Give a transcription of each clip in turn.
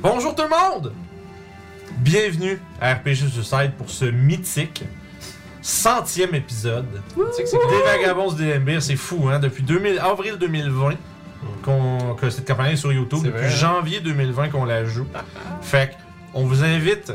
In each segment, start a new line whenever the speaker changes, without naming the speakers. Bonjour tout le monde! Bienvenue à RPG Suicide pour ce mythique centième épisode.
Tu sais que c'est
Des vagabonds du DMB, c'est fou, hein? Depuis 2000 avril 2020 qu'on- que cette campagne est sur YouTube,
C'est
depuis
vrai, hein?
janvier 2020 qu'on la joue. fait qu'on vous invite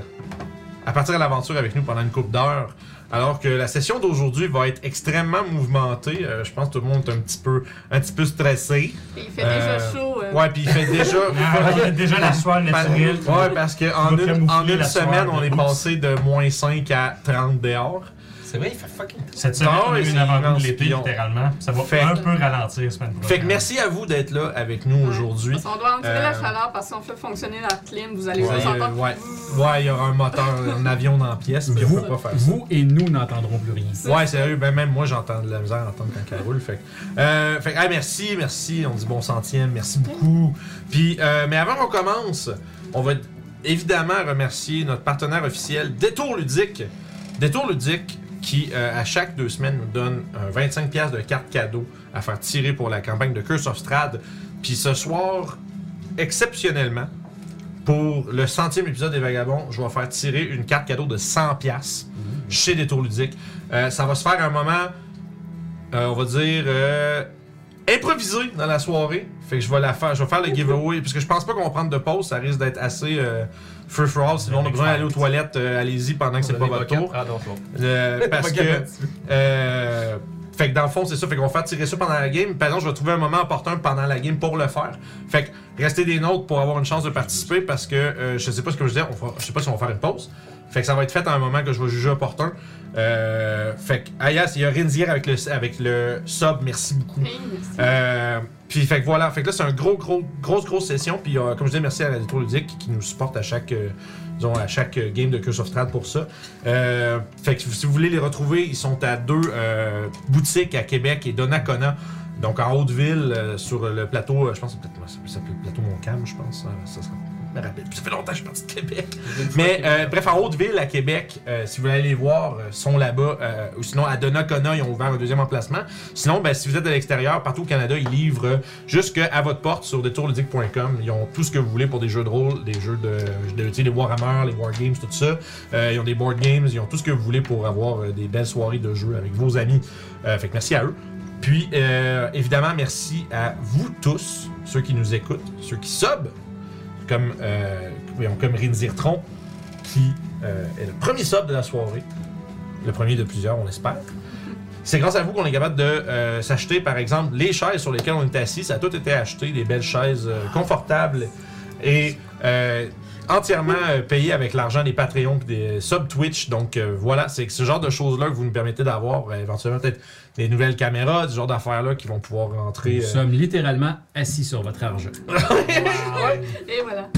à partir à l'aventure avec nous pendant une coupe d'heures. Alors que la session d'aujourd'hui va être extrêmement mouvementée. Euh, je pense que tout le monde est un petit peu, un petit peu stressé.
Il fait
Euh,
déjà chaud. euh.
Ouais, puis il fait déjà.
Ah, il y a déjà la soirée
Par-
naturelle.
ouais, ben, parce qu'en
vas
une,
camoufler
en une
la
semaine,
soirée.
on est passé de moins 5 à 30 dehors.
C'est vrai, il fait fucking triste.
Cette semaine,
Ah
on a
ouais,
eu
c'est
une avant-goût
immense,
de l'été,
puis on-
littéralement. Ça va
Fait-
un peu ralentir la semaine prochaine.
Fait que merci à vous d'être là avec nous
Ouais.
aujourd'hui.
Parce qu'on doit enlever la
Euh,
chaleur parce qu'on fait fonctionner la clim, vous allez
Ouais,
vous
euh,
entendre.
ouais, Ouais, il y aura un moteur, un avion dans la pièce, mais on
Vous,
peut pas faire ça.
vous et nous n'entendrons plus rien.
Ouais, sérieux, ben même moi j'entends de la misère à entendre quand elle roule. Fait que, euh, fait que, ah, merci, merci, on dit bon centième, merci beaucoup. Puis, euh, mais avant qu'on commence, on va évidemment remercier notre partenaire officiel, Détour Ludique. Détour Ludique qui, euh, à chaque deux semaines, nous donne un 25$ de carte cadeau à faire tirer pour la campagne de Curse of Strad. Puis ce soir, exceptionnellement, pour le centième épisode des Vagabonds, je vais faire tirer une carte cadeau de 100$ chez Détour Ludique. Euh, ça va se faire un moment, euh, on va dire, euh, improvisé dans la soirée. Fait que je vais la faire, je vais faire le giveaway, parce que je pense pas qu'on va prendre de pause, ça risque d'être assez euh, free for all. Si on a besoin d'aller aux toilettes, euh, allez-y pendant que c'est pas votre tour.
Ah non, c'est bon.
Euh, parce que. euh, fait que dans le fond, c'est ça. Fait qu'on va faire tirer ça pendant la game. Par exemple, je vais trouver un moment opportun pendant la game pour le faire. Fait que restez des nôtres pour avoir une chance de participer parce que euh, je sais pas ce que je dis. On fera- je sais pas si on va faire une pause. Fait que ça va être fait à un moment que je vais juger opportun. Euh, fait que, ah yes, il y a Rinzier avec le, avec le sub. Merci beaucoup.
Hey, merci.
Euh, puis fait que voilà, fait que là c'est un gros gros grosse grosse session puis euh, comme je disais merci à la Détour Ludique qui nous supporte à chaque euh, disons, à chaque euh, game de Curse of Strahd pour ça. Euh, fait que si vous voulez les retrouver, ils sont à deux euh, boutiques à Québec et Donnacona. Donc en Haute-Ville euh, sur le plateau, euh, je pense que c'est peut-être- ça s'appelle le plateau Montcalm, je pense, euh, ça, ça me rappelle. Ça fait longtemps que je suis parti de Québec. Mais euh, bref, en Haute-Ville, à Québec, euh, si vous voulez aller les voir, euh, sont là-bas. euh, ou sinon, à Donnacona, ils ont ouvert un deuxième emplacement. Sinon, ben, si vous êtes à l'extérieur, partout au Canada, ils livrent euh, jusqu'à votre porte sur détourludique.com. Ils ont tout ce que vous voulez pour des jeux de rôle, des jeux de, de- tu sais, les Warhammer, les Wargames, tout ça. Euh, ils ont des board games, ils ont tout ce que vous voulez pour avoir euh, des belles soirées de jeux avec vos amis. Euh, fait que merci à eux. Puis, euh, évidemment, merci à vous tous, ceux qui nous écoutent, ceux qui subent, comme, euh, voyons, comme Rinzirtron, qui euh, est le premier sub de la soirée. Le premier de plusieurs, on espère. C'est grâce à vous qu'on est capable de euh, s'acheter, par exemple, les chaises sur lesquelles on est assis. Ça a tout été acheté, des belles chaises euh, confortables et euh, entièrement euh, payées avec l'argent des Patreons et des sub Twitch. Donc euh, voilà, c'est ce genre de choses-là que vous nous permettez d'avoir. euh, éventuellement, peut-être des nouvelles caméras, ce genre d'affaires-là qui vont pouvoir rentrer.
Nous
euh,
sommes littéralement assis sur votre argent.
Et voilà.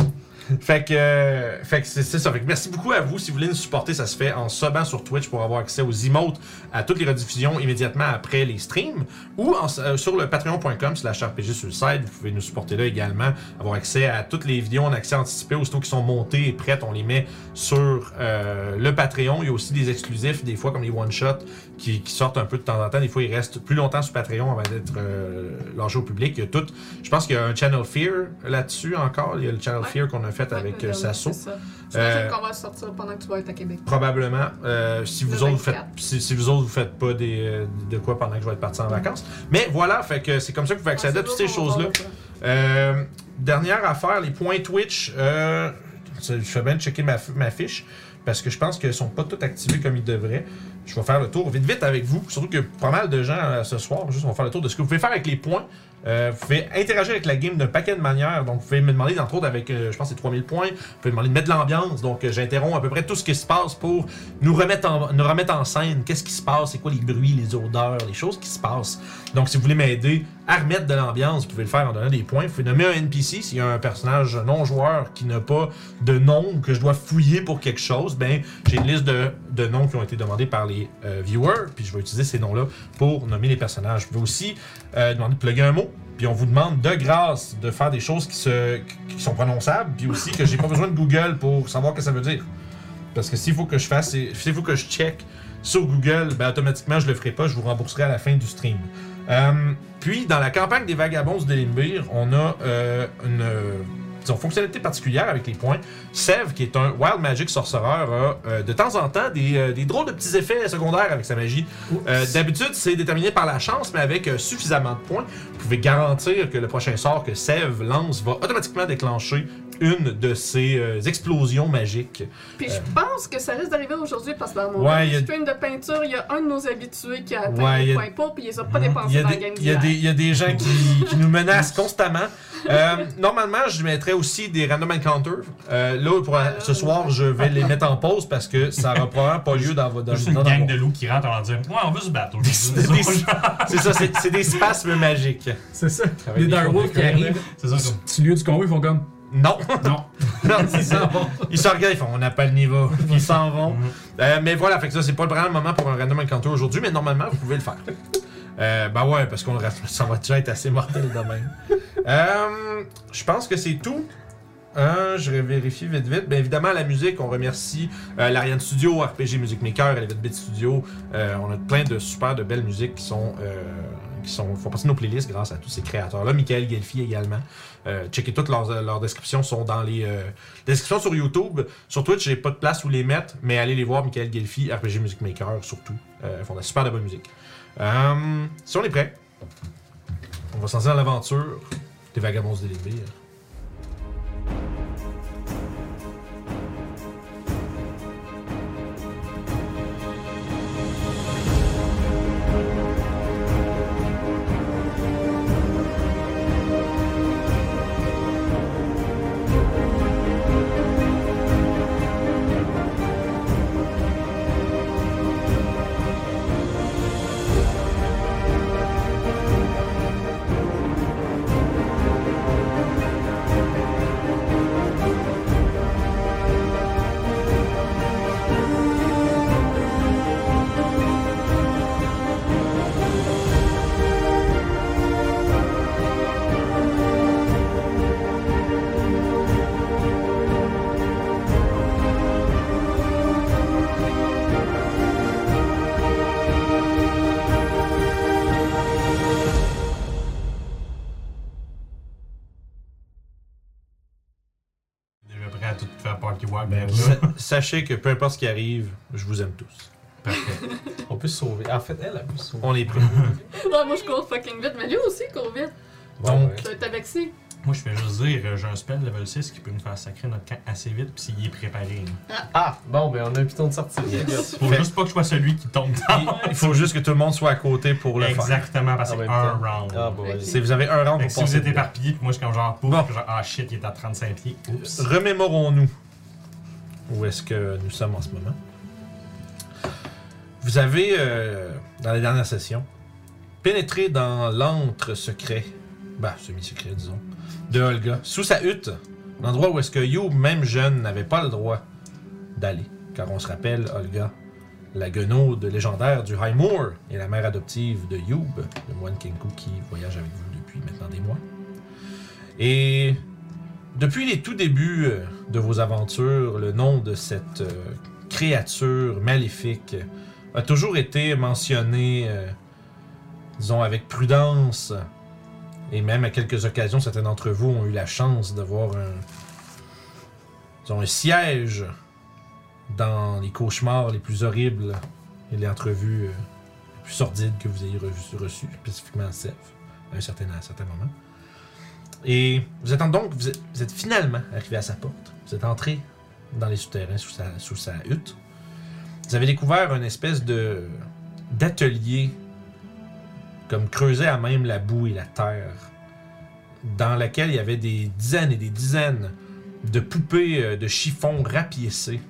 Fait que, euh, fait que c'est c'est ça. Fait que merci beaucoup à vous. Si vous voulez nous supporter, ça se fait en subant sur Twitch pour avoir accès aux emotes, à toutes les rediffusions immédiatement après les streams, ou en s- euh, sur le patreon.com slash RPG Suicide. Vous pouvez nous supporter là également, avoir accès à toutes les vidéos en accès anticipé, aussitôt qui sont montées et prêtes, on les met sur euh, le Patreon. Il y a aussi des exclusifs, des fois comme les one-shots qui, qui sortent un peu de temps en temps. Des fois, ils restent plus longtemps sur Patreon avant d'être euh, lâchés au public. Il y a tout. Je pense qu'il y a un Channel Fear là-dessus encore. Il y a le Channel
Ouais.
Fear qu'on a fait avec euh, Sasso. Euh,
J'imagine qu'on va sortir pendant que tu vas être à Québec.
Probablement, euh, si,
Le
vous autres, vous
24.
faites, si, si vous autres vous faites pas des, euh, de quoi pendant que je vais être parti en vacances. Mais voilà, fait que c'est comme ça que vous pouvez accéder à toutes ces choses-là. Euh, dernière affaire, les points Twitch. euh, je fais bien de checker ma, f- ma fiche parce que je pense qu'ils sont pas tous activés comme ils devraient. Je vais faire le tour vite vite avec vous, surtout que pas mal de gens euh, ce soir, juste on va faire le tour de ce que vous pouvez faire avec les points. Euh, vous pouvez interagir avec la game d'un paquet de manières. Donc, vous pouvez me demander, entre autres, avec, euh, je pense, que c'est 3000 points, vous pouvez me demander de mettre de l'ambiance. Donc, euh, j'interromps à peu près tout ce qui se passe pour nous remettre en, nous remettre en scène. Qu'est-ce qui se passe? C'est quoi les bruits, les odeurs, les choses qui se passent? Donc, si vous voulez m'aider à remettre de l'ambiance, vous pouvez le faire en donnant des points. Vous pouvez nommer un NPC. S'il y a un personnage non-joueur qui n'a pas de nom ou que je dois fouiller pour quelque chose, ben j'ai une liste de, de noms qui ont été demandés par les euh, viewers. Puis, je vais utiliser ces noms-là pour nommer les personnages. Vous pouvez aussi euh, demander de plugger un mot. Puis on vous demande de grâce de faire des choses qui, se, qui sont prononçables, puis aussi que j'ai pas besoin de Google pour savoir ce que ça veut dire. Parce que s'il faut que je fasse, c'est- s'il faut que je check sur Google, ben automatiquement je le ferai pas, je vous rembourserai à la fin du stream. Euh, puis dans la campagne des vagabonds de Limbir, on a euh, une euh, ils ont fonctionnalité particulière avec les points. Sev, qui est un Wild Magic Sorcerer, a euh, de temps en temps des, euh, des drôles de petits effets secondaires avec sa magie. Euh, D'habitude, c'est déterminé par la chance, mais avec euh, suffisamment de points, vous pouvez garantir que le prochain sort que Sev lance va automatiquement déclencher une de ces euh, explosions magiques.
Puis je pense que ça risque d'arriver aujourd'hui parce que dans mon
Euh. Ouais, y a-
stream de peinture, il y a un de nos habitués qui a atteint
Ouais, y
les
a- Mhm.
points pauvres puis il les a pas dépensés
Il y a
dans la
des-
game
il y a
d'hier.
des- Il y a des gens qui, qui nous menacent constamment. Euh, normalement, je mettrais aussi des random encounters. Euh, là, pour,
Ah, là,
ce soir, je vais les mettre en pause parce que ça n'aura probablement pas lieu dans votre.
Juste une
dans- dans
gang
mon-
de loups qui rentrent en leur disant Ouais, on veut se battre aujourd'hui.
Des- C'est ça, c'est c'est des spasmes magiques.
C'est ça.
Ah
Avec
Les
des
Direwolves qui
combats de
arrivent
C'est ça, comme.
sur le lieu du combat, ils font comme
Non,
non.
non, c'est ça. Ils se regardent, ils font on n'a pas le niveau. Puis Ils s'en vont. Euh, mais voilà, fait que ça, c'est pas le grand moment pour un random encounter aujourd'hui, mais normalement, vous pouvez le faire. Euh, bah ouais, parce qu'on le reste- ça va déjà être assez mortel de même. Euh, je pense que c'est tout. Euh, je vérifie vite vite. Bien évidemment, la musique, on remercie euh, l'Ariane Studio, RPG Music Maker, Eleven Bit Studio. Euh, on a plein de super de belles musiques qui sont euh, qui sont font partie de nos playlists grâce à tous ces créateurs-là. Michael Gelfi également. Euh, checkez toutes leurs, leurs descriptions sont dans les euh, descriptions sur YouTube. Sur Twitch, j'ai pas de place où les mettre, mais allez les voir, Michael Gelfi, RPG Music Maker surtout. Euh, ils font de la super de bonne musique. Euh, si on est prêt, on va s'en dans l'aventure des vagabonds des délire.
Déjà prêt à tout faire party walk.
Ben,
Ben,
sa-
là.
sachez que peu importe ce qui arrive, je vous aime tous.
Parfait.
On peut se sauver. En fait, elle, elle peut se sauver.
On est prêts.
Ouais, moi je cours fucking vite, mais lui aussi il court vite.
Donc,
ouais.
T'as t'as vexé.
Moi, je fais juste dire euh, J'ai un spell level 6 qui peut nous faire sacrer notre camp assez vite, puis s'il est préparé. là.
Ah, bon, ben on a un piton de sortie. Yes.
Faut
Fait-
juste pas que je sois celui qui tombe
il, il faut juste que tout le monde soit à côté pour le faire.
Exactement, parce que
En
c'est
même
un
temps.
round.
Ah, bon,
C'est- Vous avez un round pour
Fait que si
passer
vous êtes
dedans.
éparpillé, puis moi je suis comme genre pouf,
Bon.
puis genre ah shit, il est à 35 pieds. Oups.
Remémorons-nous où est-ce que nous sommes en ce moment. Vous avez, euh, dans la dernière session, pénétré dans l'antre secret, bah semi-secret disons, de Olga, sous sa hutte, l'endroit où est-ce que You, même jeune, n'avait pas le droit d'aller. Car on se rappelle, Olga, la guenaude légendaire du High Moor et la mère adoptive de Youb, le moine Kenku qui voyage avec vous depuis maintenant des mois. Et depuis les tout débuts euh, de vos aventures, le nom de cette euh, créature maléfique a toujours été mentionné, euh, disons, avec prudence. Et même à quelques occasions, certains d'entre vous ont eu la chance d'avoir un, disons, un siège dans les cauchemars les plus horribles et les entrevues euh, les plus sordides que vous ayez reçues, reçues, spécifiquement à Sèvres, à un certain, à un certain moment. Et vous êtes en- donc, vous êtes, vous êtes finalement arrivé à sa porte. Vous êtes entré dans les souterrains sous sa, sous sa hutte. Vous avez découvert une espèce de d'atelier comme creusé à même la boue et la terre, dans laquelle il y avait des dizaines et des dizaines de poupées euh, de chiffon rapiécées,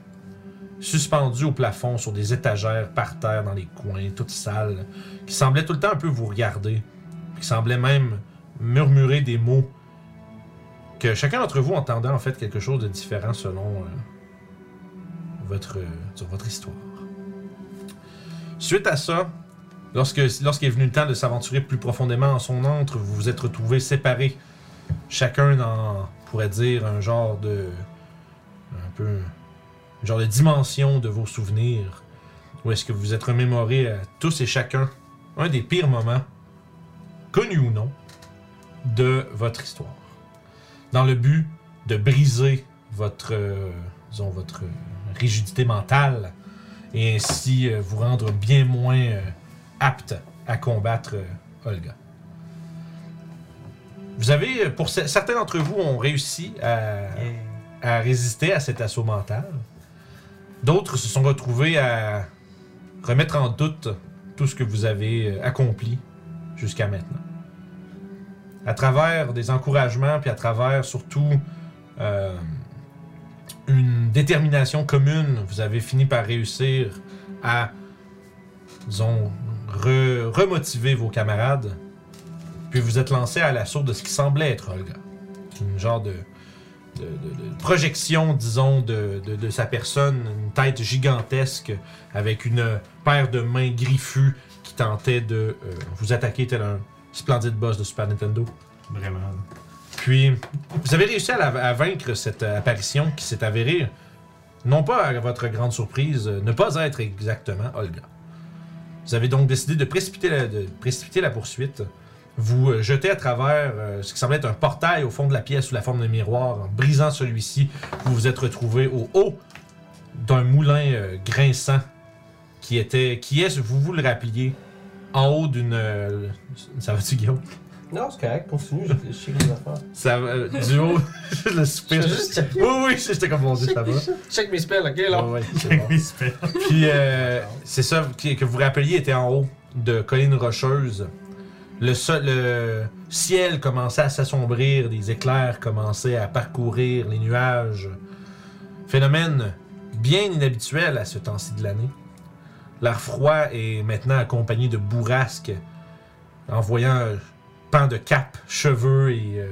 suspendues au plafond sur des étagères par terre dans les coins, toutes sales, qui semblaient tout le temps un peu vous regarder, qui semblaient même murmurer des mots que chacun d'entre vous entendait en fait quelque chose de différent selon euh, votre, euh, sur votre histoire. Suite à ça, lorsque lorsqu'est venu le temps de s'aventurer plus profondément en son antre, vous vous êtes retrouvés séparés, chacun dans, on pourrait dire, un genre de, un peu, un genre de dimension de vos souvenirs, où est-ce que vous vous êtes remémorés à tous et chacun un des pires moments, connus ou non, de votre histoire. Dans le but de briser votre, euh, disons, votre euh, rigidité mentale et ainsi euh, vous rendre bien moins euh, apte à combattre euh, Olga. Vous avez, euh, pour ce- certains d'entre vous, ont réussi à, à résister à cet assaut mental. D'autres se sont retrouvés à remettre en doute tout ce que vous avez euh, accompli jusqu'à maintenant. À travers des encouragements, puis à travers surtout euh, une détermination commune, vous avez fini par réussir à, disons, re- remotiver vos camarades. Puis vous êtes lancé à l'assaut de ce qui semblait être Olga. Une genre de, de- de- de projection, disons, de, de- de sa personne, une tête gigantesque avec une paire de mains griffues qui tentait de euh, vous attaquer tel un splendide boss de Super Nintendo.
Vraiment. là.
Puis, vous avez réussi à, la- à vaincre cette euh, apparition qui s'est avérée, non pas à votre grande surprise, euh, ne pas être exactement Olga. Vous avez donc décidé de précipiter la, de précipiter la poursuite. Vous euh, jetez à travers euh, ce qui semblait être un portail au fond de la pièce sous la forme d'un miroir. En brisant celui-ci, vous vous êtes retrouvé au haut d'un moulin euh, grinçant qui était, qui est, vous vous le rappeliez, en haut d'une... euh, ça va-tu, Guillaume?
Non, c'est correct, continue, je sais les affaires.
Ça va, euh, du haut, le
Je
soupir.
vais juste check,
Oui, oui, j'étais comme mon Dieu, ça va.
check mes spells, ok, là.
Ouais, ouais, c'est bon.
Il se fait-
Puis, euh, c'est ça qui- que vous rappeliez était en haut de collines rocheuses. Le, sol- le ciel commençait à s'assombrir, des éclairs commençaient à parcourir les nuages. Phénomène bien inhabituel à ce temps-ci de l'année. L'air froid est maintenant accompagné de bourrasques, envoyant euh, pans de capes, cheveux et euh,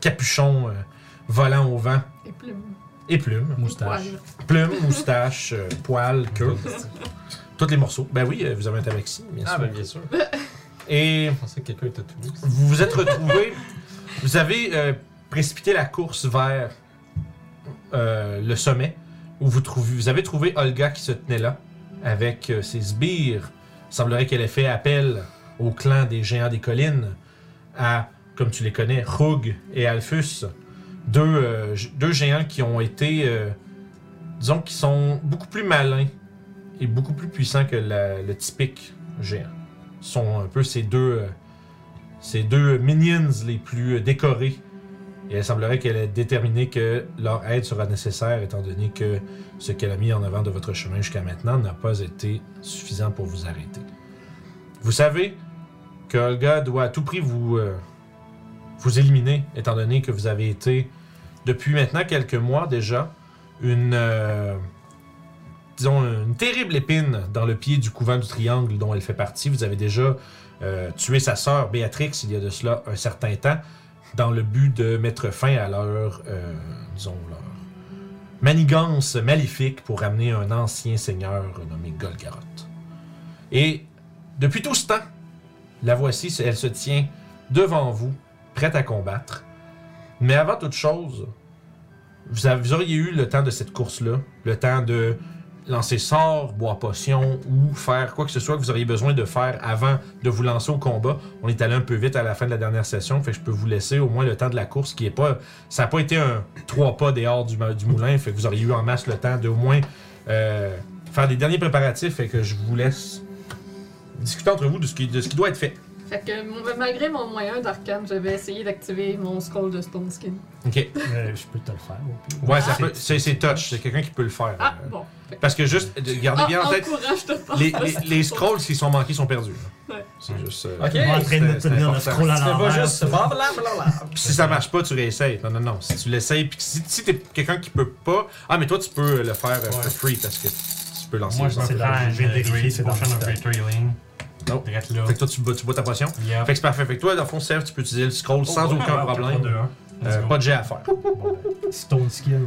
capuchons euh, volant au vent,
Et plume.
et plumes.
Moustache.
Poil.
Plumes, moustaches, euh, poils, queue. Tous les morceaux. Ben oui, euh, vous avez un tabaxi, bien sûr.
Ah, ben bien sûr.
Et
Je pensais que quelqu'un était tout nu.
vous vous êtes retrouvés. vous avez euh, précipité la course vers euh, le sommet où vous, trouvez, vous avez trouvé Olga qui se tenait là avec euh, ses sbires. Il semblerait qu'elle ait fait appel au clan des géants des collines à, comme tu les connais, Rogue et Alphus. Deux, euh, g- deux géants qui ont été, euh, disons, qui sont beaucoup plus malins et beaucoup plus puissants que la- le typique géant. Ce sont un peu ces deux. euh, ces deux minions les plus euh, décorés. Et elle semblerait qu'elle ait déterminé que leur aide sera nécessaire, étant donné que ce qu'elle a mis en avant de votre chemin jusqu'à maintenant n'a pas été suffisant pour vous arrêter. Vous savez que Olga doit à tout prix vous, euh, vous éliminer, étant donné que vous avez été, depuis maintenant quelques mois déjà, une, euh, disons, une terrible épine dans le pied du couvent du triangle dont elle fait partie. Vous avez déjà euh, tué sa sœur Béatrix il y a de cela un certain temps dans le but de mettre fin à leur, euh, disons, leur manigance maléfique pour ramener un ancien seigneur nommé Golgaroth. Et depuis tout ce temps, la voici, elle se tient devant vous, prête à combattre. Mais avant toute chose, vous, avez- vous auriez eu le temps de cette course-là, le temps de lancer sort, boire potion ou faire quoi que ce soit que vous auriez besoin de faire avant de vous lancer au combat. On est allé un peu vite à la fin de la dernière session, fait que je peux vous laisser au moins le temps de la course qui est pas. Ça n'a pas été un trois pas dehors du, ma- du moulin, fait que vous auriez eu en masse le temps de au moins euh, faire des derniers préparatifs, fait que je vous laisse discuter entre vous de ce qui, de ce qui doit être fait.
Fait que mon- malgré mon moyen d'arcane, j'avais essayé d'activer mon scroll de Stone Skin.
Ok.
Euh, je peux te le faire. au pire.
Ouais, ça peut- c'est c'est touch, c'est quelqu'un qui peut le faire.
Ah,
Euh,
bon. Fait que-
Parce que juste, de- gardez
Ah,
bien en tête,
encourage, je te parle.
les, les, les scrolls, s'ils sont manqués, sont perdus. là.
Ouais.
C'est juste. euh,
Ok.
On va en train de
c'est-
tenir
c'est
le scroll à
Tu fais pas
l'envers.
juste. Blablabla.
Puis si ça marche pas, tu réessayes. Non, non, non. Si tu l'essayes, puis si, si t'es quelqu'un qui peut pas. Ah, mais toi, tu peux le faire euh, for
Ouais.
free parce que tu peux lancer.
Moi,
le
je me
sort.
C'est
prends
dans-
à
je vais vérifier,
vérifier
c'est dans
Potion
le
of
stack.
Retailing.
Non.
Direct là.
Fait que toi, tu bois, tu bois ta potion.
Yep.
Fait que c'est parfait. Fait que toi, dans le fond, Sèvres, tu peux utiliser le
Oh,
scroll sans
Ouais,
aucun
ouais,
problème.
hein.
4-3-2-1. Let's
Euh,
go.
pas de jet à faire.
Bon, ben, Stone Skin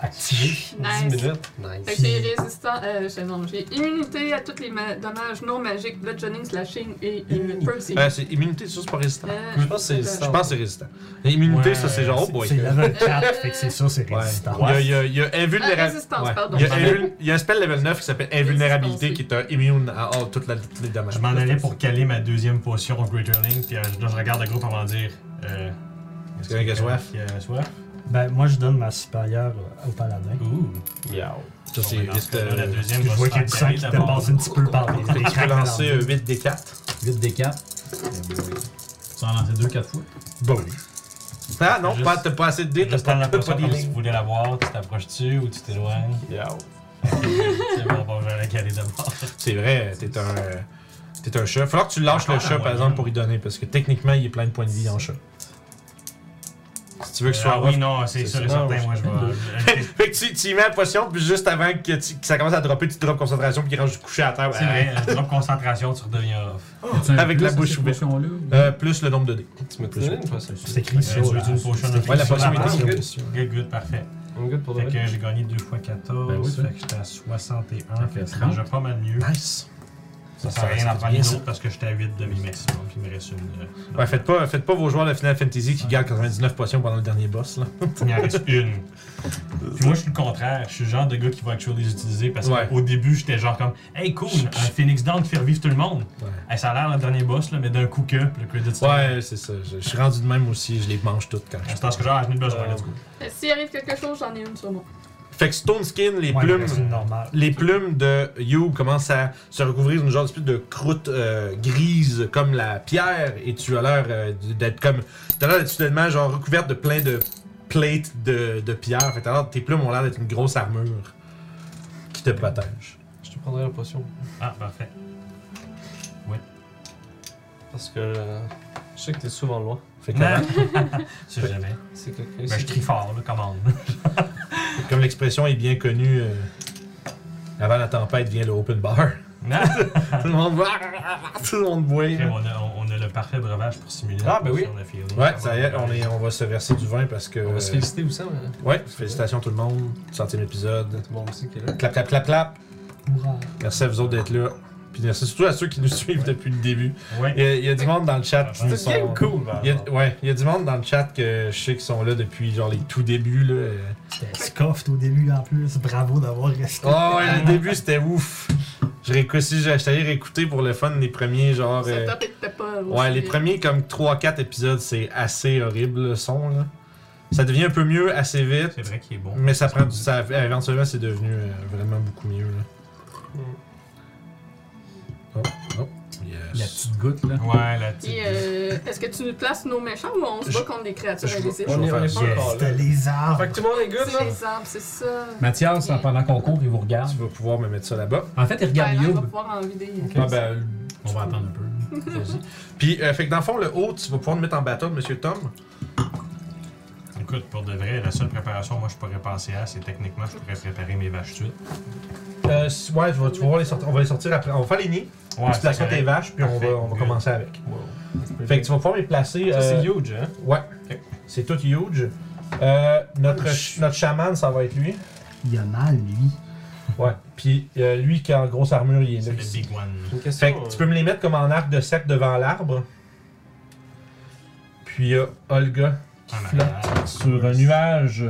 activé.
Nice.
10 minutes. Nice.
Fait que j'ai résistant, euh, j'ai- non, j'ai immunité à tous les ma- dommages non magiques, bludgeoning, slashing et
Immunité.
Percy.
Euh, c'est immunité, ça, c'est pas résistant.
Euh, Je pense que c'est
Je
ça.
pense que c'est résistant. Immunité,
Ouais,
ça, c'est genre, oh
C'est-
boy.
C'est
euh,
level 4, fait que c'est ça, c'est
Ouais.
résistant.
Il y a, il y a, il y a invulnéra-
Ah, résistance, pardon.
Il y a invul- il y a un spell level 9 qui s'appelle Invulnérabilité qui
Résistance,
est un immune à all- toutes la- tous les dommages.
Je m'en allais pour caler ma deuxième potion of Greater Link, puis euh, je, là, je regarde le groupe avant de dire. Euh,
Est-ce qu'il y a quelqu'un qui a soif?
qui a soif?
Ben, moi, je donne ma supérieure
euh,
au paladin.
Ouh.
Yao.
Ça, c'est
Bon, ben, dans ce
vite.
cas-là, la
euh,
deuxième
Je
va
vois
se
qu'il y
faire
a du sang
carrer
qui te
d'abord.
passe un petit peu par les
Tu peux
écrans.
lancer euh, 8 des 4.
8 des 4. Tu en as lancé 2 4 fois.
Bon. Ah non,
Juste-
pas- t'as pas assez de dés, t'as
Juste en
pas,
la
t'as
personne
pas des
comme si
lignes.
tu voulais la voir, tu t'approches-tu ou tu t'éloignes?
Yao.
C'est bon, bon, je vais la caler d'abord.
C'est vrai, t'es un. euh, T'es un chat. Falloir que tu lâches le
Ah,
chat,
ouais.
par exemple, pour y donner, parce que techniquement, il est plein de points de vie en chat. Si tu veux que ce soit
Ah oui, non, c'est sûr et
ça.
certain, moi je vais. euh,
Fait que tu, tu y mets la potion, puis juste avant que, tu- que ça commence à dropper, tu drops concentration, puis il range couché à terre.
C'est vrai, je drop concentration, tu redeviens off.
Avec la bouche ouverte. Euh, plus le nombre de dés.
Tu me donné une fois, ça.
C'est écrit
Euh,
sur
tu
la-
veux une potion de
Ouais, la
potion
potion
Ah,
de
est
potion.
ici.
good.
aussi, ouais.
Good, Ah, good, parfait.
I'm good pour le
Fait que
reste.
j'ai gagné 2 fois 14,
Ben oui, ça.
fait que j'étais à 61,
Ça
fait
fait
que c'est
30.
déjà pas mal
Ah,
mieux.
Nice.
Ça
Ça,
sert à rien
ça
d'en
fait
prendre
bien,
une
ça.
autre parce que j'étais à 8 de mes maximum, puis il me reste une. euh,
Ouais, faites pas, faites pas vos joueurs de Final Fantasy qui gardent 99 potions pendant le dernier boss, là.
Il en reste une. Puis moi, je suis le contraire. Je suis le genre de gars qui va actually les utiliser parce
Ouais.
qu'au début, j'étais genre comme Hey, cool, un Phoenix Down qui fait revivre tout le monde.
Ouais.
Hey, ça a l'air le dernier boss, là, mais d'un coup que, puis le credit time.
Ouais, c'est ça. Je, je suis rendu de même aussi, je les mange toutes quand je
C'est parce que genre, ah, j'en ai besoin,
Euh,
let's go.
Euh, S'il arrive quelque chose, j'en ai une sur moi.
Fait que Stone Skin, les
Ouais, il
plumes.
reste une normale.
Les plumes de You commencent à se recouvrir d'une genre d'espèce de croûte euh, grise comme la pierre et tu as l'air euh, d'être comme. T'as l'air d'être soudainement genre recouverte de plein de plates de, de pierre. Fait que t'as l'air- tes plumes ont l'air d'être une grosse armure qui te protège.
Je te prendrai la potion.
Ah, parfait.
Parce que euh, je sais que t'es souvent loin.
Fait que
Non. C'est jamais.
C'est quelqu'un
Ben, je
ici.
crie fort, là, commande.
comme l'expression est bien connue, euh, avant la tempête vient le open bar.
Non.
Ah!
tout le monde boit. Tout le monde boit.
Crème, on, a, on a le parfait breuvage pour simuler
Ah, ben oui.
Ouais, ça y est, on, est, on va se verser du vin parce que.
On va se
euh,
féliciter ou ça, mais
Ouais, félicitations tout le monde. Centième épisode.
tout le monde aussi qui est là.
Clap, clap, clap, clap.
Hourra.
Merci à vous autres d'être là. Puis merci surtout à ceux qui nous suivent depuis le début.
Ouais.
Il y a, il y a du monde dans le chat qui nous
C'est bien
sont...
cool, man.
Il y a, ouais, il y a du monde dans le chat que je sais qu'ils sont là depuis genre les tout débuts. Là. Euh,
C'était scoffed au début en plus. Bravo d'avoir resté.
Oh ouais, le début c'était ouf. Je réécoute, si j'ai allé réécouter pour le fun les premiers genre...
C'est
euh,
top et t'es pas. aussi
ouais, les
bien.
premiers comme 3-4 épisodes c'est assez horrible le son là. Ça devient un peu mieux assez vite,
C'est vrai qu'il est bon.
mais ça prend du... Ça, éventuellement c'est devenu euh, vraiment beaucoup mieux là. Oh, oh,
La
yes.
petite goutte, là.
Ouais, la petite.
Puis, euh, est-ce que tu nous places nos méchants ou on se
Je-
bat contre des créatures
je-
invisibles?
je-
On est on est
Yes.
pas encore là.
C'était les arbres.
Fait que tout le monde est good,
C'est
là?
les arbres, c'est ça.
Mathias, en pendant qu'on court, il vous regarde.
Tu vas pouvoir me mettre ça là-bas.
En fait, il
Ben,
regarde
non, on va
Youb.
pouvoir Euh, en vider.
Ah ben,
On va attendre un peu.
Vas-y. Puis, euh, fait que dans le fond, le haut, tu vas pouvoir le mettre en bateau de Monsieur Tom.
Écoute, pour de vrai, la seule préparation, moi, je pourrais penser à, c'est techniquement, je pourrais préparer mes vaches tout de suite.
Euh, si- ouais, tu vas, tu vas voir les sortir. On va les sortir après. On va faire les nids.
Ouais,
tu placeras tes
correct.
vaches, puis on va,
Parfait.
on va
Good.
commencer avec.
Wow.
Fait que tu vas pouvoir les placer.
Ça, c'est
euh,
huge, hein?
Ouais.
Ok.
C'est tout huge. Euh, notre, ch- notre chaman, ça va être lui.
Il a mal, lui.
Ouais. Puis euh, lui qui a en grosse armure, il est
C'est
là.
le
ici.
big one.
Une question. euh,
Fait que tu peux me les mettre comme en arc de cercle devant l'arbre. Puis il y a Olga
En
flotte
arrière.
sur un nuage.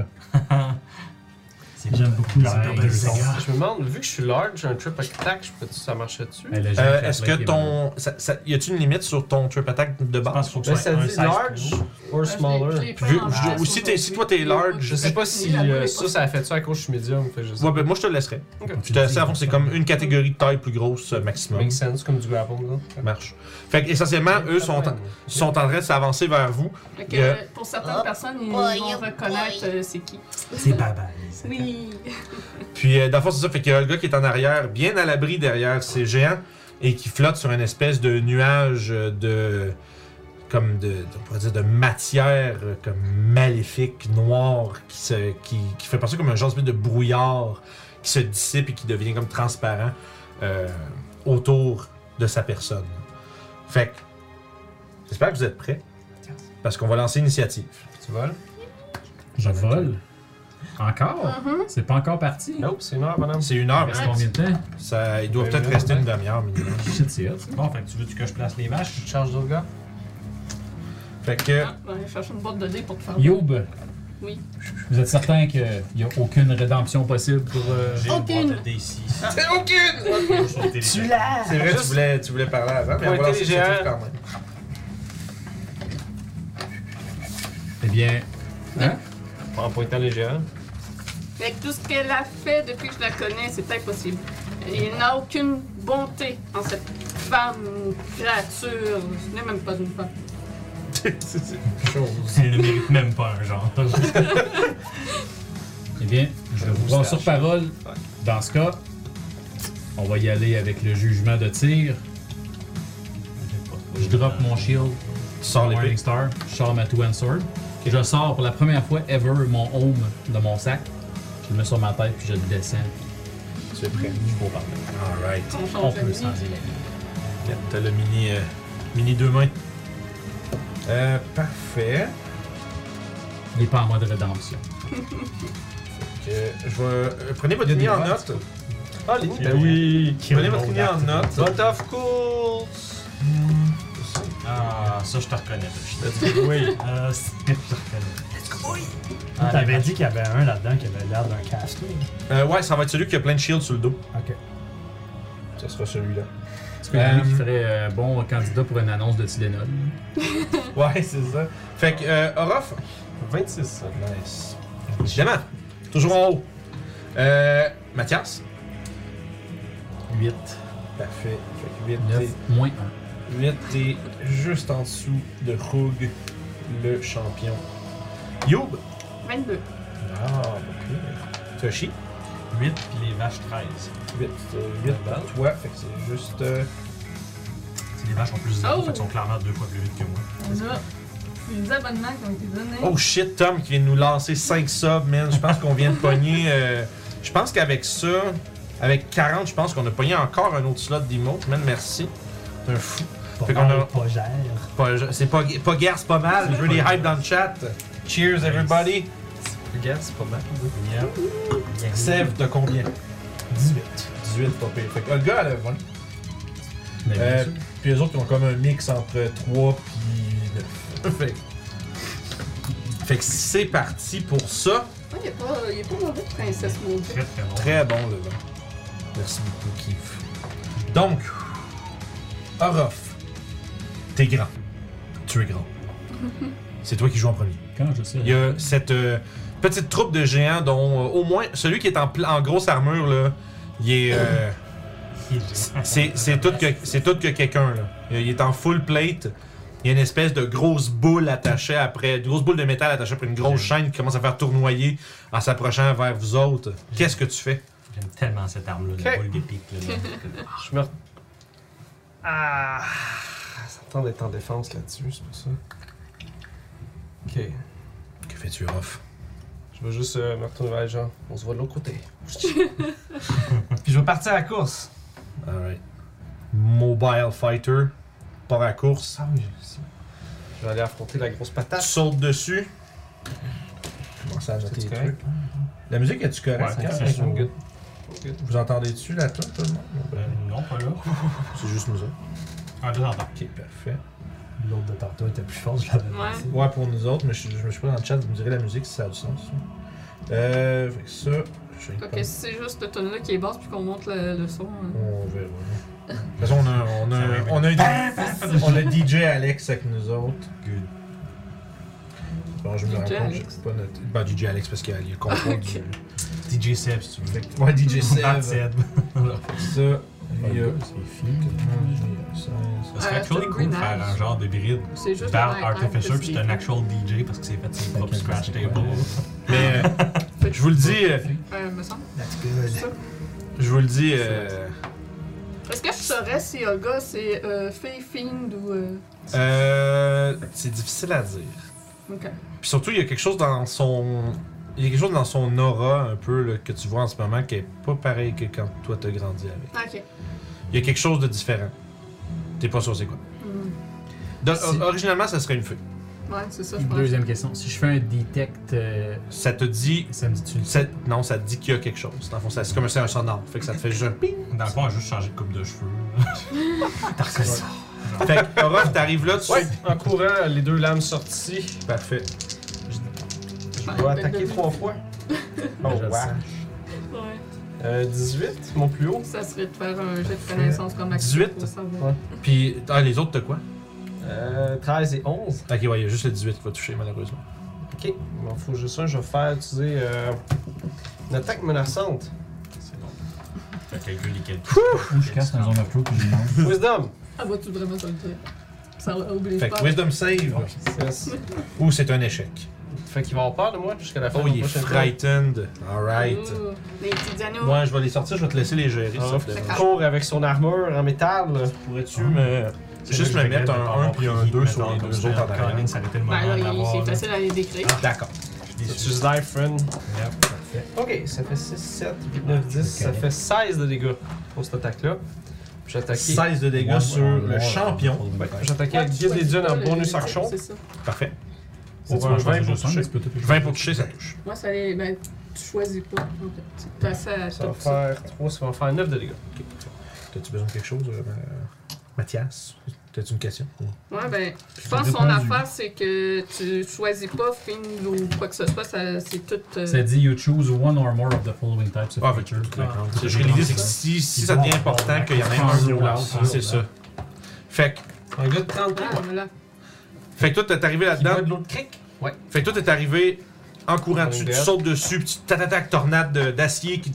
C'est
J'aime beaucoup
plein
les arbres
de
des
jetons.
arbres.
Je me demande, vu que je suis large, j'ai un trip attack, je peux ça marchait dessus?
Ben,
Elle a jamais
Euh,
fait
Est-ce
plaquer,
que ton. Ça, ça- y a-t-il une limite sur ton trip attack de
Je pense
base
qu'il faut que
Ben,
Mais
ce soit
Ben, ça
un
dit
size plus
large
haut.
or
Je
smaller.
l'ai- je l'ai fait
Vu-
en
je-
large
ou si t'es- si toi, t'es
aujourd'hui.
large,
Je sais pas si
La boule est
euh,
pas
ça, ça a fait ça à cause que je suis médium. Fait que je sais
Ouais,
pas.
ben moi je te le laisserai.
Ok.
Je te laisserai à fond, c'est comme une catégorie de taille plus grosse euh, maximum.
Make sense, comme du grapple, là.
Ça marche. Fait que essentiellement, eux sont, en- sont en train de s'avancer vers vous.
Fait que,
Il y a-
euh, Pour certaines personnes, ils vont
boy, oh
reconnaître euh, c'est qui.
C'est baba.
Oui.
Puis euh, dans le fond, c'est ça, fait qu'il y a le gars qui est en arrière, bien à l'abri derrière ces géants, et qui flotte sur une espèce de nuage euh, de. comme de. de- on pourrait dire de matière euh, comme maléfique, noire, qui, se, qui, qui fait penser comme un genre d'espèce de brouillard qui se dissipe et qui devient comme transparent euh, autour de sa personne. Fait que. J'espère que vous êtes prêts. Parce qu'on va lancer l'initiative.
Tu voles?
Je vole. Encore?
Mm-hmm.
C'est pas encore parti?
Nope, c'est une heure, madame.
C'est une heure,
Il
mais
reste
ça-
combien de temps?
ça, il doit
Ouais,
peut-être
ouais,
rester
ouais.
une demi-heure minimum.
Shit, c'est hot.
Bon, fait que tu veux que je place les vaches?
Tu charges d'autres gars?
Fait que.
Ah, ben, je cherche une boîte de dés pour te faire.
Youb,
Oui.
vous êtes certain qu'il n'y a aucune rédemption possible pour. euh,
J'ai
Aucune.
une boîte de dés ici.
C'est aucune!
Tu
C'est vrai, tu
Juste-
voulais, tu voulais parler avant, mais on va
Pointer
lancer
les
l'initiative
géants.
quand même.
Eh bien. Hein?
en pointant les géants.
Fait que tout ce qu'elle a fait depuis que je la connais, c'est impossible. Il n'a aucune bonté en cette femme, créature. Ce n'est même pas une femme.
C'est- c'est-
Il ne mérite même pas un genre.
Eh bien, je vais vous voir sur
Moustache.
parole. Dans ce cas, on va y aller avec le jugement de tir. Je drop mon shield.
Tu sors l'épée.
Morning Star. Je sors ma Two Hand Sword. Et je sors pour la première fois ever mon home de mon sac. Je le mets sur ma tête puis je le descends.
Tu es prêt.
Je cours par là.
Alright.
On
On
change de
peut
vie.
changer la vie.
Yeah, T'as le mini, euh, mini deux mains. Euh, parfait.
Il n'est pas en mode rédemption.
Euh, je vais, euh, prenez votre lignée en
Ouais.
note.
Ah, les
Ben oui!
Prenez votre lignée en note. Hmm.
But hein? of course!
Ah, ça, je te reconnais.
Oui.
Ah, c'est- je te reconnais.
Ah,
T'avais dit qu'il y avait un là-dedans qui avait l'air d'un casque. là.
Euh, ouais, ça va être celui qui a plein de shields sur le dos.
Ok.
Ça sera celui-là.
Est-ce que
Euh,
lui qui ferait euh, bon candidat pour une annonce de Tylenol?
Ouais, c'est ça. Fait que, euh, Orof.
26, ça.
Nice. Évidemment. Toujours en haut. Euh, Mathias.
8,
Parfait. Fait que
9, moins
8 et juste en dessous de Rogue, le champion. Youb.
22.
Ah, ok. Toshi.
8 puis les vaches 13.
8, 8 par toi. Fait que c'est juste. euh,
Si les vaches ont plus de
Oh!
fait qu'elles sont clairement deux fois plus vite que moi.
On a les abonnements qui ont été donnés.
Oh shit, Tom qui vient de nous lancer 5 subs, man. Je pense qu'on vient de pogner. euh, Je pense qu'avec ça, avec 40, je pense qu'on a pogné encore un autre slot d'emote. Man, merci. T'es un fou.
Pas
Fait qu'on a-
mal, pas gère.
Pas- C'est pas, pas guerre, c'est pas mal. Je veux des hype dans le chat. Cheers, everybody.
Regarde, c'est pas mal.
Yeah.
Sève, t'as combien 18. 18, pas pire. Fait que le gars, elle a 20.
Mais Ben, bien
Euh,
sûr.
puis les autres, ils ont comme un mix entre 3 puis 9. fait, que- fait que c'est parti pour ça.
Ouais, il est pas- il est pas mauvais, princesse maudite.
Très très bon.
Très bon le vent. Merci beaucoup, Keith. Donc, Orof, t'es grand. Tu es grand. C'est toi qui joues en premier.
Quand je sais.
Il y a cette euh, petite troupe de géants dont euh, au moins celui qui est en, pla- en grosse armure, là, il est. euh, c'est c'est tout que, c'est tout que quelqu'un. là. Il est en full plate. Il y a une espèce de grosse boule attachée après, une grosse boule de métal attachée après une grosse chaîne qui commence à faire tournoyer en s'approchant vers vous autres. Qu'est-ce que tu fais?
J'aime tellement cette arme-là, la
Ok.
boule de pique. Là,
Je me. re- Ah! Ça me tente d'être en défense là-dessus, c'est pour ça. Ok.
Que fais-tu, Orof?
Je vais juste euh, me retourner vers les gens. On se voit de l'autre côté.
hein.
Puis je vais partir à la course.
Alright. Mobile fighter. Part à course.
Ah oui, je sais. Je vais aller affronter la grosse
Tu
patate.
sautes dessus. Commence à noter
C'est
les
correct?
trucs. La musique est-tu correcte?
Ouais,
hein?
c'est ça.
Good.
Vous entendez-tu la tune, tout le monde?
Euh, non, pas là.
Ben, C'est juste nous autres.
Ah, là, j'entends.
Ok, parfait.
L'autre de tantôt était plus fort, je l'avais
Ouais.
lancé.
Ouais, pour nous autres, mais je, je me suis pris dans le chat, vous me direz la musique si ça a du sens. ça. Euh, fait que ça, je vais
Fait que si c'est juste le tonneau là qui est basse puis qu'on monte le, le son. euh,
On verra. De toute façon, on a, on a, on a, une- on a DJ Alex avec nous autres.
Good.
Bon, je me rends
DJ
compte, je
Alex.
peux pas noter. Ben, DJ Alex, parce qu'il y a le contrôle du.
DJ Seb, si tu
Fait
veux.
que- Ouais, DJ Seb.
Ah, Seb.
Ça, il y a.
Ça serait
Euh,
actually
c'est
cool de faire
greenage.
un genre de bride.
C'est juste hein,
Bar
un iPad,
Artificer,
parce
puis
qu'il
c'est un
est-
actual DJ parce qu'il s'est fait ses propres
Fait que
scratch
c'est
table.
quoi?
Mais euh, je vous le dis, euh,
Euh, me semble.
That's good.
je vous le dis. euh,
Est-ce que je saurais si le gars c'est euh, fille fiend ou. euh,
euh, c'est difficile à dire.
Ok.
Puis surtout, il y a quelque chose dans son. Il y a quelque chose dans son aura un peu là, que tu vois en ce moment qui est pas pareil que quand toi t'as grandi avec.
Ok.
Il y a quelque chose de différent. T'es pas sûr c'est quoi.
Hmm.
De-
C'est-
originalement, ça serait une fée.
Ouais, c'est ça, je pense.
Deuxième question. Si je fais un detect, euh,
Ça te dit.
ça me dit-tu
ça- non, ça te dit qu'il y a quelque chose. Dans le fond, ça- c'est comme c'est un sonore. Fait que ça te fait juste un ping.
Dans le fond, on a juste changé de coupe de cheveux.
Fait que, Orof, t'arrives là, tu.
Ouais, en courant, les deux lames sorties.
Parfait.
Je dois attaquer trois fois. Oh,
Je
wow.
Ouais.
Euh, 18, mon plus haut.
Ça serait de faire un jet de connaissance comme Max.
18?
pour savoir.
Puis, ah, les autres, t'as quoi
Euh, 13 et 11.
Ok, ouais, il y a juste le 18 qui va toucher, malheureusement.
Ok. Ok, il m'en faut juste un. Je vais faire utiliser euh, une attaque menaçante.
C'est bon. Fait que quelqu'un les calcule.
Ou je casse dans un overflow puis je mange.
Wisdom!
Ah, vas-tu vraiment ça le dire? Ça oblige
Fait
pas.
que Wisdom Save,
Yes.
ou c'est un échec.
Fait qu'il va avoir peur de moi jusqu'à la fin.
Oh,
de mon
il est
prochain tour.
frightened. Alright.
Ouh, Les petits anneaux.
Moi, je vais les sortir, je vais te laisser les gérer.
Ah,
ça,
fait
finalement.
qu'il court avec son armure en métal.
Pourrais-tu me.
C'est
Juste
là
me
que je
mettre
regrette de pas
un 1
avoir
puis un
pris
2 sur
mettons,
les
comme
deux
ça,
autres en arrière.
Colin, ça aurait été le moment
Ben là,
de
il-
l'avoir,
c'est
là.
facile à les décrire.
D'accord.
Je suis
C'est
déçu.
juste life, friend.
Yep, parfait.
Ok, ça fait 6, 7, 8, 9, 10. Ça fait 16 de dégâts pour cette attaque-là. Puis J'ai attaqué.
16 de dégâts
Ouais,
sur
ouais,
le
ouais,
champion.
ouais.
Ouais.
J'ai attaqué avec Guide des Dunes en bonus action.
C'est ça.
Parfait.
C'est
Pour un 20 pour toucher.
20 pour toucher, ça touche.
Moi, ça allait. Ben, tu choisis pas. en fait. Tu passes à
Ça va
top
faire 3, ça va faire 9 de dégâts.
T'as-tu besoin de quelque chose, euh, ma- Mathias T'as-tu une question
Ouais, ben, je pense que son affaire, c'est que tu choisis pas Fiend ou quoi que ce soit, ça- c'est tout. euh,
Ça dit you choose one or more of the following types of
Ah,
creatures.
Parce que L'idée, c'est que si, si ça devient important qu'il y en ait un sur l'autre, Ah, c'est ça. Fait que,
Un gars de 30
Ah,
pieds, ouais.
voilà.
fait que toi, t'es arrivé
Qui boit
là-dedans.
de l'autre cric. Ouais.
Fait que toi, t'es arrivé en courant, tu, tu
Ringard.
sautes dessus, puis tu t'attaques tornade de- d'acier qui.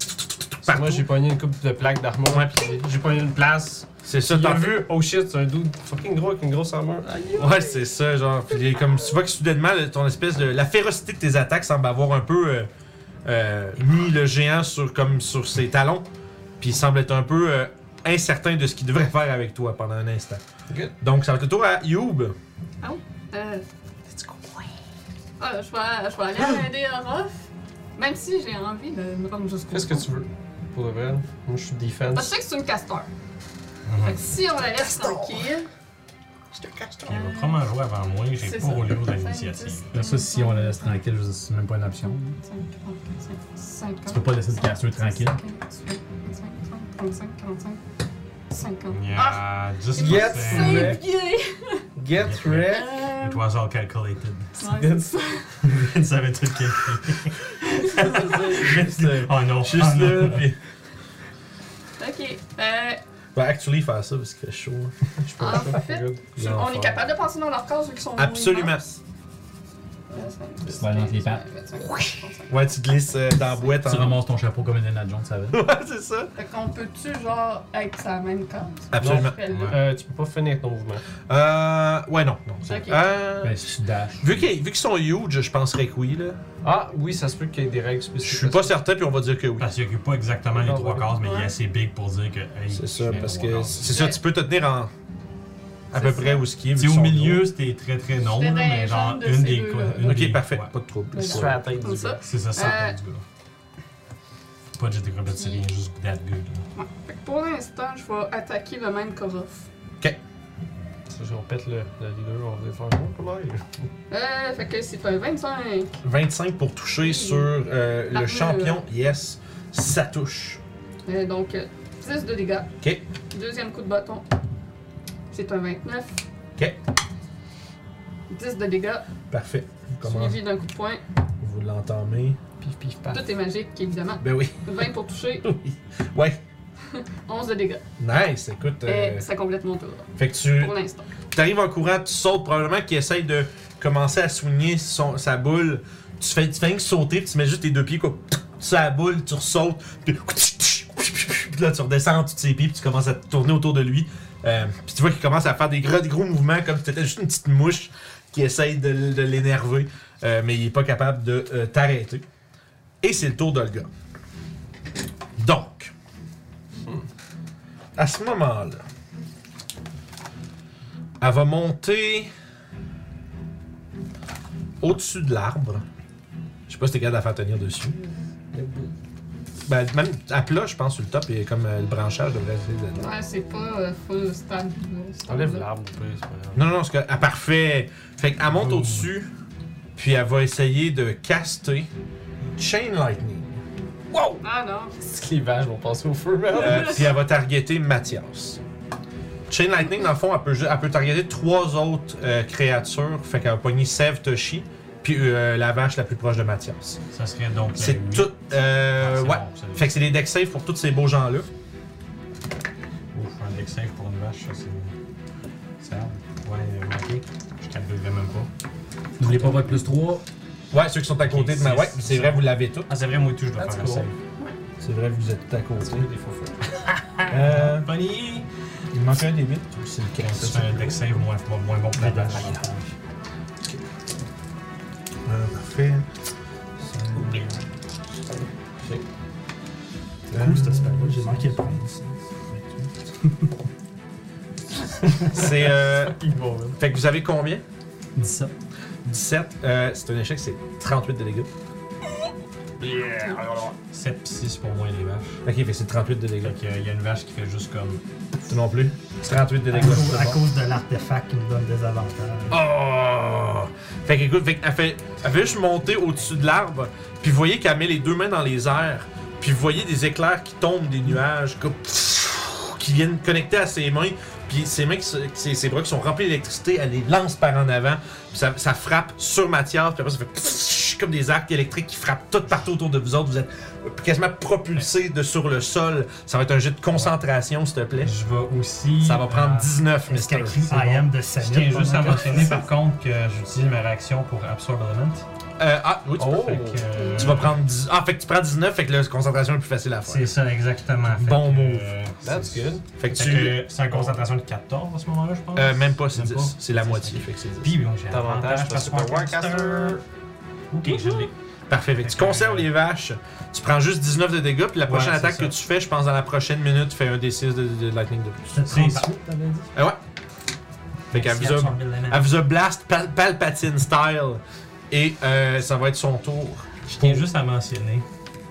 partout.
Moi, j'ai pogné une coupe de plaques d'armure.
Ouais.
puis j'ai pogné une place.
C'est ça,
Il a
t'as
vu, oh shit, c'est un dude fucking gros avec une grosse armure. Aïe.
Ouais, c'est ça, genre. Puis les- comme tu vois que soudainement, le- ton espèce de. La férocité de tes attaques semble avoir un peu euh, euh, mis le géant sur, comme sur ses talons. Puis il semble être un peu euh, incertain de ce qu'il devrait faire avec toi pendant un instant.
Good.
Donc ça va être le tour à Youb.
Euh, Ah, je vais, je vais aller aider Orof, même si j'ai envie de me rendre jusqu'au
Qu'est-ce que tu veux pour de vrai? Moi, je suis
Parce
defense.
que je sais que c'est une castor. Fait que si on la laisse tranquille.
Puis il va probablement jouer avant moi, j'ai
C'est
pas
ça.
roulé au de
Cinq,
l'initiative.
dix,
Ça, si on la laisse tranquille, je veux dire, c'est même pas une option.
50.
Tu peux pas laisser le casseur tranquille.
45, 45, 50.
Il y
Ah,
a 10
Yes!
c'est bien!
Get ready.
It was all calculated.
Euh, ouais, c'est ça.
Il savait tout calculé.
Juste, euh,
Oh non,
juste
Ah,
oh non.
là. puis-
Ok. Euh,
Bah, actually, faire ça parce qu'il fait chaud. hein.
Je peux
En
pas ça,
fait,
good.
tu-
Non,
on
fort.
est capable de passer dans leur case vu qu'ils sont.
Absolument.
Tu vas dans les pattes.
Ouais, tu glisses euh, dans la boîte
Tu
en.
ramasses ton chapeau comme Indiana Jones, ça va.
Ouais, c'est ça.
Fait qu'on peut-tu, genre, être sur la même case?
Absolument.
Celle-là.
Euh, tu peux pas finir ton mouvement.
Euh. Ouais, non. non c'est-
Ok.
Euh,
Ben, si tu dashes.
Vu qu'ils vu qu'ils sont huge, je penserais que oui, là.
Ah oui, ça se peut qu'il y ait des règles
Je
spécifiques.
suis pas certain, puis on va dire que oui.
Parce qu'il occupe pas exactement les
Non,
trois
ouais.
cases, mais il
Ouais.
est assez big pour dire que. hey,
C'est
je
ça,
fais
parce
trois
que
cases.
c'est ça,
Ouais.
tu peux te tenir en. à
C'est
peu
ça.
près où ce qui est. vu
Tu sais,
qu'ils
au
sont
milieu, c'était très très non,
C'était
là,
dans les
mais genre
jambes de
une
ces
des.
deux-là.
gros.
une des-
Ok, parfait,
ouais.
pas de trouble.
Tu fais la tête du
Comme ça.
gars.
C'est ça, ça
Euh, Mm.
tête du gars. Pas de jet d'acrobatie, c'est rien, juste that good. là.
Fait que pour l'instant, je vais attaquer le même qu'Orof.
Ça, je répète le, le leader, on va le faire un peu mal.
Euh, fait que c'est un 25.
25 pour toucher
Oui.
sur euh, le
Armure.
champion, yes, ça touche.
Euh, donc, euh, 10 de dégâts.
Ok.
Deuxième coup de bâton. C'est un 29.
Ok.
10 de dégâts,
Parfait. Comment Ah.
suivi d'un coup de poing.
vous l'entamez
Pif, pif, paf.
Tout est magique, évidemment.
Ben oui.
20 pour toucher,
Ouais,
11 de dégâts.
nice, écoute. euh,
Et ça complète mon tour,
Fait que tu
pour l'instant.
arrives en courant, tu sautes, probablement qu'il essaye de commencer à soigner son, sa boule. Tu fais, tu fais rien que sauter, puis tu mets juste tes deux pieds, quoi. Sur la boule, tu ressautes, puis puis là, tu redescends en dessous de ses pieds, puis tu commences à te tourner autour de lui. Euh, puis tu vois qu'il commence à faire des gros, des gros mouvements comme si t'étais juste une petite mouche qui essaye de, l- de l'énerver, euh, mais il est pas capable de euh, t'arrêter. Et c'est le tour d'Olga. Donc, à ce moment-là, elle va monter au-dessus de l'arbre. Je sais pas si t'es capable de la faire tenir dessus. Ben, même à plat, je pense, sur le top, et comme euh, le branchage devrait essayer de-
Ouais, c'est pas euh, full stable. euh, stable.
Enlève l'arbre, au pire, c'est pas grave.
Non, non, non, c'est que. Ah, parfait! Fait qu'elle monte
Boom.
au-dessus, puis elle va essayer de caster Chain Lightning.
Ah non.
Ces clivages vont passer au feu, man.
Euh, puis elle va targeter Mathias. Chain Lightning, dans le fond, elle peut, ju- elle peut targeter trois autres euh, créatures. Fait qu'elle va pogner Sev, Toshi, puis euh, la vache la plus proche de Mathias.
Ça serait donc. la
C'est
huit.
tout.
Ah,
Euh,
c'est
ouais.
bon, ça-
Fait que Ben c'est des deck safe pour tous ces beaux gens-là.
Ouf, un deck safe pour une vache, ça c'est. Ça Ouais, euh, ok. Je calculerai même pas.
N'oubliez pas votre plus 3.
Ouais, ceux qui sont à côté de ma.
c'est-
Ouais, c'est vrai, vous l'avez tout.
Ah, c'est vrai, moi, tout, je dois
That's
faire un
cool.
save.
C'est vrai, vous êtes tout à côté. Euh,
Bonnie!
il manque un des 8. C'est le
Tu fais un deck save moins, moins bon que la dame.
Ah, parfait.
C'est cool, cette spell-là. J'ai manqué le point.
C'est. Euh...
Il va, là.
Fait que vous avez combien
Dis ça.
17. Euh, c'est un échec, c'est 38 de dégâts.
7 pis 6 pour moi et les vaches.
Ok, fait que c'est 38 de dégâts.
Fait qu'il y a- il y a une vache qui fait juste comme.
Toi non plus. 38 de
À
dégâts.
cause, à
c'est bon.
cause de l'artefact qui nous donne des avantages.
Oh! Fait que écoute, fait qu'elle fait, elle fait juste monter au-dessus de l'arbre, puis vous voyez qu'elle met les deux mains dans les airs, puis vous voyez des éclairs qui tombent des nuages, comme, qui viennent connecter à ses mains, puis ses mains, qui se- ses, ses bras qui sont remplis d'électricité, elle les lance par en avant, puis ça, ça frappe sur Mathias, puis après ça fait comme des arcs électriques qui frappent tout partout autour de vous autres, vous êtes quasiment propulsé de sur le sol. Ça va être un jeu de concentration, s'il te plaît.
Je vais aussi.
Ça va prendre
euh,
19,
Est-ce
Mister.
qu'elle crie I am de
Je
Senate
tiens juste à
pendant que-
mentionner par contre que j'utilise ma réaction pour Absorb Element.
Euh, ah, oui, tu peux.
Fait que, euh,
Tu vas prendre 10. Ah, fait que tu prends 19, fait que la concentration est plus facile à
C'est
faire.
ça, exactement. Fait
Bon
que,
move.
euh, c'est-
good. Fait que
Fait
tu.
que C'est une concentration de 14 à ce moment-là, je pense.
Euh, même pas, c'est
Même
10. C'est la
C'est
moitié, fait que c'est 10.
Puis bon, j'ai
Avantage
avantage
parce
parce
que
que
c'est un
Warcaster. Ok, je l'ai.
Parfait. Fait que tu
Fait que,
conserves
euh,
les vaches. Tu prends juste 19 de dégâts, puis la prochaine
Ouais, c'est
attaque que
ça.
tu fais, je pense, dans la prochaine minute, tu fais un D6 de, de lightning de plus.
C'est
C'est
38, t'avais dit?
Ah ouais. Fait qu'elle vous, a- elle vous a blast Pal- Palpatine style. Et euh, ça va être son tour.
Je tiens juste à mentionner,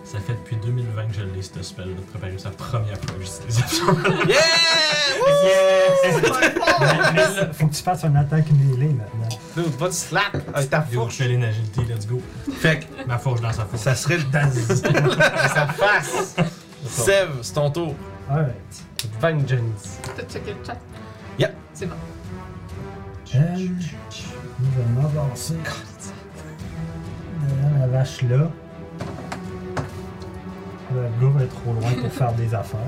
ça fait depuis 2020 que je l'ai, ce spell de préparer sa première fois que j'utilise Absorb Element.
Yeah!
Mais là, Faut que tu fasses une attaque mêlée maintenant.
Dude, va te slap
Ah,
avec ta
Yo, Je
fourche.
suis allé en agilité, let's go.
Fait que
Ma fourche dans sa fourche.
ça serait le daz.
Ça fasse!
Sev, c'est ton tour.
Alright.
Vengeance.
T'as checké le chat?
Yep.
C'est bon.
Elle, nous allons avancer. Derrière la vache là. Le gars va être trop loin pour faire des affaires.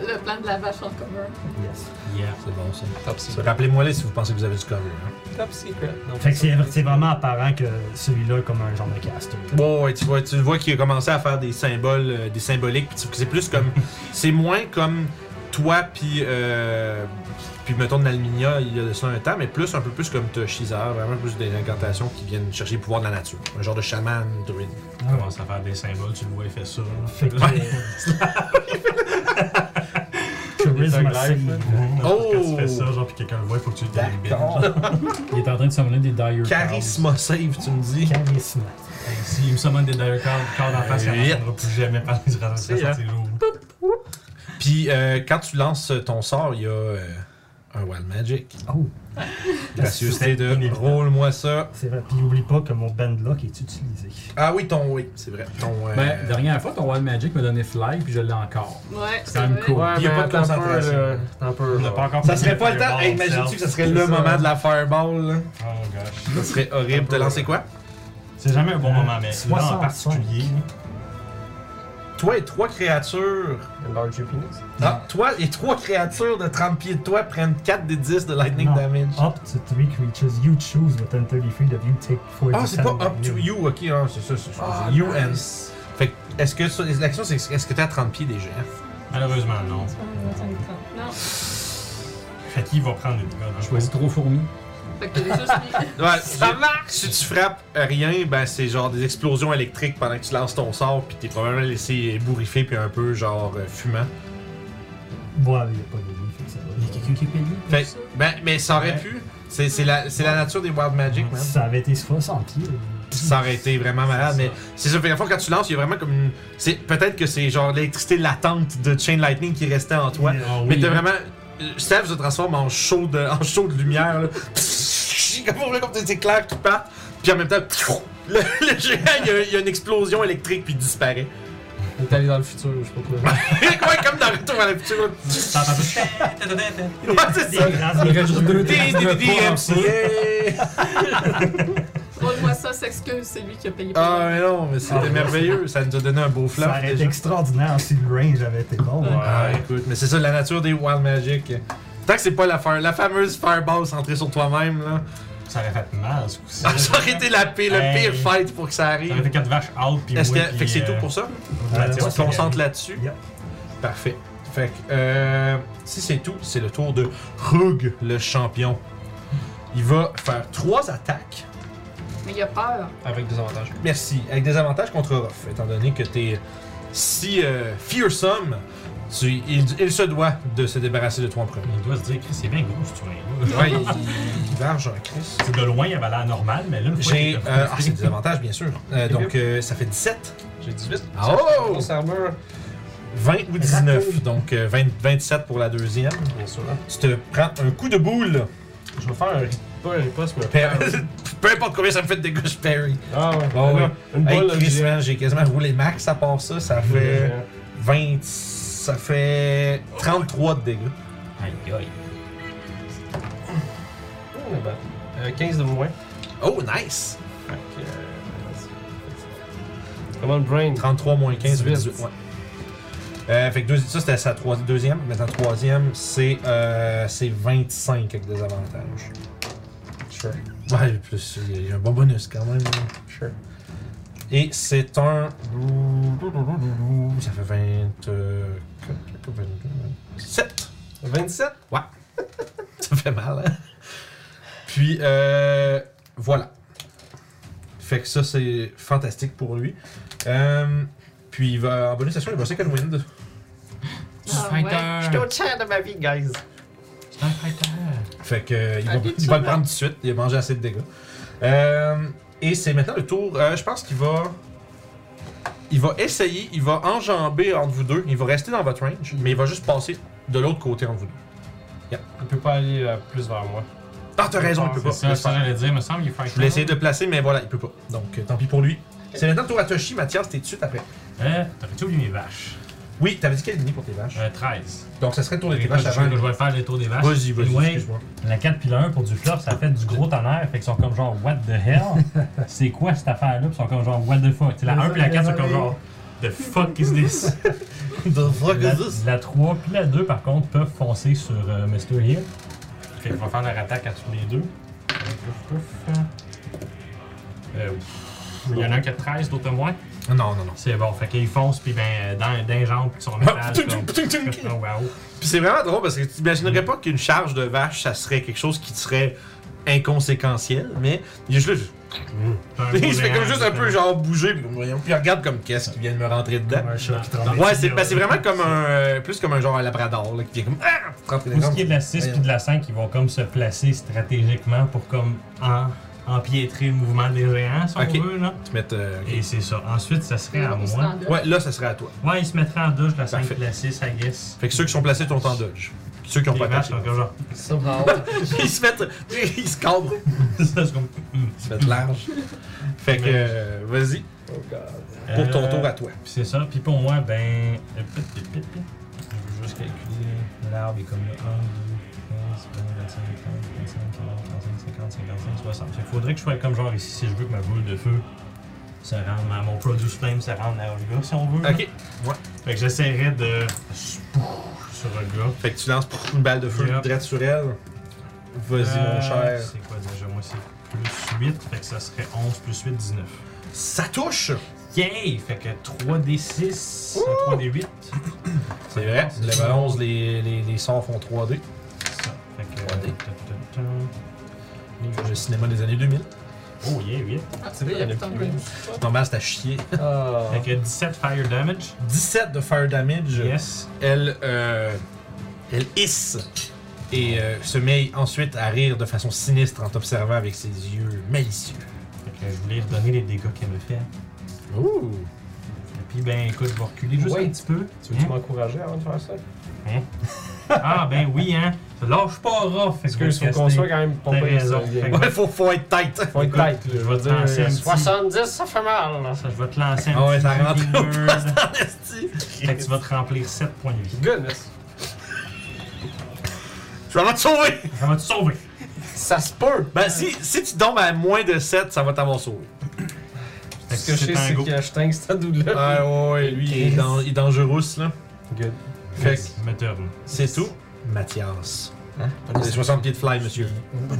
Le plan de la vache en commun.
Yes.
Yeah.
C'est bon ça.
Top
Rappelez-moi les si vous pensez que vous avez du cover. hein.
Top secret. Non,
Fait que c'est c'est vraiment apparent que celui-là est comme un genre de caster.
Ouais, ouais, tu vois, tu vois qu'il a commencé à faire des symboles, euh, des symboliques, puis tu- c'est plus comme, c'est moins comme toi puis euh, puis mettons Nalminia il y a de ça un temps, mais plus un peu plus comme Toshiza, vraiment plus des incantations qui viennent chercher le pouvoir de la nature, un genre de chaman druide.
Il commence à faire des symboles, tu le vois, il fait ça. là.
Fait que. Charisma save.
Oh!
Quand tu fais ça, genre, puis quelqu'un le voit, il faut que tu le délimites.
Il est en train de summoner des dire Cards.
Charisma save, tu me dis.
Charisme.
Hey, S'il me summon des dire corps, corps d'en face, il
Vite.
n'entendra plus jamais parler du racisme
hein.
à ses jours.
Puis euh, quand tu lances ton sort, il y a euh, un wild magic.
Oh,
Gracieuseté de
inévitable.
rôle-moi ça.
c'est vrai. Puis oublie pas que mon band lock est utilisé.
Ah oui, ton oui, c'est vrai. Ton. euh,
Ben, dernière fois, ton Wild Magic m'a donné Fly, puis je l'ai encore.
Ouais,
C'est quand même
vrai.
cool.
Ouais,
Il y a
mais
pas de
attends un peu,
concentration.
là. Attends un peu, euh,
On n'a
là.
pas encore
ça serait
fini
pas le
de
temps.
fireball
Hey, Imagine-tu
self.
que ça serait le
ça.
moment de la fireball. Là.
Oh gosh.
Ça serait horrible. de lancer quoi?
C'est jamais un bon
Euh,
moment, mais là en
65.
particulier.
Toi et trois créatures.
Enlarge your penis.
Ah, toi et trois créatures de 30 pieds de toi prennent 4 des 10 de lightning
Non.
damage.
Up to three creatures you choose within 30 feet of you take 40
Ah, c'est pas up to you, ok, ah, c'est ça, c'est ça. c'est you and. Fait que, est-ce que ça- l'action, c'est est-ce que t'es à 30 pieds déjà?
Malheureusement, non.
Non,
Fait qu'il va prendre hein. les dégâts. dans le
Je choisis trop fourmis.
fait que j'ai juste mis-
Ouais, ça marche! Si tu frappes rien, ben c'est genre des explosions électriques pendant que tu lances ton sort, puis t'es probablement laissé ébouriffer, puis un peu genre euh, fumant.
Ouais, il y a pas de limite, fait que ça va.
Il y a quelqu'un qui est payé. pour
Fait,
ça?
ben, mais ça aurait
Ouais.
pu. C'est c'est la, c'est la nature des Wild Magic, man.
Ça avait été 60 pieds.
Ça aurait été vraiment malade, mais c'est ça. Fait qu'à fond, quand tu lances, il y a vraiment comme une. c'est- Peut-être que c'est genre l'électricité latente de Chain Lightning qui restait en toi.
Ah
mais
oui,
t'as
hein.
vraiment. euh, Steph se transforme en chaud de, en chaud de lumière, là. Pfff, comme comme des éclairs qui partent. Puis en même temps, pfff, le, le géant, il y, a, il y a une explosion électrique, puis il disparaît.
Il est allé dans le futur, je sais pas quoi.
ouais, comme dans Retour à la future. là.
T'entends tout.
Ouais, c'est
Des
ça.
grâces,
Il
des
reste juste deux
Des-
cartes
des-
de
des
poids en
DMC.
feu.
Roule-moi ça, s'excuse, c'est lui qui a payé pour
Ah,
moi.
mais non, mais c'était
Ah.
merveilleux. Ça nous a donné un beau
Ça
flash.
aurait été
déjà.
extraordinaire si le range avait été bon.
Ah, écoute, mais c'est ça la nature des Wild Magic. Tant que c'est pas la, fire- la fameuse fireball centrée sur toi-même, là.
Ça aurait fait mal ce coup-ci.
Ah, Ça aurait été la pire, le
Hey.
pire fight pour que ça
Ça aurait été
arrive.
quatre vaches out puis
Est-ce que,
moi,
fait que c'est tout pour ça?
Euh,
Tu
ouais,
te
c'est
concentres là-dessus?
Yep.
Parfait. Fait que, euh, si c'est tout, c'est le tour de Rug, le champion. Il va faire trois attaques.
Mais il a peur.
Avec des avantages.
Merci. Avec des avantages contre Ruff, étant donné que t'es si euh, fearsome, tu- il, il se doit de se débarrasser de toi en premier.
Il doit se dire, Chris, c'est bien gros ce tour-là.
Ouais, il, il verge en Chris.
C'est de loin, il avait l'air normal, mais là, une fois
J'ai.
qu'il était-
euh, ah, c'est des avantages, bien sûr. Euh, donc, euh, ça fait 17,
J'ai 18.
Ah, oh!
Grosse armure.
20 ou 19. Donc, euh, 20 27 pour la deuxième.
Bien sûr. hein.
Tu te prends un coup de boule.
Je vais faire un. ri- Pas un riposte, mais un
Par-
parry.
Peu importe combien ça me fait de dégâts, je parry.
Ah ouais.
Bon,
Alors, Une
Hey,
balle de
Chris, man, j'ai quasiment roulé max à part ça. Ça fait 20. Ça fait 33 de dégâts.
Aïe, aïe.
Oh, ben, euh, 15 de moins.
Oh, nice!
Fait que, euh, Comment le brain?
33 moins 15, ça fait
18.
18. Ouais. Euh, fait que deuxi- ça, c'était sa troi- deuxième. Maintenant, troisième, c'est euh, c'est 25 avec des avantages.
Sure.
Ouais, plus, il y a un bon bonus quand même. là.
Sure.
Et c'est un. Ça fait 20. euh, 7.
27?
Ça fait mal, hein? Puis, euh, voilà. Fait que ça, c'est fantastique pour lui. Euh, puis, il va, en bonus action, il va second wind.
Ah
fighter.
ouais.
J'étais au
tiers de ma vie, guys.
C'est un fighter.
Fait que euh, il, va,
Ah, vite,
il va le
ça,
prendre tout de suite. Il a mangé assez de dégâts. Euh, et c'est maintenant le tour. euh, je pense qu'il va. Il va essayer, il va enjamber entre vous deux. Il va rester dans votre range, mais il va juste passer de l'autre côté entre vous deux.
Il peut pas aller euh, plus vers moi.
Ah, t'as raison, il peut
C'est
pas.
ça, ça j'allais dire, me semble qu'il fait
Je voulais essayer de le placer, mais voilà, il peut pas. Donc, euh, tant pis pour lui. C'est maintenant le tour à Toshi. Mathias, t'es tout de suite après.
Euh, T'aurais-tu oublié mes vaches?
Oui, t'avais dit quelle ligne pour tes vaches.
Euh, 13.
Donc, ça serait le tour de tes
Écoute,
vaches
je-
avant.
Je vais faire le tour des vaches.
Vas-y, vas-y,
Ouais.
excuse-moi.
La 4 puis la 1 pour du flop, ça fait du gros tonnerre. Fait qu'ils sont comme genre, what the hell? c'est quoi cette affaire-là? Puis ils sont comme genre, what the fuck? T'sais, la 1 puis la 4 sont comme genre, the fuck is this?
The fuck
la, la 3 puis la 2 par contre peuvent foncer sur euh, Mr. Hill.
Fait qu'ils vont faire leur attaque à tous les deux. Euh, ouf. il y en a un qui a 13, d'autres moins.
Non, non, non.
C'est bon, fait qu'ils foncent, puis ben, euh, dans, dans les jambes, puis ils sont
Ah,
métal.
tung,
comme-
tung, tung, tung.
Oh,
Ah,
wow.
Puis c'est vraiment drôle parce que tu imaginerais pas qu'une charge de vache, ça serait quelque chose qui serait inconséquentiel, mais il est juste là, juste-
Un
il se fait
boomerang,
comme juste un peu
euh,
genre bouger, puis comme, voyons, puis il regarde comme qu'est-ce qui vient de me rentrer dedans.
Comme un chat qui tremble.
Ouais, c'est ben, c'est vraiment comme un. euh, plus comme un genre un labrador là, qui vient comme. Ah! pour te rentrer dans
Tout
les
ce
jambes.
qui est de la 6 puis de la 5, ils vont comme se placer stratégiquement pour comme en- empiétrer le mouvement des géants, si
Ok.
on veut. Là.
Tu mets, euh, ok.
Et c'est ça. Ensuite, ça serait à moi.
Ouais, là, ça serait à toi.
Ouais, ils se mettraient en dodge, la 5
Parfait.
et la 6, I guess.
Fait que ceux qui sont placés sont en dodge. Ceux qui ont
Les
pas
vaches
attaqué.
sont comme genre.
Ça
Ils se mettent. Ils se cambrent.
ça, c'est comme- hmm.
Ils se mettent large. Fait que, euh, vas-y, pour ton
Euh,
tour à toi.
Puis c'est ça. Puis pour moi, ben. Je veux juste calculer. L'arbre est comme le 1, 2, 15, 20, 25, 30, 25, 40, 35, 50, 55, 60. Il faudrait que je sois comme genre ici si je veux que ma boule de feu se rende à mon produce flame, se rende à Olga si on veut. là.
Ok.
Fait que j'essaierais de. sur Olga.
Fait que tu lances pour une balle de feu
Yep.
direct sur elle. Vas-y,
Euh,
mon cher.
C'est quoi déjà? Moi, c'est plus 8, fait que ça serait 11 plus 8, 19.
Ça touche!
Yay! Fait que 3d6, 3d8.
C'est vrai.
C'est
Le 11, les, les, les sorts font 3D.
Ça. Fait que.
3D.
ta, ta, ta.
Le cinéma des années 2000.
Oh yeah, 8.
Ah,
C'est vrai, il y en a plus.
Normal, c'est à chier.
Ah.
Fait que 17 fire damage.
17 de fire damage.
Yes.
Elle, euh, elle hisse et euh, se met ensuite à rire de façon sinistre en t'observant avec ses yeux malicieux.
Fait que je voulais redonner les dégâts qu'elle me fait.
Ouh!
Et puis ben écoute, je vais reculer juste
Ouais.
un petit peu.
Tu veux-tu
Hein?
m'encourager avant de faire ça?
Ah ben oui hein. Lâche pas rough. Fait
Parce que faut qu'on soit quand même pas
T'as
pire,
raison.
ça, le game.
Fait
Ouais, faut, faut être tight!
Faut être light,
Écoute,
là,
je vais te lancer un petit-
70, euh, ça fait mal! là.
Ça, je vais te lancer un
Ah ouais,
petit
ça
jeu
rentre au
gamer. Fait que tu vas te remplir 7 points de vie.
Good, merci.
Je vais te sauver!
Ça va te sauver.
Ça se peut!
Ben, si, si tu tombes à moins de 7, ça va t'avoir sauvé.
Fait que
Ce que je
c'est
sais,
un
c'est
go.
que je tank cette douleur.
Ah ouais, ouais, lui, il est, dan- il est dangereux, là.
Good.
Fait que
Je me tourne.
c'est tout. Mathias.
Hein?
C'est 60 pieds de fly, monsieur.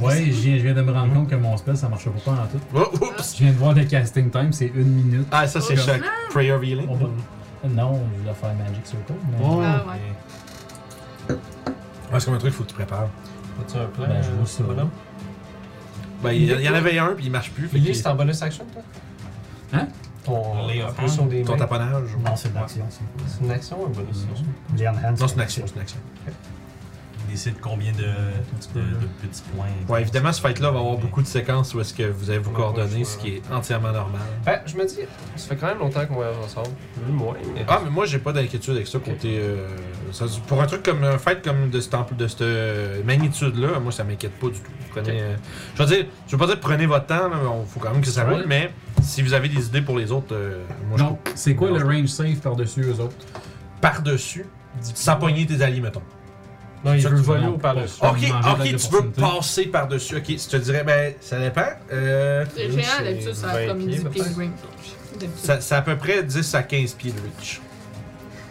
Ouais, je viens, je viens de me rendre compte que mon spell, ça marchait pas en tout.
Oh, oups!
Je viens de voir le casting time, c'est une minute.
Ah, ça, c'est
Oh,
chaque Prayer of Healing.
On va- Non, on voulait faire Magic Circle, mais
Oh.
Ah ouais.
Ah, c'est comme un truc, faut que tu prépares.
As-tu un plan?
Ben, je
euh,
vois ça.
bonhomme?
Ben, il y, il y en avait un, puis il marche plus. Fait
Lily,
que
c'est en bonus action, toi?
Hein?
Ton
Lay of
impulsion des
ton
mains.
taponnage. ou-
Non, c'est de l'action, ça.
C'est une action ou un bonus
Mhm.
action?
Learn Hands.
Non, c'est une action, c'est une action.
Il décide combien de, de, de petits points.
Ouais, évidemment, ce fight-là va avoir beaucoup de séquences où est-ce que vous allez vous coordonner, ce qui est entièrement normal.
Ben, je me dis, ça fait quand même longtemps qu'on voyage ensemble. Plus moins, mais.
Ah, mais moi, j'ai pas d'inquiétude avec ça côté. euh, ça- pour un truc comme un fight comme de cette, ample- de cette euh, magnitude-là, moi, ça m'inquiète pas du tout. Prenez,
Ok.
euh, je veux dire, je veux pas dire prenez votre temps, il faut quand même que ça roule,
Ouais.
mais si vous avez des idées pour les autres, euh, moi,
Non,
je
c'est quoi
Non,
le
je-
range save par-dessus eux autres?
trouve par-dessus, sans pogner tes alliés, mettons.
non, il
ça
veut
que tu
voler
veux
au par-dessus.
pas.
Ok,
manger de
ok,
l'aide
tu veux
d'opportunité.
passer par-dessus. Ok, je te dirais, ben, ça dépend. Euh,
Les
Lui,
géants,
c'est
hein, d'habitude, ça a
20
comme
pieds,
10 pieds de
peut-être.
range. D'habitude.
ça- c'est à peu près 10 à 15 pieds de reach.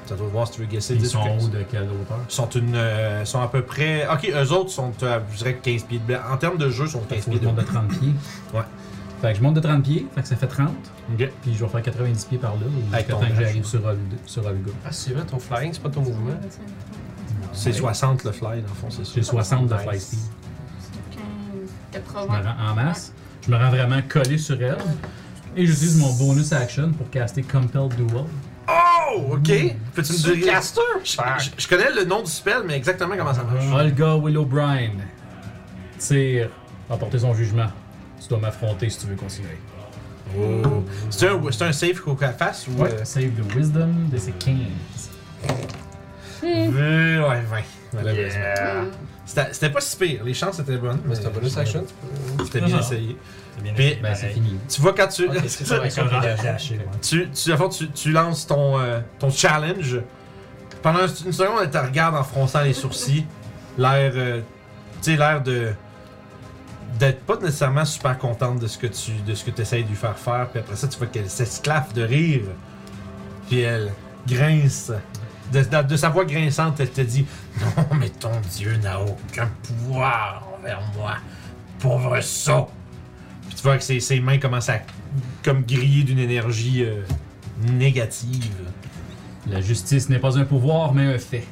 Ça doit voir si tu veux guesser
Ils
10 ou
sont en
15.
haut de quelle hauteur?
sont une euh, sont à peu près ok eux autres sont à, je dirais 15 pieds de blanc. en termes de jeu sont
Fait que
15
faut
pieds
que je
de
monte de 30 pieds.
Ouais.
Fait que je monte de 30 pieds, fait que ça fait 30,
Ok.
puis je vais faire 90 pieds par là, ou
Avec
jusqu'à
ton
temps que
dash.
j'arrive sur, Ol- sur Olga.
Ah, c'est vrai, ton flying, c'est pas ton mouvement.
c'est 60 le fly dans le fond c'est sûr
J'ai 60 de fly
Nice.
speed.
15,
Je me
80.
rends en masse. Je me rends vraiment collé sur elle. Et j'utilise mon bonus action pour caster Compel Duel.
oh ok peux-tu me
Tu
dire
caster!
je, je- je connais le nom du spell mais exactement comment ça marche
Olga Willowbrine tire, apporter son jugement. Tu dois m'affronter si tu veux continuer.
Oh. c'est un c'est un save qu'on qu'elle fasse ou
Euh, save de Wisdom, de ses 15.
euh, ouais ouais malheureusement.
Yeah!
C'était c'était pas si pire, les chances étaient bonnes.
Mais c'est un bonus action, tu peux.
C'était bien
Ah.
essayé.
C'est bien
Puis-
écrit,
Ben, c'est
pareil.
fini.
Tu vois, quand tu.
Ok, c'est ça, ouais,
Comme genre-
Daché, ouais.
Tu, tu, à fond, tu, tu lances ton, euh, ton challenge. Pendant une seconde, elle te regarde en fronçant les sourcils. L'air. euh, tu sais, l'air de. d'être pas nécessairement super contente de ce que tu de ce que essayes de lui faire faire. Puis après ça, tu vois qu'elle s'esclaffe de rire. Puis elle grince. De, de- de sa voix grinçante, elle te dit Non, mais ton Dieu n'a aucun pouvoir envers moi. Pauvre sot. Puis tu vois que ses, ses mains commencent à comme griller d'une énergie euh, négative.
La justice n'est pas un pouvoir, mais un fait.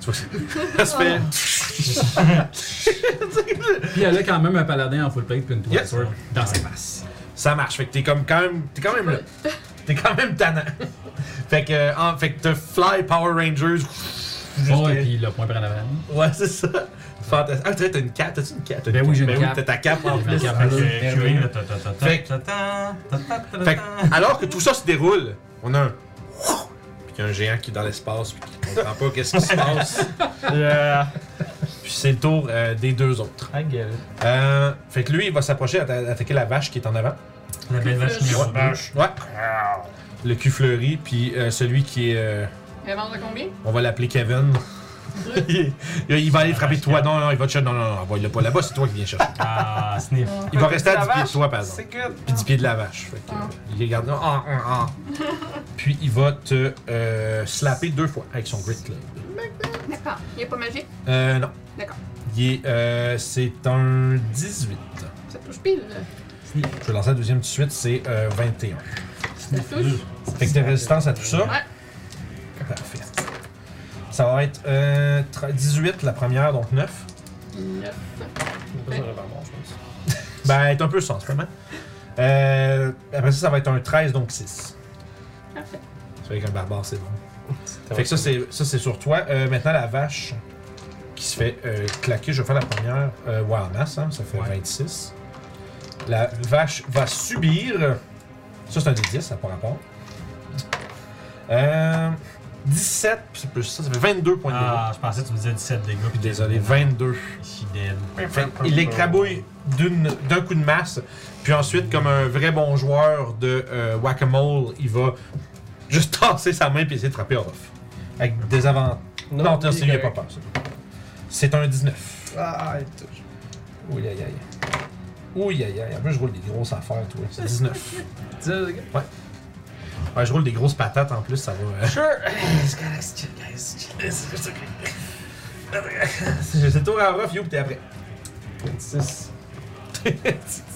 Tu vois, ça se fait.
Puis elle a quand même un paladin en full plate puis une toile
Yep.
sword dans ses masses.
Ça marche. Fait que t'es comme quand même. T'es quand même là. T'es quand même tannant. fait que euh, en- fait que t'as Fly Power Rangers.
Oh,
jusqu'à-
et puis le point par en avant.
Ouais, c'est ça. Fantastique. Ah, t'as t'as une cape, t'as-tu une cape? T'as
Ben oui, j'ai une
ben
cape.
t'as ta cape en
J'ai ma
plus.
cape.
Fait que,
Merveilleux.
queuing, là, ta- ta- ta- ta-
Fait que-
ta- ta- ta- ta- ta-
Fait
ta-
que, alors que tout ça se déroule, on a un. Puis qu'il y a un géant qui est dans l'espace, puis qui comprend pas qu'est-ce qui se passe.
Yeah!
Puis c'est le tour euh, des deux autres.
Ah, gueule.
Euh, fait que lui, il va s'approcher, atta- attaquer la vache qui est en avant.
La belle vache numéro deux.
Ouais. Le cul fleuri, puis euh, celui qui est. euh,
Elle vend à combien?
on va l'appeler Kevin. il, il va aller frapper toi. Non, non, il va te chercher. Non, non, non, va le pas là-bas, c'est toi qui viens chercher.
Ah, sniff.
Il va rester à
La
10 pieds de
vache,
toi, par exemple.
C'est good!
Puis 10 pieds de la vache. Fait que, euh, il regarde. Ah, ah, ah. Puis il va te euh, slapper deux fois avec son grit club.
D'accord. Il est pas magique?
Euh, non.
D'accord.
Il est. euh, c'est un 18.
Ça touche pile.
Je vais lancer la deuxième tout de suite, c'est euh, 21.
Ça touche.
Fait que t'as résistance à tout ça.
Ouais.
Parfait. Ça va être euh, tra- 18 la première, donc 9.
Neuf.
Pas besoin de vraiment, je pense.
Ben, elle est un peu sans, vraiment. Euh, après ça, ça va être un 13, donc 6.
Parfait.
Ça fait qu'un barbare, c'est bon. Fait que ça, c'est, ça, c'est sur toi. Euh, maintenant, la vache qui se fait euh, claquer. Je vais faire la première. Euh, ouais, en masse, hein, ça fait 26. La vache va subir. Ça, c'est un des 10, ça n'a pas rapport. Euh, 17, puis c'est plus ça, ça fait 22 points de dégâts.
Ah, je pensais que tu me disais 17 dégâts.
Puis désolé, 22.
Ici, dead.
Fait qu'il l'écrabouille d'une- d'un coup de masse, puis ensuite, comme un vrai bon joueur de euh, whack-a-mole, il va juste tasser sa main puis essayer de frapper off. Avec des avant. Non, non t'as- c'est- il a pas peur, ça. C'est un 19.
Ah, il touche.
Oui, aïe, aïe. Oui, aïe, aïe. En plus, je roule des grosses affaires, toi. C'est 19. Ouais. Ouais, je roule des grosses patates en plus, ça va. euh,
Sure! It's gonna- it's okay, it's okay.
C'est le tour à Ruff, you, pis t'es après.
26.
tu te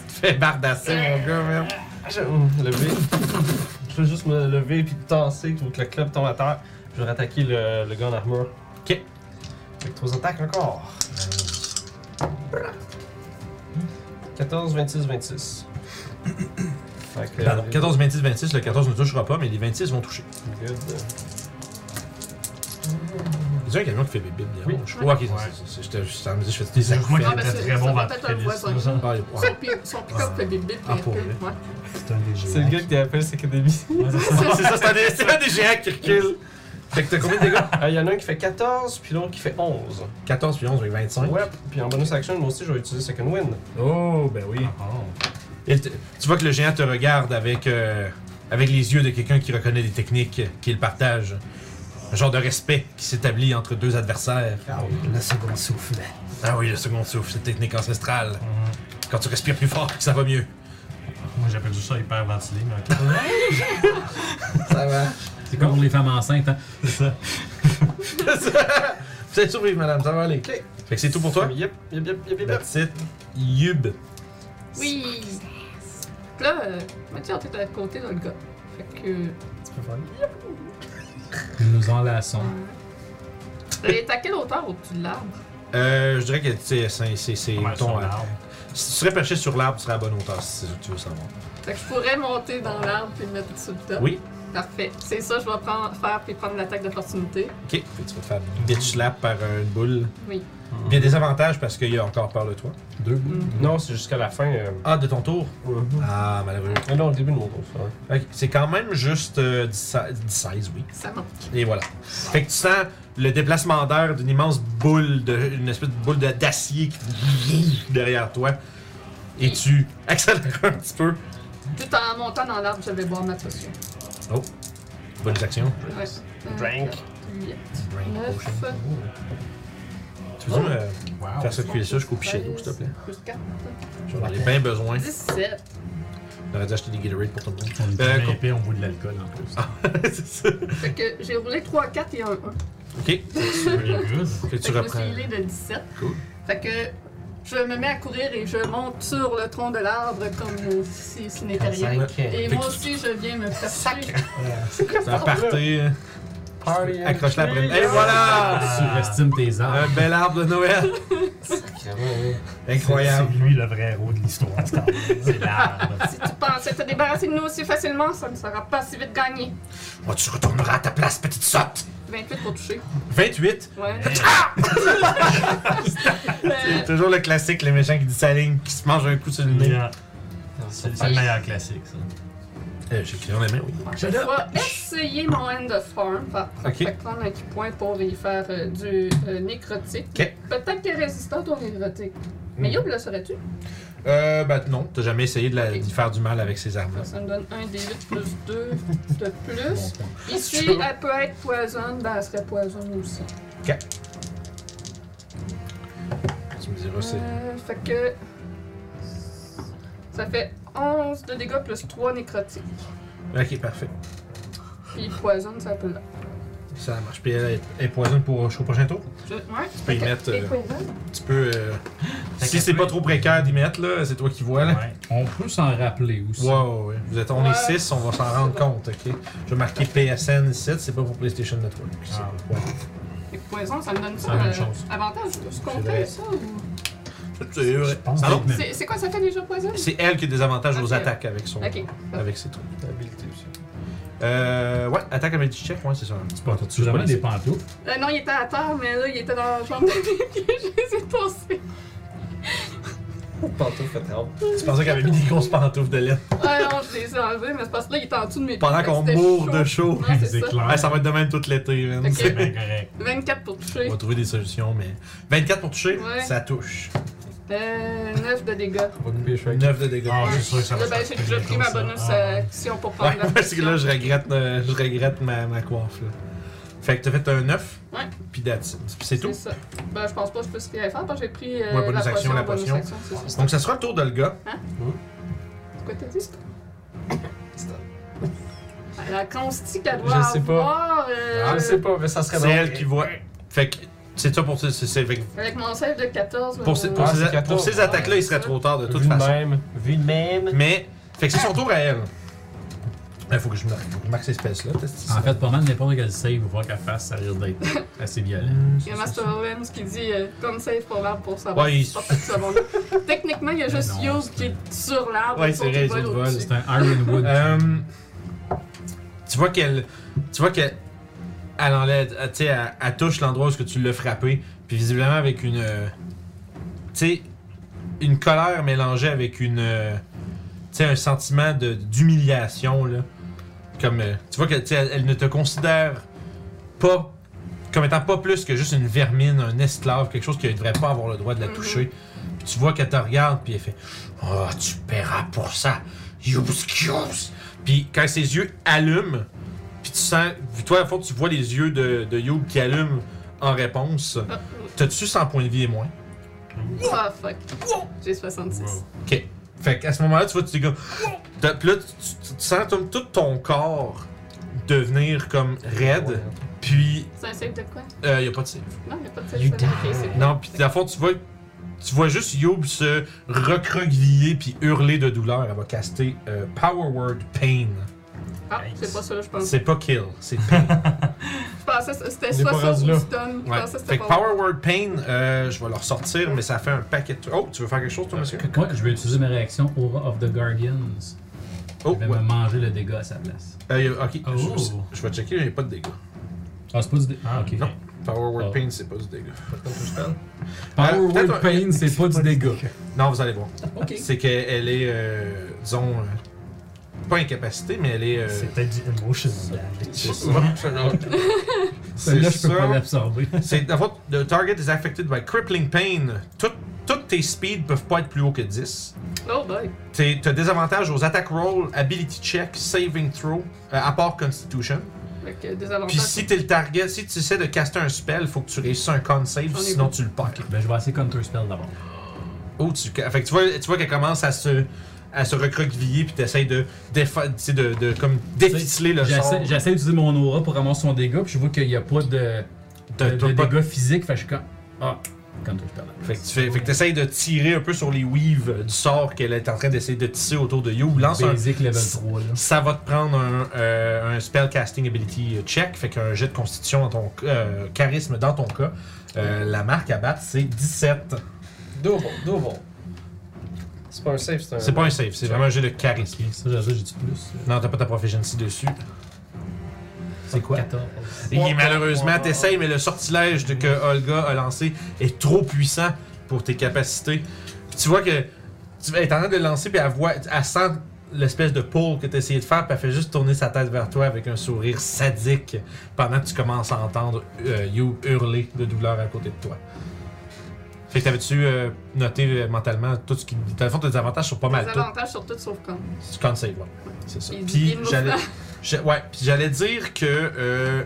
fais bardasser, mon gars, merde.
Ah, Je vais me lever. Je vais juste me lever puis tasser pour que le club tombe à terre. Je vais rattaquer le, le gun armor.
Ok.
Avec trois attaques encore. Euh, 14, 26, 26. Fait que-
Pardon, 14, 26, 26. Le 14 ne touchera pas, mais les 26 vont toucher.
Good.
Il y a un camion qui fait bip-bip,
Oui.
Je crois qu'ils J'étais juste en me disant, je fais des sacs.
crois qu'il
ben,
était
c'est-
très
ça
bon
va
dans
peut-être
très
un
liste.
poison.
là.
Ah,
Son
ouais.
pick- Son pick-up fait bip bip
Ah, pour
bip,
vrai.
ouais.
C'est un VG.
C'est le gars qui a appelé ses académies.
C'est ça, c'est un des- c'est un des géants qui recule. Fait que t'as combien de dégâts
Il y en Euh, a un qui fait 14, puis l'autre qui fait 11.
14 puis 11, avec 25.
Ouais, puis en bonus action, moi aussi, je vais utiliser Second Wind.
Oh, ben oui. Et t- tu vois que le géant te regarde avec, euh, avec les yeux de quelqu'un qui reconnaît des techniques qu'il partage. Un genre de respect qui s'établit entre deux adversaires.
Ah oui, le second souffle. Mhm.
Ah oui, le second souffle, cette technique ancestrale. Quand tu respires plus fort, ça va mieux.
Moi, j'appelle juste ça hyperventilé, mais ok.
Ça va.
C'est comme pour les femmes enceintes. hein.
Vous êtes surprise, madame, ça va aller.
Ok.
Fait que c'est tout pour toi.
Yep, yep, yep, yep, yep. yep.
That's it. Yub.
Oui. Là, euh, Mathieu, t'es à côté dans le gars. Fait que.
Tu peux faire
Nous nous enlaçons.
Elle est à quelle hauteur au-dessus de l'arbre?
Euh, je dirais que tu sais, c'est c'est- c'est
Comment
ton.
sur l'arbre?
Si tu serais perché sur l'arbre, tu serais à bonne hauteur si c'est ce que tu veux savoir.
Fait que je pourrais monter dans l'arbre puis le mettre sur le
Ah.
top.
Oui.
Parfait. C'est ça, je vais prendre, faire puis prendre l'attaque d'opportunité.
Ok. Fait que tu vas te faire bitch slap par euh, une boule.
Oui.
Il y a des avantages parce qu'il y a encore peur de toi.
Deux bouts.
Non, c'est jusqu'à la fin. euh,
Ah, de ton tour Ah, malheureux.
Ah non, le début de mon tour, ça. ouais.
Ok, C'est quand même juste euh, 10 16, oui.
Ça manque.
Et voilà. Fait que tu sens le déplacement d'air d'une immense boule, de, une espèce de boule de- d'acier qui derrière toi. Et tu accélères un petit peu.
Tout en montant dans l'arbre, je vais boire ma potion.
Bonne action.
Ouais.
Drink.
8,
Brain potion.
9,
Tu veux me
Oh.
Wow.
faire circuler ça jusqu'au pichet d'eau, s'il te plaît?
Plus 4,
J'en ai bien besoin.
17.
On aurait dû acheter des Gatorade pour tout le monde.
On est
Euh,
bien épais au bout de l'alcool en plus. Ah,
C'est ça.
Fait que j'ai roulé 3, 4 et 1, 1.
Ok. Que
Fait
tu
que je me suis
reprends.
healée de 17.
euh, Cool.
Fait que je me mets à courir et je monte sur le tronc de l'arbre comme si ce n'était rien.
Fait
Et moi
que
aussi, je viens me percer.
tu vas partir.
Party
Accroche la brune.
animal.
Et voilà!
Surestime tes
Un
arbres.
bel arbre de Noël. Incroyable.
C'est lui le vrai héros de l'histoire, c'est quand même. C'est l'arbre.
Si tu pensais te débarrasser de nous aussi facilement, ça ne sera pas si vite gagné.
Moi, Oh, tu retourneras à ta place, petite sotte.
28 pour toucher.
28.
Ouais. Ah! Euh,
C'est toujours le classique, le méchant qui dit sa ligne, qui se mange un coup sur le nez.
Yeah. C'est c'est le meilleur classique, ça.
Euh, J'ai crié en aimant, oui.
Je vais essayer mon end of farm. Par
Ok.
contre, je vais prendre un petit point pour y faire euh, du euh, nécrotique.
Ok. Hmm.
Peut-être qu'elle est résistante au nécrotique. Mais Yob, le saurais-tu?
Euh, bah non, t'as jamais essayé de, la- d'y faire du mal avec ces armes-là.
Ça me donne un des 8 plus 2 de plus. Ici, elle peut être poison, ben elle serait poison aussi.
Tu me diras, c'est.
Euh, fait que. Ça fait 11 de dégâts plus 3 nécrotiques.
Ok, parfait.
Puis poison, ça peut là.
Ça marche. Puis elle est poisonne pour jusqu'au prochain tour.
Je- Ouais. Tu
peux y mettre, euh,
poison?
Tu peux. euh,
Fait
si
qu'elle
c'est
peut-
pas trop précaire d'y mettre, là, c'est toi qui vois, là.
Ouais.
On peut s'en rappeler aussi.
Ouais, ouais, ouais. Vous êtes, on
Ouais.
est 6, on va s'en rendre compte, ok? Je vais marquer PSN 7, c'est pas pour PlayStation Network. C'est
Ah.
ouais.
Fait que poison, ça me donne
la
pas
même
euh,
chose.
avantage de se compter,
vrai.
ça ou...
C'est vrai.
pense
Alors,
que-
C'est- C'est quoi ça fait déjà poison?
c'est elle qui a des avantages
Ok.
aux attaques avec son.
Ok.
Avec ses trucs.
Habilité aussi.
Euh, ouais, attaque avec du check, ouais, c'est ça.
Tu portes tu vraiment des pantoufles.
Euh, non, il était à terre, mais là, il était dans la chambre de pied, je les ai tossés.
Pantoufle énorme.
Tu pensais qu'elle avait mis des grosses pantoufles de laine.
Ah non, je les ai enlevés, mais c'est parce que là, il était en dessous de mes pieds.
Pendant
fait que
qu'on
c'était
bourre de
Non,
chaud.
c'est
C'est
ça.
clair.
Ah, ça va être de même toute l'été, man.
Ok.
C'est-
Ben correct.
24 pour toucher.
On va trouver des solutions, mais. 24 pour toucher,
Ouais.
ça touche.
Euh, 9 de dégâts.
On va couper les cheveux.
9 de dégâts.
Ah, je suis sûr que ça va
Là, ben, j'ai déjà pris ma bonus euh, action pour prendre
Ah. Ouais,
la
parce que là,
potion.
je regrette, euh, je regrette ma, ma coiffe. Là. Fait que t'as fait un 9,
Ouais.
puis that's it. Puis c'est tout.
ça. Ben, je pense pas que je peux rien faire parce que j'ai pris euh,
Ouais, bonus
la potion,
action, la
bonus
potion.
action, c'est ça.
Donc ça sera le tour de le gars.
C'est quoi t'as dit, c'est- Ah, La consti qu'elle doit
Je sais pas.
avoir, euh,
Euh,
Ah,
Ah,
Je sais pas, mais ça serait
C'est
drôle.
elle qui voit. Fait que C'est ça pour. c'est- c'est- fait que
Avec mon save de 14.
Pour,
euh,
ces- pour
Ah,
ces,
c'est
a-
14.
pour ces attaques-là, il serait trop tard de toute
vu de
façon.
même. Vu de même.
Mais, fait que c'est son tour à elle. Il faut que je mar- faut que je marque ces espèces-là. testi-
Ah.
En fait, pas mal n'importe quel save, il va falloir qu'elle fasse, ça risque d'être assez violent.
Il y a Master Owens qui dit euh, comme save pour l'arbre pour savoir
Ouais, il- Ah
si porte ça bon. Techniquement, il y a
Mais
juste
non,
Yos qui est sur l'arbre.
Ouais,
les
c'est
autres,
vrai,
ils
les autres
volent au-dessus.
C'est un Ironwood.
Euh, tu vois qu'elle. Tu vois qu'elle. Elle enlève. elle- Tu sais, elle, elle touche l'endroit où est-ce que tu l'as frappé. Puis visiblement avec une. euh, tu sais, une colère mélangée avec une. euh, tu sais, un sentiment de- d'humiliation, là. Comme. euh, tu vois que, tu sais, elle, elle ne te considère pas. Comme étant pas plus que juste une vermine, un esclave, quelque chose qui ne devrait pas avoir le droit de la
Mhm.
toucher. Puis tu vois qu'elle te regarde, puis elle fait Oh, tu paieras pour ça. Yous, yous. Puis quand ses yeux allument, puis tu sens. puis toi, à fond, tu vois les yeux de, de Youb qui allument en réponse.
Ah,
T'as-tu 100 points de vie et moins?
Ah, fuck. J'ai 66.
Ok. Fait qu'à ce moment-là, tu vois, tu es comme. T'as- Puis là, tu, tu- tu sens comme tout ton corps devenir comme raide. Puis,
C'est un save de quoi
il y a pas de save.
Non, il n'y a pas de save. ça, ok, c'est-
Non, puis à fond, tu vois, tu vois juste Youb se recroqueviller puis hurler de douleur. Elle va caster euh, Power Word Pain.
Ah, c'est pas ça, je pense.
C'est pas kill, c'est pain.
Je pensais que c'était
On est pas
soit ça
rendu là.
ou stun. Je
Ouais.
pensais
Fait
que c'était
que
pas.
Power Word Pain, euh, je vais le ressortir, mais ça fait un paquet de trucs. Oh, tu veux faire quelque chose, toi, monsieur?
Moi, je vais utiliser ma réaction Aura of the Guardians.
Oh,
Je vais
ouais.
me manger le dégât à sa place.
Euh, y a- ok,
Oh.
je, je vais checker, j'ai pas de dégâts.
Ah, c'est pas du dégât.
Ah,
ok.
non. Power Word
Oh.
Pain, c'est pas du dégât. Fait que je parle.
Power
Euh, peut-être
Word
un-
Pain, c'est pas du dégât.
Non, vous allez voir.
Ok.
C'est qu'elle est, euh, disons, euh, pas incapacitée, mais elle est. euh,
C'est peut-être du emotion damage.
c'est ça.
Celle-là, je peux
ça.
pas l'absorber.
C'est en fait, le target is affected by crippling pain. Tout- toutes tes speeds peuvent pas être plus haut que 10.
Oh boy.
T'es- T'as des avantages aux attack roll, ability check, saving throw, euh, à part constitution.
Fait que des
Puis
avantages.
si t'es le target, si tu essaies de caster un spell, faut que tu réussisses un con save,
On est
sinon
bon.
tu le perds.
Ben, je vais essayer Counter Spell d'abord.
Oh, tu, fait que tu vois, tu vois qu'elle commence à se, à se recroqueviller, puis t'essayes de, défa- tu sais, de, de comme déficeler le sort.
J'essaie j'essaie d'utiliser mon aura pour ramasser son dégât, puis je vois qu'il n'y a pas de,
T'as-
de-
t'as
de
pas-
dégâts physiques. Fait que je suis comme. Ah, Counter Spell.
Fait que tu fais, fait que t'essayes de tirer un peu sur les weaves du sort qu'elle est en train d'essayer de tisser autour de You. Lance un,
Basic level 3, là.
Ça va te prendre un, euh, un spellcasting ability check, fait qu'un jet de constitution dans ton euh, charisme dans ton cas. Euh, la marque à battre, c'est 17.
Double, double. C'est pas un safe, c'est un.
C'est pas un save, c'est vraiment un jet de charisme.
Ok, ça, j'ai dit plus.
Non, t'as pas ta proficiency dessus.
C'est quoi 14.
Et malheureusement, t'essayes, mais le sortilège de- que Olga a lancé est trop puissant pour tes capacités. Puis tu vois que tu elle est en train de le lancer, puis elle, voit, elle sent l'espèce de pull que tu essayé de faire, puis elle fait juste tourner sa tête vers toi avec un sourire sadique pendant que tu commences à entendre euh, You hurler de douleur à côté de toi. Fait que t'avais-tu euh, noté euh, mentalement tout ce qui. Dans le fond, tes avantages sont pas
Des
mal tout.
avantages sur tout sauf quand.
Tu can't save, ouais. C'est ça.
Il-
Puis
il nous-
j'allais. j'ai- Ouais, puis j'allais dire que. euh,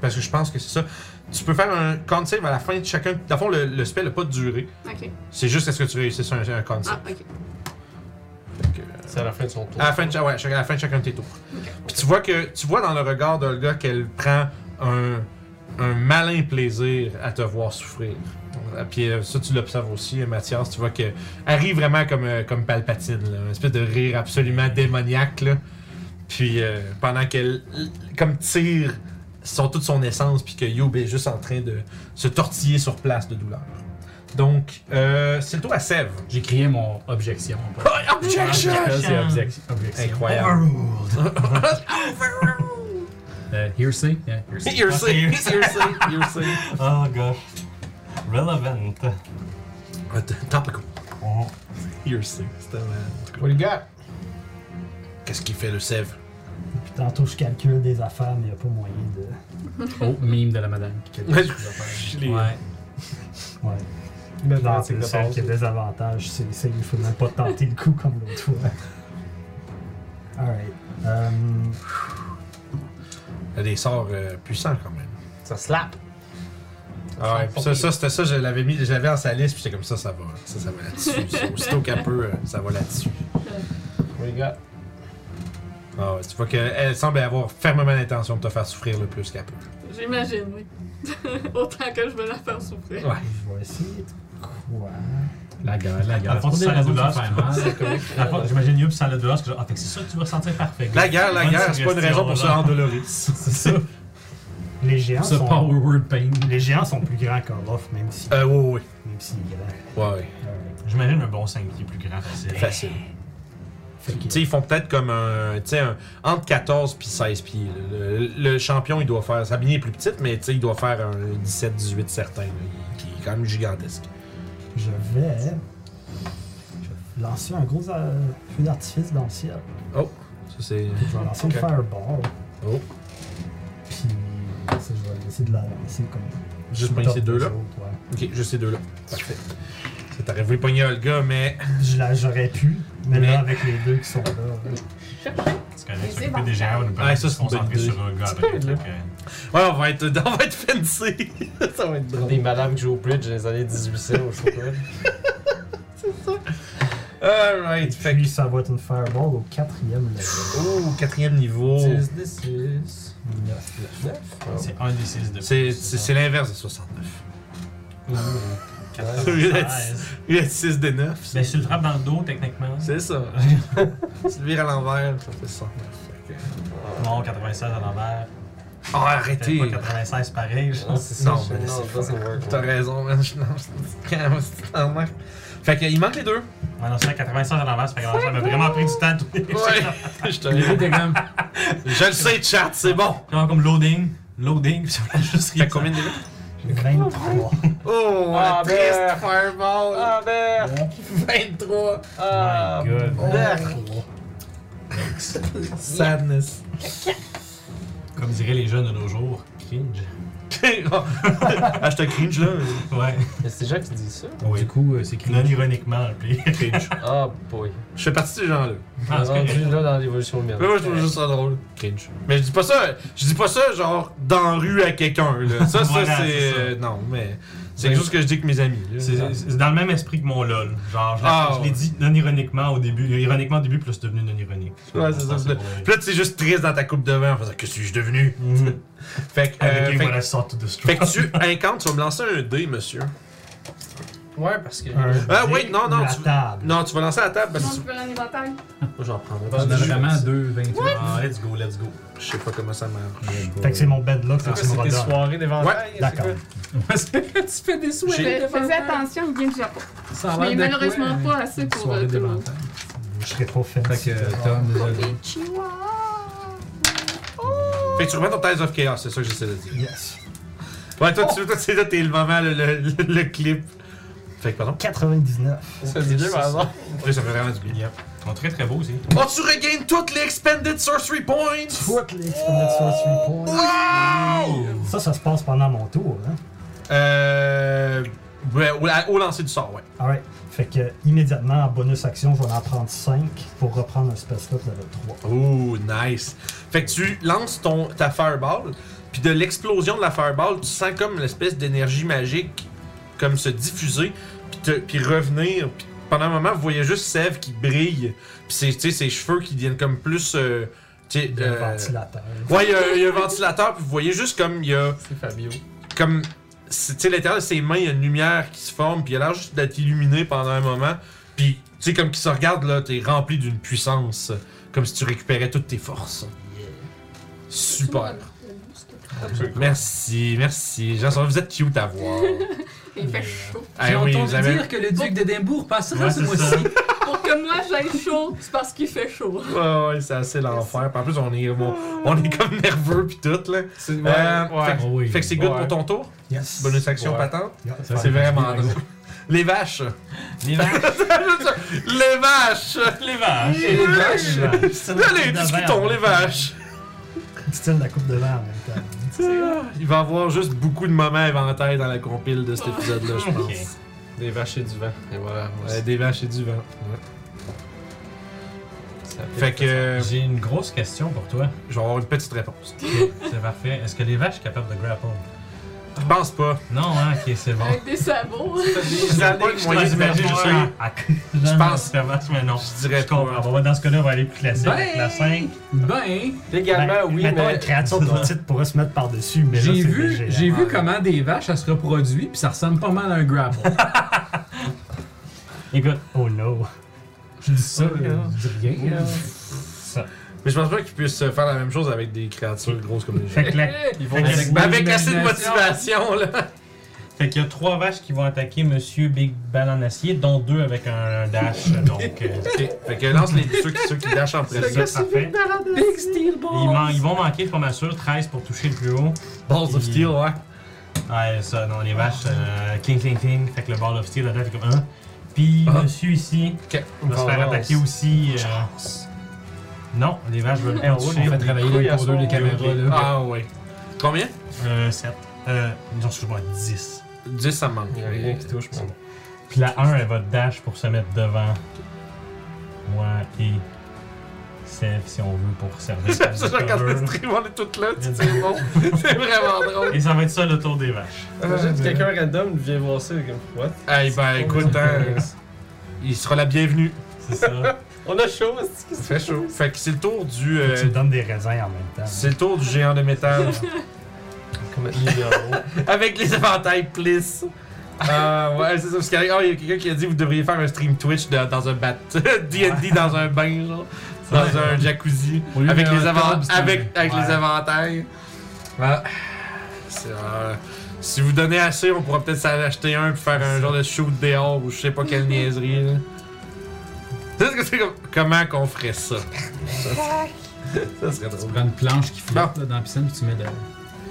parce que je pense que c'est ça. Tu peux faire un con save à la fin de chacun. Dans le fond, le, le spell n'a pas de durée.
Ok.
C'est juste est-ce que tu réussis un, un con save.
Ah, ok.
Fait que-
C'est à la fin de son tour.
à la fin de, cha- ouais, chaque- à la fin de chacun de tes tours. Puis tu vois que tu vois dans le regard d'Olga qu'elle prend un, un malin plaisir à te voir souffrir. Euh, Puis euh, ça, tu l'observes aussi, euh, Mathias. Tu vois que elle rit vraiment comme, euh, comme Palpatine, là, une espèce de rire absolument démoniaque. là. Puis euh, pendant qu'elle, l- comme tire son, toute son essence, puis que Youb est juste en train de se tortiller sur place de douleur. Donc, euh, c'est le tour à Sèvres.
J'ai crié mon objection.
Objection!
Counter Spell, c'est objection. objection.
Oh, Incroyable.
Overruled.
Euh, hearsay? Yeah, hearsay.
Hearsay, hearsay, hearsay.
Oh
Ah,
gosh. Relevant.
Uh, t- topical. Hearsay. C'était What do you got? Qu'est-ce qu'il fait le sève?
Puis tantôt, je calcule des affaires, mais il a pas moyen de.
Oh, mime de la madame. qui calcule ses affaires.
Ouais.
Ouais.
Mais
Non,
non,
c'est
c'est
le
de
seul
base.
qui a des avantages, c'est ça, il faut même pas tenter le coup comme l'autre fois. Alright. Euh,
Il a des sorts euh, puissants quand même.
Ça slap.
Ah ouais, pis ça, ça, c'était ça, je l'avais mis, j'avais en sa liste, puis j'étais comme ça, ça va, ça, ça va là-dessus. ça. Aussitôt qu'elle peut, euh, ça va là-dessus.
What you got?
Ah ouais, tu vois qu'elle semble avoir fermement l'intention de te faire souffrir le plus qu'elle peut.
J'imagine, oui. Autant que je veux la faire souffrir.
Je vais essayer de quoi?
La gueule, la gueule.
Dans le fond,
Pour des raisons
ça
qui
a
font
de
mal.
Dans le fond, J'imagine Yup sans le douleur, parce que genre, ah, fait que c'est ça que tu vas sentir parfait.
La guerre, la
Bonne
guerre, c'est pas une raison pour se
suggestion, là.
rendolorer.
C'est ça.
Les géants
Ce
sont...
power word pain.
Les géants sont plus grands qu'Orof, même si...
Euh, oui,
Même s'il est grand.
oui. Ouais, ouais.
J'imagine un bon 5 pieds plus grand facile.
Ben, Facile. Tu sais, ils font peut-être comme un, tu sais, un- entre 14 puis 16 pieds. là. Le, le champion, il doit faire. Sabine est plus petite, mais tu sais, il doit faire un 17-18 certain. là. Il- Qui est quand même gigantesque.
Je vais... Je vais lancer un gros euh, feu d'artifice dans le ciel.
Oh, Ça, c'est.
Je vais lancer
Ok.
une fireball.
Oh.
Puis... ça, Je vais essayer de la lancer comme...
Juste
sur le
pogner
top
ces deux-là.
des autres, ouais.
Ok, juste ces deux-là. Parfait. Ça t'aurait voulu pogner Olga, mais.
Je la- J'aurais pu, mais,
Mais-
là, avec les deux qui sont là, euh,
Parce que s'occuper des géants, on nous permet
Ouais,
de
ça,
se
c'est une bonne
concentrer
idée.
sur un gars après. fait que-
Ouais, on va être, on va être fancy. ça va être drôle.
Des madames qui jouent au bridge dans les années 1800 ou je sais pas.
Alright, fait que.
puis ça va être une fireball au quatrième level.
Oh, quatrième niveau.
10, 10, 6.
Neuf.
C'est un des 6 de
C'est- C'est c'est l'inverse de 69.
Mmh.
quatre-
Il y a-
seize.
Il y a 6 des 9.
Ben, si tu le frappes dans le dos, techniquement.
C'est ça. tu le vires à l'envers, ça fait 69. Fait que-
Non, 96 à l'envers.
Ah,
T'es
arrêtez!
pas 96 pareil, je
Non,
pense.
c'est ça.
Non,
je-
mais
Non,
c'est
ça, c'est work.
T'as raison, man. Je- non, c'est- c'est en mer. Fait qu'il manque les deux.
Ouais, non, c'est vrai, 96 à l'envers, ça fait que ça m'a vraiment pris du temps de tourner.
Ouais. je, te-
Le lead est comme.
je le sais, chat, c'est bon.
Genre comme loading, loading, puis ça m'a juste
Fait
rien.
combien de
23.
Oh, la
Ah,
triste
merde.
fireball.
Ah, merde!
23.
Ah,
My God.
Sadness.
Comme diraient les jeunes de nos jours, cringe.
Hashtag Ah, cringe, là.
Ouais.
Mais c'est gens qui disent ça?
Du coup, euh, c'est
Non
cringe.
ironiquement appelé cringe.
Ah, boy.
Je fais partie de ces gens-là.
Ah,
On est
c'est
rendu
correct.
là dans l'évolution humaine.
Mais moi, je trouve juste ça drôle. Cringe. Mais je dis pas ça, je dis pas ça genre dans la rue à quelqu'un. là. Ça, ça,
Voilà,
c'est.
c'est ça.
euh, non, mais. C'est juste ce que je dis que mes amis. là.
C'est c'est dans le même esprit que mon LOL. Genre, je, l'ai-
Ah,
je l'ai
ouais.
dit non ironiquement au début, ironiquement au début, puis là, c'est devenu non ironique.
Ouais, c'est ça.
pour
Puis là, tu es juste triste dans ta coupe de vin en faisant Que suis-je devenu
Mhm.
Fait que. euh,
Avec
fait,
what I sought to destroy.
fait que tu incantes, tu vas me lancer un dé, monsieur.
Ouais, parce que.
Ah, oui, non, non,
La
tu-
table.
Non, tu vas lancer à la table parce
Sinon,
que
tu veux un éventail?
tu- j'en prendrai
On
pas.
a
Je
vraiment 2, 28.
Ah, let's go, let's go.
je sais pas comment ça marche.
Fait que c'est mon bed là,
Ah, C'est quoi,
que tu me
c'est tes
redonnes.
soirées d'éventail? c'est
D'accord.
quoi?
tu fais des souhaits.
Fais fais attention, il vient du Japon.
Ça a
Mais
l'air de
hein.
malheureusement
quoi,
pas assez
une
pour,
soirée
euh, tout le monde.
d'éventail.
Je serais trop fan.
Fait que, Tom, désolé.
Konnichiwa!
Fait que tu remets ton Tales of Chaos, c'est ça que j'essaie de dire.
Yes.
Ouais, toi, tu, toi, c'est là, t'es le moment, le, le- le- le clip. Fait que, pardon.
99.
Ça dit bien, par hasard.
Oui, ça fait vraiment du bien.
Ils sont très très beaux aussi.
Oh, tu regagnes toutes les Expended Sorcery Points!
Toutes les expanded sorcery points.
Wow!
Ça, ça se passe pendant mon tour. Hein?
Euh. Ouais, au, au lancer du sort, ouais.
Alright. Fait que, immédiatement, en bonus action, je vais en prendre 5 pour reprendre un spell slot level 3.
Oh, nice. Fait que tu lances ton, ta fireball, puis de l'explosion de la fireball, tu sens comme une espèce d'énergie magique comme se diffuser, puis, te- puis revenir. Puis pendant un moment, vous voyez juste Sève qui brille, puis c'est, tu sais, ses cheveux qui deviennent comme plus... euh, tu sais,
Le
euh,
ventilateur.
Ouais, il y, a- il y a un ventilateur, puis vous voyez juste comme il y a...
C'est Fabio.
Comme, c'est- tu sais, l'intérieur de ses mains, il y a une lumière qui se forme, puis il a l'air juste d'être illuminé pendant un moment. Puis, tu sais, comme qu'il se regarde, là, t'es rempli d'une puissance, comme si tu récupérais toutes tes forces. Super. Merci, merci. Jean, vous êtes cute à voir.
Il fait chaud.
Eh oui, vous avez-
que le duc d'Édimbourg passera
Ouais, c'est ça.
Pour que moi j'aille chaud, c'est parce qu'il fait chaud.
Ouais, ouais, c'est assez l'enfer. Puis En plus, on est, on, on est comme nerveux pis tout, là.
C'est ouais,
Euh,
ouais.
Fait,
Oh oui.
fait que c'est good
Ouais.
pour ton tour.
Yes.
Bonus action
Ouais.
patente.
Yeah.
C'est vraiment drôle. Les vaches.
Les vaches.
Les vaches.
Les vaches.
Les vaches. Là, les discutons, les vaches.
Style de la coupe de verre en même temps.
Il va y avoir juste beaucoup de moments inventaires dans la compile de cet épisode-là, je pense.
Ok.
Des vaches et du vent. Et voilà. moi,
Ouais, des vaches et du vent. Ouais.
ça
Fait que euh,
J'ai une grosse question pour toi.
je vais avoir une petite réponse.
C'est parfait. Est-ce que les vaches sont capables de grapple?
Ah, Je pense pas.
Non, hein, ok, c'est bon.
Avec des sabots.
Je
années
pas
que
le
je
moyen de
J'imagine
faire
juste
ça.
un hack. Je
pense-
mais non.
Je dirais
Je comprends. Bon, dans ce cas-là, on va aller plus classique avec
Ben,
la 5.
Ben,
Légalement, oui,
Mettons,
mais.
une créature petite pourrait se mettre par-dessus, mais là,
j'ai
c'est
vu,
léger,
j'ai
hein.
vu comment des vaches, ça se reproduit, puis ça ressemble pas mal à un grapple.
Écoute,
Oh no.
je dis ça, euh, je dis rien. là.
ça.
hein. Mais je pense pas qu'ils puissent faire la même chose avec des créatures grosses comme les gens.
Fait que la-
Ils vont
Fait que-
avec
Mais
mon
Ben, avec assez de
imagination.
motivation, là.
Fait qu'il y a trois vaches qui vont attaquer Monsieur Big Ball en acier, dont deux avec un, un dash. Donc, euh,
Ok. Fait que lance les ceux qui, ceux qui dashent en
c'est
premier.
ça, parfait.
Big Steel
Ils,
Ball!
man- ils vont manquer, je suis pas mal sûr. 13 pour toucher le plus haut.
Balls of Steel, ouais.
Ouais, ça, non, les vaches, euh, cling, cling, cling. Fait que le ball of steel là-dedans, fait comme un. Puis,
Ah.
monsieur ici,
Ok.
va se faire attaquer aussi. euh, Non, les vaches veulent pas
On fait
toucher.
travailler
couilles
les
à
pour deux, les
soir.
caméras, là.
Ah ouais. Combien
Euh, 7. Euh, non, excuse-moi, 10.
10, ça me manque.
Il y a rien qui touche, moi.
Puis la 1, elle va dash pour se mettre devant moi et Seth, si on veut, pour servir.
J'aime
comme
ça, je regarde le
cover.
stream, on est toutes là, tu sais, c'est bon. C'est vraiment drôle.
Et ça va être ça le tour des vaches.
Imagine que quelqu'un random vient voir ça, il est comme, what?
Eh ben écoute, hein, il sera la bienvenue.
C'est ça.
On a chaud, c'est
Ça fait chaud. Fait que c'est le tour du. euh,
Tu me donnes des raisins en même temps.
c'est le tour du géant de métal.
comme un million.
Avec les éventails, please. Euh, ouais, c'est ça. Parce qu'il y a, oh, il y a quelqu'un qui a dit vous devriez faire un stream Twitch de- dans un bat. DD dans un bain, genre. Dans un jacuzzi.
Au lieu
Avec,
d'un
les, avant-
tub, c'est un-
avec, avec les
Ouais.
éventails. Voilà. C'est, euh, si vous donnez assez, on pourra peut-être s'en acheter un pour faire un genre de shoot dehors ou je sais pas quelle niaiserie. là. Tu sais ce que c'est comme- comment qu'on ferait ça? ça serait
Tu
drôle.
prends une planche qui flotte là, dans la piscine, puis tu mets de.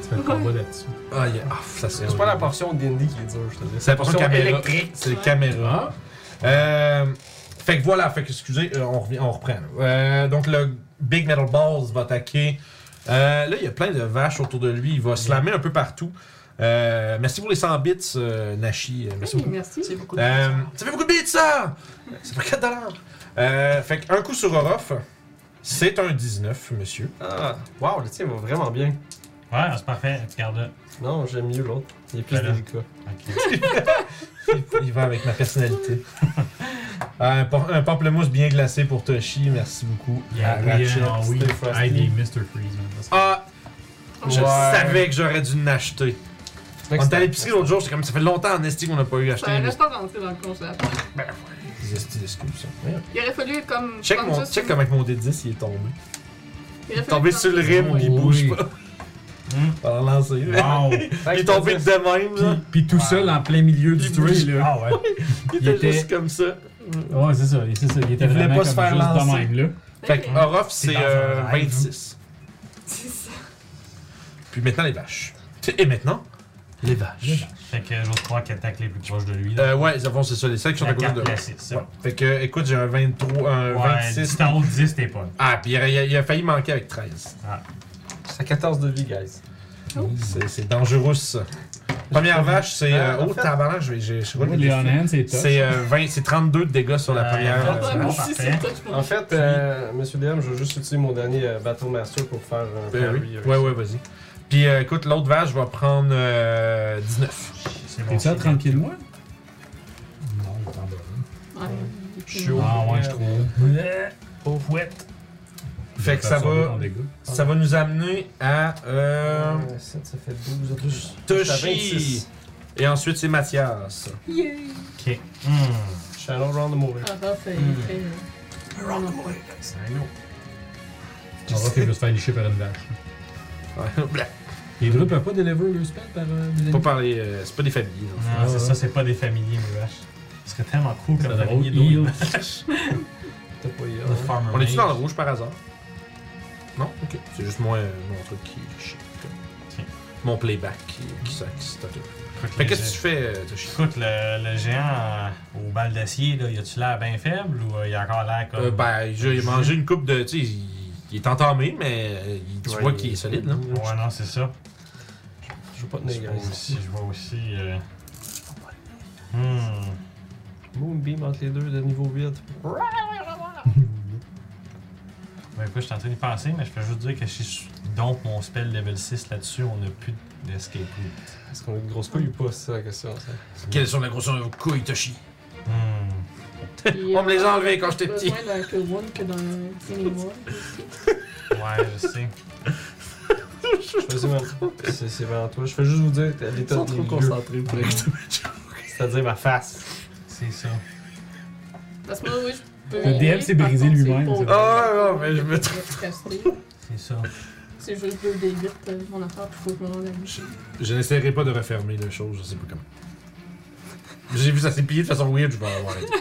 Tu fais le combat là-dessus.
Ah, yeah. Ah, ça serait
C'est pas la portion de D&D qui est dure, je te dis.
C'est la portion
Portion
caméra.
électrique. Ah.
C'est le caméra. Euh, fait que voilà, fait que excusez, euh, on, revient, on reprend. là. Euh, donc le Big Metal Balls va attaquer. Euh, là, il y a plein de vaches autour de lui. Il va slammer un peu partout. Euh, merci pour les 100 bits, euh, Nashi. Euh, Merci
Oui,
beaucoup.
merci. C'est beaucoup
Euh, ça fait beaucoup de bits, ça! Ça fait 4 dollars. Euh, fait qu'un coup sur Orof, c'est un 19, monsieur.
Ah, wow, le tien va vraiment bien.
Ouais, c'est parfait. Regarde.
Non, j'aime mieux l'autre. Il est plus
Voilà.
délicat.
Ok.
Il, il va avec ma personnalité. Ah, un, por- un pamplemousse bien glacé pour Toshi, merci beaucoup.
Yeah,
Ah,
oui,
Ratchet,
ah oui.
Stay Frosty.
Hey, des Mr. Freeze, man. Parce que-
Ah, je
Ouais.
savais que j'aurais dû l'acheter. On était à l'épicerie l'autre jour, c'est comme ça fait longtemps en esti qu'on n'a pas eu acheté
Ça
une
reste pas rentré dans le concept.
des esti d'excuses.
Il aurait fallu comme.
Check,
prendre
mon,
ça
check
sur-
comment que mon D10 il est tombé.
Il
Il est
aurait fallu
tombé
prendre
sur le
ça.
rim, puis il
Oui.
bouge pas.
Hmm.
On va le lancer.
Wow.
Il est tombé de même, là.
Puis, puis tout seul en plein milieu du
Il
tree,
bouge
là.
Ah ouais.
Il était
était-
juste comme ça.
Ouais, c'est ça, c'est ça. Il était
Il voulait
vraiment
pas
comme
se
juste
faire lancer.
de même, là.
Fait que Orof, c'est
dans un
euh,
rêve.
26.
C'est ça.
Puis maintenant, les vaches. Et maintenant, les vaches.
Fait que j'ose croire qu'elle attaque les plus proches de lui.
Euh, ouais, ils c'est ça, les 5 qui sont à
la
côté de.
4 classique, ça.
Ouais. Euh, Fait que, écoute, j'ai un 23, un
Ouais,
26.
si t'en haut de 10, t'es pas.
Ah, puis il a, il a- il a failli manquer avec 13.
C'est à 14 de vie, guys.
C'est- C'est dangereux, ça. Première vache, c'est.
Ah,
euh,
en
oh,
fait-
tabarnak, je vais. j'ai- je roule
Les
le
on hand, c'est top.
C'est euh, 20 c'est 32 de dégâts sur la
Ah,
première.
ouais.
euh,
Ouais,
bon,
moi
vache.
aussi,
parfait.
c'est touch pour
En fait, euh, monsieur DM, je vais juste utiliser mon dernier euh, bateau master pour faire euh, un
Ben
parry
oui.
avec
Ouais,
ça.
ouais, vas-y. Puis euh, écoute, l'autre vache va prendre euh, 19.
C'est bon.
T'es-tu à 30 pieds de moi?
Non, il est en bas.
Ouais.
Chaud.
Ah ouais, je trouve.
Pauvre fouette.
Fait que ça va, ça va nous amener à euh,
Euh, ça, ça fait 12 de plus. Ça fait
Toshi.
26.
Et ensuite, c'est Mathias.
Yeah.
Ok. Hmm.
Shadow Round de mourir.
Ah bah, c'est.
Hmm.
c'est-
On va qu'il veut se faire licher par une vache.
Ouais, blah.
Les druides peuvent pas deliver le spell par euh, des
Pas
ennemis?
parler. euh, c'est pas des familles. en fait.
Non, c'est ça, c'est pas des familiers, mes vaches. Ce serait tellement cool comme
C'est drôle.
familier d'autres
Heal.
vaches.
T'as pas eu. hein?
The farmer
On est-tu dans le
mage.
rouge par hasard? Non? Ok. C'est juste moi, euh, mon truc qui shit.
Ok.
Mon playback qui, qui s'acciste.
Écoute,
Fait
les-
que qu'est-ce que tu fais, euh, Toshi?
Écoute, le, le géant euh, aux balles d'acier, là, il a-tu l'air bien faible ou euh, il a encore l'air comme.
Euh, ben, j'ai
Je-
mangé une coupe de. Tu sais, il, il est entamé, mais euh, il- tu
Ouais,
vois
il-
qu'il est solide, là.
Ouais, non, c'est ça.
Je veux pas te
Je
négliger.
vois aussi. Je vois aussi euh, hmm.
Moonbeam entre les deux de niveau 8.
Ben écoute, je suis en train d'y penser, mais je peux juste dire que si je dompte mon spell level 6 là-dessus, on n'a plus l'escape route.
Est-ce qu'on a une grosse couille ou pas, c'est ça la question. Ça.
Quelles sont la grosseur de vos couilles, Toshi?
Hmm.
On me les a enlevées quand j'étais petit.
euh, besoin d'un que one que d'un mini-one.
Ouais, je sais.
Choisis même. C'est c'est vraiment toi. Je veux juste vous dire l'état
sont
des
trop
lieux.
concentrés pour être.
C'est-à-dire ma face.
C'est ça.
Parce que moi, oui, je peux.
Le DM
rien,
s'est
par
brisé
contre, c'est
lui-même,
pas-
c'est
Ah, non, mais je me
Rester.
C'est ça.
C'est juste 2 d 8, mon affaire, puis faut que je me rende à lui.
Je n'essaierai pas de refermer le chose, je sais pas comment. J'ai vu ça s'est pillé de façon weird, je vais avoir arrêté.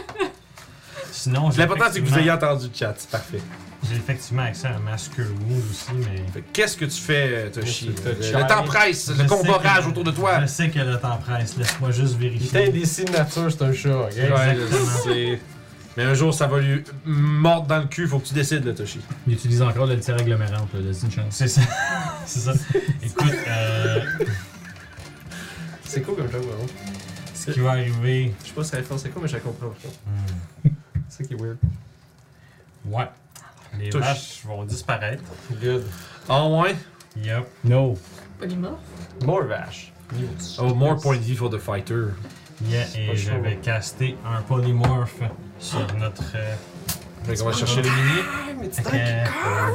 Sinon, j'ai
L'important, c'est que vous
effectivement-
ayez entendu le chat, c'est parfait.
J'ai effectivement accès à un masque wound aussi, mais.
Fait que Qu'est-ce que tu fais, euh, Toshi?
Qu'est-ce que
Le,
t'as
le
tiré?
temps presse,
Je
le combat
sais que-
rage autour de toi.
Je sais que le temps presse, laisse-moi juste
Il
vérifier.
est indécis de nature, c'est un chat, ok?
Ouais, je sais. Mais un jour, ça va lui mordre dans le cul, faut que tu décides, le Toshi.
Il utilise encore le tir agglomérant, là, c'est une chance.
C'est ça. c'est ça. Écoute, euh,
C'est cool comme hein? joke, vraiment.
ce qui va arriver.
Je sais pas si la référence c'est quoi, mais je la comprends. par contre.
Hmm.
C'est ça qui est weird.
Ouais. Les
Touche.
vaches vont disparaître.
Good.
Ah ouais?
Yup.
No.
Polymorphe.
More vache.
Oh, more point de vie for the fighter.
Yeah,
pas
et
chaud,
je vais
hein.
caster un polymorphe sur notre. euh,
Fait qu'on va chercher le mini.
euh,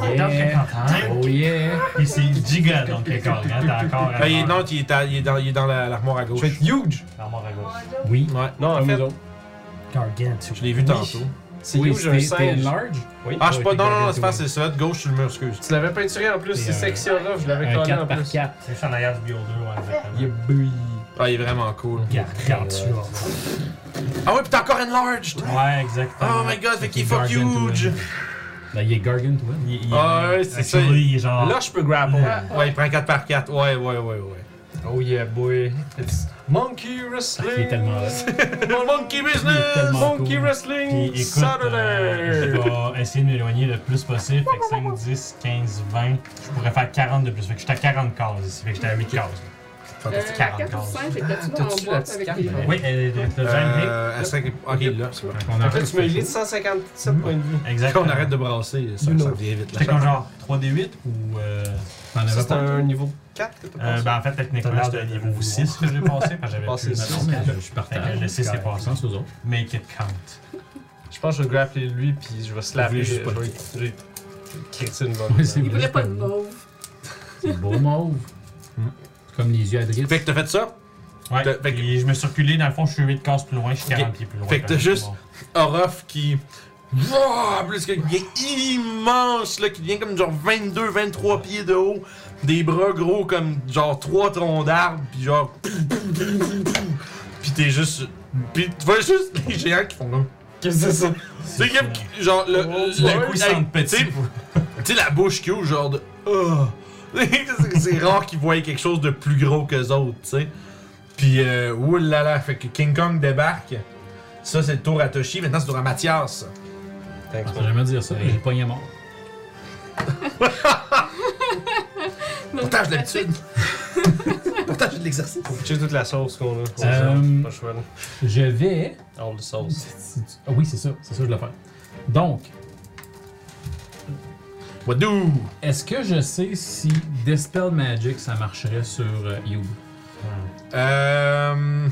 Yeah. Oh yeah.
Et c'est giga, donc le corps. Hein, t'as encore.
Ah, il est, non, il est, à- il est dans, il est dans la- l'armoire à gauche.
Je vais être huge!
L'armoire à gauche.
Oui.
Ouais,
Non, en
Comme
fait,
nous autres.
Gargantua.
je l'ai vu tantôt.
c'est
oui,
huge, un
c'était- c'était
singe.
large.
Oui.
Ah, je sais pas. Non, non, non, c'est pas c'est ça. De gauche, sur le mur, excuse.
Tu l'avais peinturé en plus,
Et
c'est
un-
sexy orange, je l'avais
Un
collé en
4 par
plus.
4.
C'est juste en arrière du builder, ouais, exactement.
Il est bouilli.
Ah, il est vraiment cool.
Gargantua.
Ah ouais, pis t'es encore enlarged!
Ouais, exactement.
Oh my God, fait qu'il
est
fuck
gargantuan.
huge.
Ben, il est gargantuan.
Il, il,
Ah ouais, c'est
actually,
ça.
Il est genre.
Là, je peux grapple.
Ouais, il prend 4 par 4 Ouais, ouais, ouais, ouais.
Oh yeah, boy. It's monkey wrestling.
Il est tellement hot.
Monkey
Il est
business!
tellement
Monkey
cool.
Puis
wrestling
écoute,
Saturday.
euh, je vais essayer de m'éloigner le plus possible. Fait que 5, 10, 15, 20. Je pourrais faire 40 de plus. Fait que j'étais à 40 cases ici. Fait que j'étais à 8 cases.
Euh,
Fantastique.
4 ou 5, j'ai peut-être dans
T'as-tu
mon
la
boîte
petite
avec
carte?
les gens.
Oui, elle est de
hein?
Euh, à cinq- Ok, là, c'est bon.
On a
Fait que tu m'as healé de 157 points de vie.
Exactement.
Quand on arrête de brasser, ça,
You
ça
know.
devient vite.
J'étais
Là.
comme genre 3D8 ou. Euh,
T'en avais
Ça, c'est
pas.
un niveau 4 que t'as
euh,
passé.
ben en fait, techniquement,
T'as
c'était
l'air de-
niveau 6 que j'ai passé. Parce que j'avais
Passé
plus ma
six.
normale.
Je partage.
Je sais, c'est pas
Je
ça.
pense aux autres.
Make it count.
Je pense que je vais grappler lui puis je vais slapper.
voulez
Je
juste pas le
vais je vais critiquer une bonne.
Ouais, c'est
Il
vrai,
voulait
c'est
pas de mauve.
C'est beau mauve.
Hmm.
Comme les yeux à dritte.
Fait que t'as fait ça,
Ouais.
T'as- fait que-
Puis je me suis reculé. Dans le fond, je suis 8 cases plus loin. Je suis 40 pieds plus loin.
Fait que t'as
c'est
juste-
bon.
Orof qui. Wouah! Plus que... Il est immense, là, qui devient comme genre 22, 23 pieds de haut, des bras gros comme genre trois troncs d'arbre, puis genre. Puis t'es juste. Puis tu vois juste les géants qui font comme.
Qu'est-ce que c'est ça?
Tu sais, comme, genre, le. le-
D'un coup, il
hey,
sent petit.
tu sais, Tu sais, la bouche qui ouvre, genre de. Ah! C'est- c'est rare qu'ils voient quelque chose de plus gros qu'eux autres, tu sais. Puis, euh, oulala, fait que King Kong débarque. Ça, c'est le tour à Toshi. Maintenant, c'est le tour à Mathias.
Je
Thanks,
pensais jamais dire ça, mais j'ai pogné mort.
Pourtant, j'ai l'habitude. Pourtant, j'ai de l'exercice.
Faut pitcher toute la sauce qu'on a.
Euh,
Pas le choix, là.
Je vais.
All the sauce.
Si tu- Ah oui, c'est ça. C'est ça que je dois faire. Donc,
Wadou!
est-ce que je sais si Dispel Magic ça marcherait sur euh, Youb?
Euh.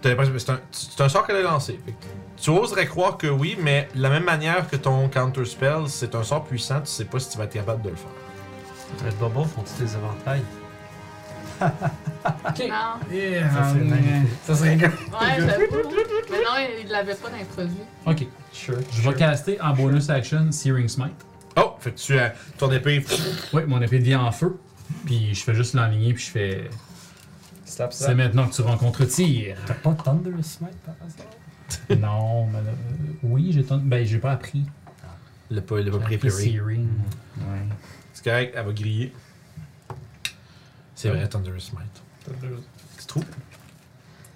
t'as l'impression- C'est un, c'est un sort qu'elle a lancé. Fait que Tu oserais croire que oui, mais de la même manière que ton counter spell, c'est un sort puissant, tu sais pas si tu vas être capable de le faire.
Les bobos font tous les éventails.
Ok.
Non,
Ça, c'est magnifique.
Ça serait gars.
ouais, j'avoue. Mais non, il l'avait pas dans les produits.
Ok.
Sure.
Je vais caster en bonus action Searing Smite.
Oh! Fait que tu as ton épée.
Oui, mon épée devient en feu. Puis je fais juste l'enligner, puis je fais.
Slap,
C'est
slap.
maintenant que tu rencontres tir.
T'as pas Thunder Smite par hasard?
non, mais. euh, oui, j'ai. ton- Ben, j'ai pas appris.
Le pas, le pas
J'ai appris
préféré.
Searing. Ouais.
C'est correct, elle va griller. C'est vrai, Thunderous Smite. C'est trop.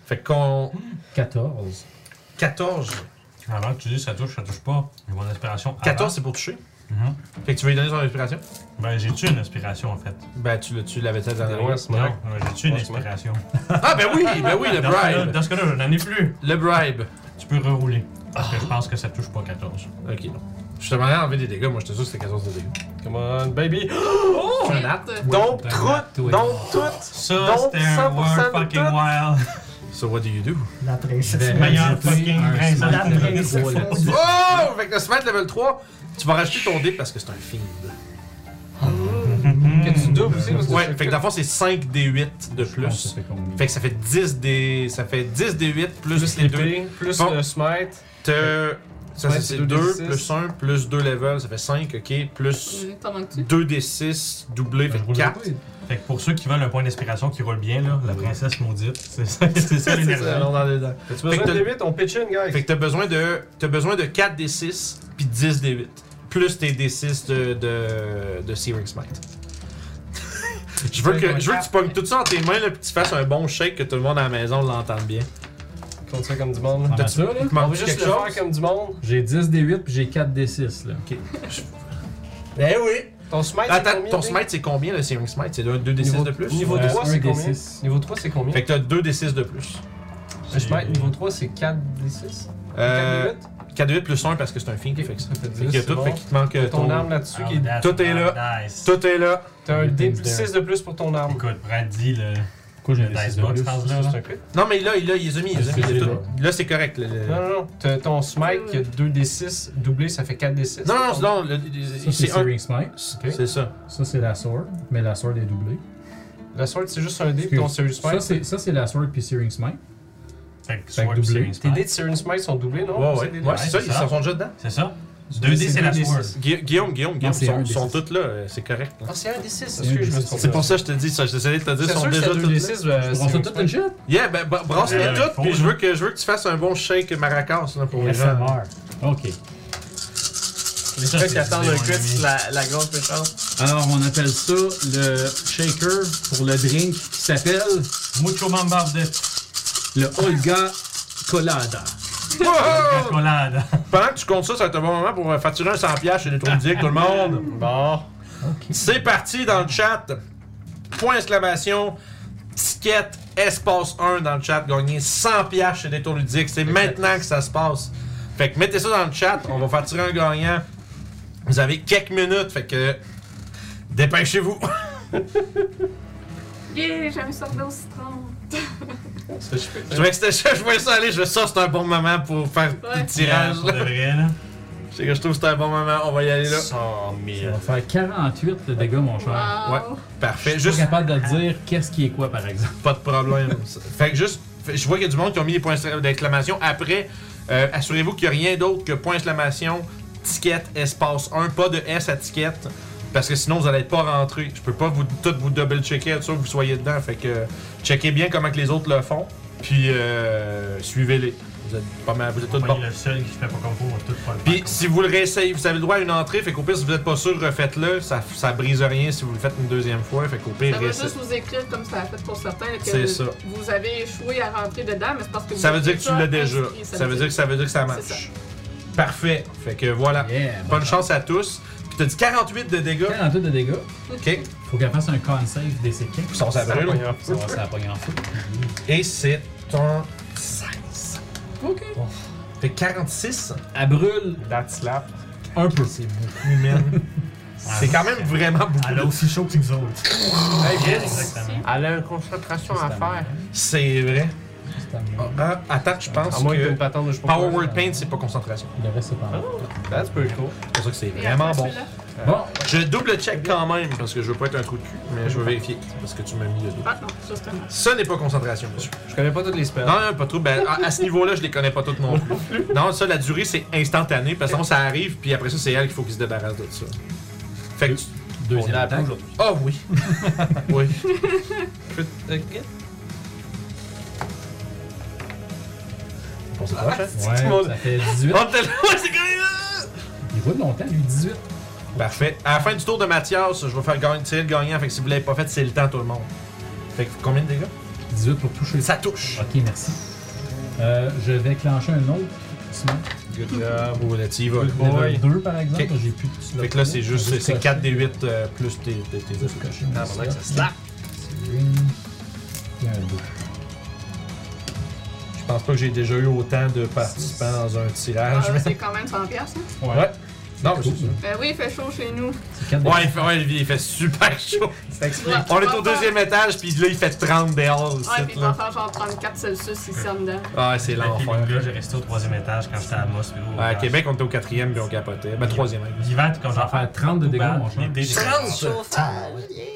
Fait qu'on.
14.
14.
Alors que tu dis ça touche, ça touche pas. J'ai mon inspiration. avant.
14, c'est pour toucher.
Mhm.
Fait que tu veux lui donner son inspiration?
Ben, j'ai-tu une inspiration en fait?
Ben, tu, l'as- tu l'avais peut-être dans la
Ouais, c'est
Non,
marrant.
euh, j'ai-tu une
Ouais, c'est vrai.
inspiration?
Ah, ben oui, ben oui, le
Dans ce cas-là,
bribe.
dans ce cas-là, je n'en ai plus.
Le bribe.
Tu peux rerouler. Parce que je pense que ça touche pas 14.
Ok, non. Je te demandais d'enlever des dégâts, moi j'étais sûr que c'était 14 de dégâts.
Come on, baby!
Oh!
Shit.
Donc,
t'as
tout!
raté.
Donc, tout!
Ça,
Donc,
c'était un
100%
war
de
fucking
tout.
wild.
So what do you do?
La princesse.
Ben,
Meilleur
c'est
fucking
un
prince.
smite
La
de level
princesse.
trois, là.
fondue.
Oh! Avec le smite level 3, tu vas rajouter ton dé parce que c'est un fiend.
Que tu doubles aussi, parce que
Ouais,
c'est-
fait que dans le fond, c'est 5 des 8 de
Je pense que ça
plus.
fait combien?
Fait que ça fait 10 des. Ça fait 10 des 8 plus,
plus
les 2.
l'épée, plus
Bon.
le smite.
Ça,
Ouais,
c'est
c'est deux
2
D6.
plus 1 plus 2 levels, ça fait 5, ok? Plus
Euh, T'en manques-tu?
2 des 6
Ben,
doublé, fait
Je roule
4.
pas. Fait que pour ceux qui veulent un point d'inspiration qui roule bien, là, la princesse maudite, c'est ça, c'est ça l'énergie.
T'as-tu
Fait
besoin
que
de
t'as-
8? On pitch in, guys!
Fait que t'as besoin de. T'as besoin de 4 des 6 puis 10 des 8. Plus tes D6 de, de, de Searing Smite. je, veux que, je veux que tu pognes tout ça dans tes mains là, pis que tu fasses un bon shake que tout le monde à la maison l'entende bien.
Compte ça comme du monde.
T'en as
là.
ça, là?
On
manques
veut juste
quelque
le
chose?
faire comme du monde.
J'ai 10 des 8 puis j'ai 4 des 6 là.
Ben oui!
Ton smite, c'est
Attends,
combien?
ton
Dave?
smite c'est combien le Searing Smite? C'est 2 D6
Niveau-
de plus?
niveau
Euh,
3,
un
c'est
des
combien?
six.
Niveau 3, c'est combien?
Fait que t'as 2 D6 de plus.
Le smite, niveau 3, c'est 4 des 6? 4
Euh,
des 8?
4 8 plus 1 parce que c'est un fiend. Fait que ça
fait
fait qu'il y a
10, c'est
tout, fait
bon.
qu'il te manque euh,
Ton
ton
arme là-dessus qui
Oh,
est
that's
tout est
not nice.
Tout est là.
T'as un D plus
Everything's
6 de plus pour ton arme.
Écoute, Brad dit le,
Pourquoi j'ai
le
un des 6
dice
de
box
plus?
dans ce
Ça,
là.
c'est un crit?
Non mais là, il a- il les a mis. il les a mis,
Ah,
il a
c'est
tout. Là c'est correct. le- le-
Non, non, non. T'as- Ton smite qui a 2 D6 doublé, ça fait 4 D6.
Non, non,
Ton-
non, le- le-
Ça c'est
c'est un.
Searing Smite.
Ok.
C'est ça.
Ça c'est la sword, mais la sword est doublée.
La sword, c'est juste un D, puis ton serious
Ça
smite.
c'est ça c'est la sword puis Searing Smite.
Fait que
Fait que
sword
doublé.
series
Tes
smite.
dés de serious smite sont doublés, non?
Ouais,
C'est des
ouais.
dés-
Ouais, c'est ça,
c'est
ils
ça.
s'en sont déjà dedans.
C'est ça? 2D, c'est la
deux D six.
sword.
Gui- Guillaume, Guillaume, Guillaume,
c'est un
sont,
des
sont
six.
toutes là, euh, c'est correct. là.
Ah, c'est un D6,
Il y a un
excuse, je me
D6.
trompe.
C'est pour ça que je te dis, ça, j'essayais de te dire,
C'est
sont
sûr que
déjà
c'est 2
toutes là.
D6. euh,
On
c'est
fait toute une shit.
Yeah, ben br- brasse-les
Ouais, ouais,
toutes,
faut,
puis je
là.
veux, que, je veux que tu fasses un bon shake maracas là, pour les gens.
SMR.
Ok.
Les
Ceux qui attendent un crit, c'est la, la grosse méchante.
Alors on appelle ça le shaker pour le drink qui s'appelle
Mucho Mamba de
le Olga Colada.
Wow!
Colade.
Pendant que tu comptes ça, ça va être un bon moment pour euh, facturer un 100 pièces chez les trous de Dick, tout le monde.
Bon.
C'est parti dans le chat. Point exclamation, ticket, espace 1 dans le chat, gagner 100 pièces chez Détour Ludique. C'est maintenant que ça se passe. Fait que mettez ça dans le chat, on va faire tirer un gagnant. Vous avez quelques minutes, fait que dépêchez-vous.
Yeah, j'ai un sorbet au citron.
Je vais c'était ça, je vois ça aller, je fais ça, c'est un bon moment pour faire
Ouais.
le tirage.
Pour de
là.
vrai, là.
Je sais que je trouve que c'est un bon moment, on va y aller là.
100
On
000.
va faire 48 de dégâts mon cher.
Wow.
Ouais. Parfait,
Je suis
juste
pas capable de dire qu'est-ce qui est quoi par exemple.
Pas de problème. fait que juste, fait- je vois qu'il y a du monde qui ont mis des points d'exclamation. Après, euh, assurez-vous qu'il n'y a rien d'autre que point d'exclamation, ticket, espace 1, pas de S à ticket. Parce que sinon, vous n'allez pas rentrer. Je peux pas vous tout vous double-checker, être sûr que vous soyez dedans. Fait que euh, checkez bien comment que les autres le font. Puis euh, suivez-les. Vous êtes pas mal, vous êtes tous bons.
Compagnie, le seul qui fait pas comme vous, on va tout faire.
Puis si vous le réessayez, vous avez le droit à une entrée. Fait qu'au pire, si vous n'êtes pas sûr, refaites-le. Ça, ça brise rien si vous le faites une deuxième fois. Fait qu'au pire,
Ça va
réessayez.
juste vous écrire comme ça a fait pour certains
C'est
que
ça.
vous avez échoué à rentrer dedans, mais c'est parce que vous
Ça veut dire
avez
que tu
déjà
l'as déjà.
inscrit,
Ça veut dire que ça veut dire que ça
C'est ça.
marche. Parfait. Fait que voilà.
Yeah,
Bonne
bon.
chance à tous. Puis t'as dit 48 de dégâts.
48 de dégâts.
Ok.
Faut qu'elle fasse un con save des séquences.
Sans ça brûle.
Ça va, ça va pas grand feu.
Et c'est un 16.
Ok.
Fait que 46
Elle brûle
That slap.
un peu.
humaines. C'est quand même vraiment beaucoup.
Elle a aussi chaud que nous autres.
Hey, Vince,
Exactement.
Elle a une concentration à faire.
C'est vrai.
C'est à moi.
Ah, attends, je pense
À moins que t'aies
que
une patente de je sais pas
Power
quoi.
Word Paint, c'est pas concentration.
Le reste, c'est pas mal.
That's pretty cool.
C'est pour ça que c'est
Et
vraiment
après,
bon.
celui-là.
Bon,
Je double check quand même parce que je veux pas être un trou de cul, mais je veux vérifier parce que tu m'as mis le doigt.
Ah non, ça c'est un match.
Ce n'est pas concentration, monsieur.
Je connais pas toutes les spells.
Non, non, pas trop. Ben, à, à ce niveau-là, je les connais pas toutes non plus. Non, ça, la durée, c'est instantané. Parce que sinon, ça arrive, puis après ça, c'est elle qu'il faut qu'il se débarrasse de ça. Fait que tu...
deuxième
On est à
attaque.
bout,
Ah oui. oui. On sait pas, hein?
Ouais, ça fait 18.
On te- Ouais, c'est comme-
Il roule longtemps, lui, 18.
Parfait. À la fin du tour de Mathias, je vais faire gagner, tirer le gagnant. Fait que si vous l'avez pas fait, c'est le temps, tout le monde. Fait que combien de dégâts
18 pour toucher.
Ça touche.
Ok, merci. Euh, je vais clencher un autre. Sinon,
Good job. Oh, là, tu y vas.
level 2 par exemple,
Ok.
j'ai plus de slot.
Fait que là, c'est juste c'est
cocher.
4 des 8 euh, plus tes, tes, tes
Juste cocher mes
Ah, bon,
slots.
mec, ça slap.
C'est une, puis un deux.
Je pense pas que j'ai déjà eu autant de participants dans un tirage.
Ah, C'est quand même 100$. piastres, hein?
Ouais. Non, mais Ah, c'est ça.
Ben oui, il fait chaud chez nous.
C'est 4
Ouais, il fait, ouais, il fait super chaud. On
On
est au deuxième étage, puis là, il fait 30 dehors aussi.
Ouais, puis il va
là.
faire genre 34 Celsius ici en dedans.
Ah, c'est
La
l'enfer.
là, j'ai resté au troisième étage quand j'étais à Moss.
À Québec, on était au quatrième, puis on capotait. Ben, troisième. hein.
L'hiver, quand j'en
va
fais
faire 30 de dégâts,
ben,
mon cher.
l'été, j'ai fait-
Ah,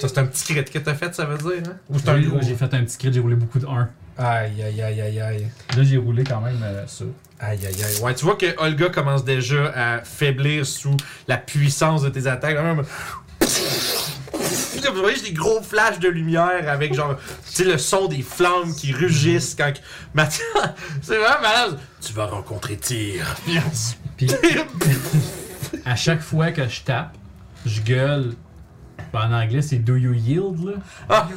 Ça, c'est un petit crit que t'as fait, ça veut dire, hein? Ou c'est un
Oui,
gros?
J'ai fait un petit crit, j'ai roulé beaucoup de 1.
Aïe, aïe, aïe, aïe, aïe.
Là, j'ai roulé quand même euh, ça.
Aïe, aïe, aïe. Ouais, tu vois que Olga commence déjà à faiblir sous la puissance de tes attaques. Vraiment, Vous voyez, j'ai des gros flashs de lumière avec genre, tu sais, le son des flammes qui rugissent quand. Mathieu, c'est vraiment malade. Tu vas rencontrer Tyr.
Puis, à chaque fois que je tape, je gueule. Ben, en anglais, c'est Do you yield, là?
Ah.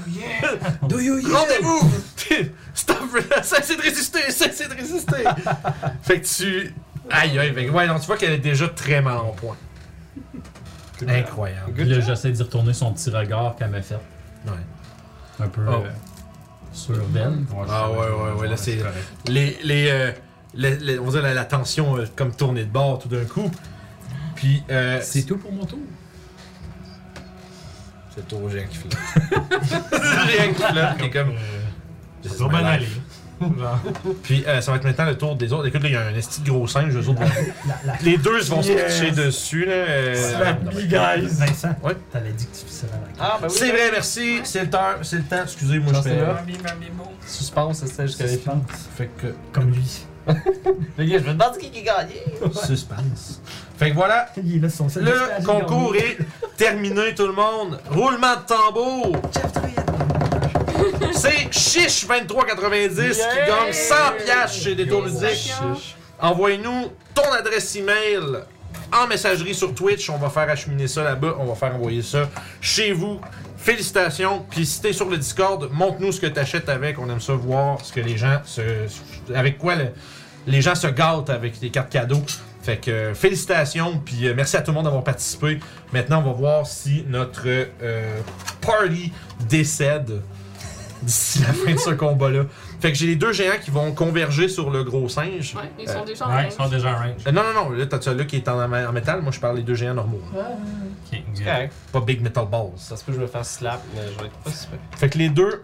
Do you yield?
Rendez-vous! Stop, cessez de résister, cessez de résister! fait que tu. Aïe, aïe, fait que- ouais, non, tu vois qu'elle est déjà très mal en point. Incroyable.
Puis là, j'essaie d'y retourner son petit regard qu'elle m'a fait.
Ouais.
Un peu
Oh.
euh, sur d'elle.
Ah ouais, ouais, ouais, là c'est. Les. les, euh, les- les- on va dire la, la tension euh, comme tournée de bord tout d'un coup. Puis. Euh,
C'est tout pour mon tour.
C'est trop géant qui flotte. C'est géant qui flotte, t'es comme. euh,
C'est pas mal aller. Genre,
Puis euh, ça va être maintenant le tour des autres. Écoute, là, il y a un esti de gros singe, eux autres.
La, la,
Les deux vont
Yes.
se pitcher dessus, là. euh,
big guys!
Vincent,
Ouais.
t'avais dit que tu fais la carte.
Ah, ben oui.
C'est vrai, merci. C'est le temps, c'est le temps. Excusez-moi, je
Dans
fais.
là. Suspense, c'est ça, jusqu'à l'époque.
Suspense.
Fait que,
Comme lui.
Les gars, je me demande qui qui a gagné.
Suspense.
fait que voilà,
Il est là son seul espèce
le
de
concours
garou.
est terminé, tout le monde. Roulement de tambour. C'est Chiche 2390 qui
Yeah!
gagne 100 piastres chez Détour Ludique. Envoyez-nous ton adresse email en messagerie sur Twitch. On va faire acheminer ça là-bas. On va faire envoyer ça chez vous. Félicitations. Puis si t'es sur le Discord, montre-nous ce que t'achètes avec. On aime ça voir ce que les gens se. Avec quoi le- les gens se gâtent avec les cartes cadeaux. Fait que euh, félicitations, puis euh, merci à tout le monde d'avoir participé. Maintenant, on va voir si notre euh, party décède d'ici la fin de ce combat-là. Fait que j'ai les deux géants qui vont converger sur le gros singe.
Ouais, ils sont déjà en
ouais, ils
range.
sont déjà en range.
Euh, non, non, non, là, t'as celui-là qui est en, en métal. Moi, je parle des deux géants normaux. là.
Ok,
C'est
exact.
correct.
Pas Big Metal Balls. ça.
Ça se peut que je me fasse slap, mais je vais être pas super.
Fait que les deux.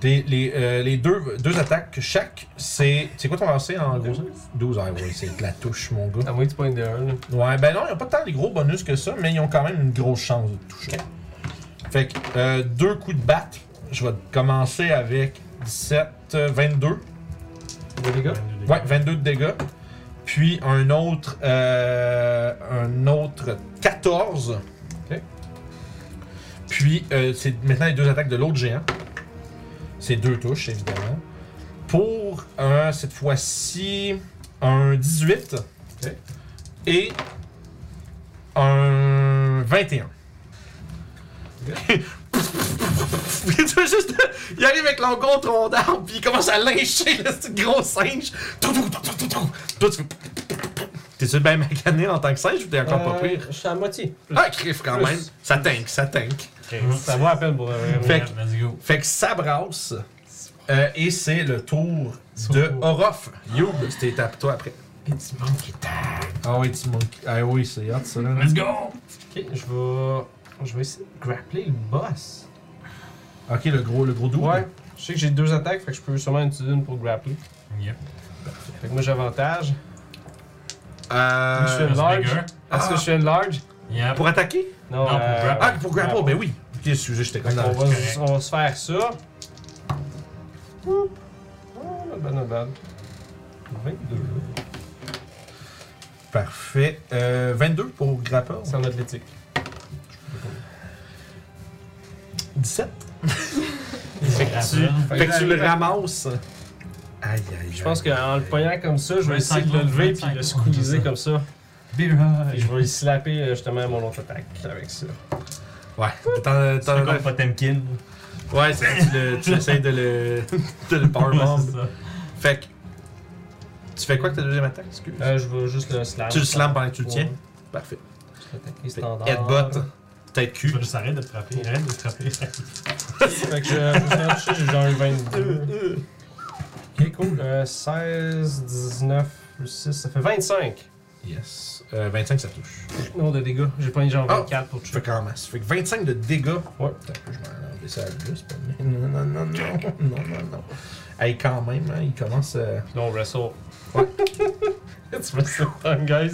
Des- les euh, les deux, deux attaques, chaque, c'est. C'est quoi ton lancer en gros 12, ah oui, c'est de la touche, mon gars.
À moins que tu pointes de 1, là.
Ouais, ben non, ils n'ont pas tant de gros bonus que ça, mais ils ont quand même une grosse chance de te toucher. Fait que euh, deux coups de batte. Je vais commencer avec 17, euh, 22.
Deux dégâts.
Ouais, 22 de dégâts. Puis un autre. euh, un autre 14.
Ok.
Puis euh, c'est maintenant les deux attaques de l'autre géant. C'est deux touches, évidemment. Pour un, cette fois-ci, un 18. Et un 21. Il est juste- il arrive avec leur gros tronc d'arbre, puis il commence à lyncher le petit gros singe. Tout, tout, tout, tout, tout. Toi, tu fais- T'es-tu bien macané en tant que singe ou t'es encore pas
Euh,
pire?
Je suis à moitié.
Ah, crif quand
plus.
même. Ça tank, ça tank.
Ça vaut à peine pour. euh,
Fait que-
Mmh, Let's go.
Fait que ça brasse. Euh, et c'est le tour de Orof. Youb, c'était à toi après. Petit monkey Ah oui, petit monkey. Ah oui, c'est hot ça là.
Let's go!
Ok, je vais. Je vais essayer de grappler le boss.
Ok, le gros, le gros double.
Ouais. Je sais que j'ai deux attaques, fait que je peux sûrement en utiliser une pour grappler.
Yep.
Fait que moi j'ai avantage.
Euh,
Monsieur. Large.
Dagger.
Est-ce que je suis une large?
Yep.
pour attaquer
Non,
pour grapple.
Ah, pour grapple, ben oui. Ok, excusez, j'étais comme
On
dans
va, s- on va se faire ça. Oup. Oh, not bad, not bad. 22.
Parfait. Euh, 22 pour grapple.
C'est en athlétique.
17.
Fait que tu-
Fait que tu le ramasses. Aïe, aïe,
Je pense qu'en le poignant comme ça, je vais essayer de le
25,
lever puis de le
25,
squeezer
ça.
comme ça.
Beer
Puis
hug.
je vais y slapper euh, justement mon autre attaque avec ça.
Ouais. T'en-
C'est
t'en-
comme Potemkin.
Ouais, c'est tu, le- tu essaies de le. de le
Ouais,
powerbomb.
c'est ça.
Fait que. Tu fais quoi avec ta deuxième attaque, excuse
Euh, je vais juste le slam.
Tu le slams pendant que tu le tiens
Ouais.
Parfait.
Je vais attaquer
Fait
standard.
Headbutt, tête
Tu
cul.
vas juste arrêter de te frapper. Arrête de te frapper.
Fait que euh, je vais toucher, j'ai genre eu 22.
euh.
Euh, Ok, cool. Euh, 16, 19, plus 6, ça fait 25.
Yes. Euh, 25, ça touche.
Non, de dégâts. J'ai pas une genre
Ah.
24 pour
Je
tuer.
fais quand même. Ça fait que 25 de dégâts. Ouais, attends un peu, je vais enlever ça juste pour le mettre. Non, non, non, non, non, non, non. Hey, quand même, hein, il commence. euh,
Non, wrestle. tu fais ça, hein, guys.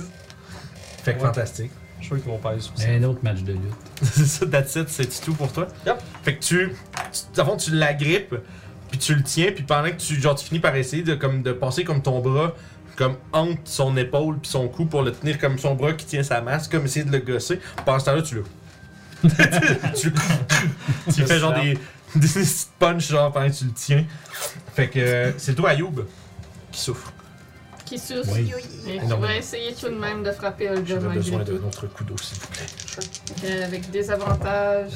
Fait que
Ouais.
fantastique.
Je suis sûr qu'ils vont pas aller sur ça.
Un autre match de lutte.
c'est ça, that's it, c'est tout pour toi.
Yep.
Fait que tu. tu dans le fond, tu l'agrippes, puis tu le tiens, puis pendant que tu, genre, tu finis par essayer de, comme, de passer comme ton bras, comme entre son épaule puis son cou pour le tenir comme son bras qui tient sa masse, comme essayer de le gosser, pendant ce temps-là, tu le. tu, tu fais genre des, des petites punches, genre pendant que tu le tiens. Fait que euh, c'est toi, Ayoub, qui souffre.
Qui suce.
Oui.
Et qui
Non,
va
mais-
essayer tout de même de frapper le gars
J'aurais
malgré
besoin
tout.
d'un autre coup d'eau, s'il vous plaît.
Euh, avec des avantages.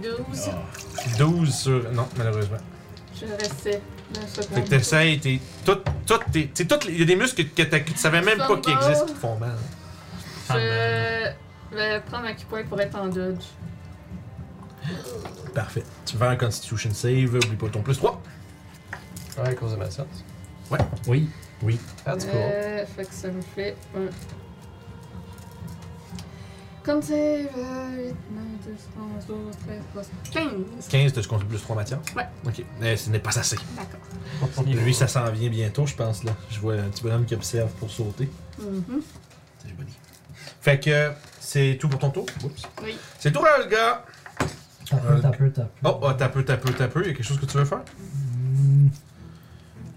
12.
Ah. 12 sur. Non, malheureusement.
Je restais dans ce
Fait que t'essayes, t'es. Tout, tout, t'es- t'sais, toutes les- Il y a des muscles que t'as- que tu savais même pas qu'ils existent qui te font mal.
Je vais prendre un key point pour être en dodge.
Parfait. Tu vas un Constitution Save, oublie pas ton plus 3.
Ouais, à cause de ma science.
Oui.
That's cool.
Euh, fait que ça me fait un. Comme save, euh, 8, 9, 10, 11, 12, 13, 14, 15.
15, t'as ce compte plus 3, Mathias
Ouais.
Ok. Eh, ce n'est pas assez.
D'accord.
Lui, ça s'en vient bientôt, je pense, là. Je vois un petit bonhomme qui observe pour sauter.
Mhm.
C'est joli. Fait que c'est tout pour ton tour. Oups.
Oui.
C'est tout, hein, le gars.
T'as peu, t'as peu, t'as peu.
Oh, oh, t'as peu, t'as peu, t'as peu. Il y a quelque chose que tu veux faire
Hmm.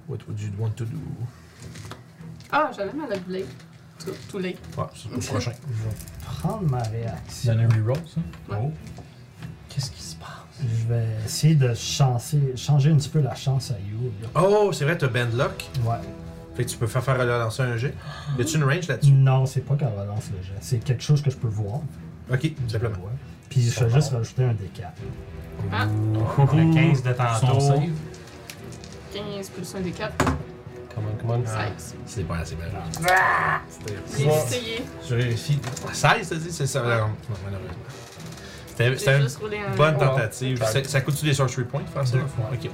What would you want to do
Ah, j'avais mal à blé. Tout, tout late.
Ah, c'est le prochain.
prendre ma réaction.
un reroll, ça.
Qu'est-ce qui se passe? Je vais essayer de chancer, changer un petit peu la chance à You.
Oh, c'est vrai, t'as Bend Lock.
Ouais.
Fait que tu peux faire faire lancer un jet. Y a-tu une range là-dessus
Non, c'est pas qu'elle relance le jet. C'est quelque chose que je peux voir.
Ok, simplement.
Ouais. Puis je vais juste rajouter un D4.
Ah,
Le 15 de
Son
tantôt.
save.
15 plus 1 des 4,
Come on, come on.
Ah.
16.
C'est pas assez malheureux.
J'ai essayé.
Je vérifie. 16, t'as dit C'est ça Non, non, malheureusement. C'était c'était
J'ai
une
juste roulé un.
bonne
Ouais.
tentative.
Ouais.
Ça, ça coûte-tu des sorcery points de faire ça
Deux fois.
Ok.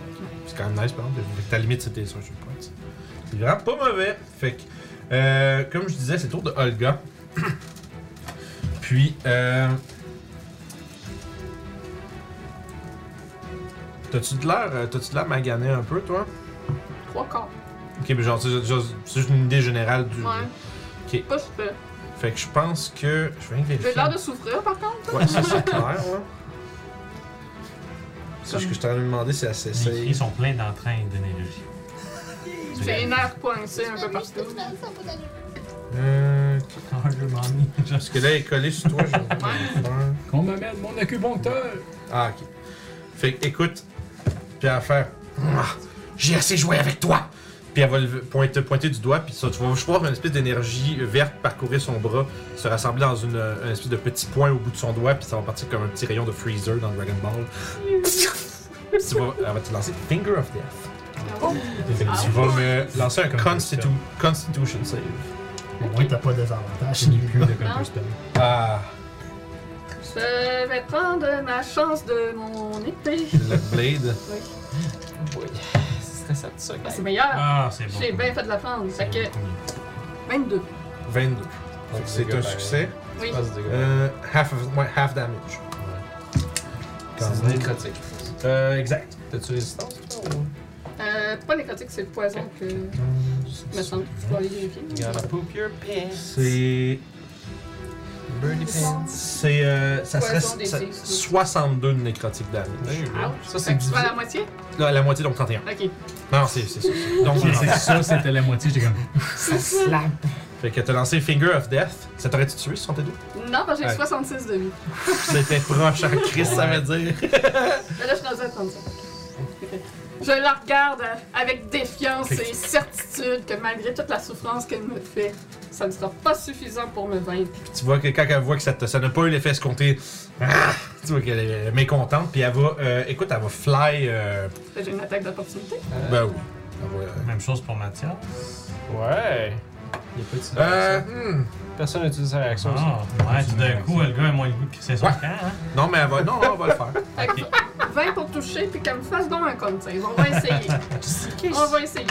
C'est quand même nice, par exemple. Fait que ta limite, c'était des sorcery points. ça. C'est vraiment pas mauvais. Fait que, euh, comme je disais, c'est le tour de Olga. Puis, euh. T'as-tu de l'air, euh, t'as-tu de l'air magané un peu, toi?
3 quarts.
Ok, mais genre, c'est juste- c'est juste une idée générale du.
Ouais.
Ok.
Pas super.
Fait que je pense que. Je vais rien vérifier.
J'ai l'air de souffrir par contre.
Ouais, ça c'est clair, là. C'est ce que je t'en ai demandé, c'est assez
Les cris sont pleins d'entrain et d'énergie.
J'ai une aire coincée un peu partout.
Euh,
Quand je m'en ai.
parce que là, elle est collée sur toi, je vais voir comment faire.
Qu'on m'amène mon acupuncteur!
Ah, ok. Fait que, écoute, puis elle va faire. Mouah, J'ai assez joué avec toi! Puis elle va le pointer, pointer du doigt, puis ça, tu vas juste voir une espèce d'énergie verte parcourir son bras, se rassembler dans une, un espèce de petit point au bout de son doigt, puis ça va partir comme un petit rayon de freezer dans Dragon Ball. Puis tu vas- elle va te lancer Finger of Death.
Oh.
Ah
Fait que tu vas me lancer un constitu- Constitution save.
Au moins, t'as pas des avantages.
Ah,
Je vais prendre ma chance de mon épée.
le blade.
C'est ça,
Ah, C'est meilleur.
Ah, c'est bon.
J'ai bien fait de la prendre. Fait que 22.
22. Fait que C'est un succès.
Oui.
Euh, half, of- ouais, half damage. Quand
C'est
même.
nécrotique.
Euh, exact.
T'as-tu résistance, toi, ou...
Euh, pas nécrotique, c'est le poison que. Me semble. Je vais aller vérifier.
Gotta poop your pants.
C'est.
Burn your pants.
C'est. euh, ça serait
Poison des
ça-
six, oui.
62 de nécrotique damage.
Ouch.
Ça,
Fait
c'est
que tu
du...
vas à la moitié?
Là, la moitié, donc 31.
Ok.
Non, c'est c'est ça. Donc,
Ok, c'est
31.
ça, c'était la moitié, j'étais comme.
Fait que t'as lancé Finger of Death. Ça t'aurait-tu tué, 62?
Non, parce que j'ai
Ouais.
66 de vie.
C'était proche en Christ, ça veut dire.
Mais là, je suis rendue à 35. Je la regarde avec défiance et certitude que malgré toute la souffrance qu'elle me fait, ça ne sera pas suffisant pour me vaincre.
Tu vois que quand elle voit que ça te- ça n'a pas eu l'effet escompté, ah, tu vois qu'elle est mécontente, puis elle va, euh, écoute, elle va fly. euh,
Fait que J'ai une attaque d'opportunité.
ben oui. Elle va,
Même chose pour Mathias.
Ouais. Il est petit.
euh, euh, hmm.
Personne n'utilise sa réaction. aussi.
Ah, ouais, tout d'un coup, le gars a moins le goût de crisser son
Ouais.
camp, hein?
Non, mais elle va, non, on va le faire.
Fait que 20 pour toucher, puis qu'elle me fasse donc un compte. On va essayer. On va essayer.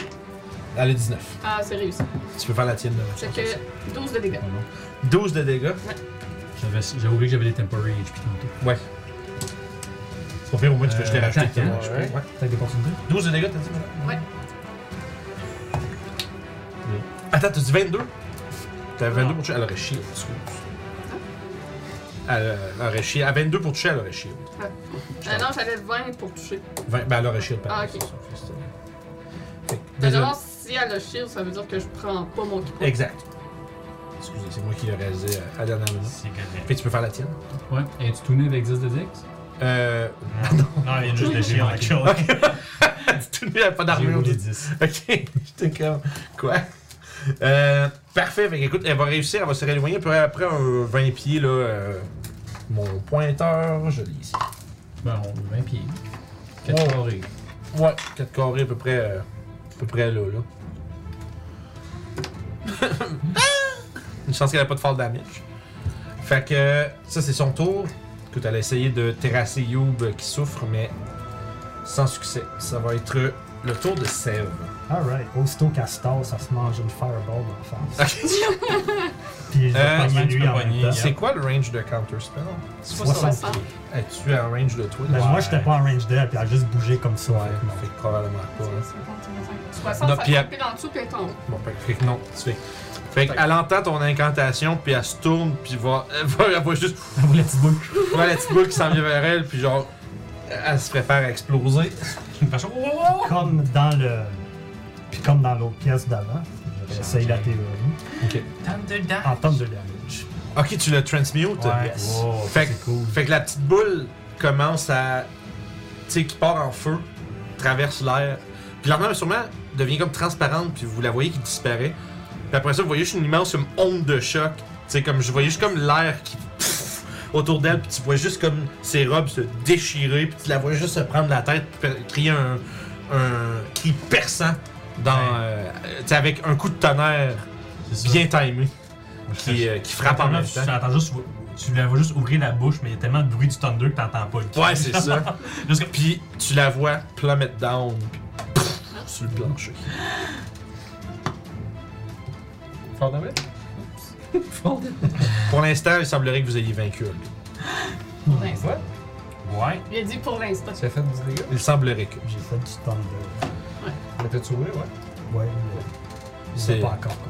Elle est 19.
Ah, c'est réussi.
Tu peux faire la tienne de la
Fait
chance aussi.
que 12 de dégâts.
12 de dégâts.
J'avais j'avais oublié que j'avais des temporary HP tantôt.
Ouais. C'est pas pire, au moins tu peux
Euh,
juste les racheter.
attaque, hein,
Ouais.
je
Ouais.
T'as des opportunités?
12 de dégâts, t'as dit madame?
Ouais.
Ouais. Attends, t'as dit 22 T'as 22 pour toucher Elle aurait chié, excuse.
Hein?
Elle euh, aurait chié. À 22 pour toucher, elle aurait chié.
Ah non, j'avais 20 pour toucher.
20, ben, elle aurait chié le père.
Ah, ok. Mais
Désolé.
d'abord, si elle a shield, ça veut dire que je prends pas mon kit.
Exact. Excusez, c'est moi qui l'ai réalisé euh, à la dernière minute.
C'est correct.
Puis tu peux faire la tienne.
Ouais. Et tu tourné avec 10 de Dix?
Euh.
Non, il y a juste des chiens
Ok.
chill.
tu n'as pas
J'ai
d'armure.
roulé 10.
Ok, j'étais comme. Quoi? Euh, parfait, fait que, écoute, elle va réussir, elle va se rééloigner. Puis après, un 20 pieds, là, euh, mon pointeur, je l'ai ici.
Ben, on 20 pieds. 4
Ouais.
carrés.
Ouais, 4 carrés à peu près, euh, à peu près là. là. Ah! Une chance qu'elle a pas de fall damage. Fait que ça, c'est son tour. Écoute, elle a essayé de terrasser Youb euh, qui souffre, mais sans succès. Ça va être le tour de Sève.
Alright. Aussitôt qu'elle se tasse, elle se mange une fireball en face.
Ok.
Puis je vais
Euh,
pogner
tu
lui
peux
en même
pogner,
temps.
yeah.
C'est quoi le range de counter spell?
60.
Es-tu en range de toi?
Ben,
là?
Moi, j'étais pas en range d'elle, puis elle a juste bougé comme ça.
Ouais,
Non.
fait que probablement pas. hein.
60,
Non,
ça
puis
fait
elle-
pile en dessous puis elle est en haut.
Bon, fait que- fait que non, tu fais. Fait qu'elle entend ton incantation, puis elle se tourne, puis va, elle va, elle va juste
Elle voulait petite boule.
voir la petite boule qui s'en vient vers elle, puis genre, elle se prépare à exploser.
Une façon. Oh, oh, oh!
Comme dans le. Puis comme dans l'autre pièce d'avant. J'essaye la théorie.
Ok.
Ah,
En temps de damage.
Ok, tu le transmute.
Yes.
Wow,
Fait que-
c'est cool.
Fait que la petite boule commence à. Tu sais, qui part en feu, traverse l'air. Puis l'armure, sûrement, devient comme transparente, puis vous la voyez qui disparaît. Puis après ça, vous voyez juste une immense comme, onde de choc. Tu sais, comme je voyais juste comme l'air qui. pff, autour d'elle, puis tu vois juste comme ses robes se déchirer, puis tu la vois juste se prendre la tête, puis per- crier un, un cri perçant. Dans, euh, tu sais, avec un coup de tonnerre
C'est
bien timé
ça.
qui, euh, qui frappe en
Attends,
même
tu-
temps.
Tu entends juste, tu la vois juste ouvrir la bouche, mais il y a tellement de bruit du thunder que t'entends pas le
Ouais, c'est ça.
Juste que-
Puis tu la vois plummet down, puis pff, sur le plancher.
Fort damage?
Pour l'instant, il semblerait que vous ayez vaincu Olga.
Pour l'instant.
Ouais.
Il a dit pour l'instant.
Tu as fait du dégât?
Il semblerait que.
J'ai fait du thunder.
Mais t'as-tu roulé, ouais?
Ouais, ouais. Je
C'est-
l'ai pas encore compté.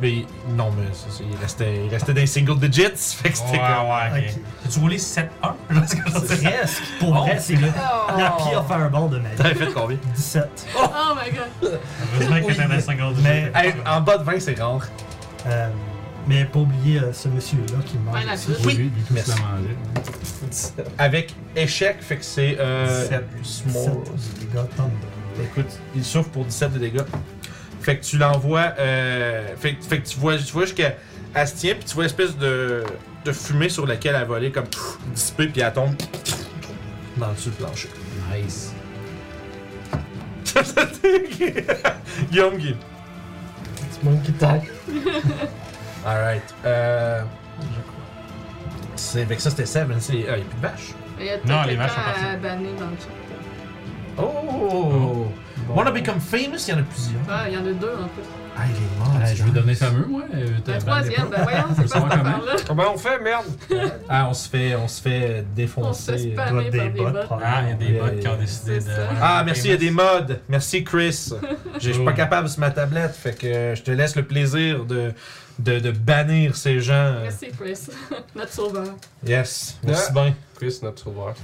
Mais non, mais ça, c'est- il restait, il restait dans les single digits, fait que c'était comme-
ouais,
Ok.
Tu roulé 7-1? Je sais que j'en sais rien.
Presque. Pour vrai, c'est le-
Ah,
la pire fireball de ma vie.
T'avais fait combien
17.
Oh my god.
Heureusement que t'as la 50
Mais-
Hey, ah. En bas de 20, c'est rare.
Euh, mais pas oublier euh, ce monsieur-là qui mange.
Ouais, la
aussi.
brute.
Oui.
Lui, lui, tout
Merci.
se la mangeait.
Avec échec, fait que c'est. Euh,
Sept.
small.
17 des gars thunder.
Écoute, il souffre pour 17 de dégâts. Fait que tu l'envoies. Euh, fait, que- fait que tu vois, tu vois jusqu'à elle se tient, puis tu vois l'espèce de, de fumée sur laquelle elle a volé, comme pff, dissipée, puis elle tombe pff, dans le dessus du plancher.
Nice.
Guillaume Guy.
C'est moi qui tac.
Alright. Euh, c'est, fait que ça, c'était 7, mais c'est. Ah, il n'y a plus de vache.
Il y a
Non,
peut-être
les vaches sont
quelqu'un à
parties.
banner euh, dans le chat.
Oh! Wanna become famous, il y en a plusieurs.
Ah, il y en a deux en plus.
Ah, il est mort.
Ah, je vais donner fameux, moi.
La troisième, ben voyons,
Faut
c'est pas cette
savoir comment.
Euh.
affaire-là.
Comment on fait, merde?
Ah, on se fait, on se fait
On se fait
défoncer.
Il doit
spammer par
des
des
bottes,
bottes.
Ah, il y a
probablement.
des bots qui ont décidé de.
C'est ça.
Ah, merci, il y a des mods. Merci, Chris. Je je suis pas
Oh.
capable sur ma tablette, fait que je te laisse le plaisir de, de, de bannir ces gens.
Merci Chris, notre sauveur.
Yes, merci bien.
Chris, notre sauveur.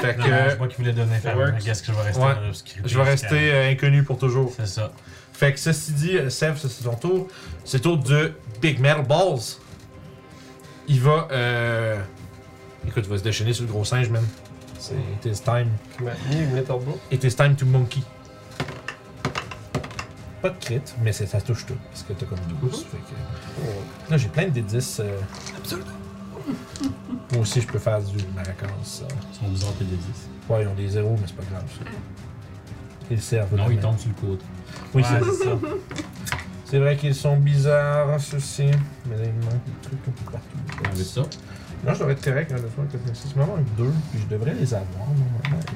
Fait
Non, non, c'est
que
moi qui voulais donner
Ça
fameux.
works.
Qu'est-ce que je vais rester
Ouais.
dans l'obscurité
je vais
jusqu'à-
rester euh, inconnu pour toujours.
C'est ça.
Fait que ceci dit, euh, Sev, ça, c'est ton tour. C'est le tour de Big Metal Balls. Il va. Euh... Écoute, il va se déchaîner sur le gros singe, même. C'est it is time.
Comment? Il met en bas.
It is time to monkey. Pas de crit, mais c'est- ça touche tout. Parce que t'as comme 12. fait que-
Oh.
Là, j'ai plein de D10. euh, Moi aussi, je peux faire du maracas. ça.
Ils sont bizarres, tes 10.
Ouais, ils ont des zéros, mais c'est pas grave, ça. Ils servent.
Non, ils
vraiment.
tombent sur le côté.
Oui,
Ouais,
c'est
c'est ça.
C'est vrai qu'ils sont bizarres, ceux-ci. Mais là, il me manque des trucs un peu partout.
Enlève ça.
Non, je devrais être correct, hein, de fois, que c'est vraiment un 2, puis je devrais les avoir.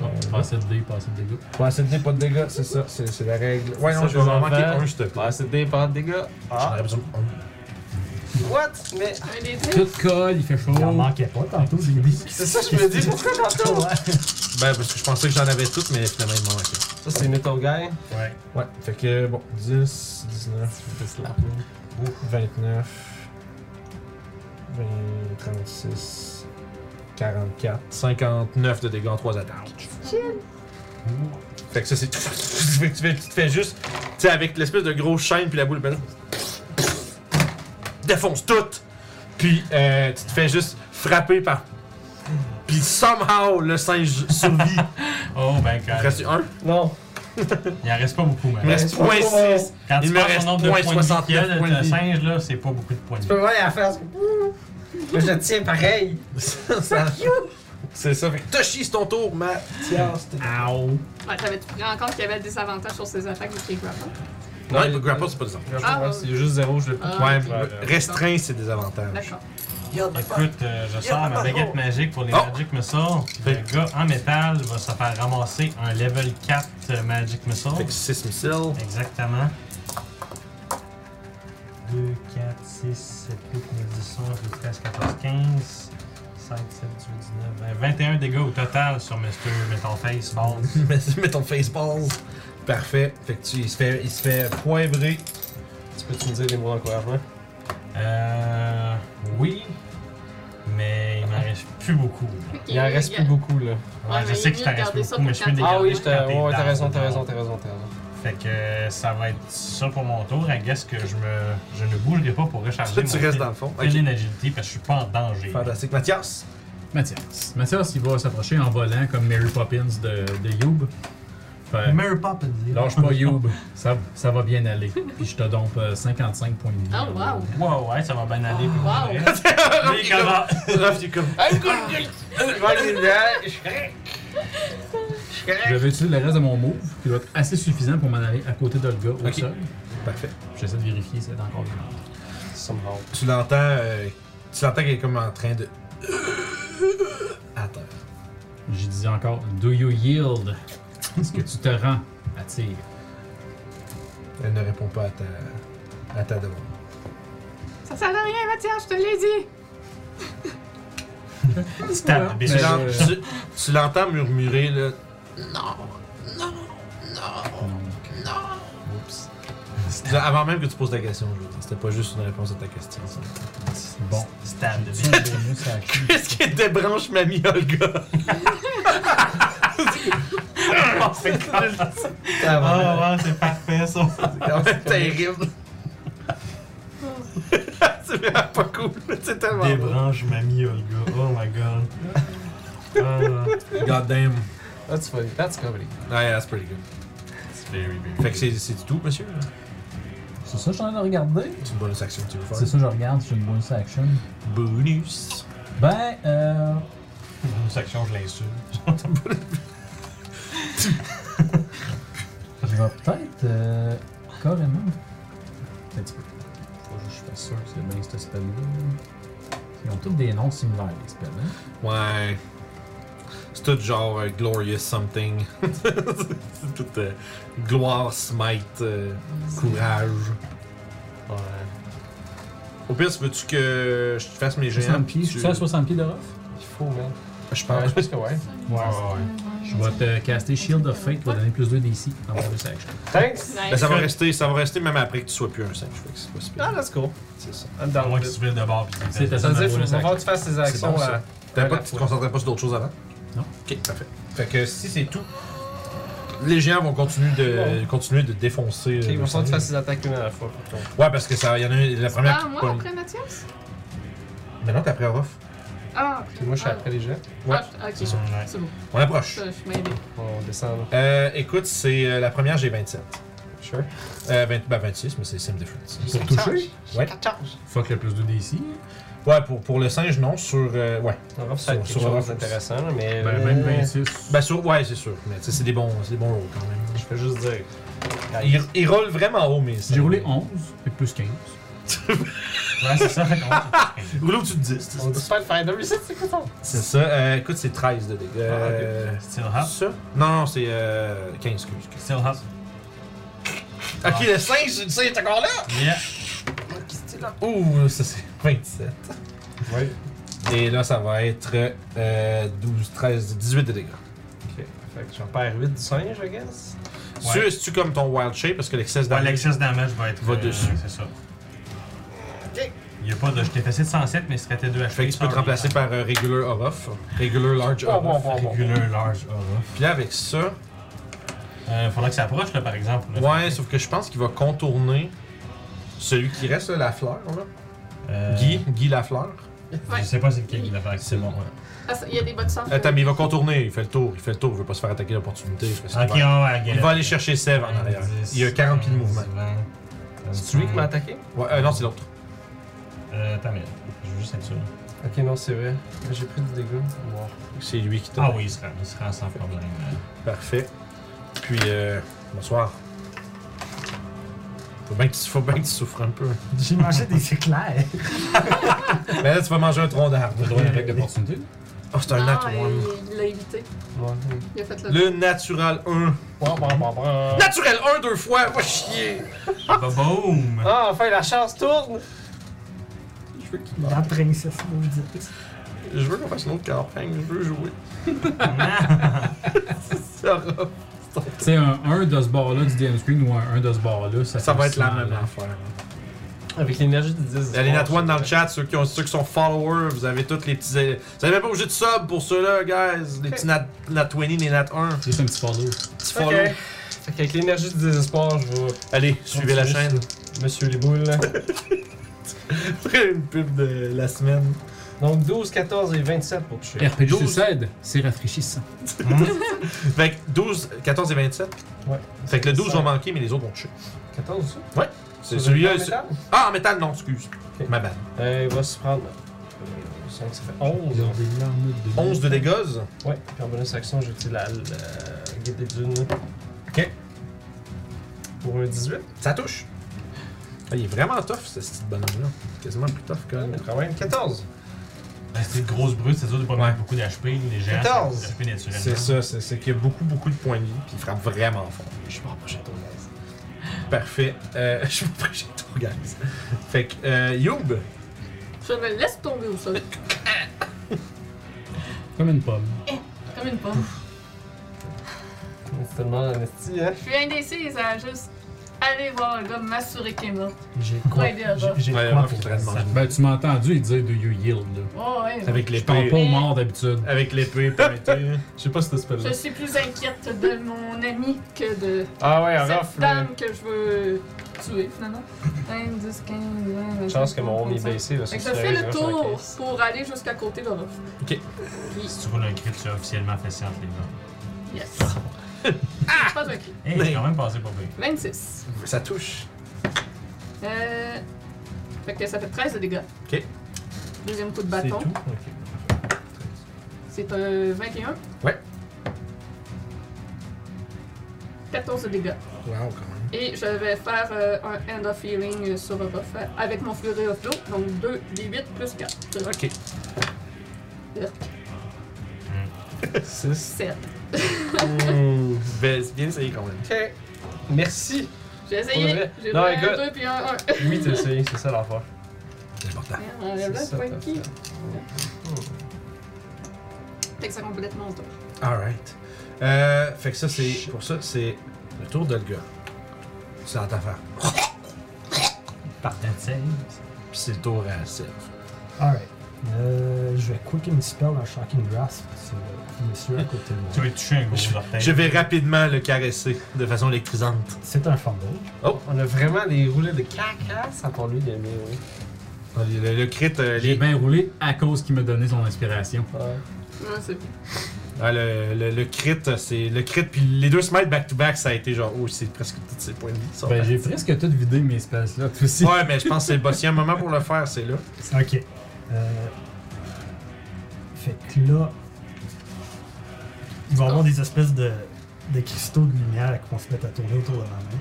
Moi,
Pas assez de dés, pas assez de dégâts.
Euh, ouais, c'est des pas de dégâts, c'est ça, c'est c'est la règle. Ouais, non,
Ça,
je vais en
j'en
manquer
vais.
un, s'il te plaît.
Ah, c'est des bandes dégâts.
J'en
Ah.
aurais besoin
What? Mais.
Un des dés.
Tout colle, il fait chaud.
Il en manquait pas tantôt, j'ai dit.
C'est ça, je me dis, pourquoi tantôt?
Ben, parce que je pensais que j'en avais toutes, mais finalement, il m'en manquait.
Ça, c'est Metal Guy.
Ouais.
Ouais, fait que bon, 10, 19, 29, 20, 36, 44, 59 de dégâts en 3 attaques. Fait que ça, c'est. Fait que tu, fais, tu te fais juste. Tu sais, avec l'espèce de grosse chaîne, puis la boule, ben. Défonce tout! Puis euh, tu te fais juste frapper par. Puis somehow, le singe survit.
Oh my
Il
god.
reste un.
Non.
Il en reste pas beaucoup,
Il
man.
reste 0.6.
Quand
il
tu
me
penses
reste
au nombre de points de vie qu'il y a,
69 points de
le- le
vie.
singe, là, c'est pas beaucoup de points de
Tu
vie.
peux voir la face. Mais je le tiens pareil.
Ça- ça- C'est ça. Fait que Toshi, c'est ton tour, Mathias. t'es-
Ah.
Ouais, t'avais-tu pris en compte qu'il y avait des avantages sur ses attaques de King Grapple?
Non, le grapple, c'est pas des avantages.
Ah,
Ouais, C'est juste zéro, je le
Ah,
Ouais,
ok.
mais restreint, c'est des avantages.
D'accord.
Écoute, euh, je sors ma baguette magique pour les
Oh!
Magic Missiles. Le gars en métal va se faire ramasser un level 4 euh, Magic Missile.
Fait que 6 missiles.
Exactement. 2, 4, 6, 7, 8, 9, 10, 11, 12, 13, 14, 15, 5, 7, 18, 19, 20, 21 dégâts au total sur Mr. Metal Face Balls.
Mets mets ton faceballs. Parfait. Fait que tu, il se fait, il se fait poivrer.
Tu peux-tu me dire les mots hein? d'encouragement?
Euh. Oui. Mais il m'en reste plus beaucoup.
Il en reste plus beaucoup, là.
Ouais,
Ouais,
je
mais
sais
il
que
est
je t'en
mieux de
reste
garder ça
beaucoup, mais
pour
je fais des
quand
Ah oui,
t'es
je t'ai. Ouais, t'as raison, t'as raison, t'as raison, t'as raison.
Fait que euh, ça va être ça pour mon tour. I guess que je me je ne bougerai pas pour recharger
Toi, tu
mon
restes
heal-
dans le fond.
heal
Ok.
and agility parce que je suis pas en danger.
Fantastique. Mathias.
Mathias. Mathias, il va s'approcher en volant comme Mary Poppins de, de Youb. Fait,
Mary Poppins. il est
lâche pas Youb, ça, ça va bien aller. Puis je te dompe euh, 55 points de vie.
Oh, wow.
là. Wow, ouais, ça va bien aller. pour
Wow.
vrai. Mais comment-
Raph, il est comme.
Je vais utiliser le reste de mon move, qui doit être assez suffisant pour m'en aller à côté d'Olga au
Ok.
sol.
Parfait.
J'essaie de vérifier si c'est encore vivante.
Somehow.
Tu l'entends. euh, tu l'entends qu'il est comme en train de. À terre.
J'ai dit encore, do you yield? Est-ce que tu te rends à tir?
Elle ne répond pas à ta, à ta demande.
Ça sert à rien, Mathias, je te l'ai dit.
Tu tapes, bitch.
Tu
Mais,
l'en-
euh,
tu- tu l'entends murmurer, là. Là, Avant même que tu poses ta question, je veux dire. C'était pas juste une réponse à ta question. ça.
Bon.
Stab de bitch.
J'ai
Qu'est-ce qui débranche Mamie oh, Olga?
Ah,
Ah ouais, c'est parfait ça.
C'est quand même terrible. c'est vraiment pas cool. C'est tellement.
Débranche mamie Olga. Oh my god. Ah,
God damn.
That's funny. That's comedy.
Ah, yeah, that's pretty good.
it's very, very
Fait que c'est c'est tout, monsieur. là?
C'est ça que je suis en train de regarder?
C'est une bonus action que tu veux faire.
C'est ça que je regarde, c'est une bonus action.
Bonus.
Ben, euh...
good. Une section, je l'insulte.
Je vais peut-être euh, carrément. Un petit peu. Faut que je fasse sûr que c'est bien ce spell-là. Ils ont tous des noms similaires, les spells. hein?
Ouais. C'est tout genre euh, Glorious Something. c'est tout euh, gloire, smite, euh, courage. Ouais. Au pire, si veux-tu que je te fasse mes géants?
60 pieds. Je
tu-
suis à 60 pieds de Ruff?
Il faut, man.
Je
Ouais,
pense. Ah,
je pense que ouais.
Ouais, ouais.
Je vais te caster Shield of Fate, tu vas donner plus 2 d'ici dans mon bonus action.
Thanks.
Ben,
Nice.
ça va rester, ça va rester même après que tu sois plus un singe. Fait que c'est pas si
Ah,
pire.
let's go.
C'est ça.
I'm
À
down.
moins
with
que
it.
tu veuilles de bord pis tu
C'était
Ça
ça
veut
ma
dire, faut
bonus
faut
action.
que tu fasses tes actions euh,
bon, ça.
à.
T'avais
Ouais,
pas,
la
tu te
fois.
concentrais pas sur d'autres choses avant?
Non.
Ok, parfait. Fait que si c'est tout, les géants vont continuer de, continuer de défoncer.
Ok,
euh,
il va
le
falloir que tu
singe.
fasses tes attaques une à la fois. pour qu'on-
Ouais, parce que ça, y en a une, la première.
Ah,
qui
moi,
pogne.
après Mathias?
Mais non, t'es après Orof.
Ah,
Puis moi, je suis après les jets.
Ouais.
Ah, ok, c'est bon.
On approche.
Je je suis mêlée.
On descend là.
Euh, écoute, c'est euh, la première, j'ai 27.
Sure.
Euh, 20, ben, 26, mais c'est same difference.
Pour toucher?
Ouais.
Fuck le plus 2 d'ici.
Ouais, pour, pour le singe, non, sur. euh, ouais.
On va faire
Sur-
quelque
sur
chose
Rough.
d'intéressant, là, mais.
Ben, même 26.
Ben, sur. Ouais, c'est sûr. Mais tu sais, c'est des bons, c'est des bons rolls quand même.
Je peux juste dire.
Ah,
Il, il roule vraiment haut, mais. ça-
J'ai roulé 11, fait que plus 15.
Ouais, c'est ça, fait qu'on-
Rouleau, tu te dis. c'est-
On dit pas le Finder, ici, c'est quoi ça?
C'est ça. Euh, écoute, c'est 13 de dégâts. Euh,
Still hot.
ça? Non, non, c'est euh, 15, excuse. excuse.
Still hot.
Ah, Ok, le 5, c'est le 5 est encore là!
Yeah.
Ouh, ça c'est 27.
Oui.
Et là, ça va être euh, 12, 13, 18 de dégâts.
Ok. Fait que j'en perds 8 du singe, I guess.
Ouais.
Tu C'est-tu comme ton wild shape parce que l'excès
Ouais,
d'armure.
l'excess damage va être. euh,
Va dessus.
C'est ça. Il n'y a pas de. Je t'ai fait 707, mais c'était 2 HP.
fait que tu peux te remplacer par euh, regular or off. Regular large or
Bon,
off.
bon, bon, bon.
Regular large aura.
Puis là, avec ça,
Euh, faudrait que ça approche, là, par exemple. là.
ouais, sauf que je pense qu'il va contourner celui qui reste, là, la fleur, là.
Euh,
Guy, Guy Lafleur.
Je sais pas c'est lequel qui l'a fait. C'est bon, ouais.
Ah, ça, Il y a des bonnes chances.
Attends, mais il va contourner, il fait le tour, il fait le tour, il veut pas se faire attaquer l'opportunité. parce que
Ok, ouais,
c'est
ouais,
Il va aller chercher Sèvres en arrière. Il y a 40 pieds de mouvement.
C'est lui qui m'a attaqué?
Ouais, euh, non, c'est l'autre.
Euh, attends, mais je veux juste être sûr.
Ok, non, c'est vrai. J'ai pris du dégât. Wow.
C'est lui qui t'a.
Ah oui, il se rend, il se rend sans problème. euh.
Parfait. Puis, euh, bonsoir. Faut bien que tu, faut bien que tu souffres un peu.
J'ai mangé des éclairs.
Mais là, tu vas manger un tronc d'arbre.
Vous droit à une attaque d'opportunité.
Oh, c'est un
Non,
nat one.
Ah, il- Il l'a évité.
Ouais.
Il a fait le.
Le natural 1.
Bon, bon, bon, bon.
Naturel 1 deux fois, va chier!
Bah, Boom!
Ah, enfin, la chance tourne!
La princesse maudite.
Je veux qu'on fasse une autre campagne, je veux jouer.
C'est un 1 de ce bord-là du DM screen ou un 1 de ce bord-là. Ça,
Ça
fait
va être la
cent,
même
là.
affaire. hein.
Avec l'énergie du 10.
Allez, Nat One dans le chat, ceux qui, ont, ceux qui sont followers, vous avez tous les petits. Vous avez même pas obligé de sub pour ceux-là, guys. Les petits Nat, nat 20, les Nat 1.
Juste un petit follow.
Petits
Ok.
follow.
Fait qu'avec l'énergie du désespoir, je vois
Allez, suivez la chaîne.
Monsieur les boules.
une pub de la semaine.
Donc 12, 14 et 27 pour toucher.
RPG
12.
suicide, c'est rafraîchissant.
Fait que 12, 14 et 27.
Ouais.
Fait que le 12
Ça.
vont manquer, mais les autres vont toucher.
14 ça?
C'est
Sur
celui-là.
le
c'est-
métal?
Ah, en métal, non, excuse.
Ok.
Ma bad.
Euh, il va se prendre. euh, Ça ça fait 11. hein.
11 de dégâts.
Ouais, puis en bonus action, j'utilise la, la guide des dunes. Ok. Pour un 18.
Ça touche. Ah, il est vraiment tough, ce petit bonhomme-là. Quasiment plus tough que.
Ah, mais quand même 14.
Ben, c'est une grosse brute, c'est sûr de pas
Ouais.
mettre beaucoup d'HP. Les géants,
14.
c'est des HP naturellement.
C'est ça, c'est c'est qu'il y a beaucoup, beaucoup de points de vie, puis il frappe vraiment fort. Je suis pas prochain tour, guys. Parfait. Euh, je suis pas prochain tour, guys. Fait que, euh, Youb,
Je me laisse tomber au sol.
Comme une pomme.
Comme une pomme.
C'est tellement investi, hein.
Je suis indécise à juste aller voir le gars m'assurer qu'il est mort.
J'ai
Pour
quoi?
aider à
J'ai
voir.
j'ai
Ouais,
quoi
ouais,
pour
faudrait demander.
Ben, tu m'as entendu dire Do You Yield là.
Oh, ouais.
avec
Je parle
l'épée.
pas aux morts d'habitude.
Avec l'épée, Prométhée.
Je sais pas si t'as spell
Je suis plus inquiète de mon ami que de
Ah ouais, un
cette
rafle.
dame que je veux tuer finalement. 5, 10, 15, 20, 25.
Chance que mon home est baissé. Là,
Fait que je fais le tour pour aller jusqu'à côté de Ruff.
Ok.
Puis,
Si tu roules un crit, tu as officiellement fait 100 entre les gens.
yes. ah! Pas de cri.
Hey, j'ai quand même passé pour pire.
26.
Ça touche.
Euh. Fait que ça fait 13 de dégâts.
Ok.
Deuxième coup de bâton. C'est un 21.
Ouais.
14 de dégâts.
Wow, quand même.
Et je vais faire euh, un End of Healing sur Ruff euh, avec mon Flurry of Blow. Donc 2 d 8 plus 4.
Ok.
Hmm. 6.
7.
Ben, c'est bien essayé quand même.
Ok. Merci.
J'ai
Pour de
essayé.
vrai.
J'ai
Non,
roulé
écoute.
un 2 puis un 1.
Oui, t'as essayé, c'est ça l'affaire.
C'est important.
C'est ça,
Là,
t'as
qui?
fait.
Fait que ça complète mon tour.
Alright. Euh, fait que ça, c'est. Pour ça, c'est le tour de le gars. C'est à ta faire.
Partant de save.
Puis c'est le tour à Sylve.
Alright. Euh, je vais quicken spell un shocking grasp sur le monsieur à côté de
Tu
moi.
vas toucher un gros orteil.
Je vais rapidement le caresser de façon électrisante.
C'est un fumble.
On a vraiment des roulets de carcasse à part lui d'aimer, oui.
Le, le- le crit, euh,
J'ai
les-
bien roulé à cause qu'il me donnait son inspiration.
Ouais.
Ouais, c'est
Ah, le, le- le crit, euh, c'est le crit, puis les deux smites back-to-back, ça a été genre, oh, c'est presque tous ses points de vie. ça.
Ben, j'ai presque tout vidé mes espaces là, tout aussi.
ouais, mais je pense que c'est le boss. Il y a un moment pour le faire, c'est là.
Ok. Euh... Fait que là, il va y avoir des espèces de, de cristaux de lumière qui vont se mettre à tourner autour de ma main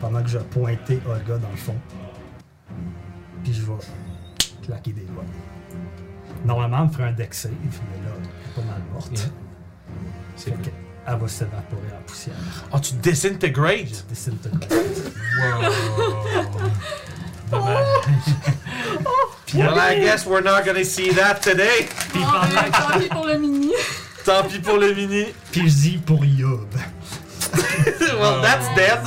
pendant que je vais pointer Olga dans le fond. puis je vais claquer des doigts. Normalement, elle me ferait un deck save, mais là, elle est pas mal morte.
Yeah. C'est
Fait que Elle va s'évaporer en poussière.
Oh, tu
Je
disintegrates!
dessine tout le
Dommage.
Well, I guess we're not gonna see that today!
Bon, ben, tant pis pour le mini.
Tant pis pour le mini.
Puis je dis pour Yob.
well, that's dead!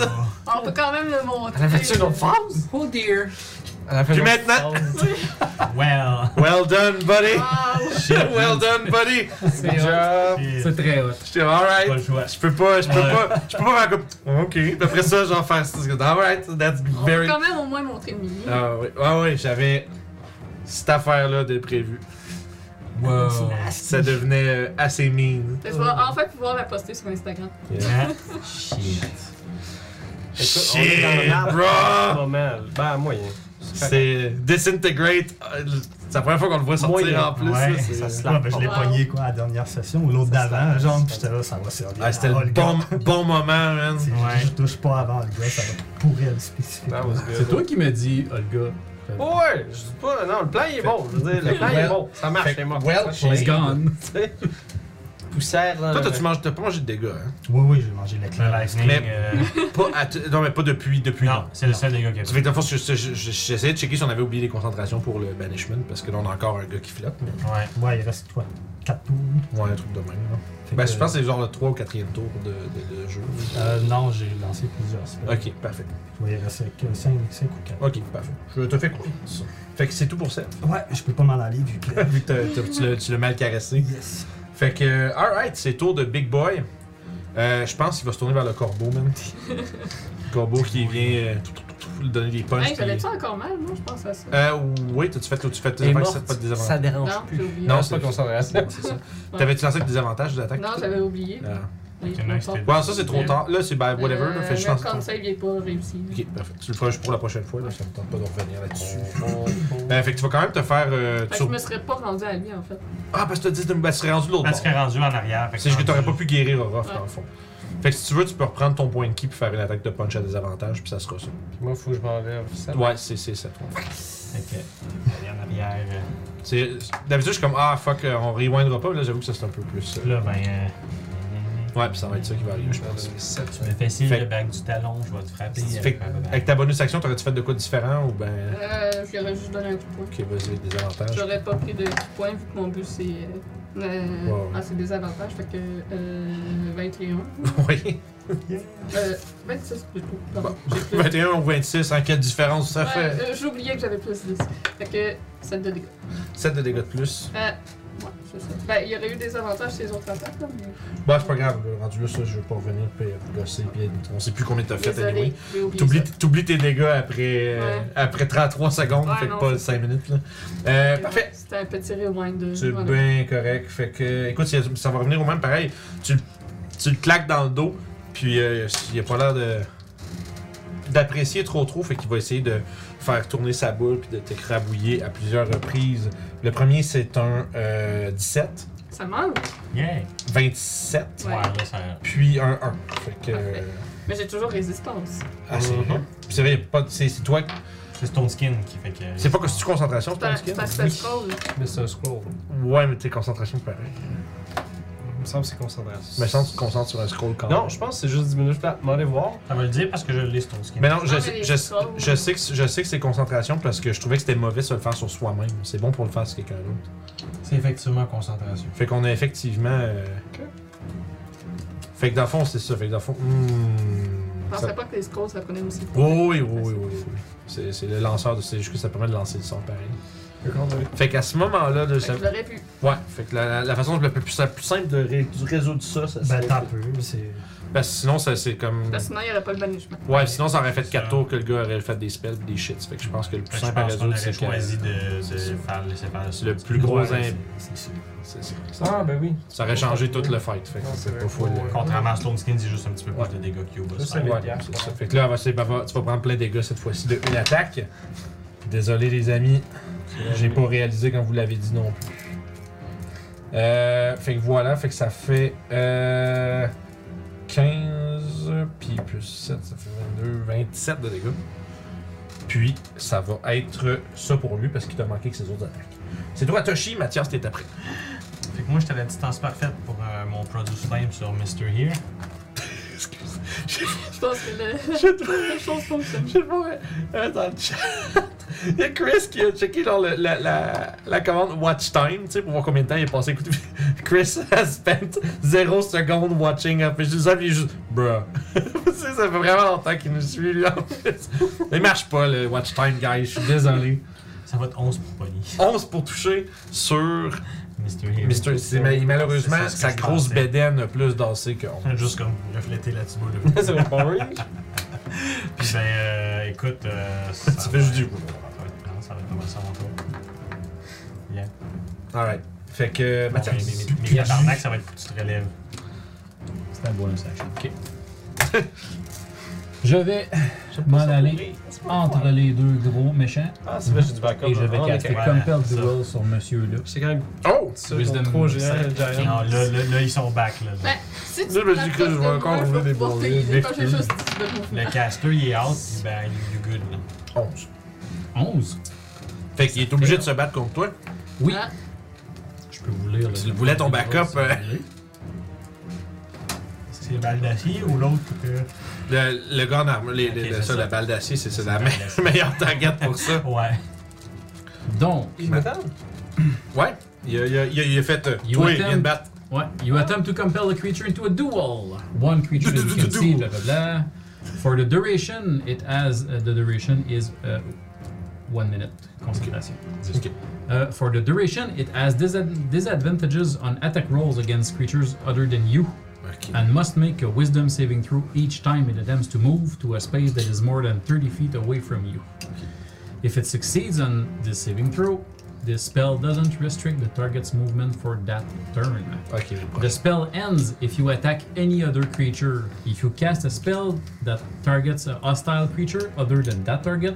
On peut quand même le montrer.
phase?
Oh dear.
Puis maintenant...
Well.
Well done, buddy!
Ah, oui.
well done, buddy! Good job!
C'est très hot.
J'étais alright!
Pas le choix.
Je peux pas, je peux
Ouais.
pas, je peux pas faire comme. Ok. Puis après ça, j'en fais. Alright, that's
On peut
very.
quand même au moins montrer le mini.
Ah oui, ah, oui j'avais cette affaire-là de prévu.
Wow.
Ça devenait euh, assez mean.
Je vais enfin pouvoir la poster sur Instagram.
Hein?
Écoute, on est dans le
Shit,
marbre.
bro!
Pas mal. Ben, moyen.
C'est disintegrate. euh, C'est la première fois qu'on le voit sortir
Moyen.
en plus.
Ouais,
là, c'est-
ça se
Là,
lave.
ben, je l'ai
Wow.
pogné quoi, à la dernière session ou l'autre d'avant, genre, pis j'étais là, ça va servir.
Ah, c'était
Ah,
le bon, bon moment, man.
Tu sais,
Ouais.
Je touche pas avant le gars, ça va pourrir le spécifique.
That was good.
C'est toi qui me dis, Olga.
Oh,
Ouais, je dis pas, non, le plan il est bon. Je veux dire, le plan il est bon. Ça marche, c'est mort.
well
Ça,
She's
played.
gone.
Poussière dans
Toi,
le-
t'as-tu mangé, t'as pas mangé de dégâts, hein?
Oui, oui, j'ai mangé la
Le
clé.
lightning.
Mais-
euh,
Pas à t- non, mais pas depuis, depuis
Non, c'est le seul dégât qu'il y a.
Ça fait que dans le fond, je- je- je- je- j'essayais de checker si on avait oublié les concentrations pour le banishment, parce que là, on a encore un gars qui flotte, mais...
Ouais.
Ouais, il reste quoi 4 tours.
Ouais, un truc de même, là.
Fait
Ben,
que-
je pense que c'est genre le 3 ou 4e tour de, de- de jeu.
Euh, non, j'ai lancé plusieurs spells.
Ok, parfait.
Je vais y rester que 5, 5 ou 4.
Ok, parfait. Je te fais confiance. Fait que c'est tout pour ça.
Ouais, je peux pas m'en aller vu que.
Vu que t'as- t'as- tu l'as- tu l'as mal caressé.
yes.
Fait que, euh, alright, c'est tour de Big Boy. Euh, je pense qu'il va se tourner vers le corbeau, même. Le corbeau qui vient euh, tout, tout, tout, tout, lui donner des punches.
Hey, j'avais
puis-
ça encore mal, moi, je pense à ça.
Euh, oui, t'as-tu fait, t'as-tu fait tes
est
affaires qui
morte,
savent pas de désavantages?
Ça dérange
Non, j'ai
plus.
oublié.
Non,
c'est pas concentration.
C'est ça. T'avais-tu lancé avec des avantages de l'attaque?
Non, j'avais oublié.
Ah.
Mais je
C'est
peux
nice,
pas.
t'es-
Ouais, ça c'est trop tard. Là, c'est bah, whatever.
Euh,
là, fait juste
le
en Ok,
conseil n'est pas réussi.
parfait. Tu le feras juste pour la prochaine fois. Là, ça me tente pas de revenir là-dessus. Euh, fait que tu vas quand même te faire. euh,
Fait que
sur-
je me serais pas rendu à lui en fait.
Ah, parce que t'as 10 de. Bah, tu serais rendu de l'autre
Parce
bord.
qu'il est rendu en arrière. fait
C'est juste que t'aurais pas
rendu-
pu guérir Orof,
Ouais.
dans le fond. Fait que si tu veux, tu peux reprendre ton point de ki puis faire une attaque de punch à des avantages, puis ça sera ça.
Moi, faut que je m'enlève. Ça
Ouais, c'est c'est ça. toi.
Fait que, Aller en arrière. euh,
C'est- D'habitude, je suis comme Ah, fuck, euh, on rewindera pas, mais là, j'avoue que ça c'est un peu plus. euh,
Là, ben. euh,
Ouais, puis ça va être ça qui va arriver, je pense.
Tu me fais signe
Fait-
le bac du talon, je vais te frapper. euh,
Fait que, avec ta bonus action, t'aurais-tu fait de quoi de différent ou ben.
Euh, je lui aurais juste donné un coup de poing.
Ok, vas-y, des avantages.
J'aurais pas pris de coup de poing vu que mon but c'est. euh, euh,
Wow.
Ah, c'est des avantages, fait que euh, 21.
Oui.
Euh, 26 plutôt. pardon.
Bon, 21 ou 26, en quelle différence ça fait?
Ouais, euh, J'oubliais que j'avais plus 10. Fait que 7 de dégâts.
7 de dégâts de plus.
Euh, ouais, c'est ça. Ben, il y aurait eu des avantages sur les autres attaques, là, mais.
Bah, c'est pas grave, là, rendu là, ça, je veux pas revenir puis euh, gosser, puis être- on sait plus combien t'as fait,
Désolé,
anyway.
j'ai oublié.
T'oublies,
ça.
t'oublies tes dégâts après, euh,
Ouais.
après 33 secondes,
Ouais,
fait que
non,
pas
c'est
5 minutes. Là. Euh, parfait.
C'était un petit rewind de.
C'est
voilà.
bien correct. Fait que, écoute, ça- ça va revenir au même pareil. Tu, le- tu le claques dans le dos, puis euh, il a pas l'air de d'apprécier trop trop, fait qu'il va essayer de faire tourner sa boule puis de t'écrabouiller à plusieurs reprises. Le premier, c'est un euh, 17,
Ça manque.
Yeah!
27,
Ouais,
Ouais.
là, ça.
puis un 1. Fait que.
Parfait. Mais j'ai toujours résistance.
Ah, c'est vrai. Puis C'est vrai, y a pas de- c'est c'est toi.
C'est ton skin qui fait que.
C'est pas que c'est concentration,
C'est un-
ton
C'est
skill?
un spell scroll. là.
Mais c'est un scroll.
Ouais, mais t'es concentration pareil.
Il me semble que c'est concentration.
Mais je sens que tu te concentres sur un scroll quand
Non,
même.
je pense que c'est juste 10 minutes flat. M'en aller voir.
Ça va le dire parce que je l'ai, c'est ton skin.
Mais non, je,
mais
sais-
les
je,
scrolls.
je sais que, je sais que c'est concentration parce que je trouvais que c'était mauvais de le faire sur soi-même. C'est bon pour le faire sur quelqu'un d'autre.
C'est effectivement concentration.
Fait qu'on a effectivement. euh, Fait que dans le fond, c'est ça. Fait que dans le fond.
Je
hmm, ça-
pensais pas que les scrolls ça prenait aussi.
Oh, Oui, oui, oui, oui, oui. oui. C'est c'est le lanceur, de- c'est juste que ça permet de lancer le sort pareil. Fait qu'à ce moment-là, là,
Fait
ça-
que je l'aurais pu.
Ouais, fait que la, la- la façon la plus, la plus simple de ré- résoudre ça, ça
Ben,
serait-
tant peu, c'est.
Parce que sinon, ça, c'est comme.
Parce que sinon, il n'y aurait pas le banishment.
Ouais, sinon, ça aurait fait 4
Ça.
tours que le gars aurait fait des spells pis des shits. Fait que je pense que le plus
Fait que je
simple à
pense qu'on
résoudre,
avait
c'est que.
choisi de, de faire, laisser faire ça.
Le plus gros
Ouais,
imp-
c'est- c'est-
c'est- c'est-
Ah, ben oui.
Ça aurait changé toute le fight. Fait que
Non, c'est
c'est
vrai.
pas fou.
Ouais.
Contrairement à Stone Skin, c'est juste un petit peu
Ouais.
plus de dégâts qu'il y a au
Je
boss.
sais.
Ouais, c'est ça. Fait que là, elle va essayer- elle va- tu vas prendre plein de dégâts cette fois-ci de une attaque. Désolé, les amis. J'ai pas réalisé quand vous l'avez dit non plus. Euh, fait que voilà, fait que ça fait euh, 15, puis plus 7, ça fait 22, 27 de dégâts. Puis, ça va être ça pour lui parce qu'il t'a manqué avec ses autres attaques. C'est toi, Toshi. Mathias, t'es après.
Fait que moi, j'étais à la distance parfaite pour euh, mon Produce Flame sur Mr. Here.
Je pense que le- la chose fonctionne.
Je sais pas, mais, euh, dans le chat, il y a Chris qui a checké genre, le- la, la- la commande watch time, tu sais, pour voir combien de temps il est passé à écouter. Chris has spent 0 secondes watching up. Et je dis il est juste, bruh. Tu sais, ça fait vraiment longtemps qu'il nous suit, lui, en plus. Il marche pas, le watch time, guys, je suis désolé.
Ça va être 11 pour Polly.
11 pour toucher sur
Mr. Here.
Mr. C'est- mais malheureusement,
C'est ça, ce que
sa
je
grosse
pensais.
bédaine a plus dansé que 11.
Juste comme refléter là-dessus.
C'est vrai, pas vrai?
Puis ben, euh, écoute, euh, ça
Tu
va
fais juste
être-
du-
ça va être- non, Ça va être commencer à mon tour.
Alright. Fait que,
Bon,
Mathias.
mais- mais- mais les tabarnak, ça va être faut que tu te relèves.
C'est un bonus action. Ok. je vais m'en aller entre les deux gros méchants
Ah, c'est vrai, j'ai du backup.
et je
Ah,
vais
on est
caster
correct.
voilà,
Compel
ça.
Duel sur monsieur là.
C'est quand même
Oh!
ça.
Wisdom
contre trois géants,
sept.
giants.
Non, là, là, là, ils sont back. Là,
Ben, si tu
Là, ben,
prends
j'ai cru que je vais
le
encore ouvrir des
porter,
bordées,
j'ai
des
pas- j'ai
filles.
juste dit de mouvement.
Le caster, il est out, puis ben, you good. Là.
11.
11.
Fait qu'il est obligé de se battre contre toi.
Oui.
Ah.
Je peux vous lire.
Tu le voulais, ton backup, euh.
C'est les balles d'acier ou l'autre que.
Le, le gun armor, les,
Ok,
les-
c'est
ça,
ça.
la balle d'acier, c'est c'est
C'est
la
la
me-
balle d'acier.
meilleure target pour ça.
Ouais.
Donc,
Il me tente.
Ouais, il a, il a- il a- il a fait. euh,
You
Toi, il
attempt.
vient de battre.
ouais. You attempt to compel a creature into a duel. One creature that you can see, blah blah blah. For the duration, it has uh, the duration is uh, one minute. Concentration.
Ok.
Uh, for the duration, it has disad- disadvantages on attack rolls against creatures other than you,
Ok.
and must make a wisdom saving throw each time it attempts to move to a space that is more than 30 feet away from you. If it succeeds on this saving throw, the spell doesn't restrict the target's movement for that turn.
Ok, je prends.
The spell ends if you attack any other creature. If you cast a spell that targets a hostile creature other than that target,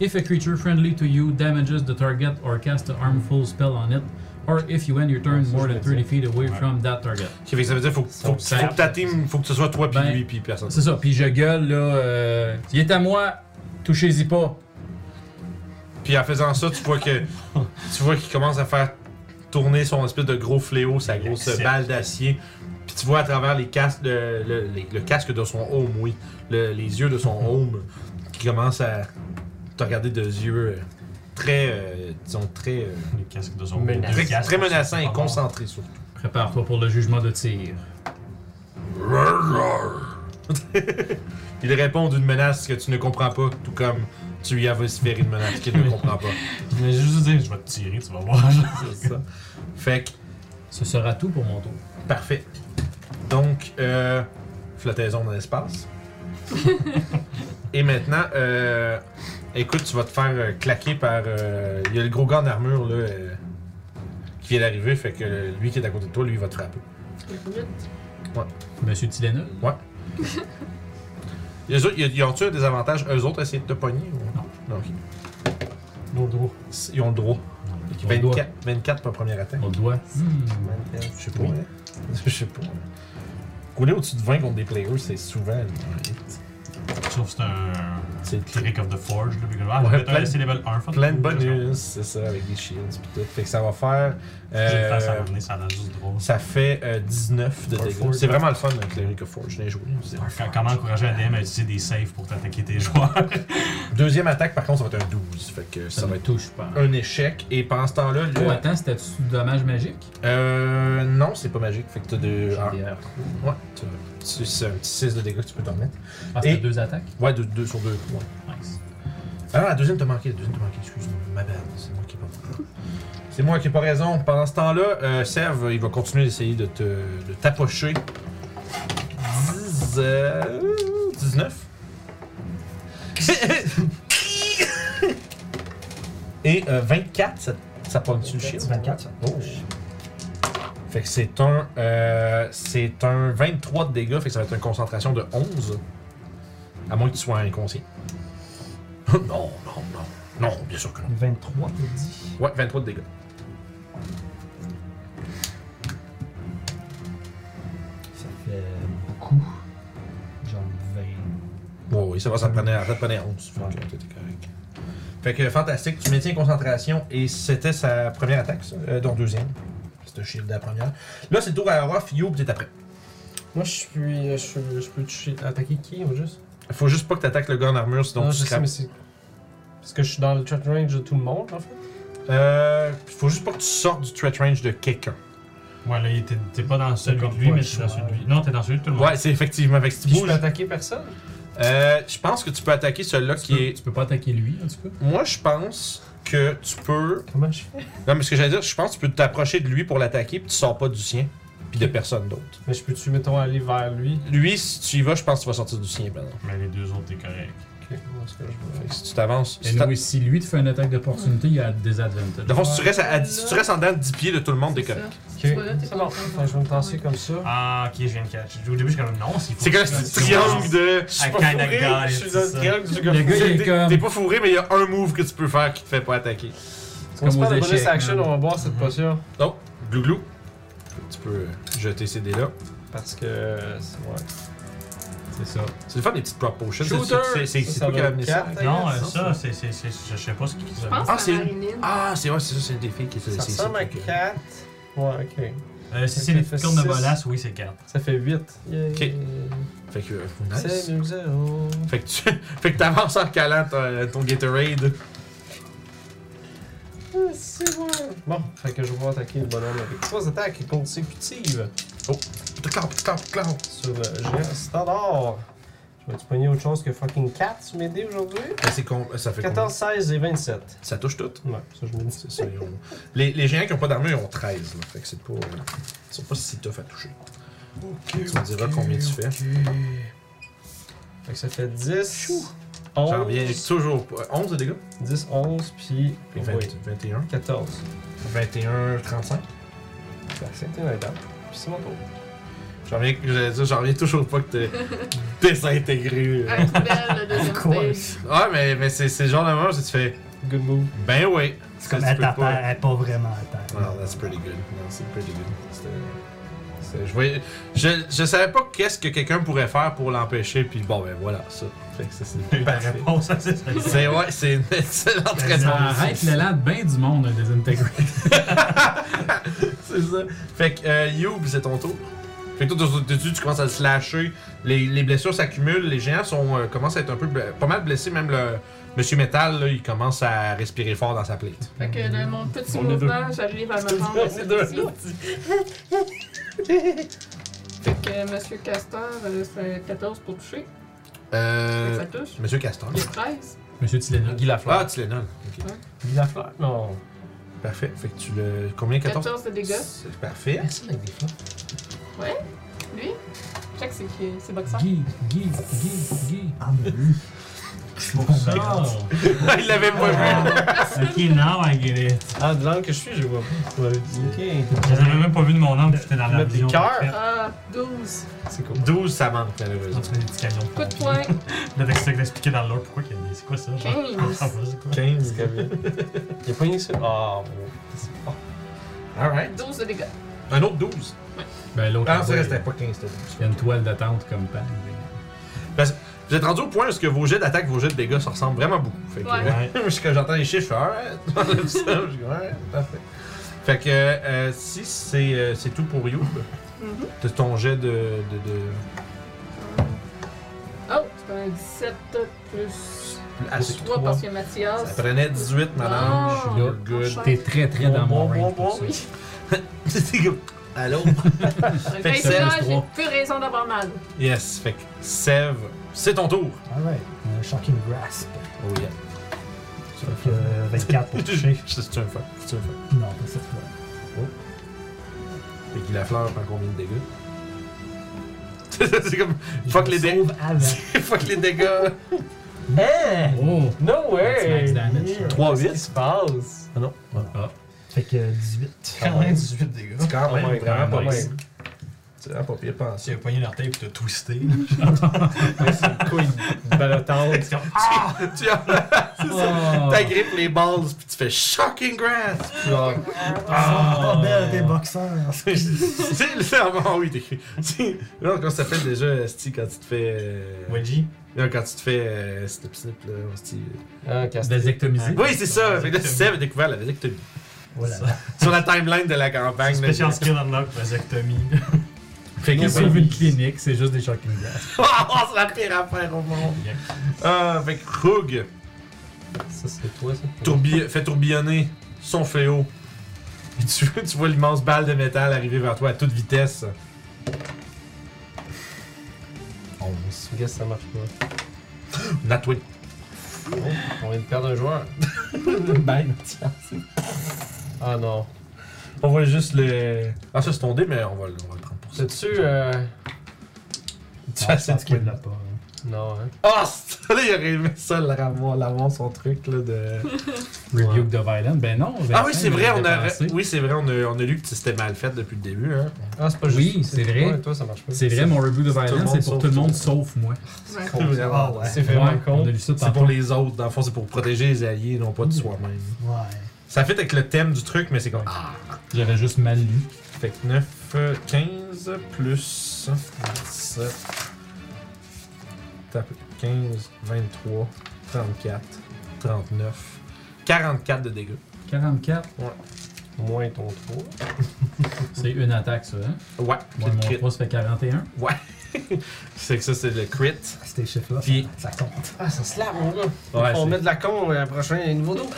if a creature friendly to you damages the target or casts a harmful spell on it, or if you end your turn more than 30 feet away from that target.
Ok, fait que ça veut dire faut, faut, faut,
cinq.
que ta team, faut que ce soit toi puis
Ben,
lui puis personne.
C'est ça, puis je gueule là. euh, il est à moi, touchez-y pas.
Puis en faisant ça, tu vois que tu vois qu'il commence à faire tourner son espèce de gros fléau, sa grosse
accepte.
balle d'acier. Puis tu vois à travers les casques de, le, les- le casque de son home, oui, le- les yeux de son home qui commence à te regarder de yeux euh, très, euh, disons très, euh,
Le casque de son
Menaçant.
le
très,
casque,
très menaçant
c'est
et
pas bon.
concentré surtout.
Prépare-toi pour le jugement de tir.
Il répond d'une menace que tu ne comprends pas, tout comme tu lui as vociféré une menace qu'il ne comprend pas.
Je voulais juste dire, je vais te tirer, tu vas voir. genre.
C'est ça. Fait que
Ce sera tout pour mon tour.
Parfait. Donc, euh, flottaison dans l'espace. Et maintenant, euh, écoute, tu vas te faire euh, claquer par. euh, Il y a le gros gars en armure là, euh, qui vient d'arriver, fait que euh, lui qui est à côté de toi, lui, il va te frapper.
Monsieur Tylenol.
Les autres, ils ils ont-tu des avantages, eux autres, à essayer de te pogner ou... Non. ok.
Ils ont le droit.
Ils ont le droit.
On le doit.
24, 24 pour la première attaque.
On le doit. Hmm.
Je sais pas, hein. Je sais pas. Couler au-dessus de 20 contre des players, c'est souvent. une hit.
Sauf que c'est un.
C'est
Cleric of the Forge, là. puis que, Ah,
Ouais,
je vais
plein-
te level 1. fuck
Plein de
you, genre.
bonus, c'est ça, avec des shields pis tout. Fait que ça va faire.
Je vais le faire, ça
euh,
va venir, ça a l'air juste drôle.
ça fait euh, 19 de dégâts.
Warforged.
C'est vraiment le fun, le Cleric of Forge. Je l'ai joué. c'est-
Qu- Comment encourager un DM à utiliser des saves pour t'attaquer tes joueurs?
Deuxième attaque, par contre, ça va être un 12. Fait que ça,
Ça
va
me
être
touche pas.
un échec. Et pendant ce temps-là, le.
Oh, attends, c'était du dommage magique?
Euh. Non, c'est pas magique. Fait que t'as deux. ah,
GDR.
ouais, t'as- tu- c'est un petit 6 de dégâts que tu peux t'en mettre.
Ah, c'était
Et-
deux attaques?
Ouais, 2 sur 2. Ouais.
Nice.
Alors, la deuxième t'a manqué, la deuxième t'a manqué, excuse-moi, ma bad, c'est moi qui ai pas C'est moi qui ai pas raison. Pendant ce temps-là, euh, Sev, il va continuer d'essayer de te de t'approcher. Dix- euh, 19. Et euh, 24, ça, ça pogne-tu le shield?
24, ça
Oh. Fait que c'est un, euh, c'est un 23 de dégâts, fait que ça va être une concentration de 11. À moins que tu sois inconscient. non, non, non. Non, bien sûr que non.
23, t'as dit.
Ouais, 23 de dégâts.
Ça fait beaucoup. Genre 20.
Ouais, oui, ça va, ça te prenait, ça te prenait 11. Fait que t'étais correct. Fait que fantastique, tu maintiens concentration et c'était sa première attaque, ça, euh, donc deuxième. C'est un shield de la première. Là, c'est le tour à Orof, Yo, puis t'es après.
Moi, je suis. euh, Je, suis- je peux toucher- attaquer qui au juste
Faut juste pas que t'attaques le gars en armure, sinon
Non,
tu
je sais,
scrapes.
mais c'est. Parce que je suis dans le chat range de tout le monde, en fait.
Euh, faut juste pas que tu sortes du threat range de quelqu'un.
Ouais, là, il- t'es- t'es pas dans celui de
comme
lui,
pas
mais
le
je suis dans
choix.
celui de lui. Non, t'es dans celui de tout le monde.
Ouais, c'est effectivement. Fait que si tu
Puis je
bouges,
peux attaquer personne.
euh, je pense que tu peux attaquer celui-là qui
Ah, Tu,
est.
tu peux pas attaquer lui, en tout cas.
Moi, je pense que tu peux.
Comment je fais
Non, mais ce que j'allais dire, je pense que tu peux t'approcher de lui pour l'attaquer, puis tu sors pas du sien, puis de personne d'autre.
Mais Ben, je peux-tu, mettons, aller vers lui
Lui, si tu y vas, je pense que tu vas sortir du sien, par exemple.
Mais les deux autres, t'es correct.
Ok, moi, ce que je
Fait
veux.
que si tu t'avances.
Et
Si t'a-
oui, si lui te fait une attaque d'opportunité, il y a des advantages.
Dans le fond, si tu restes, à, à- si tu restes en dedans de 10 pieds de tout le monde, t'es
C'est ça.
correct.
Si tu vas là, t'es
C'est
pas
bon. Fait que je vais me tasser comme ça.
Ah, ok, je viens de catch. Au début, je suis comme non, s'il faut.
C'est comme un
que
petit
tu
triangle de.
I kinda got
Je
it.
suis
c'est
dans le
ça.
triangle, je suis comme.
Le gars, il est
T'es-
comme.
T'es pas fourré, mais il y a un move que tu peux faire qui te fait pas attaquer.
On se
comme
parle
aux
de bonus
échecs,
action,
man.
on va boire cette potion.
Donc, glouglou. Tu peux euh, jeter ces dés-là.
Parce que. euh, c'est- Ouais.
C'est ça.
C'est le fun des petites prop potions. c'est-
Shooter!
c'est- C'est
Ça,
c'est
ça
toi qui
va
as amené ça.
être quatre,
Non,
I
euh,
guess.
ça, c'est. c'est- c'est- Je sais pas ce qu'ils
Je
ont.
pense
Ah,
que
c'est
c'est
une-
Marilyn.
Ah, c'est ouais, c'est ça, c'est le défi qui
Ça ressemble à 4. Ouais, ok.
Euh, Si
Ça
c'est les
fait
cornes de
six.
bolasse, oui, c'est 4.
Ça fait 8.
Ok. Fait que. euh,
C'est
Nice.
mieux que zéro.
Fait que tu fait que t'avances en calant ton, ton Gatorade.
Ah, C'est bon. Bon, fait que je vais attaquer le bonhomme avec 3 attaques consécutives
Clap, clap, clap.
sur le géant standard. Je vais-tu pogner autre chose que fucking 4 sur mes dés aujourd'hui?
Ben, c'est con- Ça fait
14, 16 et 27.
combien? Ça touche tout.
Ouais, ça je me dis.
C'est ça, ils ont- les, les géants qui n'ont pas d'armure, ils ont 13. Là. Fait que c'est pas. euh, Ils sont pas si tough à toucher. tu me diras combien tu fais.
Fait que ça fait 10,
J'en reviens
11,
toujours pas. 11 de dégâts.
10, 11, puis
Et
oui,
20 21.
14.
21, 35.
Fait que c'était un dame. Puis c'est mon tour.
J'en reviens, j'allais dire, j'en reviens toujours pas que t'es désintégré.
Un poubelle, le deuxième stage.
Ouais, mais, mais c'est, c'est le genre de moment où tu te fais
Good move.
Ben oui.
C'est
Ça,
comme
tu
elle
peux
tape,
pas.
elle est pas vraiment à terre.
Ah.
Well, that's pretty good. Non, c'est pretty good. C'était- c'était- Je, voyais- je, je savais pas qu'est-ce que quelqu'un pourrait faire pour l'empêcher, puis bon, ben voilà, ça. Fait que ça, c'est
La
parfait.
réponse à ça, c'est
C'est, ouais, c'est une excellente
Ben, Ça
réponse.
arrête le lad bien du monde, un désintégré.
C'est ça. Fait que, euh, Youb, c'est ton tour. Fait que toi, t'as- t'as- tu commences à le slasher. Les, les blessures s'accumulent. Les géants sont, euh, commencent à être un peu, ble- pas mal blessés. Même le Monsieur Metal, là, il commence à respirer fort dans sa plaie.
Fait que de mon petit
On est
mouvement, j'arrive à me rendre à cette ici. Fait que Monsieur Castor, euh, c'est 14 pour toucher. Fait que
Euh,
Ça touche.
Monsieur Castor.
Il y a 13.
Monsieur Tilena.
Guy Lafleur.
Ah, Tylenol. Ok.
Guy Lafleur? Non.
Parfait. Fait que tu le. Combien 14
14 de dégâts.
C'est parfait.
Personne avec des fleurs.
Lui, check, c'est qui- c'est boxeur.
Guy, Guy, Guy, Guy.
Ah, mais oui.
pour ça.
il l'avait pas vu.
Ok, now I get it.
Ah, de l'angle que je suis, je vois pas. Ouais. Ok.
Je l'avais même pas vu de mon âme, j'étais dans
Mettre des
l'avion.
cœurs.
Ah, 12.
C'est cool.
12, ça manque,
On
malheureusement.
se fait des petits camions.
Coup de poing.
Là, fait que c'est expliqué dans l'or pourquoi qu'il y a des. C'est quoi ça? genre?
15.
Ah, ouais, c'est quoi?
15.
C'est comme- Il a pas une seule. Ah, bon. C'est pas.
Alright.
12 de dégâts.
Un autre 12.
Ben, l'autre.
Ah, non, ça
il-
restait pas 15, c'était 12.
Il y a une toile d'attente comme pan.
Vous êtes rendu au point où est-ce que vos jets d'attaque, vos jets de dégâts, ça ressemble vraiment beaucoup. Fait que,
Ouais.
Parce que j'entends les chiffres, je fais alright. J'enlève ça, je dis alright, parfait. Fait que euh, si c'est euh, c'est tout pour You,
Mhm.
de ton jet de. de, de...
Oh, c'est un 17 plus
Ah, c'est
3
trois.
parce qu'il y
Ça
a Mathias.
prenait 18, madame.
Ah,
je suis là.
Good.
T'es très très dans mon range pour ça.
Oui.
C'est comme. Allô?
Fait
que
que
c'est
là,
plus
j'ai
trois.
plus raison d'avoir mal.
Yes, fait que Sève, c'est ton tour.
Alright. Ah Un shocking grasp.
Oh yeah.
Ça fait que, euh, 24 pour toucher.
C'est un fuck. C'est un fuck.
Non, pas cette fois.
Fait qu'il la fleur prend combien de dégâts? c'est comme. Fuck les, dé...
Sauve avant.
fuck les dégâts.
Hein?
Oh!
No
That's max
way!
damage.
3,
Qu'est-ce qui se passe?
Ah non?
Fait que 18.
Quand même,
dégâts.
quand même,
Ah ouais,
vraiment
quand
pas
même.
pire. C'est vraiment pas pire pensé.
Tu as poigné l'orteil et t'as twisté.
C'est quoi une balotante?
Ah, tu as- c'est
Ah,
ça. T'agrippes les balles, puis tu fais shocking grass. Genre,
Ah, belle, t'es boxeur.
tu sais, là, ah oui, t'écris. Tu- Genre, quand ça fait déjà, esti, quand tu te fais. euh,
Wedgie.
Non, quand tu te fais euh, snip snip, là, esti.
Ah, casse
Vasectomisé.
Oui, c'est ça. Fait que là, Seb avait découvert la vasectomie.
Voilà.
Sur la timeline de la campagne. là,
Special skill unlock, vasectomie.
Fait que
Ils
voilà.
suivent une clinique, c'est juste des shocking glass.
Ah, c'est la pire affaire au monde.
Yep.
Ah, fait que Krug
Ça, c'est toi, ça?
tourbi- fait tourbillonner son fléau. Et tu, tu vois l'immense balle de métal arriver vers toi à toute vitesse.
11. Guess ça marche pas.
Natwin.
On vient de perdre un joueur. Ben,
Bang.
Ah non.
On voit juste le. Ah, ça c'est ton dé, mais on va, le- on va le prendre pour ça.
C'est-tu. Euh...
Tu as cette
qu'il l'a pas. hein.
Non, hein.
Ah, c'est- là, il aurait aimé ça, l'avoir, l'avoir son truc, là, de.
Rebuke de Violent, ben non.
Ah
Vincent,
oui, c'est
il
vrai,
l'avait
on a,
pensé.
oui, c'est vrai, on a, on a lu que c'était mal fait depuis le début, hein.
Ah, c'est pas juste.
Oui, c'est vrai.
Toi, toi, ça marche pas.
C'est vrai, mon rebuke de
tout le
Violent,
monde
c'est pour
sauf
tout le
toi.
monde sauf moi.
Ouais.
C'est vraiment-
Ah ouais.
C'est vraiment
Ouais,
con.
on a lu ça
C'est pour
tantôt.
les autres, dans le fond, c'est pour protéger les alliés, non pas de soi-même.
Ouais.
Ça fait avec le thème du truc, mais c'est quand même.
J'avais juste mal lu.
Fait que 9, euh, 15 plus 17. Tape 15, 23, 34, 39, 44 de dégâts.
44,
Moins ton 3.
c'est une attaque ça, hein?
Ouais, puis
Moi,
le
mon
crit.
3, ça fait 41.
C'est que ça, c'est le crit.
Ah, Ces chiffres-là,
Puis-
ça, ça compte.
Ah, ça se lave, mon gars.
Ouais,
on
c'est-
met de la con euh, à la prochaine niveau d'eau.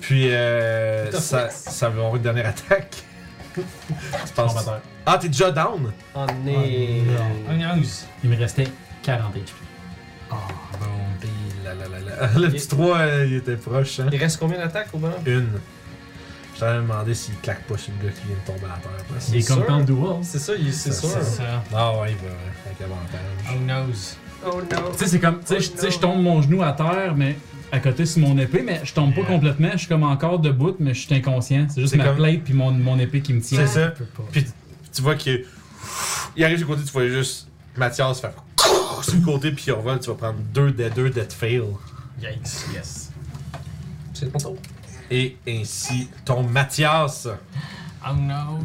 Puis euh, ça, ça va avoir une dernière attaque. tu penses. Ah, t'es déjà down?
On est.
Ah,
Un 11.
Il me restait 40 HP.
Ah Bon, la, la, la, la. Le petit 3, il était proche, hein?
Il reste combien d'attaques au bonhomme?
Une. Je t'avais demandé s'il claque pas sur le gars qui vient de tomber à terre. après.
Il est comme
sûr.
dans le duel.
C'est ça, il- c'est
Ça,
sûr.
c'est
Ça.
Ah ouais, il va avec avantage.
Un 11.
Oh no.
Tu sais, c'est comme, tu sais, je- tu sais, je tombe mon genou à terre, mais à côté c'est mon épée, mais je tombe pas
Yeah.
complètement, je suis comme encore debout, mais je suis inconscient. C'est juste
C'est
ma
comme-
plate puis mon, mon épée qui me
C'est
tient.
ça.
Je peux pas.
Puis tu vois qu'il il arrive du côté, tu vois juste Mathias faire sur le côté, puis il revole, tu vas prendre deux des deux death fail.
Yikes.
Yes.
C'est ton tour.
Et ainsi, ton Mathias,
Un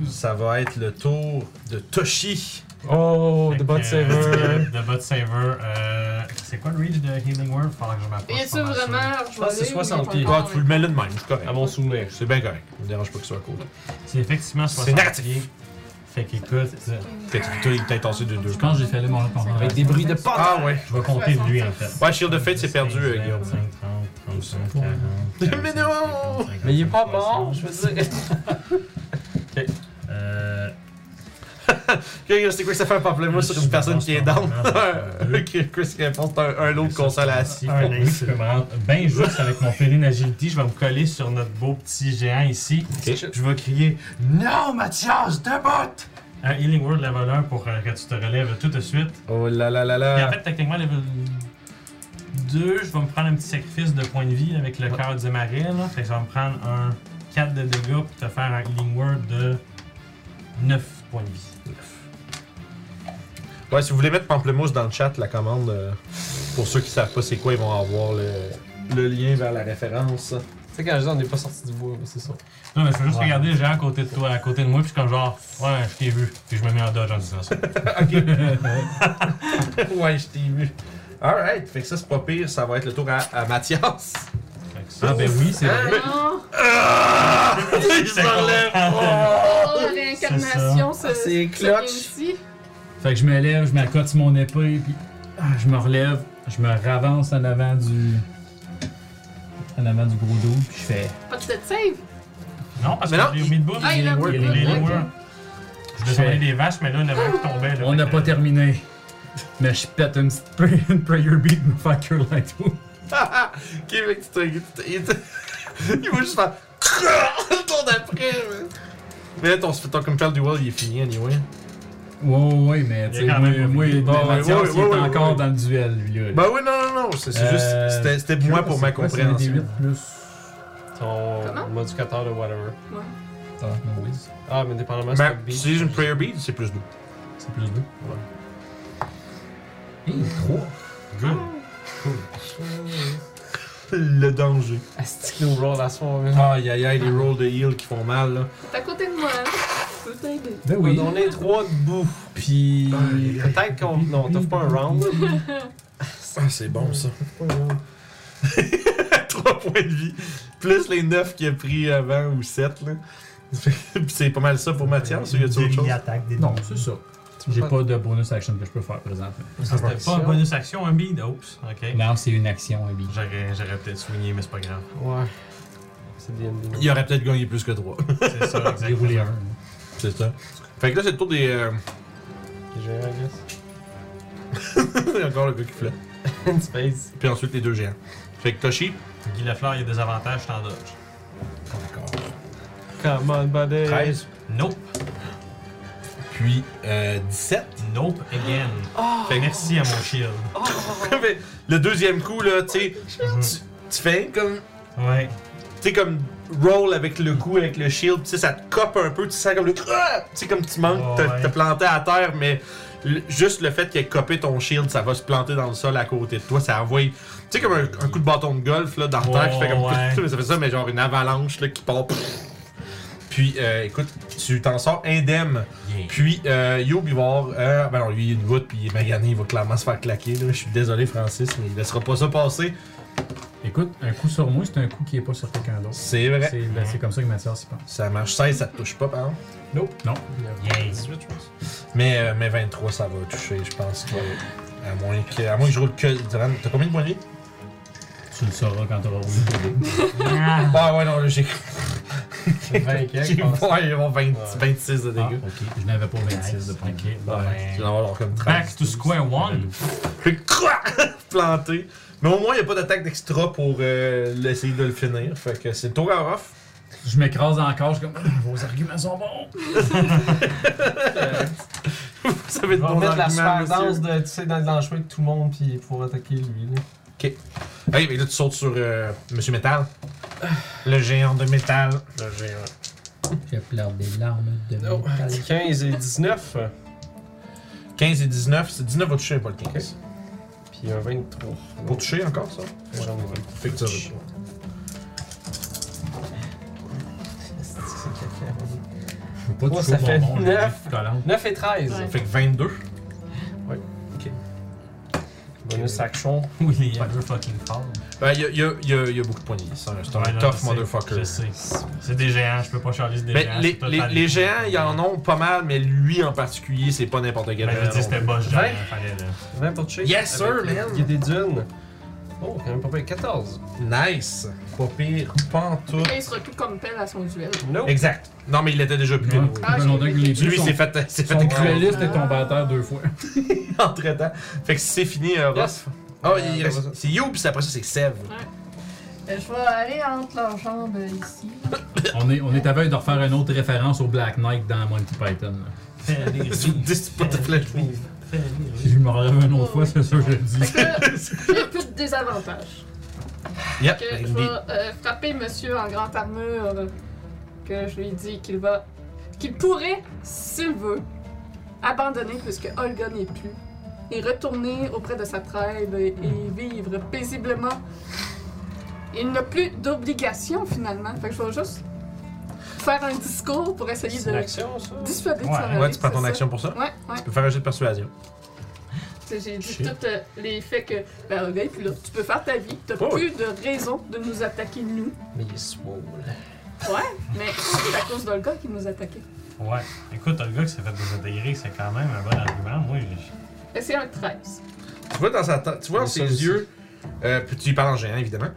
11.
ça va être le tour de Toshi.
Oh, the
Euh,
bot saver.
The bot saver. euh, C'est quoi le reach de Healing Word? Faudra que je m'approche.
Et c'est
pas mal sûr.
vraiment.
Je pense que c'est 60 pieds.
Ah, tu le mets là de même, c'est correct.
À mon souvenir.
C'est bien correct. Ça me dérange pas que ce soit court.
C'est effectivement 60
C'est narratif.
Fait qu'écoute,
Fait que toi, il est peut-être tassé de deux.
Je pense que j'ai fait le moment pendant
Avec des bruits de porte.
Ah ouais.
je vais compter de lui en fait.
Ouais, Shield of Fate, c'est perdu, euh,
15,
Guillaume.
25, 30, 35, 40, 45,
Mais non!
50, 50,
Mais il est pas
60.
mort, je veux dire.
Euh.
Regarde, C'est quoi que ça fait un pamplemousse sur une personne qui est down?
Euh,
Chris qui répond, c'est un, un lot de consolation.
Si on- je peux me rendre bien juste avec mon périne agility, je vais me coller sur notre beau petit géant ici.
Ok.
Je vais crier Non, Mathias, de botte! Un Healing World level 1 pour euh, que tu te relèves tout de suite.
Oh là là là
Et en
là.
fait, techniquement, level 2, je vais me prendre un petit sacrifice de points de vie avec le cœur du marais. Là. Fait que je vais me prendre un 4 de dégâts pour te faire un healing word de 9 points de vie.
Ouais, si vous voulez mettre pamplemousse dans le chat, la commande, euh, pour ceux qui savent pas c'est quoi, ils vont avoir le, le lien vers la référence.
Tu sais, quand je dis on n'est pas sorti du bois, mais c'est ça.
Non, mais je veux juste regarder le géant à côté de toi, à côté de moi, puis je suis comme genre, ouais, je t'ai vu, puis je me mets en dodge en disant ça.
ouais, je t'ai vu. Alright, fait que ça c'est pas pire, ça va être le tour à, à Mathias.
Fait que ça,
Ah ben oui, c'est vrai.
Non,
Ah! il s'enlève. Oh!
oh, la réincarnation,
ça.
c'est.
Ah, c'est clutch.
Fait que je me lève, je m'accote sur mon épée, puis ah, je me relève, je me ravance en avant du. en avant du gros dos, puis je fais.
Pas de set save.
Non, parce que
Mais non,
j'ai mis de bouffe.
Ah, il a
Healing
mis
word,
de
il a
bouffe,
healing
ok.
word. Je descendais des vaches, mais là, il y en avait un qui tombait. Là,
On n'a pas terminé. Mais je pète une petite pray- une prayer beat, me faire cure light wound.
ok, mec, tu t'es. Il, il- il va juste faire. le tour d'après, man. Mais là, ton, ton compel duel, il est fini anyway.
Ouais, ouais, ouais, mais tu sais,
Il y a quand
moi,
même
moi,
pas
fini.
Mathias,
Ouais, ouais,
il est
ouais, ouais,
encore
ouais.
dans le duel, lui, là.
Bah oui, non, non, non, c'est c'est
Euh,
juste. C'était, c'était moi pour ma compréhension.
Ton
Comment?
modificateur de whatever.
Ouais.
Ah, mais dépendamment,
Mais
c'est
si j'ai une prayer bead, c'est plus doux.
c'est plus 2. Ouais. Hey, 3.
Good.
Le danger.
Asti, nos rolls à soir, man.
Aïe aïe aïe, les rolls de heal qui font mal là.
T'es à côté de moi. hein. Je peux t'aider.
Ben
On en est trois debout, pis. Peut-être qu'on. Non, t'offre pas un round, là.
Ah, c'est bon ça.
Pas un round.
3 points de vie. Plus les 9 qu'il a pris avant ou 7 là. Puis c'est pas mal ça pour Mathias, ou y a-tu autre chose?
attaque des
Non,
demi.
c'est ça. J'ai pas de bonus action que je peux faire présentement.
Ça, C'était pas un bonus action, un bid. Oups, ok.
Non, c'est une action, Abby.
J'aurais j'aurais peut-être soigné, mais c'est pas grave.
Ouais. C'est DND.
Il aurait peut-être gagné plus que 3.
C'est ça,
Déroulé
exactement.
un.
c'est ça. Fait que là, c'est le tour des. euh,
J'ai un, I guess.
Encore le gars qui flotte.
In space.
Puis ensuite les deux géants. Fait que Toshi.
Guy Lafleur, il y a des avantages, je t'en dodge.
Encore.
Come on, buddy.
13.
Nope,
Puis euh, 17.
nope again. Fait que merci à mon shield.
Mais le deuxième coup, là, tu sais, tu- tu fais comme.
Oh.
Ouais.
Tu sais, comme roll avec le coup, avec le shield, tu sais, ça te cope un peu, tu sens comme le. Ah! Tu sais, comme tu manques, t'as
Oh, Ouais.
t'as planté à terre, mais le- juste le fait qu'il ait copé ton shield, ça va se planter dans le sol à côté de toi, ça envoie. Tu sais, comme un, un coup de bâton de golf, là, dans le terre, qui fait comme.
Oh, Ouais.
Ça fait ça, mais genre une avalanche, là, qui part. Puis, euh, écoute, tu t'en sors indemne.
Yeah.
Puis, euh, Yob, il va avoir. euh, ben non, lui, il a une voûte, puis il est magané, il va clairement se faire claquer. là. Je suis désolé, Francis, mais il laissera pas ça passer.
Écoute, un coup sur moi, c'est un coup qui est pas sur quelqu'un d'autre.
C'est vrai.
C'est ben, c'est comme ça que Mathias y pense.
Ça marche 16, ça te touche pas, par exemple.
Non.
Yeah.
18, je pense.
Mais, euh, mais 23, ça va toucher, je pense. que- à, moins que, à moins que je roule que. durant- T'as combien de points de vie
Tu le sauras quand t'auras roulé.
Ah, ouais, non, là, j'ai.
J'ai 20 quelques,
j'ai-
je pense.
ouais, ils vont 20 26 de
Ah,
dégâts.
ok. Je n'avais pas 26 de points.
Ok, bon,
Ouais, tu vas
ben.
en avoir comme 13.
Back to square one.
Puis, quoi Planté. Mais au moins, il n'y a pas d'attaque d'extra pour euh, essayer de le finir. Fait que c'est le tour à off.
Je m'écrase encore, je suis comme vos arguments sont bons.
Ça va être
On va
bon
mettre la
argument,
super danse
monsieur.
de, tu sais, dans, dans le chemin de tout le monde, pis pour attaquer lui, là.
Hey, mais là, tu sautes sur euh, Monsieur Métal. Ah. Le géant de métal.
Le géant.
Je pleure des larmes de
Oh,
métal.
15 et 19,
15 et 19. C'est 19 va toucher, pas le 15.
puis un 23.
Pour toucher encore, ça
J'en ai vingt.
Fait que ça va.
Asti, c'est caca.
Je veux pas
Oh,
toucher
ça
au
fait
bonbon, j'ai
neuf.
des collantes.
9 et 13.
Ouais.
Fait que 22.
Bonus action.
Oui, les motherfucking fall.
Ben, il y a, y, a, y, a, y a beaucoup de poignées. C'est un, c'est un
Ouais, non, je
tough
sais,
motherfucker.
Je sais. C'est des géants, je peux pas charger des
Ben,
géants.
les, les, les géants, ils en ont pas mal, mais lui en particulier, c'est pas n'importe quel
Ben, je
géant.
dis, c'était boss géant.
Ouais.
Fallait le.
20 pour toucher.
Yes, sir,
Avec, euh,
man.
Il y a des dunes. Oh, quand même pas pire. 14.
Nice! Pas pire, pantoute.
Là, il se recule comme pelle à son duel.
Nope.
Exact. Non, mais il était déjà plus
Non,
haut.
ça fait longtemps que les deux
Lui, il
sont-
s'est fait, s'est fait
Son
écrouler
dueliste est tombé à terre deux fois.
entre-temps. Fait que c'est fini, euh,
Yes.
Ross. Ah,
Euh,
il
ça va,
reste-
ça.
c'est You, puis après ça, c'est Sev.
Euh, Je vais aller entre leurs jambes euh, ici.
On est, on est à veille de refaire une autre référence au Black Knight dans Monty Python. là.
Fais les
Tu me
rives,
dis, c'est pas de flash move.
fais les rives.
Si je me relève une autre fois, c'est sûr que je le dis.
Fait que là, j'ai plus de désavantage.
Yep.
Que
Ben,
je vais euh, frapper monsieur en grande armure. Que je lui dis qu'il va. qu'il pourrait, s'il veut, abandonner puisque Olga n'est plus. Et retourner auprès de sa tribe et et vivre paisiblement. Il n'a plus d'obligation finalement. Fait que je vais juste faire un discours pour essayer
C'est une
de
action, ça.
dissuader de
Ouais,
s'en
Ouais,
aller,
tu prends
c'est
ton
ça.
action pour ça.
Ouais, ouais.
Tu peux faire un jeu de persuasion.
T'sais, J'ai dit
Shit.
tous les faits que. Ben, regarde, puis là, tu peux faire ta vie. T'as
Oh,
plus de raison de nous attaquer, nous.
Mais il est swole.
Mais c'est à cause d'Olga qui nous attaquait.
Ouais. Écoute, le gars qui s'est fait désintégrer, c'est quand même un bon argument. Moi, j'ai-
Et c'est un 13.
Tu vois dans sa tête- tu vois dans
Mais
ses
ça aussi.
yeux, euh, puis tu lui parles en géant évidemment.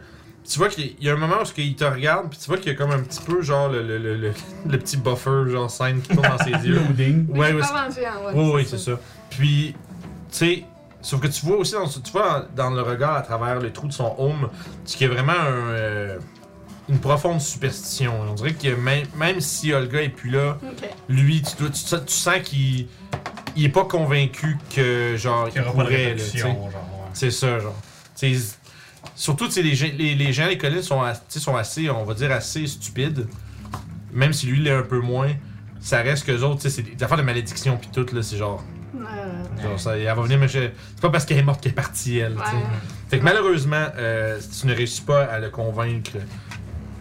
Tu vois qu'il il y a un moment où il te regarde, puis tu vois qu'il y a comme un petit peu genre le, le, le, le, le petit buffer genre scène qui tombe dans ses yeux.
Loading.
Mais
Ouais,
je
ouais,
parle en géant, hein, ouais.
Oui, oui, c'est ça. Puis, tu sais, sauf que tu vois aussi, dans, tu vois dans le regard à travers le trou de son home, ce qui est vraiment un, euh, une profonde superstition. On dirait que même, même si Olga est plus là,
Ok.
lui, tu, dois- tu, tu sens qu'il il est pas convaincu que, genre,
qu'il y aura pas de
pourrait, là, tu sais.
répercussions, genre. ouais.
C'est ça, genre. Tu sais, surtout, tu sais, les, gens- les, les gens, les collines sont, as- tu sais, sont assez, on va dire, assez stupides. Même si lui l'est un peu moins, ça reste qu'eux autres, tu sais, c'est des des affaires de malédiction puis tout, là, c'est genre.
Euh,
Genre, ça, elle va venir me chercher. C'est pas parce qu'elle est morte qu'elle est partie, elle. tu sais.
ouais.
Fait que malheureusement, euh, tu ne réussis pas à le convaincre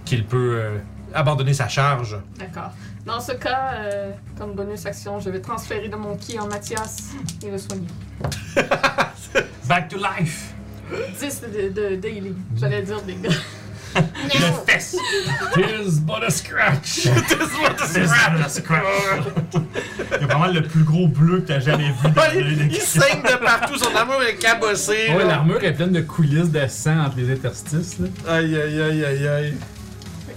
qu'il peut euh, abandonner sa charge.
D'accord. Dans ce cas, euh, comme bonus action, je vais transférer de mon ki en Mathias et le soigner.
Back to life!
10 de, de daily. J'allais dire des gars.
Le fesse!
Here's but a scratch!
C'est ça, c'est quoi?
Il y a vraiment le plus gros bleu que t'as jamais vu dans le
il saigne de partout, son amour est cabossé.
Ouais,
là.
l'armure est pleine de coulisses de sang entre les interstices. Là.
Aïe, aïe, aïe, aïe, aïe.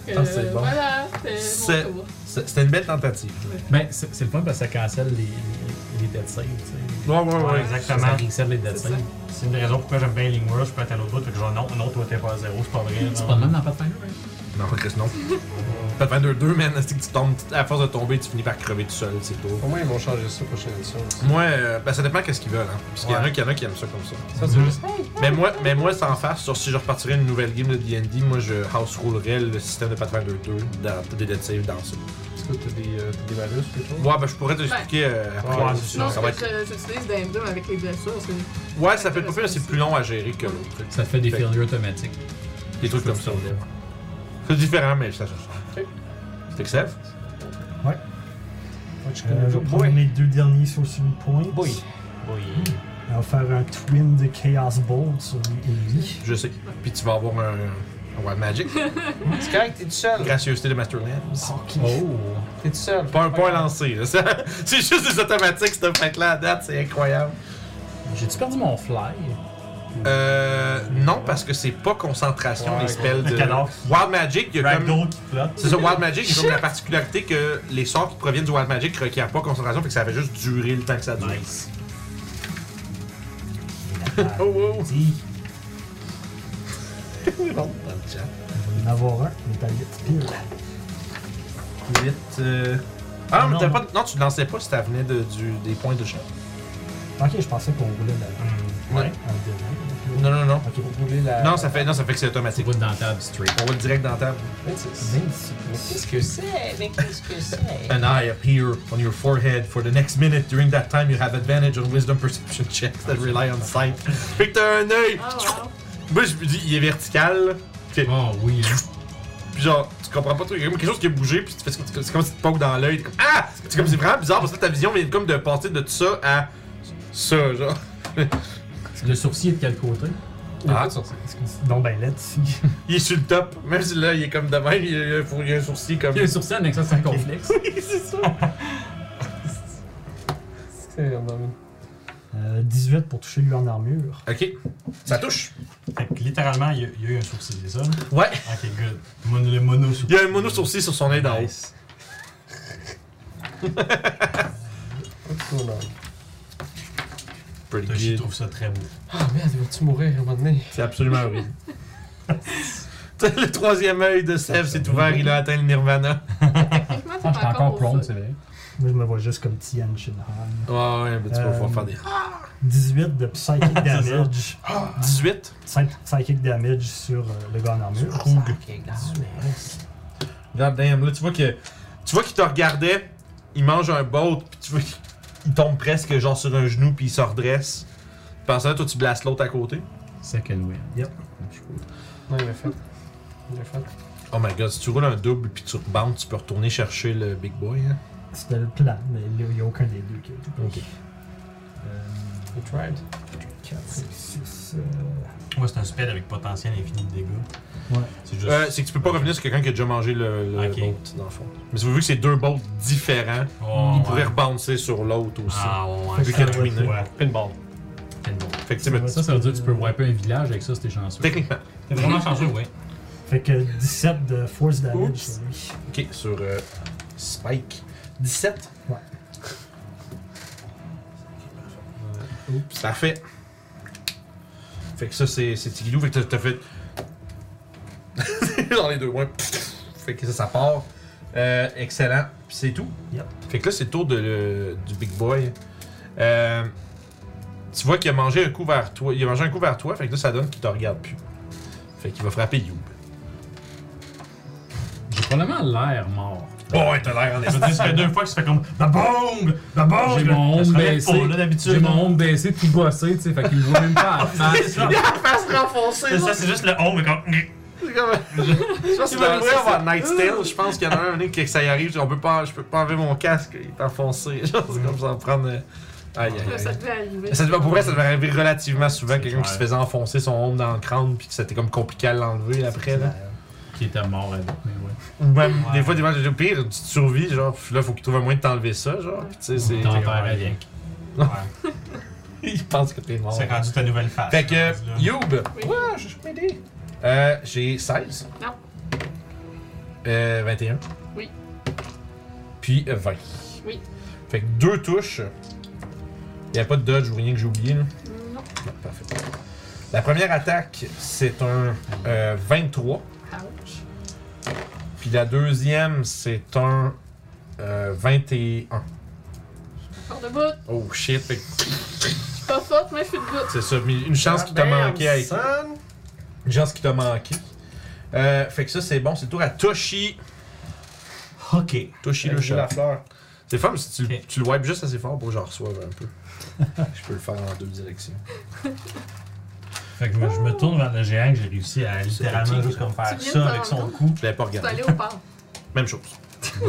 Fait que,
Ah, c'est bon.
euh, Voilà, c'est
C'est-
mon tour.
C'est- C'était une belle tentative.
Ben, c'est c'est le fun parce que ça cancelle les, les, les dead saves, tu sais.
Ouais, ouais,
Ouais,
ouais.
exactement.
Ça reset les dead
C'est
saves.
ça.
C'est une des raisons pourquoi j'aime bien Lingworth, je peux être à l'autre bout, fait que genre non, non, toi t'es pas à zéro, c'est pas vrai.
C'est
non.
pas le même dans Pathfinder, hein?
Non, pas Chris, non. T'as 22-2, man. C'est que tu tombes, à force de tomber, tu finis par crever tout seul, c'est tout.
Au moins, ils vont changer ça prochaine édition. aussi.
Moi, euh, ben, ça dépend qu'est-ce qu'ils veulent, hein. Parce qu'il y en a
Ouais.
qui, y en a qui aiment ça comme ça.
Ça, c'est juste.
Mais moi, mais moi, sans faire, sur si je repartirais une nouvelle game de D&D, moi, je house roulerais le système de Pathfinder 2 dans des dead saves dans ça.
Est-ce que t'as des, euh, t'as des malus ou quelque chose?
Ouais, ben, je pourrais t'expliquer euh, après.
Ouais, c'est
Non,
ça va
parce
être...
que j'utilise des M2 avec les blessures. c'est-
Ouais, ça fait pas pire, mais c'est plus long à gérer que l'autre. tu sais.
Ça fait des
Fait-
failures automatiques.
Des trucs comme ça. ouais. C'est différent, mais ça se sent. T'acceptes?
Ouais, tu
Euh,
connais le
je vais
jeu.
prendre mes deux derniers sorcery points.
Boy.
On va faire un twin de Chaos Bolt sur lui.
Je sais. Puis tu vas avoir un... un Wild Magic.
C'est correct, t'es tout seul.
Gracieuseté de Master Lens.
Oh!
T'es tout seul.
Pas un point lancé, là. Ça- C'est juste des automatiques, cette fête-là, à date, c'est incroyable.
J'ai-tu perdu mon fly?
Euh. Non, parce que c'est pas concentration, les spells de.
Cadavre.
Wild Magic, il y a comme.
Ragdoll qui flotte.
C'est ça, Wild Magic, il y a comme la particularité que les sorts qui proviennent du Wild Magic requièrent pas concentration, fait que ça fait juste durer le temps que ça dure.
Nice.
Oh, oh!
Dis,
Dans le chat.
Il va en avoir un, mais t'as 8 pile.
Vite. Ah, mais
Non,
t'as
non.
pas. Non, tu lançais pas si ça venait de- du- des points de chat.
Ok, je pensais qu'on roulait la-
Ouais.
un dé.
Non, non, non.
Ok,
Vous voulez la.
Non, ça fait, non, ça fait que c'est
C'est
automatique.
pas dans la table straight.
On va direct dans la table.
26.
26.
Qu'est-ce que c'est? Mais qu'est-ce que c'est?
An eye appear on your forehead for the next minute. During that time, you have advantage on wisdom perception checks that rely on sight. Fait que t'as un œil.
Ah, wow.
Moi, je me dis, il est vertical. là.
Oh oui, hein.
Puis genre, tu comprends pas trop. Il y a comme quelque chose qui a bougé. Puis tu fais- c'est comme- c'est comme si tu te poques dans l'œil. t'es comme, Ah C'est comme, c'est vraiment bizarre parce que ta vision vient comme de passer de tout ça à ça, genre.
Le sourcil est de quel côté?
Il y a
Ah.
pas de sortie.
Donc, ben, let's see.
Il est sur le top. Même si là, il est comme de même. Il a, il a- il a un sourcil comme.
Il y a un sourcil avec ça, c'est un complexe.
C'est random.
Euh, 18 pour toucher lui en armure.
Ok. Ça touche.
Fait que littéralement, il y, a- il y a eu un sourcil, c'est ça? là?
Ouais.
Ok, good. Mon- le mono sourcil.
Il y a un mono sourcil sur son œil d'en haut.
Nice.
Pas de trop long.
Pretty
Je
good.
trouve ça très beau.
Ah merde, il va-tu mourir à un moment donné?
C'est absolument horrible. le troisième œil de Sèvres s'est ouvert, il a atteint le nirvana.
Techniquement,
Ah,
t'es
je suis
pas encore
encore
au
prone,
sol.
c'est vrai.
Moi, je me vois juste comme Tian Shinhan.
Ouais, ouais, ben, tu vas pouvoir
Euh,
faire des.
18 de psychic damage.
18.
Psy- psychic damage sur euh, le gars en armure.
God damn, là, tu vois que. Tu vois qu'il te regardait, il mange un bolt, puis tu vois qu'il il tombe presque genre sur un genou, puis il se redresse. Pensant là, toi, tu blastes l'autre à côté.
Second win.
Non, il l'a fait. Il l'a fait.
Oh my god, si tu roules un double, puis tu rebounds, tu peux retourner chercher le big boy. Hein?
C'était le plan, mais il n'y a aucun des deux qui a été pris. Euh,
Ok.
He tried.
4, 5, 6. euh,
Moi, c'est un spell avec potentiel infini de dégâts.
Ouais.
C'est juste.
Euh, c'est que tu peux pas revenir sur quelqu'un qui a déjà mangé le, le
Ok.
bolt, dans le fond. Mais si vous voyez que c'est deux bolts différents,
Oh,
il
ouais.
pourrait rebouncer sur l'autre aussi.
Ah ouais.
Vu qu'il y a Tweener.
Ouais,
Pinball.
pinball.
Fait que, tu sais, mais
Ça, ça veut dire que tu peux wiper un village avec ça si t'es chanceux.
Techniquement.
T'es vraiment chanceux, ouais.
Fait que 17 de force damage
Oups.
sur lui.
Ok, sur euh, Spike. 17.
Ouais.
Oups. Parfait. Fait que ça, c'est c'est Tigidou. Fait que t'as- t'as fait. Dans les deux, ouais. Fait que ça, ça part. Euh, excellent. Puis c'est tout.
Yep.
Fait que là, c'est le tour de le- du Big Boy. Euh, tu vois qu'il a mangé un coup vers toi. Il a mangé un coup vers toi. Fait que là, ça donne qu'il te regarde plus. Fait qu'il va frapper Youb.
J'ai probablement l'air mort.
Oh, ouais, t'as l'air en
Je veux dire, ça fait deux fois que ça fait comme la bombe, la bombe.
J'ai mon
Ça se
ongle
remet
baissé.
pas, là, d'habitude.
J'ai mon ongle baissé puis bossé, tu sais, fait qu'il me voit même pas à la
Ah,
face.
Ça,
face renfoncée,
ça, c'est juste le on, mais comme.
C'est comme- Je pense que tu devrais avoir Night's Tale. Je pense qu'il y en a un, un donné que ça y arrive. On peut pas, je peux pas enlever mon casque, il est enfoncé. Genre, C'est comme ça, on prend. euh, Aïe, aïe,
Là, ça
aïe.
devait arriver.
Ça devait- pour vrai, ça devait arriver relativement souvent, quelqu'un qui se faisait enfoncer son ombre dans le crâne, puis que c'était comme compliqué à l'enlever après. Là.
Qui était mort avec, mais ouais.
Ou même,
Ouais.
des fois, des fois, au pire, tu te survis, genre, puis là, faut qu'il trouve un moyen de t'enlever ça, genre, puis tu sais, c'est.
T'enterres avec.
Ouais.
Il pense que t'es mort.
C'est rendu ta nouvelle face.
Fait que,
là.
Youb,
Oui.
ouais, je suis m'aider. Euh, j'ai 16.
Non.
Euh, 21.
Oui.
Puis euh, 20.
Oui.
Fait que deux touches. Il n'y a pas de dodge ou rien que j'ai oublié. Là.
Non.
Bon, parfait. La première attaque, c'est un euh, 23.
Ouch.
Puis la deuxième, c'est un euh, 21.
Hors de bout.
Oh shit, fait que
Je suis pas forte, mais je suis de bout.
c'est ça. mais Une chance qui t'a
Ah,
manqué avec Une chance qui t'a manqué. Euh, fait que ça, c'est bon. C'est le tour à Toshi.
Ok.
Toshi le chat. C'est fun si tu, tu le wipes juste assez fort pour que j'en reçoive un peu. je peux le faire en deux directions.
Fait que je me- je me tourne vers le géant que j'ai réussi à littéralement
petit,
juste comme
Tu
faire
viens
ça
de
avec
te rendre
son cou.
Je l'avais pas
Tu es
regardé.
allé au parc.
Même chose.
Bon.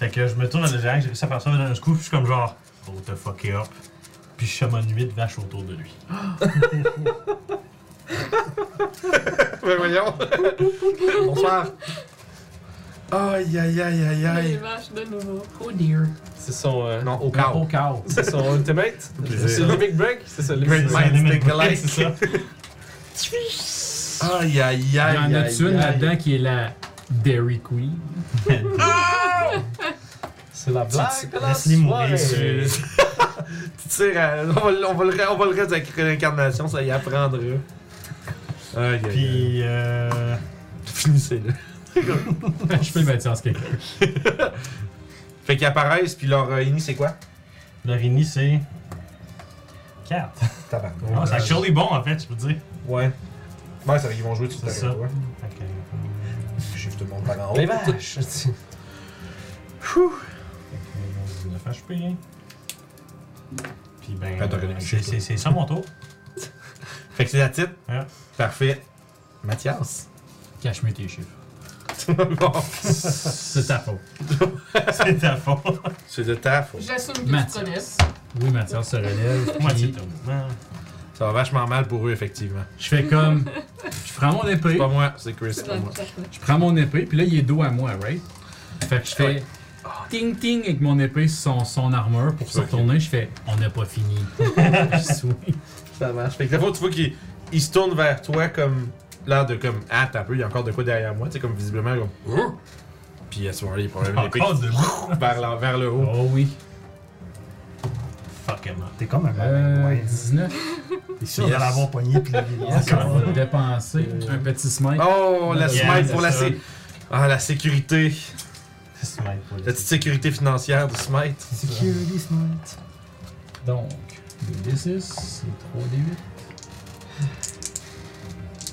fait que je me tourne vers le géant que j'ai réussi à faire ça dans un coup, puis je suis comme genre, oh t'as fucké up. Puis je chamonne huit vaches autour de lui.
Ben voyons. Bonsoir. Aïe aïe aïe aïe
Les
aïe.
vaches de nouveau.
Oh dear.
C'est son. euh,
Non, au cas.
Au cow.
C'est son ultimate. C'est le Big Break. C'est ça, le
Great
Big Break.
Minds
C'est
Think Alike.
c'est ça.
Aïe aïe aïe.
Il y en a
aïe,
une
aïe.
là-dedans qui est la Dairy Queen.
C'est la blague de la
Laisse-les mourir.
soirée.
sur-
Tu tires à- On va, le- on va le, on va le reste avec l'incarnation, ça y apprendra. Aïe aïe. aïe.
Puis euh.
Finissez-le.
Je peux le mettre sur quelqu'un.
Fait qu'ils apparaissent, puis leur euh, ini, c'est quoi
Leur ini, c'est. 4.
Tabarnak.
c'est actually bon en fait, je peux dire.
Ouais. Ouais, ça Ben, fait qu'ils vont jouer tout à
C'est
l'heure.
ça.
ouais.
Fait que, euh,
J'ai tout le monde par en haut.
Les vaches. tu-
fait que, euh, 19 HP. Puis ben.
Attends,
euh,
regarde,
c'est- c'est c'est ça mon tour.
Fait que c'est la titre.
Ouais.
Parfait. Mathias.
Cache-moi tes chiffres.
bon.
C'est ta faute.
C'est à fond.
C'est de ta faute.
J'assume que tu
Mathias.
connais.
Oui, Mathias se relève.
Moi,
puis
c'est ton mouvement.
Ça va vachement mal pour eux, effectivement.
Je fais comme. Je prends mon épée.
C'est pas moi, c'est Chris.
C'est
c'est pas moi.
Je prends mon épée, puis là, il est dos à moi, right? Fait que je fais. Ting ting avec mon épée sur son, son armure pour se
Ok.
retourner. Je fais, on n'a pas fini. Je souris.
Ça marche. Fait que la fois, tu vois qu'il il se tourne vers toi comme. L'air de comme. Ah, t'as un peu, il y a encore de quoi derrière moi. Tu sais, comme visiblement, comme. Oh! Puis à ce moment-là, il est probablement l'épée
Encore de
qui- vers, la- vers le haut.
Oh oui.
Fuck him up.
T'es comme un malin,
Euh,
ouais.
19.
T'es sûr de l'avoir poigné puis le
Ça va dépenser un petit smite.
Oh, la
Yes,
smite pour la.
c'est ça.
sé- Ah, la sécurité.
C'est mal pour les-
La petite sécurité financière du smite.
Security smite.
Donc, 2d6, c'est 3d8.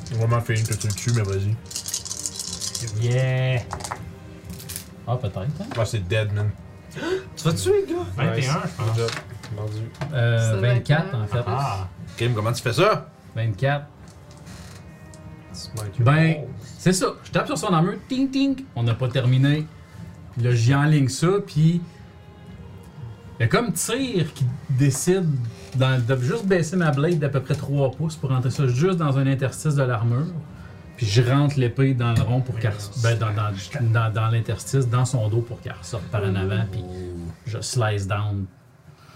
J'ai vraiment fait une que tu le tues, mais vas-y.
Yeah!
Ah, peut-être. hein?
Ah, c'est dead, man.
Tu vas tuer le gars?
21, je pense.
Mordu.
Euh,
C'est
24 en fait.
Ah!
Kim, comment tu fais ça?
24.
Smite
Ben,
your balls.
C'est ça, je tape sur son armure, ting ting, on n'a pas terminé. Là, j'y enligne ça, puis. Il y a comme tir qui décide dans- de juste baisser ma blade d'à peu près 3 pouces pour rentrer ça juste dans un interstice de l'armure. Puis je rentre l'épée dans le rond pour qu'elle. res- Ben, dans, dans, dans- dans l'interstice, dans son dos pour qu'elle ressorte par en avant, puis je slice down.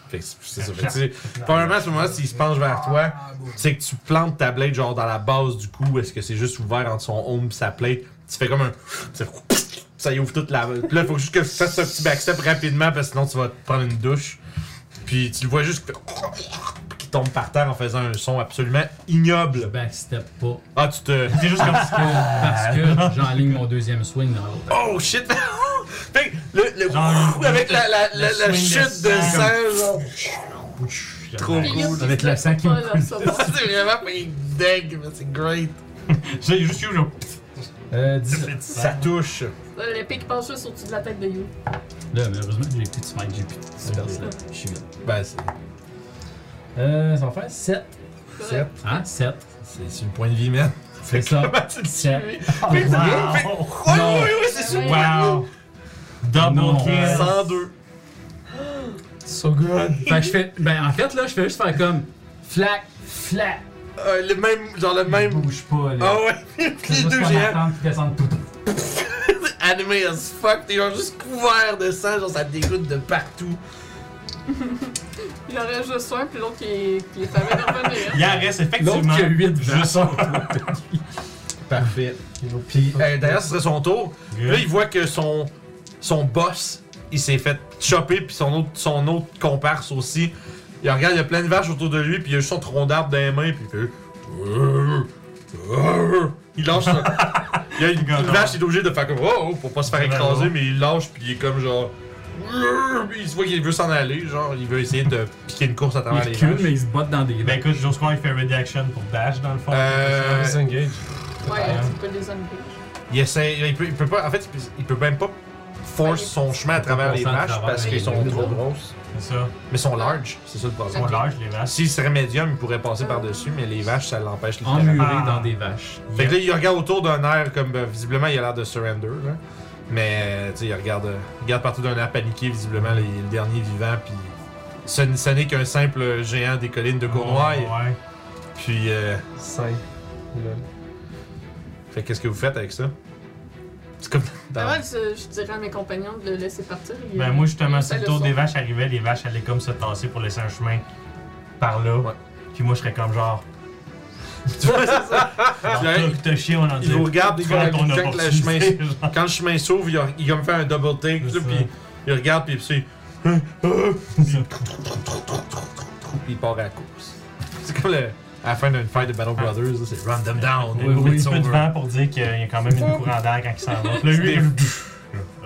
Fait que c'est ça. Fait que tu sais, probablement à ce moment-là, s'il se penche vers toi, c'est que tu plantes ta blade genre dans la base du cou, est-ce que c'est juste ouvert entre son home et sa plate. Tu fais comme un. tu fais- Ça y ouvre toute la. Puis là, faut juste que tu fasses un petit backstep rapidement parce que sinon tu vas te prendre une douche. Puis tu le vois juste qui tombe par terre en faisant un son absolument
Je
ignoble.
backstep pas
Ah, tu te.
C'est juste comme ça.
parce que j'enligne mon deuxième swing dans l'autre.
Oh shit! fait que le. le-
Genre,
avec la, la, la, la
le swing
chute de
de sang.
sang, genre. Trop
Puis,
cool.
Avec le sang qui me
pas là, ça va.
C'est vraiment pas une dingue, mais c'est great.
J'ai juste eu genre.
Euh, 17.
Ça touche.
Là, Euh, L'épée qui passe juste au-dessus de la tête de You.
Là, malheureusement, j'ai plus de smite, j'ai plus de spells, là. Je suis vide.
Ben, c'est-
Euh, ça va faire 7.
c'est
Hein? 7.
c'est sur le point de vie, man.
C'est ça.
Comment tu le sais?
7.
Mais t'as
wow.
fait- Oui,
Non.
oui, oui, c'est sur le
Ouais.
point de vie.
Wow! Double
Non.
euh,
kill!
102.
So good.
Fait que je fais. Ben, en fait, là, je fais juste faire comme. Flac, flac.
Euh, le même, genre le
Même.
même.
Bouge pas,
Ah
là.
ouais, les deux géants.
qui descendent tout.
Animé as fuck, t'es genre juste couvert de sang, genre ça te dégoûte de partout.
Il en reste juste un, puis l'autre qui est, qui est fameux de revenir.
Il en reste
L'autre
effectivement.
qui a 8
Juste
ça.
Parfait. Puis euh, d'ailleurs, ce serait son tour. Puis Là, il voit que son, son boss, il s'est fait chopper, puis son autre, son autre comparse aussi. Il regarde, il y a plein de vaches autour de lui, puis il a juste son tronc d'arbre dans les mains, puis il fait. Il lâche ça. Il y a une, une vache, il est obligé de faire comme oh, oh, pour pas se faire écraser, mais il lâche, puis il est comme genre. Puis Il se voit qu'il veut s'en aller, genre, il veut essayer de piquer une course à
Il
travers Ah, les
recule,
vaches.
mais il se botte dans des.
Ben écoute, j'ose croire qu'il fait ready action pour dash dans le fond.
Euh,
Disengage.
Ouais, un petit peu des hommes
Il essaie, il peut, il peut pas, en fait, il peut- il peut même pas force son chemin à travers les
forcer à
vaches
travers
parce
les-
qu'ils sont
les
trop
autres.
grosses.
C'est ça.
Mais sont large, c'est ça le problème.
On lâche les vaches.
S'il serait médium, il pourrait passer par-dessus, mais les vaches, ça l'empêche
Emmuré
littéralement.
dans des vaches.
Fait que là, il regarde autour d'un air comme, ben, visiblement, il a l'air de surrender, là. Mais, euh, tu sais, il regarde, euh, il regarde partout d'un air paniqué, visiblement, les- le dernier vivant, puis ce, n- ce n'est qu'un simple géant des collines de Cournoye.
Ouais.
Puis, euh,
5.
fait qu'est-ce que vous faites avec ça? C'est comme dans-
Moi, je, je dirais à mes compagnons de le laisser partir. Il-
Ben moi
il
justement,
essaie
si le
de
tour des
sortir.
vaches arrivait, les vaches allaient comme se tasser pour laisser un chemin par là.
Ouais.
Puis moi je serais comme genre.
Tu vois, c'est ça.
genre,
Là, il-
Toi, t'as chié, on en
Il vous
dit.
regarde, il
Prends
voit
ton
quand que le chemin
opportunité, genre.
quand le chemin s'ouvre, il, a- il a comme fait un double take, là,
C'est ça.
puis il hein, regarde, puis c'est. Puis il part à la course. C'est comme le, à la fin d'une fight de Battle Brothers, là, c'est run them down,
Oui,
and
oui, Ah,
it's
un peu de
over.
vent pour dire qu'il y a quand même une courant d'air quand il s'en va. Là, lui,
Des-
il-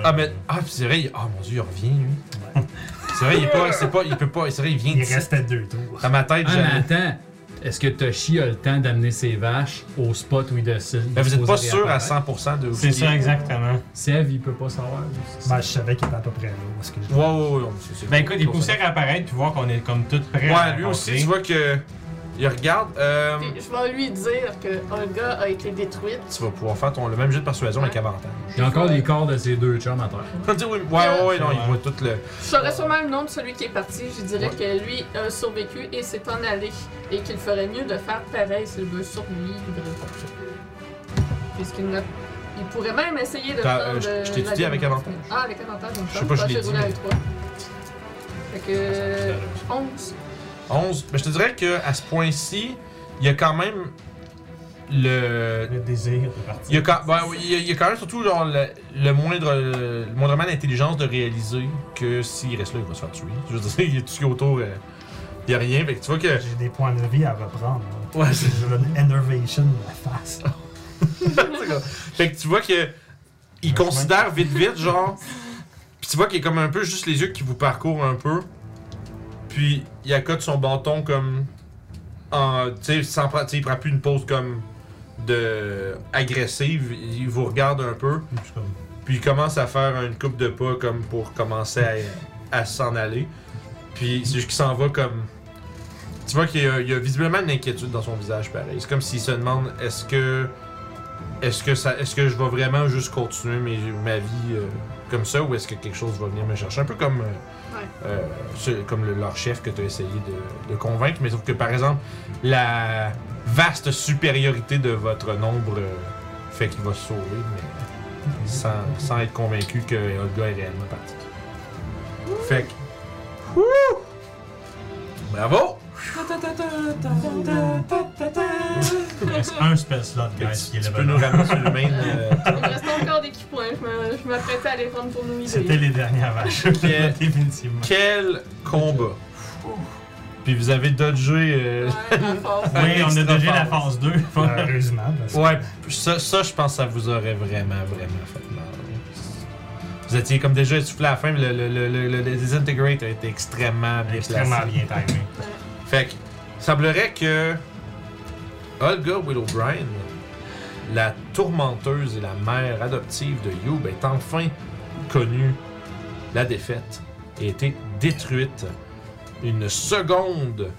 Ah, mais. Ah, puis c'est vrai, il- ah mon dieu, il revient, lui. C'est vrai, il est pas, c'est pas, il peut pas, c'est vrai, il vient
il
de.
restait deux tours.
Dans ma tête,
Ah, mais
j'avais.
attends. Est-ce que Toshi a le temps d'amener ses vaches au spot où il décide?
Mais Ben, vous êtes pas
supposé
sûr à
réapparaître?
100% de où
C'est
il
ça,
est.
exactement.
Sèvres, il peut pas savoir.
Ben, je savais qu'il était à peu près là. Parce que
Ouais, ouais, ouais, ouais, c'est- c'est-
Ben écoute, il
c'est
peut aussi réapparaître, tu vois qu'on est comme tout prêts. à
Ouais, lui aussi,
rentrer.
tu vois que. Il regarde. euh,
Puis je vais lui dire que Olga a été détruite.
Tu vas pouvoir faire ton, le même jeu de persuasion avec avantage.
Il y a encore les corps de ses deux chums à terre.
On dit oui, ouais, ouais, ouais, non, il
Ouais.
voit tout le.
Je saurais sûrement le nom de celui qui est parti. Je dirais que lui a survécu et s'est en allé. Et qu'il ferait mieux de faire pareil s'il veut survivre. Puisqu'il n'a- Il pourrait même essayer de
T'as-
prendre,
euh, je-
euh,
je t'ai dit
la
avec
démon.
avantage.
Ah, avec avantage, donc
Je sais pas, je l'ai dit, mais-
avec toi. Fait que... euh, 11.
11. Mais je te dirais que à ce point-ci, il y a quand même le.
Le désir de partir.
Il y, a quand, ouais, ouais, il y a- il y a quand même surtout genre, le, le moindre le moindrement l'intelligence de réaliser que s'il reste là, il va se faire tuer. Je veux dire, il est tué autour, euh, il y a rien. Fait que tu vois que.
J'ai des points de vie à reprendre. là.
Ouais, c'est
Je veux une enervation de la face. là.
C'est comme- fait que tu vois que il considère vite vite genre puis tu vois qu'il est comme un peu juste les yeux qui vous parcourent un peu puis il accote son bâton comme en tu sais sans prendre- tu sais, il prend plus une pause comme de agressive il vous regarde un peu puis il commence à faire une coupe de pas comme pour commencer à, à s'en aller puis c'est juste qu'il s'en va comme tu vois qu'il y, a- il y a visiblement une inquiétude dans son visage pareil c'est comme s'il se demande est-ce que est-ce que ça est-ce que je vais vraiment juste continuer mes- ma vie euh, comme ça ou est-ce que quelque chose va venir me chercher un peu comme euh, euh, ce- comme le- leur chef que tu as essayé de, de convaincre mais sauf que par exemple la vaste supériorité de votre nombre euh, fait qu'il va se sauver mais sans, sans être convaincu que Olga est réellement parti. Fait que Wouh! Bravo!
Il reste un spell slot,
Fait que
guys, qui
tu,
est
tu
le
peux nous
bonheur.
ramener sur le main. euh,
Il me reste encore des key points. Je me- Je m'apprêtais à les prendre pour nous miser.
C'était les dernières vaches. Définitivement.
Quel combat! Puis vous avez dodgé. euh,
Ouais, ma force.
Oui, on a
Extra
déjà la
force.
phase 2.
Heureusement. Parce que
Ouais, ça, ça, je pense que ça vous aurait vraiment, vraiment fait mal. Vous étiez comme déjà essoufflé à la fin, mais le, le, le, le, le disintegrate a été extrêmement bien
Extrêmement
placé.
bien timé.
Fait que, semblerait que Olga Will O'Brien la tourmenteuse et la mère adoptive de Youb est enfin connue la défaite et été détruite. Une seconde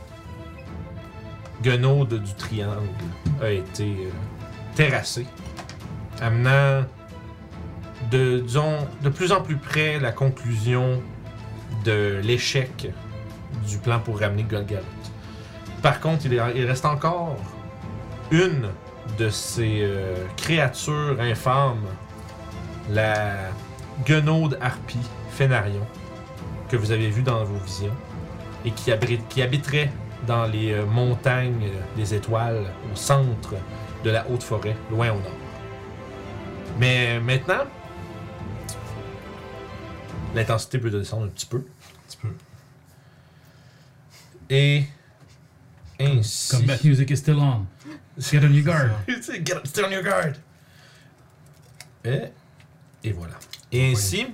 guenaude du triangle a été euh, terrassée, amenant de, disons, de plus en plus près la conclusion de l'échec du plan pour ramener Golgaroth. Par contre, il, est- il reste encore une de ces euh, créatures infâmes, la guenaude harpie Fénarion, que vous avez vue dans vos visions, et qui, abrite- qui habiterait dans les euh, montagnes euh, des étoiles au centre de la haute forêt, loin au nord. Mais maintenant, l'intensité peut descendre un petit peu.
petit peu.
Et ainsi.
Come back music is still on. Get on your guard.
Tu sais, Get up, stay on your guard. Et, et voilà. Et ainsi,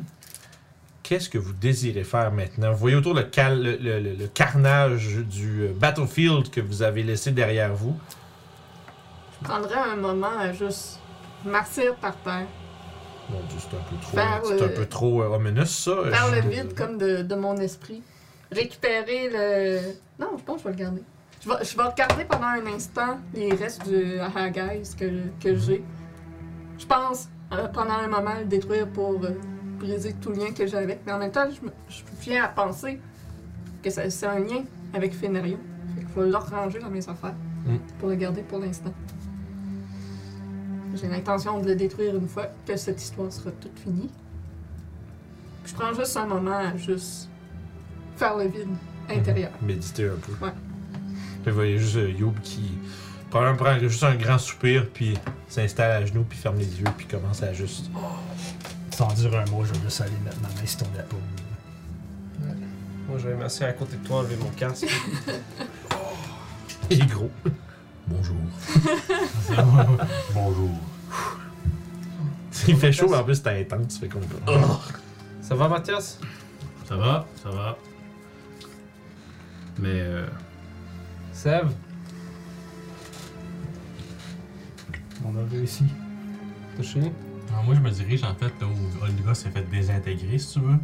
qu'est-ce que vous désirez faire maintenant? Vous voyez autour le, cal- le- le- le- le carnage du euh, battlefield que vous avez laissé derrière vous.
Je prendrais un moment à juste martyr par terre.
Mon Dieu, c'est un peu trop,
Faire
c'est un
le-
peu trop euh, ominous, ça.
Par
Je-
le vide comme de, de mon esprit. Récupérer le. Non, je pense que je vais le garder. Je vais, je vais regarder pendant un instant les restes du Hagais que, que j'ai. Je pense euh, pendant un moment le détruire pour euh, briser tout lien que j'ai avec. Mais en même temps, je, me- je viens à penser que ça- c'est un lien avec Fenario. Fait qu'il faut le ranger dans mes affaires
Mm.
pour le garder pour l'instant. J'ai l'intention de le détruire une fois que cette histoire sera toute finie. Je prends juste un moment à juste faire le vide intérieur.
Méditer un peu.
Ouais.
Puis vous voyez juste euh, Youb qui probablement prend juste un grand soupir, puis s'installe à genoux, puis ferme les yeux, puis commence à juste
Sans dire un mot, je vais juste aller mettre ma main sur ton épaule.
Moi, je vais m'asseoir à côté de toi, enlever mon casque.
Il est gros. Bonjour. Bonjour. Il fait chaud, mais en plus, c'est intense, fait qu'on peut.
Ça va, Mathias?
Ça va, ça va. Mais euh,
Sève?
On a réussi.
T'as fini?
alors moi je me dirige en fait là où Olga s'est fait désintégrer si tu veux.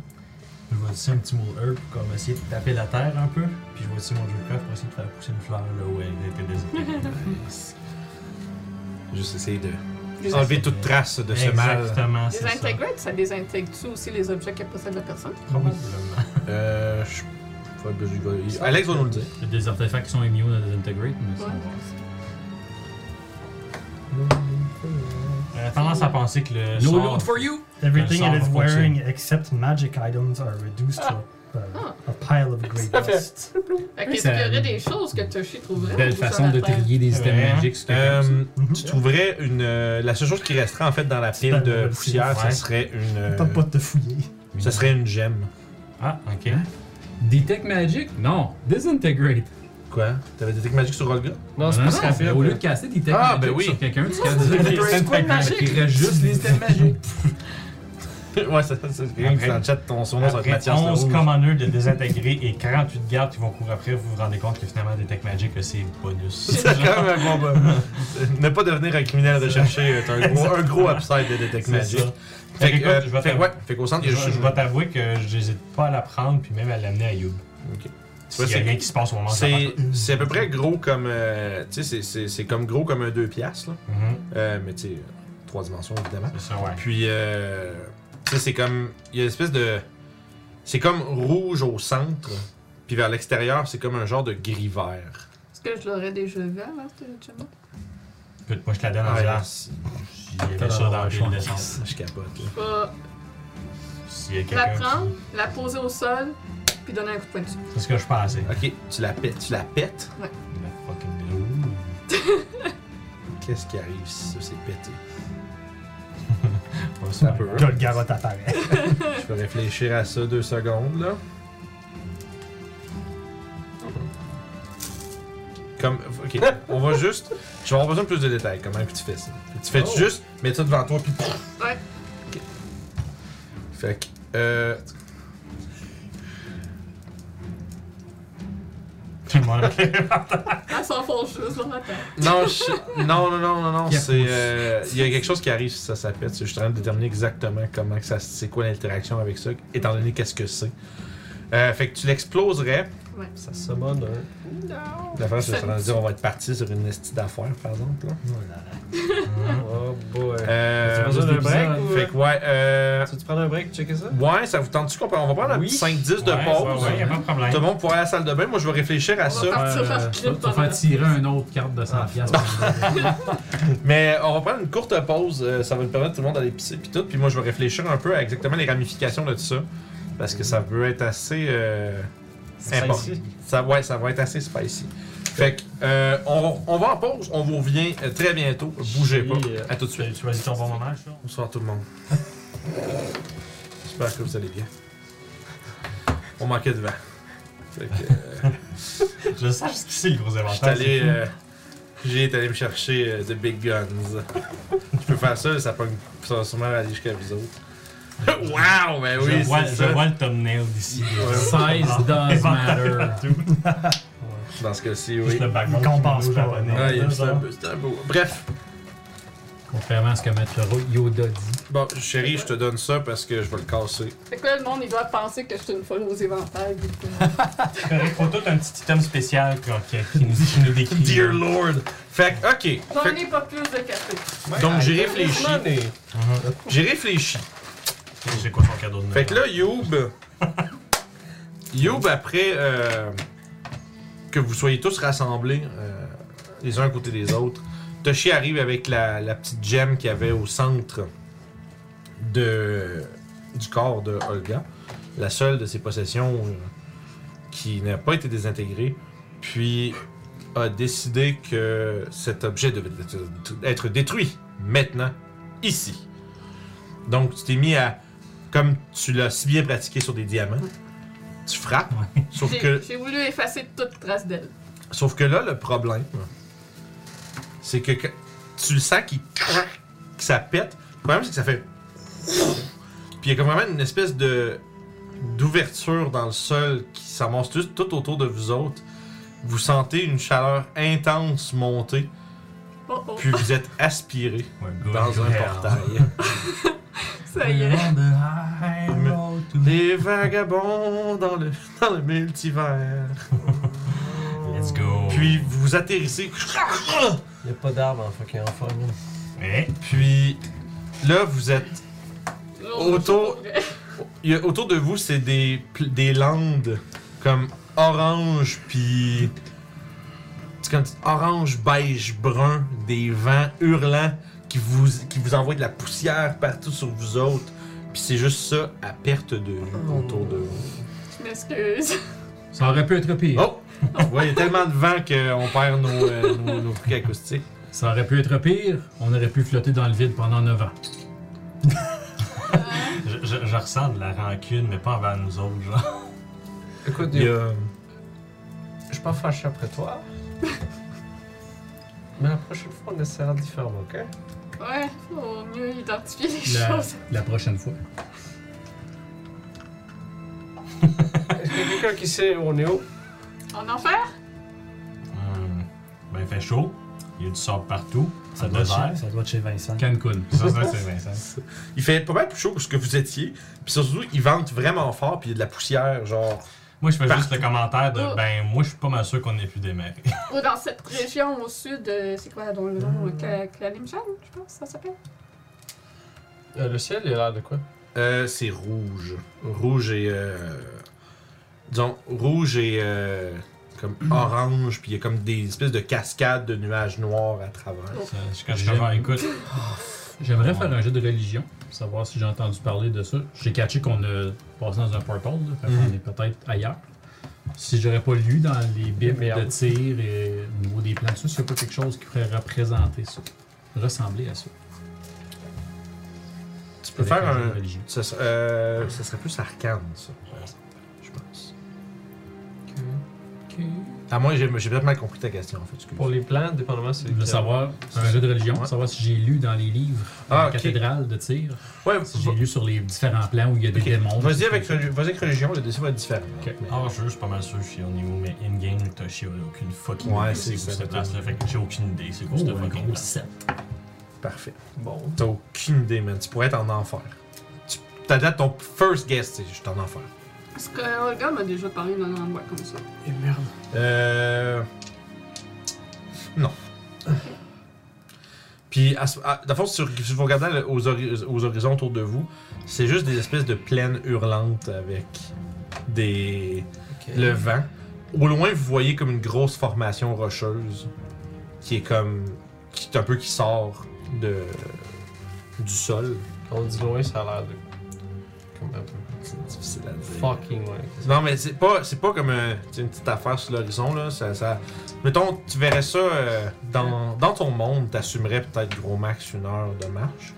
Je vais utiliser un petit moule herb pour comme essayer de taper la terre un peu. Puis je vais utiliser mon Joker pour essayer de faire pousser une fleur là où elle était désintégrée.
Juste essayer de enlever toute trace de ce mal.
Exactement, c'est ça. Ah
Désintégrate, ça désintègre-tu aussi les objets que possède la personne?
Probablement.
Euh, je- faut que je vais- il- Alex va nous le dire.
Il y a des artefacts qui sont immunes à Desintegrate, mais ça, on va-
J'aurais Euh, tendance à penser que le
No
sort-
load for you!
Everything
Le sort
it is
va
wearing except magic items are reduced to a,
Ah.
a pile of grey
Ça fait-
dust.
Fait
Oui,
qu'est-ce
ça-
qu'il y aurait des choses que Toshi trouverait?
Belle
ou ça
façon de
l'attend?
trier des items
Ouais.
magiques. c'est hein?
Euh,
comme
Mhm.
tu trouverais une. euh, la seule chose qui resterait en fait dans la
pas
pile
une
de
bonne
poussière, ça
Ouais.
serait une. euh,
T'as pas de te fouiller.
ça serait une gemme.
Ah, ok.
ça. Detect magic? Non. Disintegrate.
Quoi T'avais des trucs magiques sur Olga
Non, c'est
Non,
plus
non, mais
rapide.
Au lieu de casser Detect
Ah,
magic
ben oui.
sur quelqu'un, tu casses Disintegrate.
quoi de magique?
Il reste juste les items magiques.
Ouais, ça, ça, c'est rien que
Après-
dans le chat, ton son nom, ça va être
Après
Mathias.
11
Lerouge.
commandeurs de désintégrés et 48 gardes qui vont courir après, vous vous rendez compte que finalement, Detect Magic, là, c'est bonus.
C'est quand même un bon bonhomme. ne pas devenir un criminel recherché est un gros, un gros upside de Detect
C'est
Magic.
ça.
Fait que,
Fait que,
euh,
écoute, je vais
fait que,
t'avou-
ouais, fait qu'au centre, il
Je,
y a juste.
je vais t'avouer que j'hésite pas à la prendre puis même à l'amener à Youb.
Ok. Tu vois,
S'il y a
c'est-
rien qui se passe au moment de la
C'est c'est à peu près gros comme. euh, tu sais, c'est- c'est- c'est comme gros comme un 2 piastres, là.
Mhm,
Euh, mais tu sais, euh, trois dimensions, évidemment.
C'est ça, ouais.
Puis, euh, tu sais, c'est comme. Il y a une espèce de. C'est comme rouge au centre, puis vers l'extérieur, c'est comme un genre de gris-vert.
Est-ce que je l'aurais déjà vu avant, ce Chema?
Écoute, moi, je te la donne en
Ah,
disant,
si.
j'y avais ça dans le pile de sang.
Je capote, là.
Je vais
S'il y a
la
quelqu'un
prendre,
qui-
la poser au sol, puis donner un coup de poing dessus.
C'est ce que je pensais.
Ok, tu la pètes. Tu la pètes.
La fucking Ouh.
Qu'est-ce qui arrive si ça s'est pété?
Pas
Ça
ça.
peut.
Euh. Golgaroth apparaît.
Je peux réfléchir à ça deux secondes, là. Comme. Ok, on va juste. Je vais avoir besoin de plus de détails. Comment que tu fais ça? Tu fais
Oh.
juste mettre ça devant toi, puis.
Ouais.
Ok. Fait que. Euh.
C'est mort.
Elle s'enfonce juste dans la tête.
Non, je- non, non, non, non, non,
Qui
c'est. euh, Il y a quelque chose qui arrive si ça s'appelle. Je suis en train de déterminer exactement comment que ça. C'est quoi l'interaction avec ça, étant donné qu'est-ce que c'est. Euh, fait que tu l'exploserais.
Ouais.
Ça summon un. Non! L'affaire, c'est que je suis en train de dire, on va être parti sur une estie d'affaires, par exemple. Là.
Oh boy.
Euh,
Tu veux un break ou-
Fait que, ouais. Euh,
Tu veux prendre un break, checker ça?
ouais, ça vous tente-tu qu'on peut- On va prendre un
Oui.
petit 5-10 de
Ouais,
pause.
Ouais, ouais, y a pas de problème.
Tout le monde pourra aller à la salle de bain. Moi, je vais réfléchir à
On va
ça.
partir
euh,
faire
Tu
clip
vas Ah,
pendant
faire tirer une autre carte de 100 piastres.
Mais on va prendre une courte pause. euh, ça va nous permettre tout le monde d'aller pisser puis tout. Puis moi, je vais réfléchir un peu à exactement les ramifications de tout ça. Parce que ça peut être assez. euh, important. Ça, ouais, ça va être assez spicy. Fait que, euh, on, on va en pause. On vous revient euh, très bientôt. Bougez pas.
Yeah.
À tout de suite.
Tu choisis ton bon moment, ça.
Bonsoir tout le monde. J'espère que vous allez bien. On manquait de vent. Fait que, euh,
Je sais jusqu'ici le gros
j'étais
avantage.
allé, euh, j'ai été allé me chercher euh, de Big Guns. Je peux faire ça, ça, pogne- ça va sûrement aller jusqu'à vous autres. wow, ben oui,
je, vois,
c'est
je
ça.
vois le thumbnail d'ici. euh,
Size does matter.
Dans ce cas-ci, oui.
Juste le background.
Qu'on
qui
pense
nous
pas,
japonais.
non.
Ah, il y a- c'est un peu- c'est un beau. Bref,
Contrairement à ce que Maître Yoda dit.
bon, chérie, je te donne ça parce que je vais le casser.
Fait que là, le monde, il doit penser que je suis une folle aux éventails. vu que-
Correct, faut tout un petit item spécial quoi, qui, qui nous, qui nous décrit. euh,
Dear Lord! Fait que, ok.
J'en
Fait
ai pas plus de café.
que- donc, j'ai réfléchi.
Mhm.
J'ai réfléchi.
J'ai quoi son cadeau de Noël?
Fait que là, Youb. Youb, après euh, que vous soyez tous rassemblés, euh, les uns à côté des autres, Toshi arrive avec la, la petite gemme qu'il y avait au centre de, du corps de Olga. La seule de ses possessions euh, qui n'a pas été désintégrée. Puis a décidé que cet objet devait être- être détruit maintenant, ici. Donc, tu t'es mis à comme tu l'as si bien pratiqué sur des diamants, tu frappes. Sauf
J'ai-
que,
J'ai voulu effacer toute trace d'elle.
sauf que là, le problème, c'est que quand- tu le sens qu'il que ça pète. Le problème, c'est que ça fait. Puis il y a comme vraiment une espèce de d'ouverture dans le sol qui s'amorce juste tout autour de vous autres. Vous sentez une chaleur intense monter,
Oh oh,
puis vous êtes aspiré
Ouais, good
dans un
girl.
portail.
ça y est.
Les vagabonds dans le, dans le multivers.
Let's go.
Puis vous atterrissez.
Y'a pas d'arbre en fucking enfant, là.
Eh,
Puis là, vous êtes.
Oh,
Auto-
c'est pas vrai.
il y a- autour de vous, c'est des, pl- des landes comme orange, puis. C'est comme orange, beige, brun, des vents hurlants qui vous, qui vous envoient de la poussière partout sur vous autres. Puis c'est juste ça à perte de vue autour de vous.
Je m'excuse.
Ça aurait pu être pire.
Oh! Ouais, il y a tellement de vent qu'on perd nos, euh, nos, nos trucs acoustiques.
Ça aurait pu être pire. On aurait pu flotter dans le vide pendant 9 ans.
je, je- je ressens de la rancune, mais pas envers nous autres, genre.
Écoute,
Il y a-
je suis pas fâché après toi. Mais la prochaine fois, on essaiera différemment, ok?
Ouais, faut mieux identifier les
La,
choses.
la prochaine fois.
Est-ce qu'il y a quelqu'un qui sait où on est où?
En enfer?
Hmm. Ben, il fait chaud. Il y a du sable partout. Ça,
Ça
doit
doit,
devait.
chez, ça doit être chez Vincent.
Cancun.
Ça, ça, c'est Vincent.
Il fait pas mal plus chaud que ce que vous étiez. Puis surtout, il vente vraiment fort, puis il y a de la poussière, genre.
Moi, je fais
Partout.
juste le commentaire de ben, moi, je suis pas mal sûr qu'on ait pu démarrer.
Ou dans cette région au sud, euh, c'est quoi, dans le nom, euh, Kalimshan, je pense, ça s'appelle?
Euh, le ciel, il a l'air de quoi?
Euh, c'est rouge. Rouge et. Euh, disons, rouge et. euh, comme orange, puis il y a comme des espèces de cascades de nuages noirs à travers.
Ça, je- Quand je commence, écoute,
J'aimerais faire un jeu de religion, pour savoir si j'ai entendu parler de ça. J'ai catché qu'on a passé dans un portal, là, fait qu'on est peut-être ailleurs. Si j'aurais pas lu dans les bibles
Merde.
de tir et au niveau des plans, de ça, s'il n'y a pas quelque chose qui pourrait représenter ça, ressembler à ça.
Tu peux
Avec
faire
jeu
un.
de religion.
Ça, ser- euh, ça serait plus arcane, ça. Je pense.
Ok.
À moins, j'ai j'ai peut-être mal compris ta question, en fait. excuse.
Pour les plans, dépendamment, c'est.
Je voulais savoir, c'est un jeu de religion,
Ouais.
savoir si j'ai lu dans les livres
Ah,
la
ok.
cathédrale de tir,
Ouais,
si j'ai lu sur les différents plans où il y a des
Ok.
démons.
Vas-y avec, reli- vas-y avec religion, le décès va être différent.
Ok. Ah.
Mais-
Hors jeu, je suis pas mal sûr que je suis au niveau, mais in-game, Toshi a aucune fucking
Ouais,
idée
c'est
c'est quoi
ça.
cette place-là. Fait que j'ai aucune idée c'est
Oh,
quoi cette
un
fucking
gros
place.
7.
Parfait.
Bon.
T'as aucune idée, man. Tu pourrais être en enfer. Tu- T'as date ton first guess, c'est je suis en enfer.
Parce que euh, le gars m'a déjà parlé d'un endroit comme ça.
Et merde.
Euh. Non. Puis, à, ce- à, dans le fond, sur- si vous regardez le- aux, hori- aux horizons autour de vous, c'est juste des espèces de plaines hurlantes avec des. le vent. Au loin, vous voyez comme une grosse formation rocheuse qui est comme. qui est un peu qui sort de. du sol.
Quand on dit loin, ça a l'air de. Comme un peu.
C'est difficile à dire.
Fucking loin.
Non, mais c'est pas, c'est pas comme un- tu sais, une petite affaire sur l'horizon, là. Ça, ça- Mettons, tu verrais ça euh, dans, dans ton monde, t'assumerais peut-être gros max une heure de marche.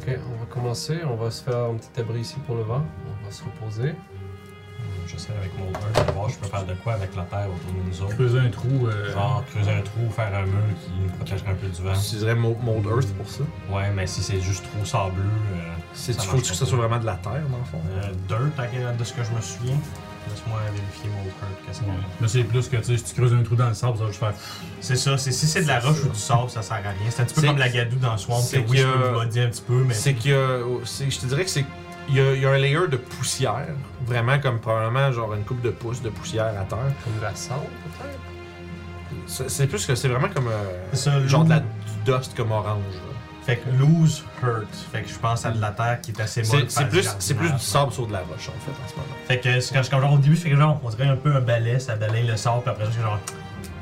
Ok, on va commencer. On va se faire un petit abri ici pour le vent. On va se reposer.
J'essaie Euh, avec mon burst de voir si je peux faire de quoi avec la terre autour de nous autres.
Creuser un trou. euh,
Genre creuser un trou, faire un mur qui nous protégerait un peu du vent.
Tu dirais Mold
Mm.
Earth pour ça.
Ouais, mais si c'est juste trop sableux, euh,
C'est,
Ça
tu
marche
faut-tu que
pas
ça
trop.
soit vraiment de la terre, dans le fond?
euh, dirt, à quel- de ce que je me souviens. Laisse-moi vérifier mon burst, qu'est-ce qu'il y a.
Mais c'est plus que, tu sais, si tu creuses un trou dans le sable, ça va juste faire.
C'est ça, c'est si c'est de la roche ou du sable, ça sert à rien. C'est un petit peu
C'est-
comme la gadoue dans Swamp,
c'est
c'est oui,
qu'il
je
y a-
peux me body un petit peu, mais.
C'est qu'il y a. oh, c'est- je te dirais que c'est. Il y, a, il y a un layer de poussière, vraiment comme probablement genre une coupe de pouces de poussière à terre.
Comme de la cendre, peut-être.
C'est, c'est plus que c'est vraiment comme euh,
C'est ça,
genre de la
Lou.
du dust comme orange. là.
Fait que lose hurt. Fait que je pense à de la terre qui est assez molle.
C'est,
pour
c'est
faire
plus,
jardinage.
c'est plus du sable sur de la roche en fait en ce moment.
Fait que c'est quand je comme genre au début, fait que genre on dirait un peu un balai, ça balaye le sable, puis après ça, je suis genre.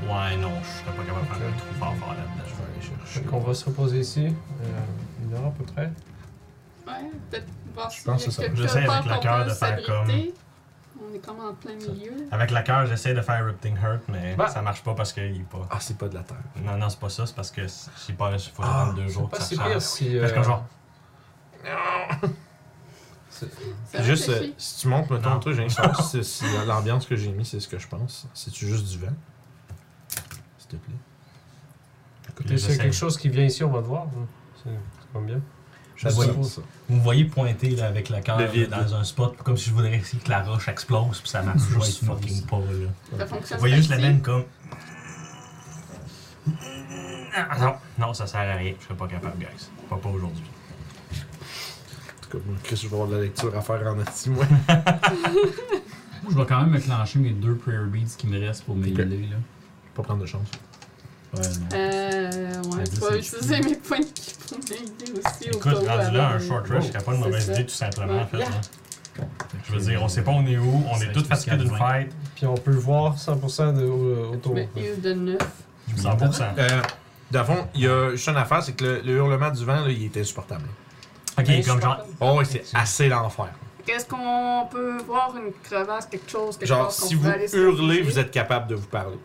Ouais, non, je serais pas capable de faire un trou fort fort là-dedans, je vais aller chercher.
Fait qu'on va se reposer ici. euh, une heure à peu près.
Ouais, peut-être voir si
pense que c'est ça.
J'essaie avec la cœur de faire
On est comme en plein milieu.
Avec la cœur, j'essaie de faire Ripting Hurt, mais
Bah.
ça marche pas parce qu'il est pas.
Ah, c'est pas de la terre.
Non, non, c'est pas ça, c'est parce que c'est- j'ai pas. Faut
Ah,
attendre deux jours
Pas
que
si
ça
pire
charge.
si.
Fait que
euh,
comme genre.
c'est-
Ça
Juste, euh,
réfléchit.
si tu montes, mettons,
Non.
le truc, j'ai rien savoir si, si l'ambiance que j'ai mis, c'est ce que je pense. C'est-tu juste du vent? S'il te plaît.
Écoutez, s'il y a
j'essaie.
quelque chose qui vient ici, on va le voir. hein. C'est c'est quand même bien.
Je
vois.
suppose ça.
Vous me voyez pointer là, avec la cœur
Le vide.
dans un spot, comme si je voudrais ici que la roche explose, puis ça marche juste fucking pas là.
Ça fonctionne
Vous euh, voyez juste la
ici.
même comme. Ah, non, non, ça sert à rien, je serais pas capable, guys. Pas pas aujourd'hui.
En tout cas, moi, Chris, je vais avoir de la lecture à faire en six mois.
Je vais quand même enclencher mes deux prayer beads qui me restent pour m'aider, là.
Pas prendre de chance.
Ouais, non.
Euh, ouais, je
c'est-
vais utiliser mes points qui vont m'aider aussi. au
Écoute,
cas où
rendu là,
avant
un
de-
short rush, serait pas une
C'est
mauvaise
ça.
idée, tout simplement, en fait.
Yeah.
hein. Je veux dire, on sait pas on est où, on
Ça
est tous
explique
fatigués d'une
à
fête,
Puis on peut voir 100% de, euh,
Je
autour.
mets une de neuf.
100%.
Euh, dans le fond, il y a juste une affaire, c'est que le, le hurlement du vent, là, il est insupportable.
Ok, comme genre.
Oh, ouais, c'est assez l'enfer.
Qu'est-ce qu'on peut voir une crevasse, quelque chose, quelque
Genre,
chose qu'on
si
pourrait
vous
aller se
hurlez,
réfugier?
vous êtes capable de vous parler.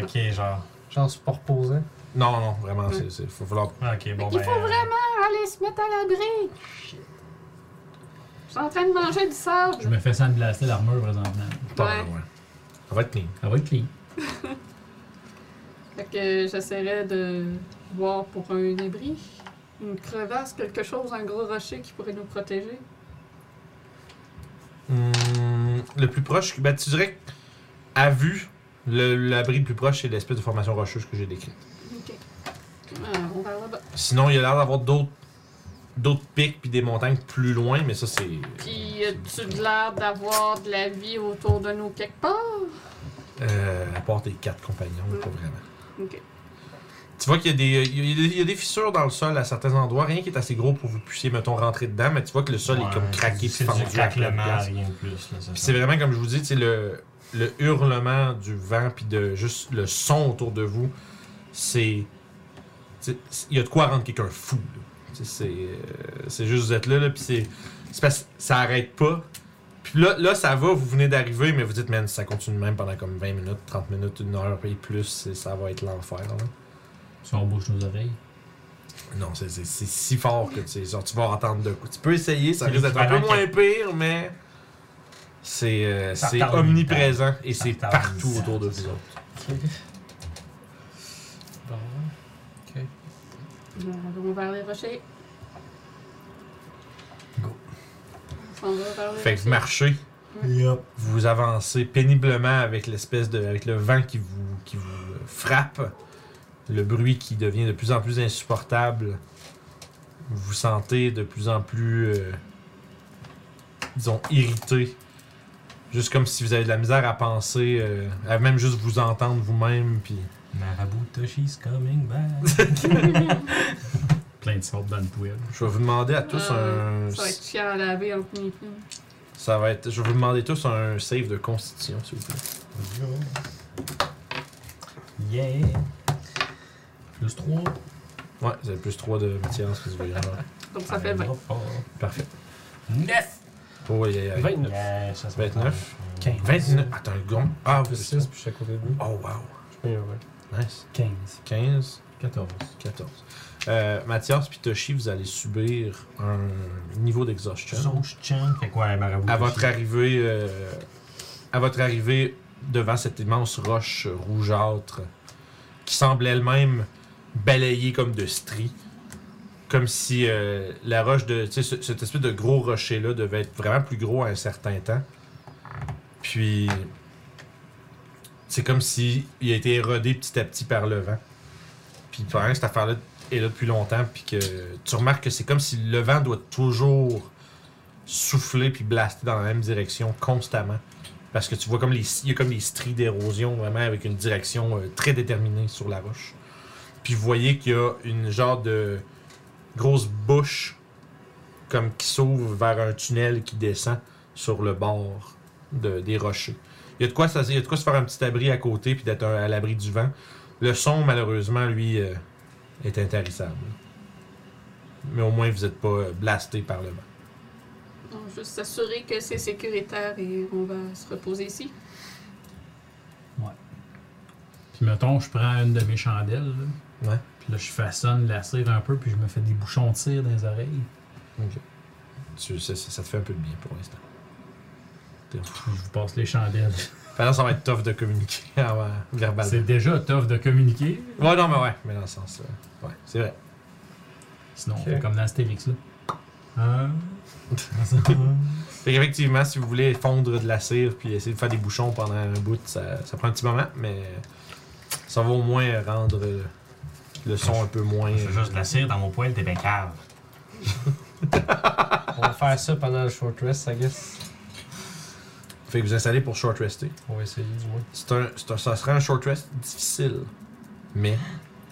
Ok, genre.
Genre, c'est pas reposé.
Non, non, vraiment,
Ouais.
c'est, c'est, faut falloir.
Ok, bon
Fait qu'il
ben.
faut vraiment aller Ah, se mettre à l'abri. Je suis en train de manger du
Je
sable.
me fais sandblaster l'armure présentement.
Pas, ouais. Ça va être clean.
Ça va être clean.
Fait que j'essaierai de voir pour un abri, une crevasse, quelque chose, un gros rocher qui pourrait nous protéger.
Hum, le plus proche, ben, tu dirais que, à vue, le- l'abri le plus proche, c'est l'espèce de formation rocheuse que j'ai décrite.
Ok. Euh, on va là-bas.
Sinon, il y a l'air d'avoir d'autres d'autres pics puis des montagnes plus loin, mais ça, c'est.
Puis, euh, as-tu de l'air d'avoir de la vie autour de nous quelque part?
Euh, à part tes quatre compagnons, pas vraiment.
Ok.
Tu vois qu'il y, a des- il y a des- il y a des fissures dans le sol à certains endroits, rien qui est assez gros pour vous puissiez, mettons, rentrer dedans, mais tu vois que le sol est comme craqué puis
C'est
fendu
du
à plein de
craquement,
places.
rien de plus. là, c'est
Puis
ça.
c'est vraiment, comme je vous dis, tu sais, le, le hurlement du vent, puis de juste le son autour de vous, c'est. tu sais, Il y a de quoi rendre quelqu'un fou. là. Tu sais, C'est euh, c'est juste vous êtes là, là puis c'est. c'est parce que ça arrête pas. Puis là, là, ça va, vous venez d'arriver, mais vous dites, man, si ça continue de même pendant comme 20 minutes, 30 minutes, une heure et plus, c'est- ça va être l'enfer. là.
Si on bouche nos oreilles.
Non, c'est c'est- c'est si fort que tu, sais, genre, tu vas entendre de coups. Tu peux essayer, ça
C'est
risque d'être un peu
l'équivalent
moins pire, mais. C'est euh,
Ça
c'est
retarde le
omniprésent et c'est
retarde
partout
le
autour de
temps, c'est
vous
ça.
autres.
Bah,
Bon. Ok.
Nous allons vers les rochers.
Go.
On s'en va vers les
Fait que vous
rochers.
marchez,
Yup.
vous avancez péniblement avec l'espèce de. avec le vent qui vous, qui vous euh, frappe, le bruit qui devient de plus en plus insupportable. Vous vous sentez de plus en plus. euh, disons, irrité. Juste comme si vous avez de la misère à penser, euh, à même juste vous entendre vous-même, puis.
Marabout Toshi's coming back.
Plein de sortes dans le poêle.
Je vais vous demander à tous un.
Euh, Ça va être chiant à laver entre nous et plus.
Ça va être. Je vais vous demander tous un save de constitution, s'il vous plaît.
Yeah. Plus 3.
Ouais, vous avez plus 3 de matière parce que vous voyez alors.
Donc
Ah,
ça fait 20.
Parfait.
9.
Oh, aïe, aïe, aïe.
29.
Yeah, ça se
29.
fait.
29. Attends, une seconde. Ah, vous
Plus 6, puis chaque au début.
Oh, wow.
Je peux y avoir.
Nice.
15.
15,
14.
14. Euh, Mathias puis Toshi, vous allez subir un niveau d'exhaustion.
Zouch-chan. Fait quoi, Marabout
À votre
Toshi?
arrivée, euh, à votre arrivée devant cette immense roche rougeâtre qui semble elle-même balayée comme de stries, comme si euh, la roche de, tu sais, ce- cette espèce de gros rocher là devait être vraiment plus gros à un certain temps. Puis c'est comme si il a été érodé petit à petit par le vent. Puis pendant que cette affaire-là est là depuis longtemps, puis que tu remarques que c'est comme si le vent doit toujours souffler puis blaster dans la même direction constamment. Parce que tu vois comme les, il y a comme des stries d'érosion vraiment avec une direction euh, très déterminée sur la roche. Puis vous voyez qu'il y a une genre de grosse bouche comme qui s'ouvre vers un tunnel qui descend sur le bord de- des rochers. Il y, a de quoi, ça, il y a de quoi se faire un petit abri à côté puis d'être un- à l'abri du vent. Le son, malheureusement, lui, euh, est intarissable. Mais au moins, vous n'êtes pas euh, blasté par le vent.
On va juste s'assurer que c'est sécuritaire et on va se reposer ici.
Puis mettons, je prends une de mes chandelles. Là.
Ouais.
Puis là, je façonne la cire un peu, puis je me fais des bouchons de cire dans les oreilles.
Tu- ça, ça- ça te fait un peu de bien pour l'instant.
Puis je vous passe les chandelles.
Pendant ça va être tough de communiquer euh,
C'est
verbalement.
déjà tough de communiquer.
Ouais, non, mais ouais, mais dans le sens. euh, ouais, c'est vrai.
Sinon,
Ok.
on fait comme dans Astérix, là. Hein?
Fait qu'effectivement, si vous voulez fondre de la cire puis essayer de faire des bouchons pendant un bout, ça, ça prend un petit moment, mais ça va au moins rendre euh, le son un peu moins.
Je fais juste de la cire dans mon poêle, t'es bien cave.
On va faire ça pendant le short rest, I guess.
Fait que vous installez pour short rester.
On va essayer du moins.
C'est un, c'est un- ça sera un short rest difficile. Mais,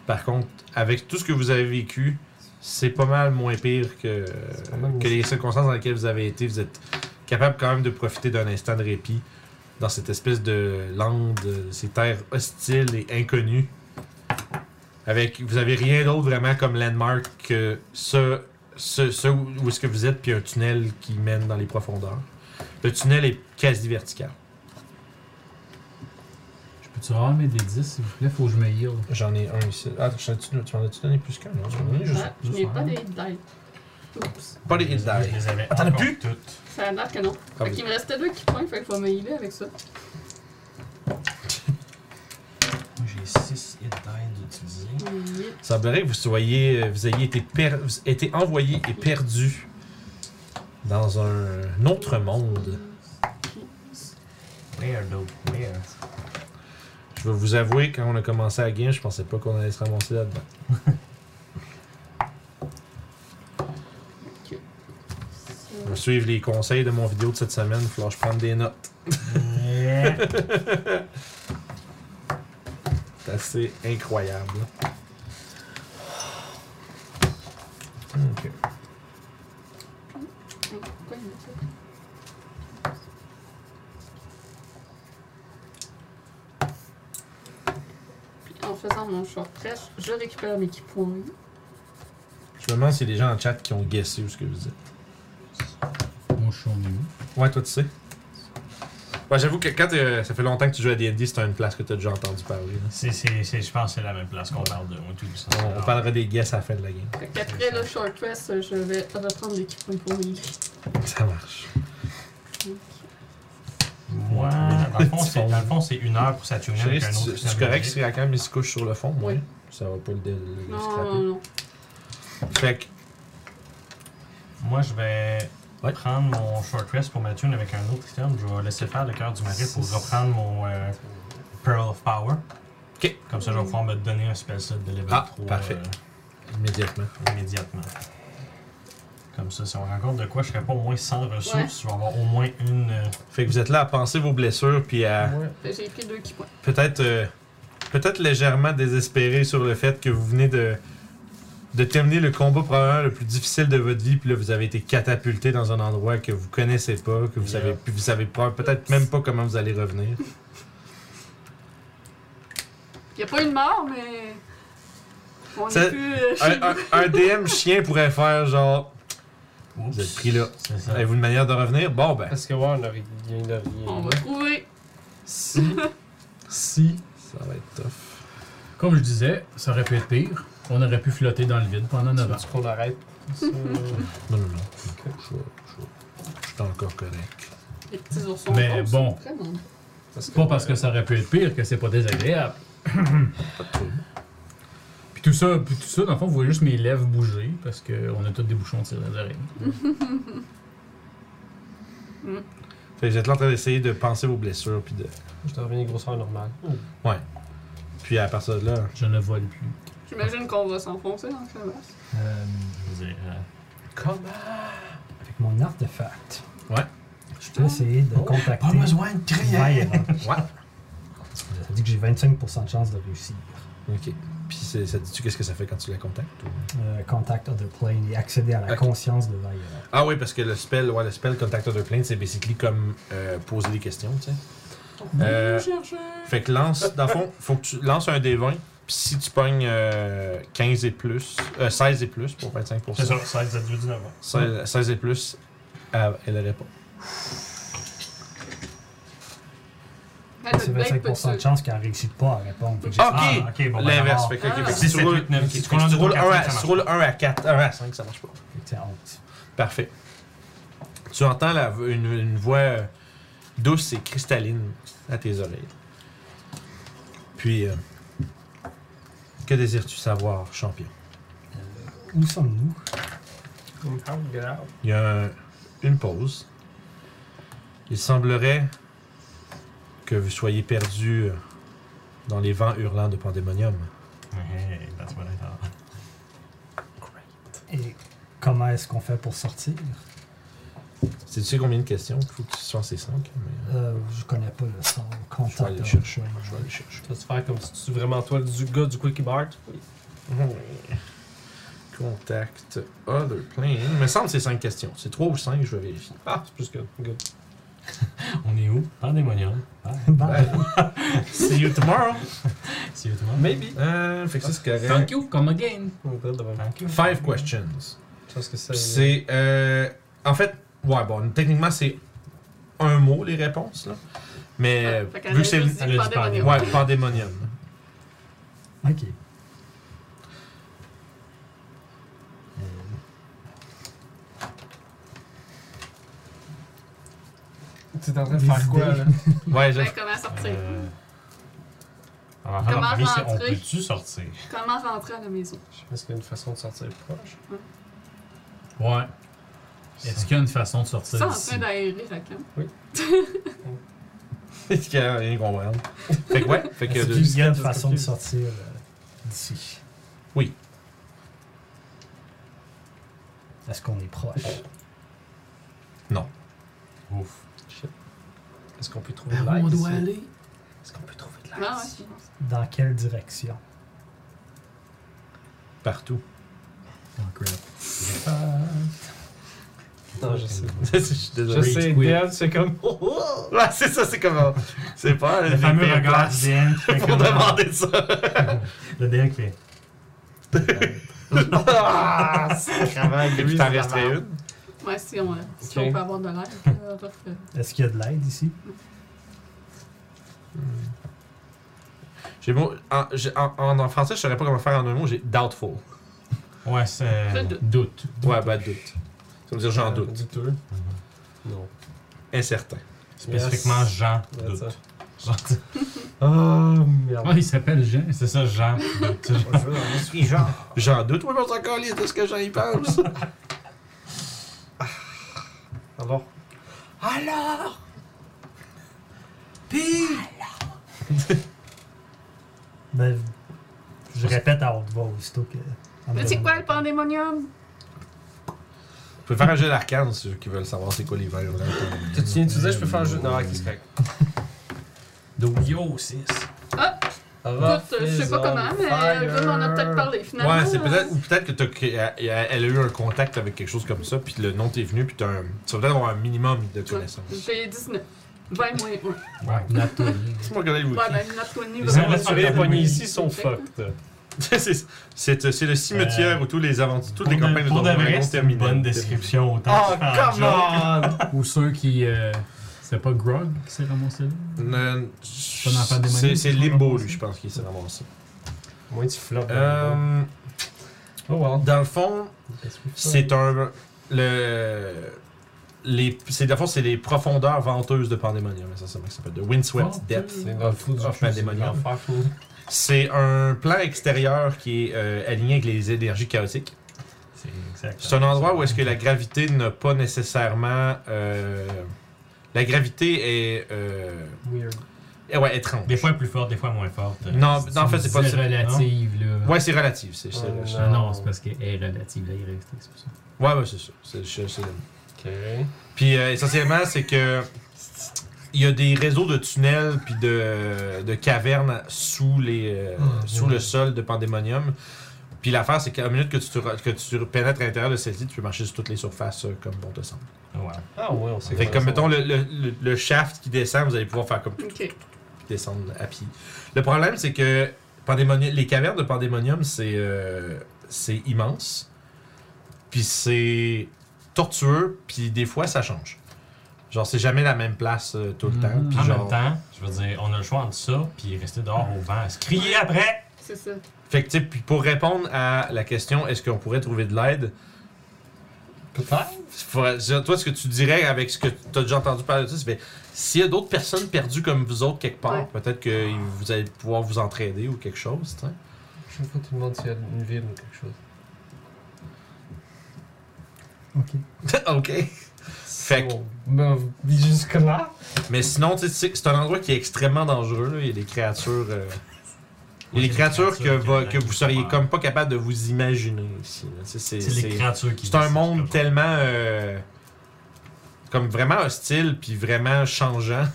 par contre, avec tout ce que vous avez vécu, c'est pas mal moins pire que,
C'est pas mal
que les circonstances dans lesquelles vous avez été. Vous êtes capable quand même de profiter d'un instant de répit dans cette espèce de lande, euh, ces terres hostiles et inconnues. Avec, vous avez rien d'autre vraiment comme landmark que ce, ce, ce où, où est-ce que vous êtes, puis un tunnel qui mène dans les profondeurs. Le tunnel est quasi vertical.
Je peux-tu avoir mes D10, s'il vous plaît? Faut que je me heal.
J'en ai un ici. Ah, tu, tu, tu m'en as-tu donné plus qu'un? Non, tu m'en as donné juste
Ah, je n'ai pas des dailles. Oups.
Pas les hit
Je les avais
t'en as
encore
plus?
toutes.
Ça a l'air que non.
Ah
fait
oui.
qu'il me restait deux qui pointent, fait que je vais me healer avec ça.
Moi, j'ai 6 hit die d'utiliser.
Healer.
Il semblerait que vous soyez, vous ayez été, per- vous été envoyé et perdu dans un autre monde.
Where, though? Where?
Je vais vous avouer, quand on a commencé à game, je pensais pas qu'on allait se ramasser là-dedans. Je vais suivre les conseils de mon vidéo de cette semaine. Il va falloir que je prenne des notes.
Yeah.
C'est assez incroyable.
Pourquoi il met ça? Puis en faisant mon short press, je récupère mes qui points.
Je me demande s'il y a des gens en chat qui ont guessé ou ce que vous dites.
Moi, je suis au niveau.
Ouais, toi, tu sais. Ouais, j'avoue que quand euh, ça fait longtemps que tu joues à D&D, c'est une place que t'as déjà entendu parler. là.
C'est, c'est, c'est, je pense que c'est la même place qu'on parle de. On est tous ça.
On, on parlera des guesses à la fin de la game.
Fait qu'après le short press, je vais reprendre mes qui points pour mes
Ça marche.
Moi, dans le fond, c'est- dans le fond, c'est une heure pour s'attuner avec
Chérie,
un autre.
c'est c'est
système
correct
de
si quand même il se couche sur le fond, moi.
Oui.
Ça va pas le, dé- le- le
Non, non,
scraper.
non.
Fait que,
musique. Moi, je vais
Ouais.
prendre mon short rest pour ma tune avec un autre item. Je vais laisser faire le cœur du mari pour reprendre mon euh, Pearl of Power.
Ok.
Comme ça, je vais pouvoir me donner un spell set de level
Ah,
3
parfait. immédiatement.
euh, immédiatement. Comme ça, si on rencontre de quoi, je serais pas au moins 100 ressources.
Ouais.
Je vais avoir au moins une. euh,
Fait que vous êtes là à penser vos blessures, puis à
Fait que J'ai pris deux qui points.
peut-être euh, peut-être légèrement désespéré sur le fait que vous venez de de terminer le combat probablement le plus difficile de votre vie, puis là vous avez été catapulté dans un endroit que vous connaissez pas, que vous
Yeah.
savez puis vous savez pas- peut-être même pas comment vous allez revenir.
Il a pas eu de mort, mais. On
Ça-
est plus. euh, chez
un, un- un DM chien pourrait faire genre
oups.
Vous êtes pris là.
C'est ça.
avez-vous une manière de revenir Bon ben
Parce que, ouais, on a rien de rien.
nous. On va trouver.
si si ça va être tough.
Comme je disais, ça aurait pu être pire. On aurait pu flotter dans le vide pendant 9 ans.
Tu qu'on arrête. ça?
Non non non. Je, je- je suis encore correct.
Les petits oursons.
Mais
roses.
bon.
Vraiment.
Parce que,
Pas parce que
euh,
ça aurait pu être pire que c'est pas désagréable.
Pas de trouble.
Puis tout ça, puis tout ça, dans le fond, vous voyez juste mes lèvres bouger parce qu'on a tous des bouchons tirés dans les oreilles.
Fait que vous êtes là en train d'essayer de penser vos blessures puis de
Je te reviens grosseur normale.
puis à partir de là
Je ne vole plus.
J'imagine qu'on va s'enfoncer dans ce masque.
Euh,
Je veux dire, euh,
avec mon artefact,
Je
je peux essayer de contacter. Oh, Pas besoin de crier. Ça dit que j'ai 25% de chance de réussir.
OK. Puis c'est- ça te dit-tu qu'est-ce que ça fait quand tu la contactes ou-
Euh, contact other plane et accéder à la
Ok.
conscience de Vaillera.
Ah oui, parce que le spell, ouais, le spell Contact Other Plane, c'est basically comme euh, poser des questions, tu sais. Euh, fait que lance, dans le fond, faut que tu lances un D20, puis si tu pognes euh, 15 et plus, euh, 16 et plus pour 25%,
C'est ça, 16 à 19 ans.
16, 16 et plus, elle, elle répond.
C'est 25% de chance qu'elle ne réussisse pas à répondre. Fait que j'ai-
Ok!
Ah, ok, bon, ben,
L'inverse,
alors,
fait que, ok,
Ah.
fait que
Dix,
si tu
sept,
roules,
huit, neuf,
ok,
si tu
fait que
roules un
tu
deux,
roules
trois,
un à-
quatre, cinq, ça
tu
marche
roules un à 4, 1 à 5, ça marche pas.
fait que c'est honte.
Parfait. Tu entends la- une, une voix euh, douce et cristalline à tes oreilles. Puis, euh, que désires-tu savoir, champion?
Où sommes-nous?
Il y a un- une pause. Il semblerait que vous soyez perdu euh, dans les vents hurlants de Pandémonium.
Hey, that's what I thought.
Et comment est-ce qu'on fait pour sortir?
C'est tu sais combien de questions? Il faut que tu fasses ces cinq. mais, euh,
Euh, je connais pas le sort.
je vais
Contact euh,
aller
other
chercher.
plane.
Je vais aller chercher.
Tu vas te faire comme si tu es vraiment toi le gars du Quickie Bart.
euh, Contact Other Plane. Il me semble que c'est cinq questions. C'est trois ou cinq, je vais vérifier.
Ah, c'est plus que good.
On est où? Pandémonium.
Bon,
See you tomorrow.
C'est tout le monde.
Maybe.
Euh, fait que ça, c'est
Thank
correct.
you, come again.
On va de même.
Thank you.
Five questions.
Je pense que
Puis
c'est.
C'est. euh, en fait, ouais, bon, techniquement, c'est un mot les réponses, là. Mais
Ouais,
euh,
Ah, fait qu'elle
vu
a
que c'est.
juste dit
elle a dit
pandémonium.
Ouais, pandémonium.
ok.
T'es en train de
Des
faire quoi,
idées.
là?
Ouais, je-
Ben, comment sortir
Euh, on va
Comment
faire la c'est on
rentrer?
peut-tu sortir?
Comment rentrer à la maison
Je pense qu'il y a une façon de sortir proche.
Ouais. Est-ce qu'il y a une façon de sortir
Ça, en
d'ici?
train d'aérer la cam.
c'est qu'il y a rien qu'on comprendre. Fait que ouais, fait que.
Est-ce
de-
qu'il y a une
de-
façon
de-
de sortir euh, d'ici?
Oui.
Est-ce qu'on est proche?
Ouf.
Est-ce qu'on peut trouver
Ben,
de
où on
l'aide
doit
ici?
aller?
Est-ce qu'on peut trouver de l'aide
Ah
ici?
ouais.
Dans quelle direction?
Partout.
Non, je sais.
je suis
Je
désolé. Oh,
sais,
quit.
Dan, c'est comme.
Ouais, c'est ça, c'est comment. C'est pas
Le fameux
pires
regard
places
du DM qui fait
pour
comme-
euh,
demander ça.
Le DM qui fait.
ah, c'est cravant. Et puis t'en resterais une.
Ouais, si on, euh, si
Ok.
on peut avoir de l'air. euh, ref- euh,
Est-ce qu'il y a de l'aide ici?
J'ai beau. En, j'ai- en, en- en français, je saurais pas comment faire en un mot, j'ai doubtful.
Ouais, c'est. euh,
je doute.
Doute.
Ouais, bah doute. Ça veut dire j'en doute.
Douteux. Euh, Non.
Incertain.
Spécifiquement
Yes.
Jean
That's
Doute.
it.
Genre,
Ah, merde.
Ah, il s'appelle Jean.
C'est ça, Jean Doute.
Moi, je veux dans
Je suis Jean. J'en doute, moi, mais on s'en calisse de ce que j'en y pense.
le- Alors,
Alors Puis
Ben, je répète à haute voix aussitôt que.
Mais c'est quoi le pandémonium?
Je peux faire un jeu d'arcane, ceux qui veulent savoir c'est quoi les verres.
Tu viens de dire, je peux faire un jeu. Non, ok, c'est correct.
12, yo, 6.
Oh,
Écoute, euh, je sais pas comment, mais euh, on en a peut-être parlé finalement. euh,
Ouais, c'est peut-être. Ou peut-être que t'as, que- elle a eu un contact avec quelque chose comme ça, puis le nom t'est venu, puis t'as un- tu vas peut-être avoir un minimum de connaissances.
J'ai 19. 20 moins 1. Ouais,
Ouais, Nathalie.
C'est moi qui ai le wiki.
ben, notre poignée
Les
va
aventuriers pognés ici sont fucked.
C'est- c'est, c'est le cimetière où tous les aventures, toutes les
Euh, Pour de-
campagnes de
Pour de
Donjons et
vrai,
Dragons
c'est une
terminent.
bonne description. Autant
Ah,
Oh,
que faire un
come
joke.
on!
Ou ceux qui. euh, c'est pas Grog qui s'est ramassé là
Euh,
un enfant
C'est,
démoniaque,
c'est
je crois,
Limbo,
pensé.
lui, je pense, qui s'est ramassé.
Moins tu flops.
Euh,
Oh wow.
dans le fond,
C'est.
c'est un. Le. Les, c'est, dans le fond, c'est les profondeurs venteuses de Pandemonium, ça, c'est ça que ça s'appelle. The Windswept
Venteuse.
Depth.
C'est dans le fou du
Ah,
cul, c'est
pandémonium.
l'enfer, fou.
C'est un plan extérieur qui est euh, aligné avec les énergies chaotiques.
C'est exact.
C'est un endroit où est-ce que la gravité n'a pas nécessairement... euh, la gravité est... euh,
Weird.
eh ouais, étrange.
Des fois plus forte, des fois moins forte.
Non, non, en fait,
Tu
c'est pas...
dis
c'est-
relative, là.
Ouais, c'est relatif. C'est, c'est-
Ouais.
Ah non, c'est parce qu'elle est relative, là, il reste, c'est pour ça.
ouais, ouais, c'est ça. C'est- c'est- c'est-
Ok.
Puis euh, essentiellement, c'est que... Il y a des réseaux de tunnels puis de, de cavernes sous, les, euh,
Oh,
sous le sol de Pandémonium. Puis l'affaire, c'est qu'à la minute que tu, te re- que tu pénètres à l'intérieur de celle-ci, tu peux marcher sur toutes les surfaces euh, comme bon te semble.
Ouais.
Ah ouais, on sait
Fait que comme
comment ça
mettons le, le, le- le shaft qui descend, vous allez pouvoir faire comme
Ok.
descendre à pied. Le problème c'est que Pandémoni- les cavernes de Pandémonium c'est euh, c'est immense. Puis c'est tortueux, puis des fois ça change. Genre c'est jamais la même place euh, tout le
Mhm.
temps. puis
En
genre-
même temps, je veux dire, on a le choix entre ça puis rester dehors au vent, à se crier après.
C'est ça.
Fait que tu sais, puis pour répondre à la question est-ce qu'on pourrait trouver de l'aide
Peut-être.
faudrait- toi ce que tu dirais avec ce que tu as déjà entendu parler de ça, c'est ben, s'il y a d'autres personnes perdues comme vous autres quelque part,
Ouais.
peut-être que vous allez pouvoir vous entraider ou quelque chose, tu sais.
Je sais pas, tout le monde s'il y a une ville ou quelque chose.
Ok.
ok. Fait que-
Bon, Ben, jusque-là.
mais sinon, tu sais, c'est- c'est un endroit qui est extrêmement dangereux. là. Il y a des créatures. euh, Il y a des créatures que, va- que vous seriez comme pas capable de vous imaginer ici. là. Tu sais, C'est
C'est les
c'est-
créatures qui.
c'est un
décident,
monde
comme-
tellement. euh, comme vraiment hostile, puis vraiment changeant.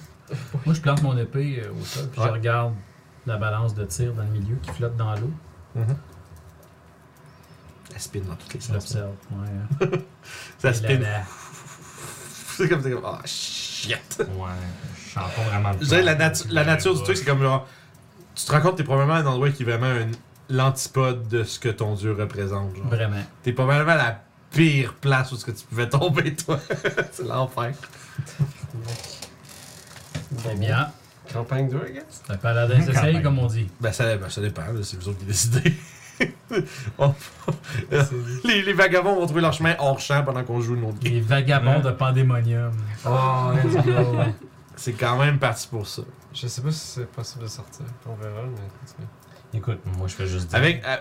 Moi, je plante mon épée euh, au sol, puis
Ouais.
je regarde la balance de tir dans le milieu qui flotte dans l'eau.
Elle spin dans toutes les
Je
sens.
l'observe. Ouais. hein.
Ça
Et
spin.
là-bas.
C'est comme. c'est comme, Ah, shit!
Ouais, je sens pas vraiment. de
Je dirais, la,
plan.
natu- la nature du truc, c'est comme genre. Tu te rends compte que t'es probablement à un endroit qui est vraiment une- l'antipode de ce que ton dieu représente. Genre.
Vraiment.
T'es probablement à la pire place où ce que tu pouvais tomber, toi. c'est l'enfer.
Eh bien,
Campagne 2, I guess.
c'est un paladin essaye,
Campagne.
comme on dit.
Ben ça, ben, ça dépend, là, c'est vous autres qui décidez. On- les, les vagabonds vont trouver leur chemin hors champ pendant qu'on joue notre game.
Les vagabonds de Pandémonium. Ah,
Oh, let's go.
C'est quand même parti pour ça.
Je sais pas si c'est possible de sortir. On verra, mais. en tout cas.
Écoute, moi je fais juste dire.
Avec, euh,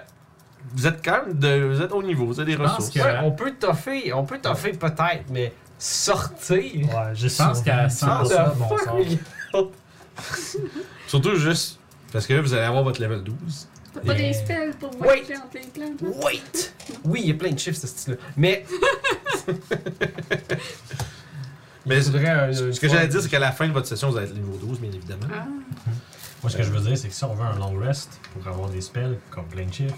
vous êtes quand même de, vous êtes au niveau, vous avez des
pense
ressources.
que-
Ouais, on peut toffer, on peut toffer peut-être, mais sortir.
Ouais, je
Je pense qu'à 100
What the
ça, bon
fuck,
sort.
les gars?
Surtout juste parce que là, vous allez avoir votre level 12.
T'as pas
Et-
des spells pour
Wait.
voyager entre les plantes, là?
Wait! Oui, il y a plein de chiffres, ce style-là. Mais.
Mais
je voudrais un-
Ce que j'allais dire, c'est qu'à la fin de votre session, vous allez être niveau 12, bien évidemment.
Ah,
Moi, ce que je veux dire, c'est que si on veut un long rest pour avoir des spells comme Plane Shift,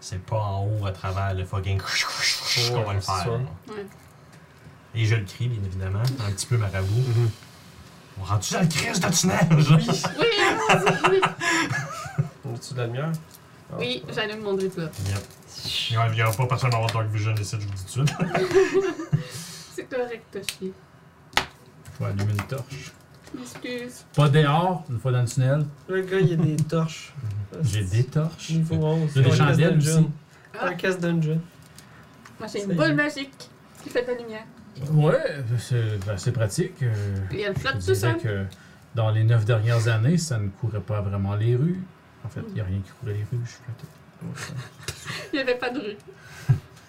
c'est pas en haut à travers le fucking qu'on va le
c'est
faire.
sûr.
Ouais.
Et je le crie, bien évidemment, un petit peu marabout.
Mhm.
On rentre-tu dans le crise de tunnel, genre?
Oui, allons-y, oui.
On a-tu de la lumière? Ah.
Oui, j'allume mon dripper.
Yep. Il y aura- il y aura pas personne à avoir Dark Vision ici, je vous dis tout de suite.
C'est correct, t'as chier.
Faut allumer une torche.
Excuse.
Pas dehors, une fois dans le tunnel.
Le gars, il y a des torches.
Mhm. J'ai des torches.
Niveau 11.
Il y a des
Darkest
chandelles
Dungeon.
aussi.
Ah,
Darkest Dungeon.
moi j'ai
Ça y
une
est.
boule magique qui fait de la lumière.
Ouais, c'est ben, c'est pratique. euh,
Il y a une flotte
je
tout ça.
dirais que dans les neuf dernières années, ça ne courait pas vraiment les rues. En fait, il n'y a rien qui courait les rues, je suis flatté.
Il n'y avait pas de rue.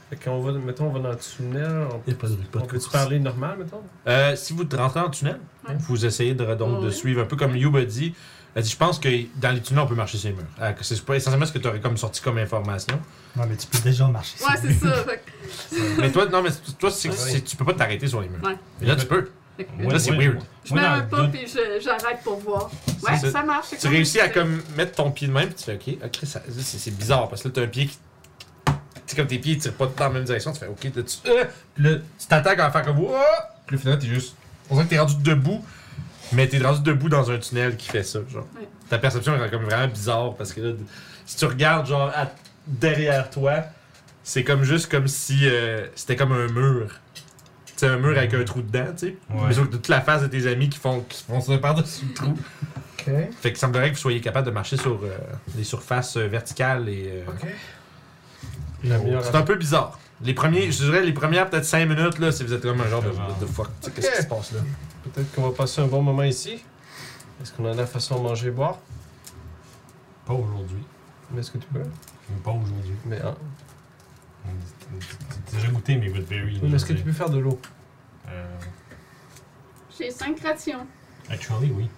Fait qu'on va, mettons, on va dans le tunnel. On,
Il n'y a pas de pas
on peut-tu parler normal, mettons?
Euh, si vous rentrez en tunnel,
Ouais.
vous essayez de, donc, de
Ouais.
suivre un peu comme Youb a dit. Elle dit, je pense que dans les tunnels, on peut marcher sur les murs. Euh, que c'est pas essentiellement ce que tu aurais comme sorti comme information.
Non, mais tu peux déjà marcher.
Ouais, c'est ça. Fait que-
mais toi, non, mais toi, c'est- c'est- tu peux pas t'arrêter sur les murs.
Ouais.
Mais là, tu peux.
fait que
là, c'est weird.
Je mets
dans
un
le
pas
doute-
puis je- j'arrête pour voir.
C'est
Ouais,
ça.
ça marche. c'est
Tu
correct.
réussis à comme mettre ton pied de même, puis tu fais, ok, ok, ça- c'est c'est bizarre, parce que là, t'as un pied qui. Tu sais, comme tes pieds, ils tirent pas tout le temps dans la même direction, tu fais, ok, là, tu. euh, puis là, tu t'attaques à faire comme, oh! Puis là, finalement, t'es juste. On dirait que t'es rendu debout, mais t'es rendu debout dans un tunnel qui fait ça, genre.
Ouais.
Ta perception est comme vraiment bizarre, parce que là, si tu regardes, genre, à- derrière toi, c'est comme juste comme si euh, c'était comme un mur. Tu sais, un mur avec un trou dedans, tu sais.
Ouais.
Mais sauf que toute la face de tes amis qui font, qui font ça par-dessus le trou.
Ok.
Fait que semblerait que vous soyez capable de marcher sur euh, des surfaces euh, verticales et. euh,
La meilleure
C'est un peu bizarre. Les premiers, je dirais, les premières peut-être 5 minutes, là, si vous êtes comme un genre de,
Genre.
de fuck. tu sais, Qu'est-ce qui se passe là?
Peut-être qu'on va passer un bon moment ici. Est-ce qu'on a la façon de manger et boire?
Pas aujourd'hui.
Mais est-ce que tu peux?
Pas aujourd'hui.
Mais, hein.
J'ai déjà goûté mes Woodberry.
Oui, mais est-ce que tu peux faire de l'eau?
Euh,
J'ai 5 rations.
actually, oui.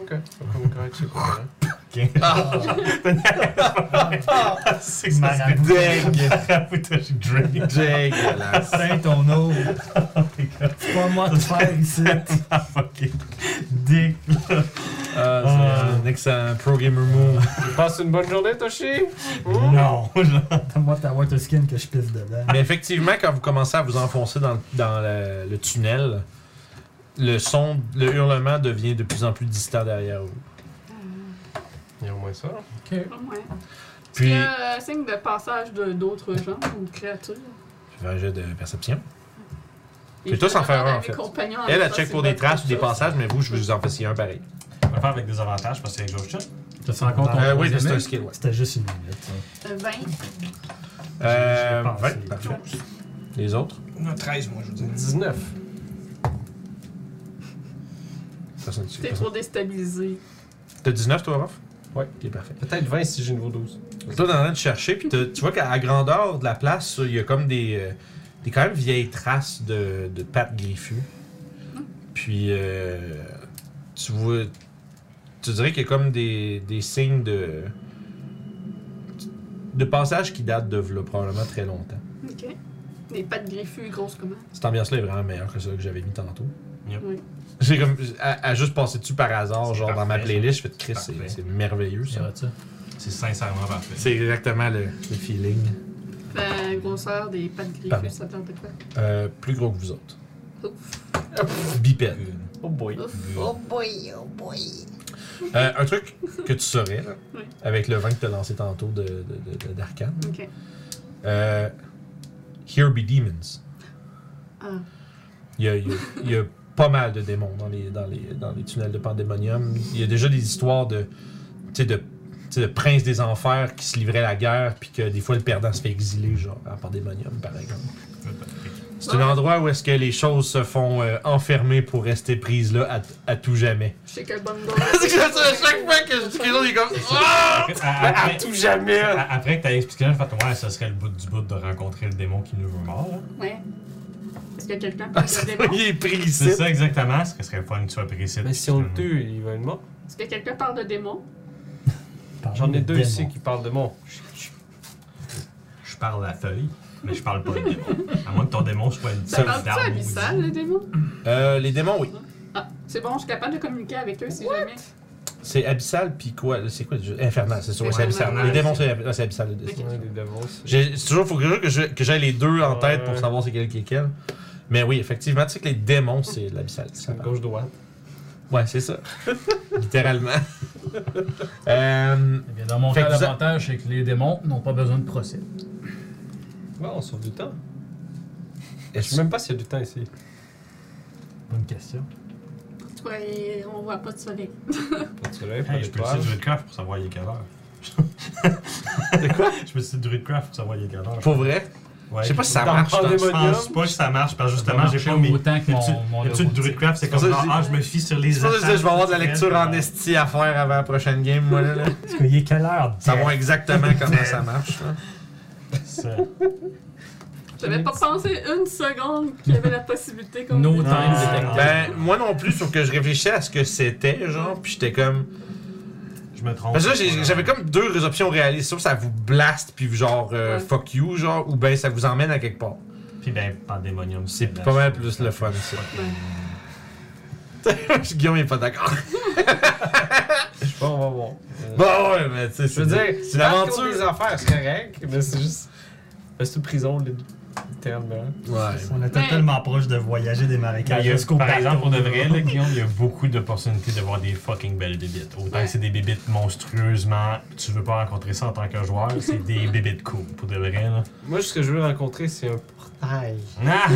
Ok. Comme correct, c'est correct.
C'est
Marabout.
Dégueulasse.
Maraboutache drink.
Dégueulasse.
Saint ton eau. Pas moi de faire ici.
Ok. Dick.
Ah, c'est un excellent pro gamer move.
Passe une bonne journée, Toshi! Hmm?
Non. Moi, ta water skin que je pisse dedans.
Mais effectivement, quand vous commencez à vous enfoncer dans, dans le, le tunnel, le son, le hurlement devient de plus en plus distant derrière vous.
Il y a au moins ça.
Ouais. Il
Puis,
y a euh, signe de passage de- d'autres gens ou créatures.
je fais un jet de perception.
Et
Fais
je
tous en faire
demande à
un, en
mes
fait.
compagnons
Elle,
avec
elle
Ah, ça,
check
c'est
pour des
votre
traces ou des
chose.
passages, mais vous, je vous en fais essayer un pareil.
On va le faire avec des avantages parce que c'est exhaustion.
T'as encore ton
Euh, oui, mais c'est
troisième
un
œil?
skill, ouais.
C'était juste une minute. hein.
Euh, 20.
Euh,
J'ai- j'ai pensé.
ouais, parfait. Les autres?
Non, 13, moi, je veux dire.
19.
Personne qui-
T'es
personne-
trop déstabilisé.
T'as 19, toi, Raph? Ouais. Ok, parfait.
Peut-être 20 si j'ai niveau 12.
Toi, t'es en train de chercher, puis t'as- tu vois qu'à la grandeur de la place, il y a comme des, euh, des quand même vieilles traces de, de pattes griffues. Puis, euh, tu vois. Tu dirais qu'il y a comme des, des signes de. de passage qui datent de v'là probablement très longtemps.
Ok. Des pattes griffues grosses comment?
Cette ambiance-là est vraiment meilleure que celle que j'avais mis tantôt.
Yep.
Oui.
J'ai comme. À, à juste passer dessus par hasard,
C'est
genre dans ma
parfait,
playlist, je fais de Chris,
C'est
c'est-
parfait.
c'est merveilleux ça.
Ça va, ça.
C'est sincèrement parfait.
C'est exactement le, le feeling.
Fait grosseur des pattes griffues,
Pardon.
ça tente de quoi?
Euh, plus gros que vous autres.
Ouf.
Bipède.
Good.
Oh boy.
Ouf.
Oh boy, oh boy.
Euh, un truc que tu saurais, là,
Oui.
avec le vent que t'as lancé tantôt de, de, de- de- d'Arcane.
Ok.
Euh, Here be demons.
Ah.
Il y a, il y a- il y a pas mal de démons dans les, dans les, dans les tunnels de Pandémonium. Il y a déjà des histoires de, tu sais, de, tu sais, de princes des enfers qui se livraient à la guerre, puis que des fois le perdant se fait exiler, genre, à Pandémonium, par exemple. C'est un endroit où est-ce que les choses se font euh, enfermer pour rester prises là à, t- à tout jamais.
Je sais que le bundle.
C'est que ça, à chaque fois que je dis quelque chose, il est comme.
Après- à- Après,
Tout jamais!
à- après que t'as expliqué, j'ai fait ouais, ce serait le bout du bout de rencontrer le démon qui nous veut mort. là.
Ouais. Est-ce que quelqu'un peut me
Ah!
démon?
Il est pris
C'est
ici.
ça exactement, ce que serait le fun que tu sois précis.
Mais si on le tue, il va être mort.
Est-ce que quelqu'un parle de démon?
J'en ai deux ici
ici.
qui parlent de mon.
Je parle la feuille, mais je parle pas le démon. À moins que ton démon soit une
Ça
seule
Bah, parle-tu à Vissal, le démon?
Euh, les démons, oui.
Ah, c'est bon, je suis capable de communiquer avec eux si jamais.
C'est abyssal, puis quoi C'est quoi déjà? Infernal, c'est sûr.
Ouais,
c'est abyssal.
infernal.
Les démons, c'est ab- ouais, c'est abyssal.
Ok.
Ouais, les devils.
J'ai- C'est toujours, faut que, que je- que j'aille les deux en
Ouais.
tête pour savoir c'est quel qui est quel. Mais oui, effectivement, tu sais que les démons, c'est l'abyssal. ça parle.
Gauche-droite.
Ouais, c'est ça. Littéralement. euh,
Eh bien, dans mon
Fait
cas,
que vous a-
l'avantage, c'est que les démons n'ont pas besoin de procès.
Ouais, on sauve du temps. Je sais
est-ce-
même pas s'il y a du temps ici.
Bonne question.
Ouais, on voit pas de soleil.
Pas de soleil, pas
Hey, je peux utiliser
d'étoiles.
Druidcraft pour savoir il est quelle heure.
C'est quoi
Je peux utiliser Druidcraft pour savoir il est quelle heure.
Pour vrai Je sais pas si ça
Dans
marche. dans-
Pandemonium.
Je
Je pense pas que ça marche parce que justement, j'ai pas mis.
autant que
D'habitude-
mon, mon
D'habitude,
robot.
Druidcraft, c'est
C'est
comme
pour ça
genre,
que
ah, je me fie sur les
pense que je disais, je vais avoir de la
attaques,
lecture en
puis,
esti à faire avant la prochaine game, moi, là. là.
Parce qu'il est quelle heure?
Savoir exactement comment ça marche, là.
ça-
J'avais pas pensé une seconde qu'il y avait la possibilité qu'on.
No time
Non.
detected.
Ben, moi non plus, sauf que je réfléchissais à ce que c'était, genre, puis j'étais comme.
Je me trompe.
Parce que là, j'ai- j'avais comme deux options réalistes. Soit ça vous blast, puis genre euh,
Ouais.
fuck you, genre, ou ben ça vous emmène à quelque part.
Puis ben, Pandemonium,
C'est pas mal plus le fun, ça. Guillaume est pas d'accord.
Je sais pas, on va voir. Euh,
Bon, ouais, mais tu sais,
Je veux dire,
c'est une aventure.
des affaires, c'est correct, mais c'est juste. mais C'est une prison, li- littéralement.
Ouais.
On était
Mais-
tellement proche de voyager des
Quand
marécages
il y a-
jusqu'au
euh, par
bateau.
exemple, pour de vrai, là, Guillaume, il y a beaucoup d'opportunités de voir des fucking belles bébites. Autant que c'est des bébites monstrueusement, tu veux pas rencontrer ça en tant que joueur, c'est des bébites cool, pour de vrai. Là.
Moi, ce que je veux rencontrer, c'est un portail.
Ah!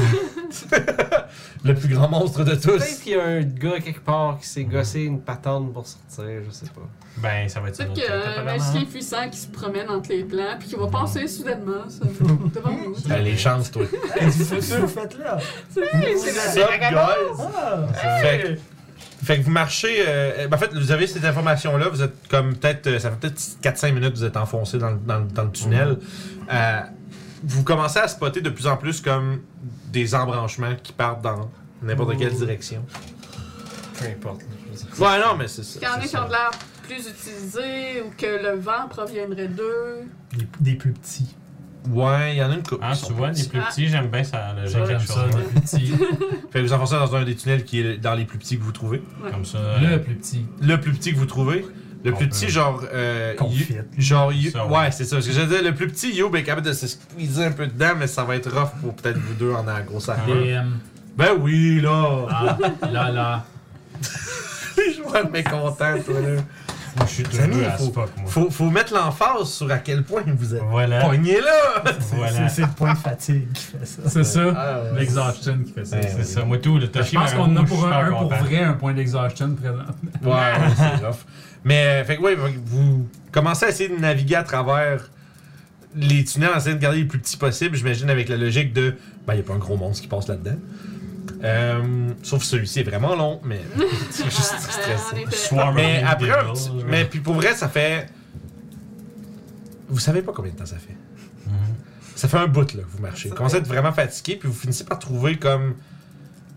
Le plus grand monstre de
Peut-être
tous.
qu'il y a un gars quelque part qui s'est gossé une patente pour sortir, je sais pas.
Ben, ça va être
C'est
une autre
qu'il y
quête,
a euh, un
apparemment.
magicien puissant qui se promène entre les plans puis qui va passer soudainement ça, devant nous.
T'as Ben, les chances, toi.
Qu'est-ce que vous faites là?
What's up, guys?
Ah!
Fait, que- fait que vous marchez. euh, ben, en fait, vous avez cette information-là. Vous êtes comme peut-être. euh, ça fait peut-être 4-5 minutes que vous êtes enfoncé dans, le- dans le- dans le tunnel.
Mhm.
Euh, vous commencez à spotter de plus en plus comme des embranchements qui partent dans n'importe quelle direction.
Peu importe. là, je veux dire.
Ouais, non, mais c'est ça.
Qu'il y en a
c'est
qui
ça.
ont de l'air plus utilisés ou que le vent proviendrait d'eux.
Des, des plus petits.
Ouais, il y en a une couple.
Ah,
qui sont
tu vois, les plus petits, j'aime bien ça, le jeu
J'aime
quelque
ça,
chose.
le plus petit.
Fait que vous enfoncez dans un des tunnels qui est dans les plus petits que vous trouvez.
Comme ça.
Le plus petit.
Le plus petit que vous trouvez. Le
On
plus
peut-
petit, genre. euh,
Confit.
you- genre. you-
Ça, ouais.
ouais, c'est ça. Parce que j'allais dire, le plus petit, Yob est capable de se squeezer un peu dedans, mais ça va être rough pour peut-être vous deux en un gros
Ah.
sac.
DM.
Ben oui, là!
Ah, là, là.
Je vois le mécontent, toi, là.
Moi, je suis
Les amis,
deux à
faut-
fuck, moi.
Faut, faut mettre l'emphase sur à quel point vous êtes.
Voilà.
Pognez là!
C'est-
Voilà.
C'est c'est le point de fatigue qui fait ça.
C'est ça.
Ah, ouais.
L'exhaustion qui fait ça.
Ouais,
C'est ça, moi tout, le
Ben, Je
Toshi
pense qu'on en a
Marabout, je
pour
suis
un,
super
un pour
content.
vrai un point d'exhaustion présent.
Ouais, ouais, c'est rough. Mais, euh, fait que, ouais, vous commencez à essayer de naviguer à travers les tunnels, en essayant de garder les plus petits possibles, j'imagine, avec la logique de, ben, il n'y a pas un gros monstre qui passe là-dedans. Euh, sauf celui-ci est vraiment long, mais c'est juste stressant.
Ah, En effet.
Swarm
Mais
of
après,
Devil,
un petit-
genre.
mais puis pour vrai, ça fait. Vous savez pas combien de temps ça fait. Ça fait un bout là que vous marchez. Vous commencez à être vraiment fatigué, puis vous finissez par trouver comme.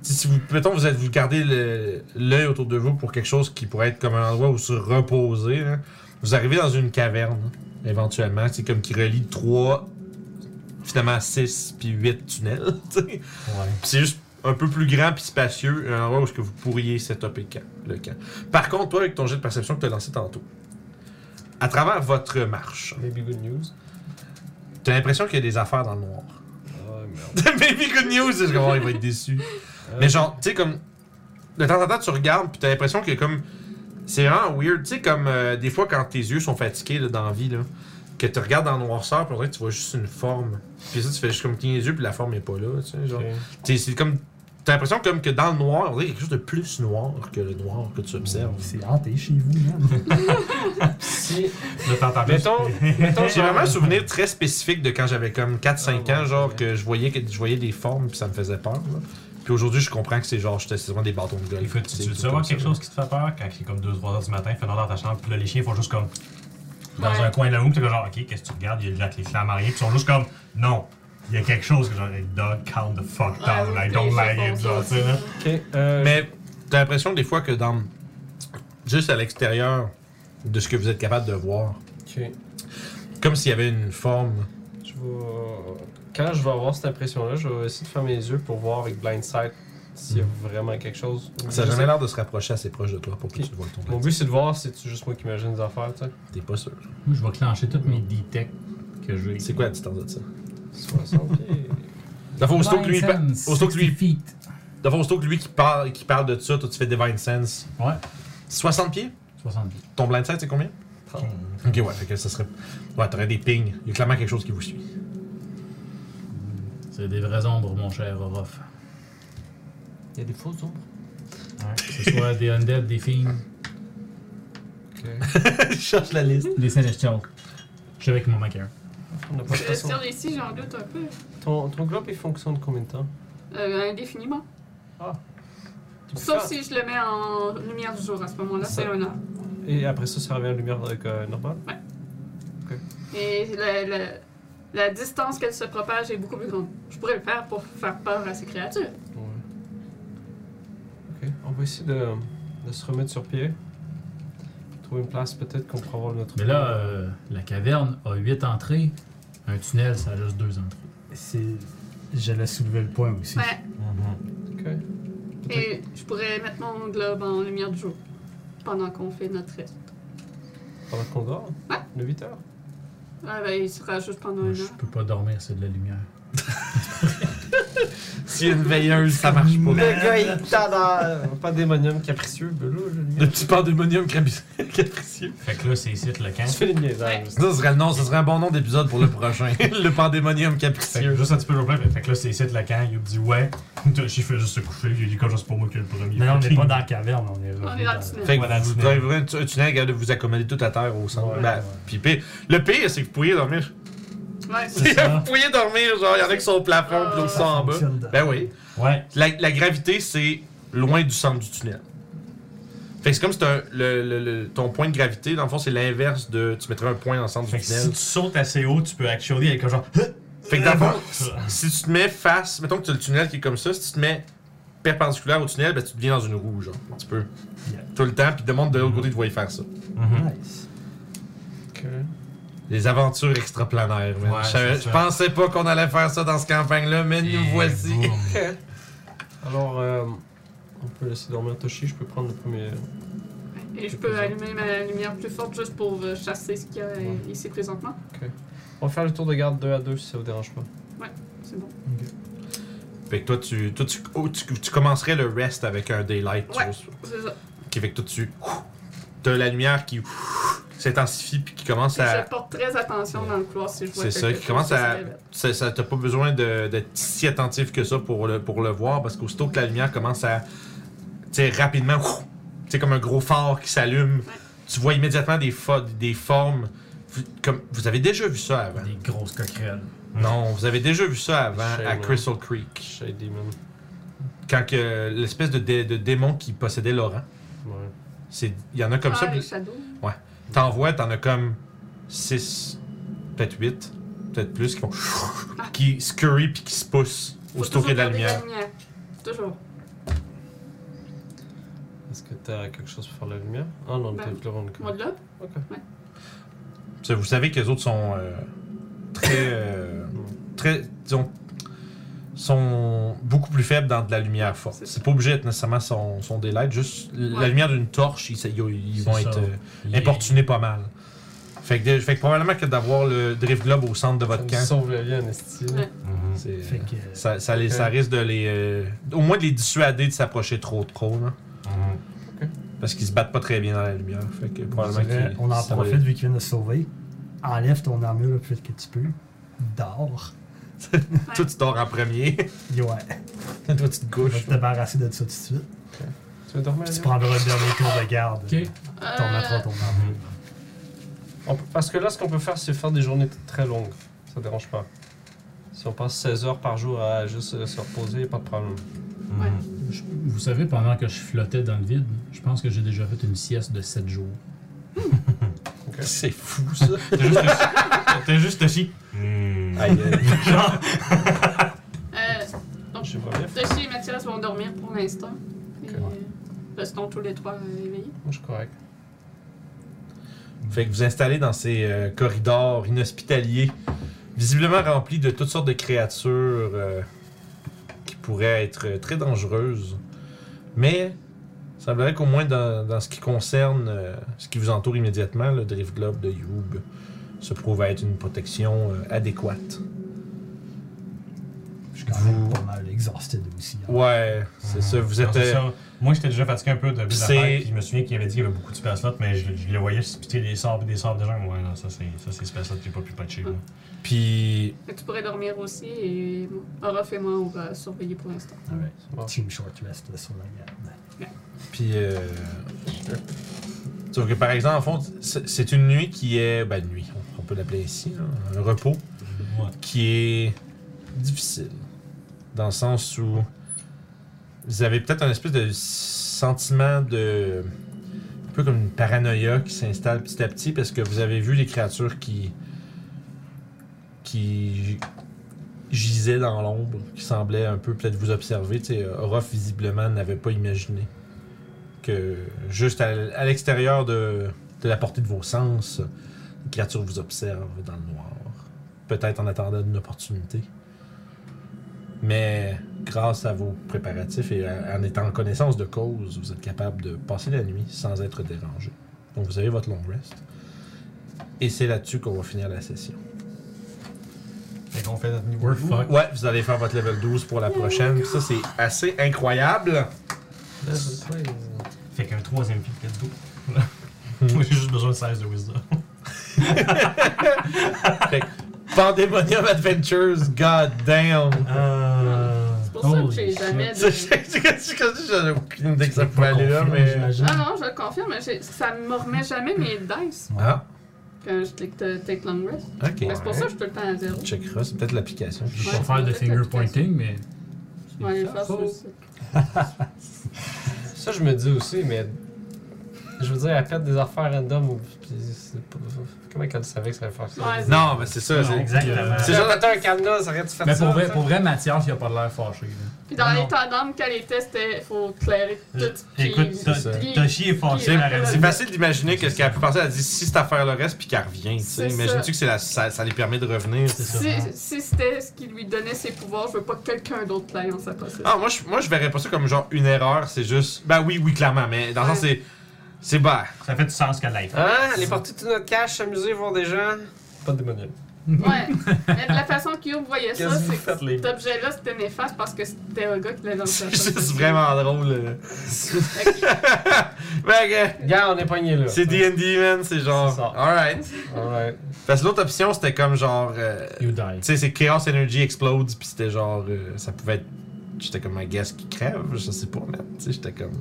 Si si vous, mettons, vous, êtes, vous gardez le- l'œil autour de vous pour quelque chose qui pourrait être comme un endroit où se reposer, là, vous arrivez dans une caverne, là, éventuellement, c'est comme qui relie trois, finalement six, puis huit tunnels. tu sais.
Ouais.
Puis c'est juste un peu plus grand puis spacieux, un endroit où est-ce que vous pourriez setuper camp- le camp. Par contre, toi, avec ton jet de perception que tu as lancé tantôt, à travers votre marche,
Maybe good news.
tu as l'impression qu'il y a des affaires dans le noir.
Oh merde.
Maybe good news, je vais voir, il va être déçu. Mais genre, tu sais, comme. De temps en temps, tu regardes, puis t'as l'impression que comme. C'est vraiment weird. Tu sais, comme euh, des fois, quand tes yeux sont fatigués là, dans la vie, là, que tu regardes en noirceur, puis on dirait que tu vois juste une forme. Puis ça, tu fais juste comme cligner les yeux, puis la forme est pas là. Tu sais, genre.
Ok.
T'sais, c'est comme. T'as l'impression comme que dans le noir, on dirait quelque chose de plus noir que le noir que tu observes.
C'est hanté chez vous, man.
Si.
De temps en temps,
Mettons, mettons,
J'ai vraiment un
genre, Ah
souvenir très spécifique de quand j'avais comme 4-5 ans, genre que je voyais que je voyais des formes puis ça me faisait peur. là. Puis aujourd'hui, je comprends que c'est genre, j'étais c'est vraiment des bâtons de golf.
Écoute, tu-
C'est
tu veux
tout
savoir
comme
quelque
ça,
chose qui te fait peur quand il est comme 2-3 heures du matin, fais dans dans ta chambre, puis là, les chiens font juste comme dans
Ouais.
un coin de la room, pis t'es comme genre, ok, qu'est-ce que tu regardes, il y a là que les flammes arrivent, pis ils sont juste comme, non, il y a quelque chose que genre, Hey, dog, calm the fuck
Ouais,
down,
Ah, oui,
I
les
don't
gens
like
font
it, genre,
ça.
tu sais, là.
Ok, euh,
Mais t'as l'impression des fois que dans. Juste à l'extérieur de ce que vous êtes capable de voir,
ok.
comme s'il y avait une forme.
Je vais. Quand je vais avoir cette impression-là, je vais essayer de fermer les yeux pour voir avec blind sight s'il y a vraiment quelque chose.
Ça
Je
a jamais
sais-
l'air de se rapprocher assez proche de toi pour que
Ok.
tu le vois tomber.
Mon but, c'est de voir si c'est juste moi qui imagine des affaires, tu sais.
T'es pas sûr.
Moi, je vais clencher toutes mes detects que j'ai.
C'est quoi la distance de ça?
60 pieds.
Dans le fond, aussitôt que lui, pa-
Nine cents,
aussitôt que lui
60 feet.
Dans le fond, aussitôt que lui qui parle, qui parle de ça, toi tu fais Divine Sense.
Ouais.
60 pieds
60 feet.
Ton blind sight c'est combien
Trente.
Ok, ouais, fait que ça serait. Ouais, t'aurais des pings. Il y a clairement quelque chose qui vous suit.
C'est des vraies ombres, mon cher Orof.
Il y a des fausses ombres.
Que ce soit des undead, des fiends,
Ok.
Je cherche la liste.
des celestials. Je suis avec mon macaire.
On n'a pas de
Je
façon.
sur les six, j'en doute un peu.
Ton, ton globe, il fonctionne combien de temps
Euh, indéfiniment.
Tu peux
Sauf si
faire-
je le mets en lumière du jour à ce moment-là,
Ça-
c'est un an.
Et après ça, ça revient à la lumière avec, euh, normale
Et le- le- la distance qu'elle se propage est beaucoup plus grande. Je pourrais le faire pour faire peur à ces créatures.
Ouais. Ok, on va essayer de, de se remettre sur pied. Trouver une place peut-être qu'on pourra avoir notre.
Mais là, euh, la caverne a 8 entrées. Un tunnel, ça a juste 2 entrées.
C'est. J'allais soulever le point aussi.
Ouais.
Mm-hmm.
Ok. Peut-être-
Et je pourrais mettre mon globe en lumière du jour pendant qu'on fait notre reste.
Pendant qu'on dort
Ouais.
De 8 heures
Ah ben, il sera juste pendant
Moi,
un
Je
an.
peux pas dormir, c'est de la lumière.
S'il y a une veilleuse, ça marche pas.
Mais-
Le
Le gars, il
Pas démonium capricieux, belou, je le
petit pandémonium capi- capricieux.
Fait que là, c'est ici le camp.
Tu fais les hein, niaisages.
Ça serait le nom, ça serait un bon nom d'épisode pour le prochain. le pandémonium
Fait que
capricieux.
juste un petit peu roleplay, mais fait que là, c'est ici le camp. Il me dit ouais. Le chiffre fait juste se coucher. Il dit comme juste pour moi que le premier.
Mais là, on n'est pas dans la caverne, on est revenu
On est dans le tunnel.
Fait que
Voilà,
vous
tunnel.
vous arriverez à un tu- un tunnel capable de vous accommoder toute la terre au centre.
Ouais.
Ben, puis pire- le pire, c'est que vous pourriez dormir.
Ouais.
vous pourriez dormir, genre, il y en a qui sont au plafond, puis d'autres qui sont en bas.
Fonctionne dans-
Ben oui.
Ouais.
La, la gravité, c'est loin du centre du tunnel. Fait que c'est comme si t'as un- le, le- le- ton point de gravité, dans le fond, c'est l'inverse de. Tu mettrais un point dans le centre
Fait
du
que si
tunnel.
tu sautes assez haut, tu peux actionner avec un genre.
Fait que dans le fond, si tu te mets face. Mettons que tu as le tunnel qui est comme ça, si tu te mets perpendiculaire au tunnel, ben tu deviens dans une roue, genre, un petit peu.
Yeah.
Tout le temps, puis demande de l'autre côté de voir faire ça.
Mhm.
Nice.
Ok.
Les aventures extraplanaires, man.
Ouais,
je, savais-
c'est ça.
je pensais pas qu'on allait faire ça dans cette campagne-là, mais nous
Et
voici.
boum.
Alors, euh, on peut laisser dormir Toshi, je peux prendre le premier.
Et je peux allumer ma lumière plus forte juste pour euh, chasser ce qu'il y a euh, ici présentement.
On va faire le tour de garde 2 à 2 si ça vous dérange pas.
C'est bon.
Fait que toi, tu, toi tu, oh, tu, tu commencerais le rest avec un daylight. tu
Ouais.
vois.
C'est ça.
Qui fait que toi, tu. T'as la lumière qui s'intensifie puis qui commence
Puis
à.
Je porte très attention dans le couloir si je vois
C'est ça,
quelque
qui commence
chose
à.
se révèle.
ça- ça- T'as pas besoin de- d'être si attentif que ça pour le, pour le voir parce qu'aussitôt que la lumière commence à. Tu sais, rapidement. Tu sais, comme un gros phare qui s'allume. Tu vois immédiatement des, fo- des formes. Vous- Comme, vous avez déjà vu ça avant.
Des grosses coquerelles.
Non, vous avez déjà vu ça avant
Chez
à
moi.
Crystal Creek.
Shade Demon.
Quand que l'espèce de, dé- de démon qui possédait Laurent,
Ouais.
c'est- il y en a comme
ah,
ça.
les
puis
shadows.
T'en vois, t'en as comme 6, peut-être 8, peut-être plus, qui font qui scurry puis qui se poussent
Ah. Faut
aussitôt qu'il y a de la
toujours garder
lumière.
Toujours.
Est-ce que t'as quelque chose pour faire la lumière Ah non, on était
Ben,
plus loin.
Moi de là,
Ok.
Ça, Vous savez que les autres sont euh, très, euh, très, disons, sont beaucoup plus faibles dans de la lumière forte.
C'est ça.
C'est pas obligé d'être nécessairement son, son daylight, juste la
Ouais.
lumière d'une torche, ils, ils
C'est
vont
ça.
être. euh,
Il est-
importuné pas mal. Fait que, fait que probablement que d'avoir le Drift Globe au centre de votre
Ça me
camp,
sauve la vie, Anesti.
Ouais.
Mhm.
c'est-
Fait que.
ça, ça les- ça risque de les. euh, au moins de les dissuader de s'approcher trop trop, là.
Mhm.
Parce qu'ils se battent pas très bien dans la lumière. Fait que probablement
je dirais,
qu'ils-
on en
ça va
profite vu qu'il vient de se sauver. Enlève ton armure le plus vite que tu peux. Dors.
les- Toi, tu dors en premier.
Et Ouais.
Toi, tu te
Je vais
couches.
te débarrasser de ça tout de suite.
Tu veux dormir
Puis tu
là?
prendras le dernier tour de garde.
Ok.
T'en mettras
euh,
ton armure.
On peut- Parce que là, ce qu'on peut faire, c'est faire des journées t- très longues. Ça dérange pas. Si on passe 16 heures par jour à juste euh, se reposer, y a pas de problème.
Ouais.
Mhm.
Je- vous savez, pendant que je flottais dans le vide, je pense que j'ai déjà fait une sieste de 7 jours.
C'est fou, ça.
T'as juste le- T'as juste aussi.
Aïe, aïe.
euh,
J'aimerais bien.
Toshi et Mathias vont dormir pour l'instant. Et,
Ok.
euh, Restons tous les trois euh, éveillés.
Moi, je suis correct.
Fait que vous installez dans ces euh, corridors inhospitaliers, visiblement remplis de toutes sortes de créatures euh, qui pourraient être euh, très dangereuses. Mais il semblerait qu'au moins dans, dans ce qui concerne euh, ce qui vous entoure immédiatement, le Drift Globe de Youb se prouve être une protection euh, adéquate.
Je suis quand même
Vous-
pas mal exhausted aussi. hein.
Ouais, c'est
Mhm.
ça. Vous
Non,
êtes.
c'est
euh,
ça. Moi, j'étais déjà fatigué un peu de
Puis
plus
c'est-
d'affaires, puis je me souviens qu'il avait dit qu'il y avait beaucoup de super slots, mais je, je les voyais spiter des sorts puis des sorts de gens. Ouais, non, ça, c'est ça, c'est super slot que j'ai pas pu patcher. là.
Puis
Fait que tu pourrais dormir aussi et Orof et moi, on va surveiller pour l'instant.
Alright.
Bon.
Team short rest là, sur la garde.
Puis. Euh... Sauf que par exemple, en fond, c'est c'est une nuit qui est. Ben, nuit. On, peut l'appeler ainsi, là, un repos, qui est difficile. Dans le sens où vous avez peut-être un espèce de sentiment de. un peu comme une paranoïa qui s'installe petit à petit parce que vous avez vu des créatures qui. qui gisaient dans l'ombre, qui semblaient un peu peut-être vous observer. Tu sais, Orof, visiblement, n'avait pas imaginé que juste à, à l'extérieur de, de la portée de vos sens, une créature vous observe dans le noir. Peut-être en attendant une opportunité. Mais grâce à vos préparatifs et à- en étant en connaissance de cause, vous êtes capable de passer la nuit sans être dérangé. Donc vous avez votre long rest. Et c'est là-dessus qu'on va finir la session.
Fait qu'on fait notre niveau.
We're fucked.
Ouais, vous allez faire votre level 12 pour la prochaine. Ça, c'est assez incroyable.
Fait qu'un troisième pied de 4 Moi, j'ai juste besoin de 16 de wisdom.
Pandemonium Adventures, god damn.
Euh.
C'est pour ça que j'ai
Holy
jamais
C'est-
de.
c'est- c'est- c'est- c'est- J'avais aucune idée que ça pouvait aller là, mais.
Ah non, je le confirme, mais j'ai- ça ne me remet jamais mes dice
Ah,
quand je clique euh, Take Long Rest.
ok.
Mais C'est pour ça que je suis tout le temps à zéro.
On checkera, c'est peut-être l'application.
Je vais
Ouais,
pas faire de
peut-être
finger
l'application.
pointing, mais.
Ouais, les forces
Oh.
aussi.
Ça, je me dis aussi, mais. Je veux dire, elle fait des affaires random. Puis c'est pas... Comment qu'elle savait que ça allait faire ça?
Ouais,
Non, mais c'est ça.
Non,
c'est-
euh,
exactement.
C'est
C'est
genre-
genre, t'as un cadenas, ça aurait-tu fait
Mais
ça?
pour vrai,
ça?
pour vrai, Mathias, il a pas l'air fâché. là.
Puis dans
Ah non.
l'état d'âme qu'elle était, c'était faut clairer tout.
Euh,
puis-
Écoute,
C'est ça.
Toshi Toshi est fâché,
Il-
elle aurait
C'est
dit.
facile d'imaginer que ce qu'elle a pu penser, elle a dit si cette affaire le reste, puis qu'elle revient. tu sais.
C'est
Imagines-tu
ça.
que c'est la- ça, ça les permet de revenir?
Si, si c'était ce qui lui donnait ses pouvoirs, je veux pas que quelqu'un d'autre l'aille en sa possession.
Ah, moi je, moi, je verrais pas ça comme genre une erreur, c'est juste. Ben oui, oui, clairement, mais dans le sens, c'est. C'est bah.
Ça fait du sens qu'elle l'ait fait.
Hein? Aller porter tout notre cash, s'amuser, voir des gens. Pas de démoniaque.
Ouais. Mais de la façon qu'Yo voyait ça,
Qu'est-ce que vous
c'est
faites,
que
les-
cet objet-là, c'était néfaste parce que c'était un gars qui l'avait dans
C'est
sa possession.
juste vraiment drôle. euh. Fait
Gars, on est pogné là.
que, C'est DD, man, c'est
C'est
genre.
ça.
Alright.
Alright.
Parce que l'autre option, c'était comme genre. euh,
You
Tu
die.
sais, c'est Chaos Energy Explodes, puis c'était genre. euh, ça pouvait être. J'étais comme un guess qui crève, je sais pas, mais tu sais, j'étais comme.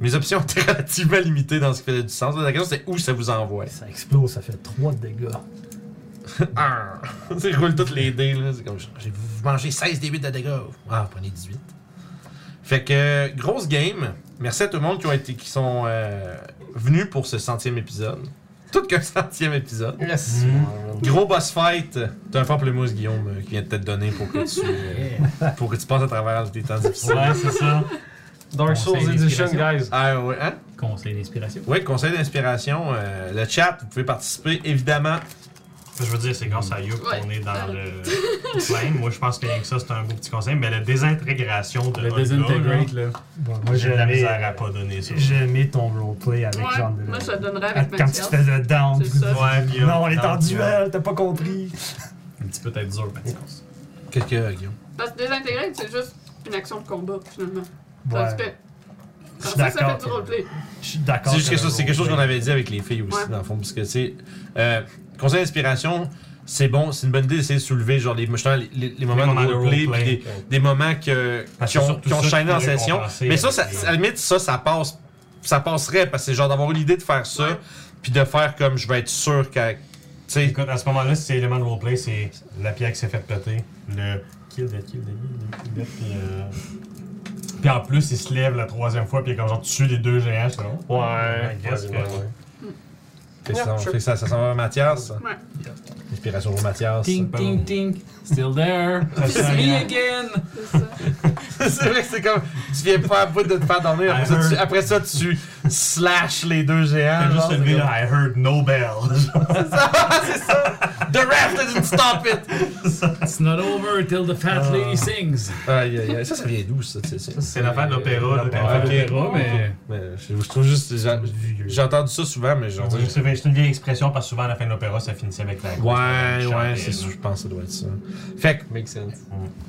Mes options étaient relativement limitées dans ce qui faisait du sens. La question, c'est où ça vous envoie.
Ah, Ça explose, ça fait 3 de dégâts.
Ah! Tu sais, je roule toutes les dés, là. C'est comme. J'ai vous mangez 16 des 8 de dégâts. Ah, vous prenez 18. Fait que, grosse game. Merci à tout le monde qui, ont été, qui sont euh, venus pour ce centième épisode. Tout qu'un centième épisode.
Yes.
Gros boss fight. T'as un pamplemousse, Guillaume, euh, qui vient de te le donner pour que tu, euh, pour que tu passes à travers tes temps difficiles.
Ouais, c'est ça.
Dark Souls
Conseil
Edition,
d'inspiration.
guys.
Ah ouais, hein?
Conseil d'inspiration.
Oui, conseil d'inspiration. euh, le chat, vous pouvez participer, évidemment.
Je veux dire, c'est grâce à You
Ouais.
qu'on est dans le plane. Moi, je pense que rien que ça, c'est un beau petit conseil. Mais la désintégration de.
Le
un gars, là,
désintegrate, là.
Bon, moi,
J'ai de
j'ai
la
aimé,
misère à pas donner ça.
j'ai aimé ton roleplay avec
Ouais,
Jean de
moi, je le donnerais
Ah,
avec
Quand tu
Mathias.
te faisais down.
C'est ça.
Ouais, puis, euh,
Non, on est en
non, puis, euh,
duel, t'as pas compris.
Un petit peu peut-être dur, Mathias.
Qu'est-ce qu'il y a, Guillaume?
Parce que désintégrer, c'est juste une action de combat, finalement. Ça se
Ouais,
fait.
je suis
Ça, ça
d'accord.
fait du roleplay.
Je suis d'accord.
C'est juste
que
que ça,
le
c'est quelque chose qu'on
roleplay-
avait dit avec les filles aussi,
Ouais.
dans le fond. Parce que, tu sais, euh, conseil d'inspiration, c'est bon, c'est une bonne idée d'essayer de soulever genre, les, justement, les, les- les moments
moments
de
de
roleplay,
roleplay.
puis des, des moments que,
Parce
qui
que
ont,
surtout
qui ont
ça,
shiné
tu
en
pourrais
session.
compenser
Mais ça,
avec
ça,
les-
à la limite, ça, ça passe. Ça passerait parce que c'est genre d'avoir l'idée de faire ça,
Ouais.
puis de faire comme je vais être sûr qu'à. Tu sais,
Écoute, à ce moment-là, si c'est l'élément de roleplay, c'est la pierre qui s'est fait péter, le kill de kill de kill de kill de, puis euh... Puis en plus, il se lève la troisième fois, puis il est comme genre tu tues les deux géants, c'est drôle.
Ouais.
Qu'est-ce que-
Ouais, ouais.
fait que ça,
sure.
fait que ça, ça s'en va à Mathias.
Ouais.
Inspiration pour Mathias.
Tink, tink, tink. Still there. It's
sent
me
bien.
again.
C'est ça.
c'est vrai que c'est comme. Tu viens pas à bout de te faire dormir. Après, ça, tu, après ça, tu slashes les deux géants.
T'as
genre,
juste
c'est
levé
comme-
là, I heard no bell.
c'est ça! The rap didn't stop it!
It's not over till the fat lady sings.
Aïe, aïe, aïe. Ça, ça vient d'où, ça? tu sais, ça?
c'est l'affaire de l'opéra, là.
l'opéra.
t'as-
Ok.
verra, mais.
Mais je, je trouve juste. j'a- J'ai entendu ça souvent, mais
Je
genre.
veux dire, C'est c'est une vieille expression parce que souvent à la fin de l'opéra ça finissait avec la
Ouais, ouais,
Chantelle.
c'est sûr, je pense que ça doit être ça. Fait que
Make sense.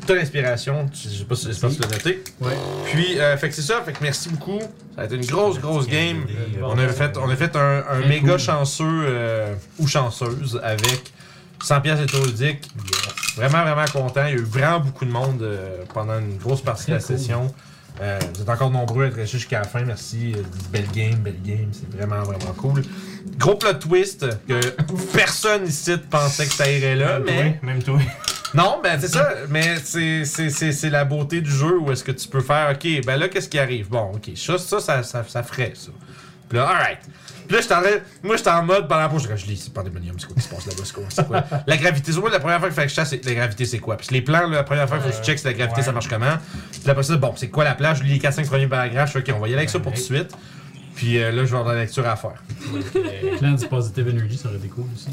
t'as l'inspiration, tu- je sais pas si je sais pas si tu l'as noté.
Ouais.
Puis, euh, fait que c'est ça, fait que merci beaucoup. Ça a été une grosse, grosse game. On a fait, on a fait un, un
Très
méga
cool.
chanceux euh, ou chanceuse avec 100 pièces étourdiques. Vraiment, vraiment content. Il y a eu vraiment beaucoup de monde euh, pendant une grosse partie de la
Très cool.
session. Euh, vous êtes encore nombreux à être restés jusqu'à la fin. Merci. Euh, Belle game, belle game. C'est vraiment, vraiment cool. Gros plot twist que personne ici pensait que ça irait là,
Même
mais.
toi, même toi.
Non, ben c'est ça, mais c'est- c'est c'est- c'est la beauté du jeu où est-ce que tu peux faire, ok, ben là, qu'est-ce qui arrive? Bon, ok, ça, ça, ça, ça, ça ferait ça. Puis là, alright. Puis là, j'étais en train- moi, j'étais en mode pendant la pause, je je lis, c'est pandémonium, c'est quoi qui se passe là-bas, c'est quoi, c'est quoi? La gravité, c'est moi, la première fois qu'il fallait que je chasse, c'est la gravité, c'est quoi? Puis les plans, là, la première fois, il faut que je check si la gravité, ça marche comment. Puis après ça, bon, c'est quoi la plage? Je lis les 4-5 premiers paragraphes, je fais, ok, on va y aller avec ça pour tout de suite. Puis euh, là, je vais avoir de la lecture à faire.
Clan du Positive Energy, ça aurait été cool aussi.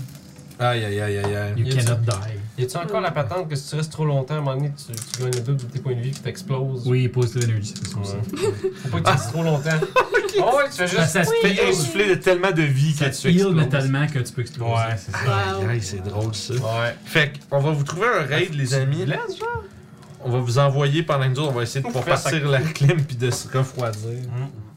Aïe, aïe, aïe, aïe, aïe.
You
Il y a
cannot die.
Y a-tu encore la patente que si tu restes trop longtemps, à un moment donné, tu, tu gagnes le double de tes points de vie qui t'explosent?
Oui, Positive Energy, c'est ça
Ouais.
aussi.
Faut pas que tu restes trop longtemps. Oh ouais, tu
Ça,
fais juste.
ça se
Tu fais
heal,
insuffler de tellement de vie que
ça
tu
te heal, mais
exploses.
tellement que tu peux exploser.
Ouais, c'est ça.
Aïe, aïe, c'est drôle ça.
Ouais.
Fait qu'on va vous trouver un raid, les amis. On va vous envoyer pendant une autre, on va essayer de pas
Faire ça.
partir la clim puis de se refroidir.
Mm.